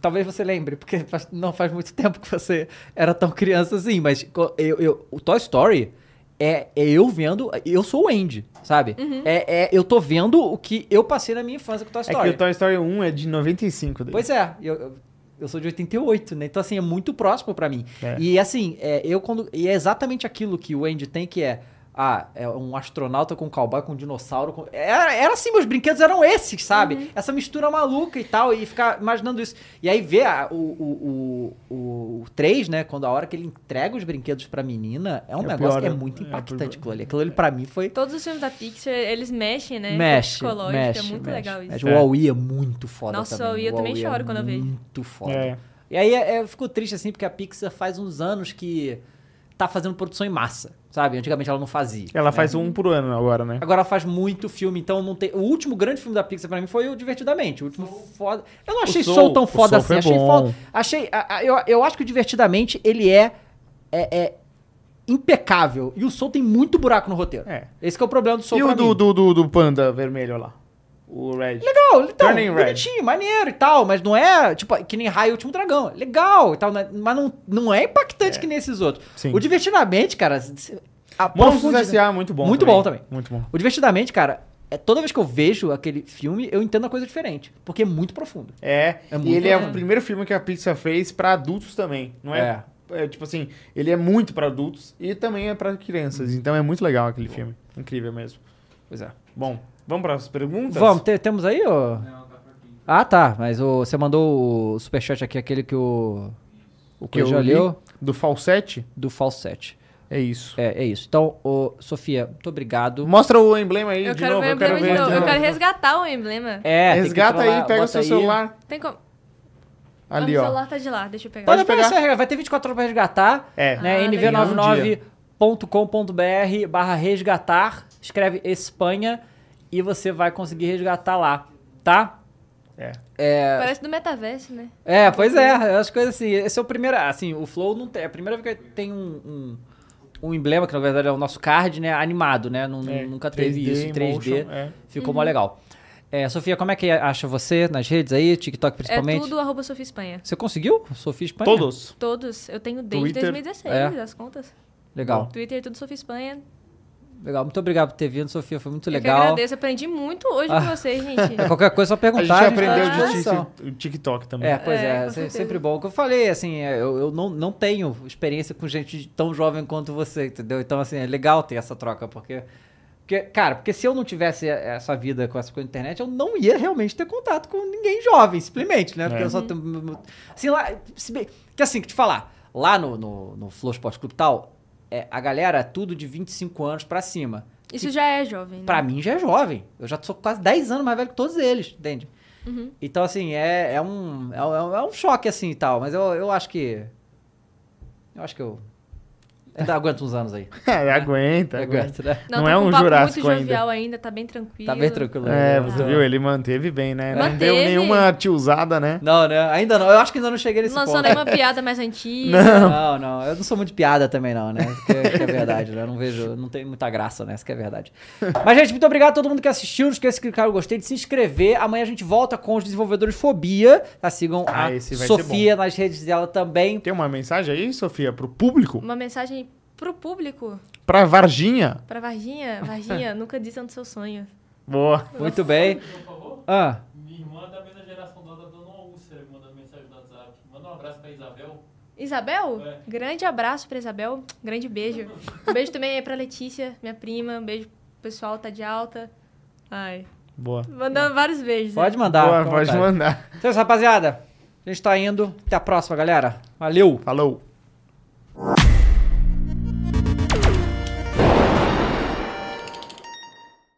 [SPEAKER 1] Talvez você lembre, porque faz- não faz muito tempo que você era tão criança assim, mas co- eu, eu- o Toy Story é, é eu vendo... Eu sou o Andy, sabe? É, é- eu tô vendo o que eu passei na minha infância com o Toy
[SPEAKER 2] É que
[SPEAKER 1] Story.
[SPEAKER 2] o Toy Story 1 é de 95 dele.
[SPEAKER 1] Pois é, eu- eu, eu sou de 88, né? Então, assim, é muito próximo pra mim.
[SPEAKER 2] É.
[SPEAKER 1] E, assim, é, eu quando... E é exatamente aquilo que o Andy tem, que é... Ah, é um astronauta com um cowboy, com um dinossauro. com- Era, era assim, meus brinquedos eram esses, sabe?
[SPEAKER 3] Uhum.
[SPEAKER 1] Essa mistura maluca e tal, e ficar imaginando isso. E aí ver a- o, o, o, o, 3, né? Quando a hora que ele entrega os brinquedos pra menina, é um
[SPEAKER 2] É o
[SPEAKER 1] negócio
[SPEAKER 2] pior,
[SPEAKER 1] que é
[SPEAKER 2] né?
[SPEAKER 1] muito
[SPEAKER 2] É,
[SPEAKER 1] impactante
[SPEAKER 2] por-
[SPEAKER 1] aquilo ali. Aquilo ali pra mim foi.
[SPEAKER 3] Todos os filmes da Pixar, eles mexem, né?
[SPEAKER 1] mexe,
[SPEAKER 3] Psicológico,
[SPEAKER 1] mexe,
[SPEAKER 3] é muito
[SPEAKER 1] mexe,
[SPEAKER 3] legal isso.
[SPEAKER 1] mexe. O Wall-E é muito foda
[SPEAKER 3] Nossa,
[SPEAKER 1] também.
[SPEAKER 3] o Wall-E eu também
[SPEAKER 1] Wall-E é
[SPEAKER 3] choro quando eu vejo.
[SPEAKER 1] Muito foda.
[SPEAKER 2] É.
[SPEAKER 1] E aí é, eu fico triste, assim, porque a Pixar faz uns anos que tá fazendo produção em massa, sabe? Antigamente ela não fazia.
[SPEAKER 2] Ela
[SPEAKER 1] né?
[SPEAKER 3] É.
[SPEAKER 2] faz um por ano agora, né?
[SPEAKER 1] Agora ela faz muito filme, então não tem... O último grande filme da Pixar pra mim foi o Divertidamente. O último foda... Eu não achei Soul,
[SPEAKER 2] Soul.
[SPEAKER 1] tão
[SPEAKER 2] O
[SPEAKER 1] foda
[SPEAKER 2] Soul
[SPEAKER 1] assim.
[SPEAKER 2] foi
[SPEAKER 1] Achei
[SPEAKER 2] bom.
[SPEAKER 1] foda... Achei... a- a- eu, eu acho que o Divertidamente, ele é... é, é impecável. E o Soul tem muito buraco no roteiro.
[SPEAKER 2] É.
[SPEAKER 1] Esse que é o problema do Soul
[SPEAKER 2] E
[SPEAKER 1] pra mim.
[SPEAKER 2] o do, do, do, do panda vermelho lá? O Red.
[SPEAKER 1] Legal, então,
[SPEAKER 2] Turning Red.
[SPEAKER 1] bonitinho, maneiro e tal, mas não é, tipo, que nem Raio e o Último Dragão. é Legal e tal, né? mas não, não é impactante que nem esses outros.
[SPEAKER 2] Sim.
[SPEAKER 1] O Divertidamente, cara, a
[SPEAKER 2] Monstros
[SPEAKER 1] profundidade-
[SPEAKER 2] S.A. muito bom.
[SPEAKER 1] Muito
[SPEAKER 2] também.
[SPEAKER 1] bom também.
[SPEAKER 2] Muito bom.
[SPEAKER 1] O Divertidamente, cara, é, toda vez que eu vejo aquele filme, eu entendo uma coisa diferente, porque é muito profundo.
[SPEAKER 2] É,
[SPEAKER 1] É muito
[SPEAKER 2] e ele é
[SPEAKER 1] bom.
[SPEAKER 2] o primeiro filme que a Pixar fez pra adultos também, não é? é? Tipo assim, ele é muito pra adultos e também é pra crianças, então é muito legal aquele filme. Incrível mesmo.
[SPEAKER 1] Pois é.
[SPEAKER 2] Bom, vamos para as perguntas?
[SPEAKER 1] Vamos, te- temos aí, ô?
[SPEAKER 4] Não, tá fraquinho.
[SPEAKER 1] Ah, tá, mas o- você mandou o superchat aqui, aquele que o... O que
[SPEAKER 2] Que eu
[SPEAKER 1] já
[SPEAKER 2] li.
[SPEAKER 1] leu,
[SPEAKER 2] Do falsete?
[SPEAKER 1] do Falsete.
[SPEAKER 2] É isso.
[SPEAKER 1] É, é isso. Então, ô, Sofia, muito obrigado.
[SPEAKER 2] Mostra o emblema aí
[SPEAKER 3] Eu
[SPEAKER 2] de
[SPEAKER 3] quero
[SPEAKER 2] novo,
[SPEAKER 3] ver o
[SPEAKER 2] eu quero
[SPEAKER 3] emblema de
[SPEAKER 2] ver.
[SPEAKER 3] novo.
[SPEAKER 2] de
[SPEAKER 3] Eu
[SPEAKER 2] novo.
[SPEAKER 3] quero resgatar o emblema.
[SPEAKER 1] É, tem que
[SPEAKER 2] Resgata
[SPEAKER 1] entrar lá,
[SPEAKER 2] aí, pega o
[SPEAKER 1] bota
[SPEAKER 2] seu
[SPEAKER 1] aí.
[SPEAKER 2] celular
[SPEAKER 3] Tem como...
[SPEAKER 2] ali,
[SPEAKER 3] ah,
[SPEAKER 2] ó.
[SPEAKER 3] meu celular tá de lá, deixa eu pegar.
[SPEAKER 1] Pode
[SPEAKER 2] Pode pegar.
[SPEAKER 1] pegar. Vai ter 24 horas pra resgatar.
[SPEAKER 2] É.
[SPEAKER 1] Né?
[SPEAKER 3] Ah,
[SPEAKER 1] nv99.com.br barra resgatar. Escreve Espanha e você vai conseguir resgatar lá, tá?
[SPEAKER 2] É.
[SPEAKER 3] Parece do metaverso, né?
[SPEAKER 1] É, pois é, as coisas assim. Esse é o primeiro. Assim, o Flow não tem. É a primeira vez que tem um, um, um emblema, que na verdade é o nosso card, né? Animado, né? Nun-
[SPEAKER 2] É,
[SPEAKER 1] Nunca teve
[SPEAKER 2] 3D,
[SPEAKER 1] isso. 3D.
[SPEAKER 2] motion, é.
[SPEAKER 1] Ficou
[SPEAKER 3] Uhum.
[SPEAKER 1] mó legal. É, Sofia, como é que acha você nas redes aí? TikTok
[SPEAKER 3] É
[SPEAKER 1] principalmente?
[SPEAKER 3] tudo arroba Sofia Espanha.
[SPEAKER 1] Você conseguiu? Sofia Espanha?
[SPEAKER 2] Todos.
[SPEAKER 3] Todos. Eu tenho desde
[SPEAKER 2] Twitter.
[SPEAKER 3] 2016
[SPEAKER 1] É.
[SPEAKER 3] as contas.
[SPEAKER 1] Legal.
[SPEAKER 3] Twitter, tudo Sofia Espanha.
[SPEAKER 1] Legal, muito obrigado por ter vindo, Sofia. Foi muito
[SPEAKER 3] Eu que
[SPEAKER 1] legal.
[SPEAKER 3] agradeço. Aprendi muito hoje
[SPEAKER 1] Ah.
[SPEAKER 3] com vocês, gente.
[SPEAKER 1] É, qualquer coisa, é só
[SPEAKER 2] A
[SPEAKER 1] perguntar.
[SPEAKER 2] gente
[SPEAKER 1] tá à
[SPEAKER 2] aprendeu de
[SPEAKER 1] disposição.
[SPEAKER 2] tic- o TikTok também.
[SPEAKER 1] É, pois
[SPEAKER 3] É,
[SPEAKER 1] é,
[SPEAKER 3] com
[SPEAKER 1] se-
[SPEAKER 3] certeza.
[SPEAKER 1] sempre bom. O que eu falei, assim, é, eu, eu não, não tenho experiência com gente tão jovem quanto você, entendeu? Então, assim, é legal ter essa troca, porque. Porque, cara, porque se eu não tivesse essa vida com essa coisa da internet, eu não ia realmente ter contato com ninguém jovem, simplesmente, né? Porque
[SPEAKER 2] É.
[SPEAKER 1] eu só tenho. Assim, lá. Se bem, que assim, que te falar, lá no, no, no Flow Sport Clube e tal, é, a galera é tudo de 25 anos pra cima.
[SPEAKER 3] Isso já é jovem. né?
[SPEAKER 1] Pra mim já é jovem. Eu já sou quase 10 anos mais velho que todos eles, entende?
[SPEAKER 3] Uhum.
[SPEAKER 1] Então, assim, é, é, um, é, um- é um- é um choque, assim, e tal. Mas eu, eu acho que... Eu acho que eu... Ainda aguento uns anos aí.
[SPEAKER 2] É, aguenta, aguenta.
[SPEAKER 1] aguento, né?
[SPEAKER 2] Não
[SPEAKER 3] tá
[SPEAKER 2] é
[SPEAKER 3] com
[SPEAKER 2] um
[SPEAKER 3] papo
[SPEAKER 2] Jurássico
[SPEAKER 3] muito
[SPEAKER 2] ainda.
[SPEAKER 3] jovial ainda. tá bem tranquilo.
[SPEAKER 1] Tá bem tranquilo. né?
[SPEAKER 2] É, você
[SPEAKER 1] Tá.
[SPEAKER 2] viu? Ele manteve bem, né? Não deu
[SPEAKER 3] Manteve.
[SPEAKER 2] nenhuma tiozada, né?
[SPEAKER 1] Não, né? Ainda não. Eu acho que ainda não cheguei nesse
[SPEAKER 3] Não lançou
[SPEAKER 1] ponto.
[SPEAKER 3] nenhuma piada mais antiga.
[SPEAKER 2] Não.
[SPEAKER 1] Não, não. Eu não sou muito de piada também, não, né? Isso que, é- que é verdade, né? Eu não vejo, não tem muita graça, né? Isso que é verdade. Mas, gente, muito obrigado a todo mundo que assistiu. Não esqueça de clicar no gostei, de se inscrever. Amanhã a gente volta com os desenvolvedores Fobia. Tá? Sigam
[SPEAKER 2] Ah,
[SPEAKER 1] a
[SPEAKER 2] esse vai
[SPEAKER 1] Sofia nas redes dela também.
[SPEAKER 2] Tem uma mensagem aí, Sofia, pro público?
[SPEAKER 3] Uma mensagem pro público,
[SPEAKER 2] Pra Varginha?
[SPEAKER 3] pra Varginha. Varginha, nunca desistam do seu sonho.
[SPEAKER 2] Boa.
[SPEAKER 1] Muito bem.
[SPEAKER 4] Por favor,
[SPEAKER 1] Ah,
[SPEAKER 4] minha irmã é da mesma geração dela, tá dando uma úlcera, mandando mensagem no WhatsApp. Manda um abraço pra Isabel.
[SPEAKER 3] Isabel,
[SPEAKER 4] É.
[SPEAKER 3] grande abraço pra Isabel, grande beijo. Um beijo também aí pra Letícia, minha prima, um beijo pro pessoal, tá de alta. Ai,
[SPEAKER 2] Boa.
[SPEAKER 3] mandando vários beijos.
[SPEAKER 1] É. pode mandar.
[SPEAKER 2] Boa,
[SPEAKER 1] fica à
[SPEAKER 2] pode
[SPEAKER 1] vontade.
[SPEAKER 2] mandar.
[SPEAKER 1] Então, é isso, rapaziada. A gente tá indo. Até a próxima, galera. Valeu!
[SPEAKER 2] Falou.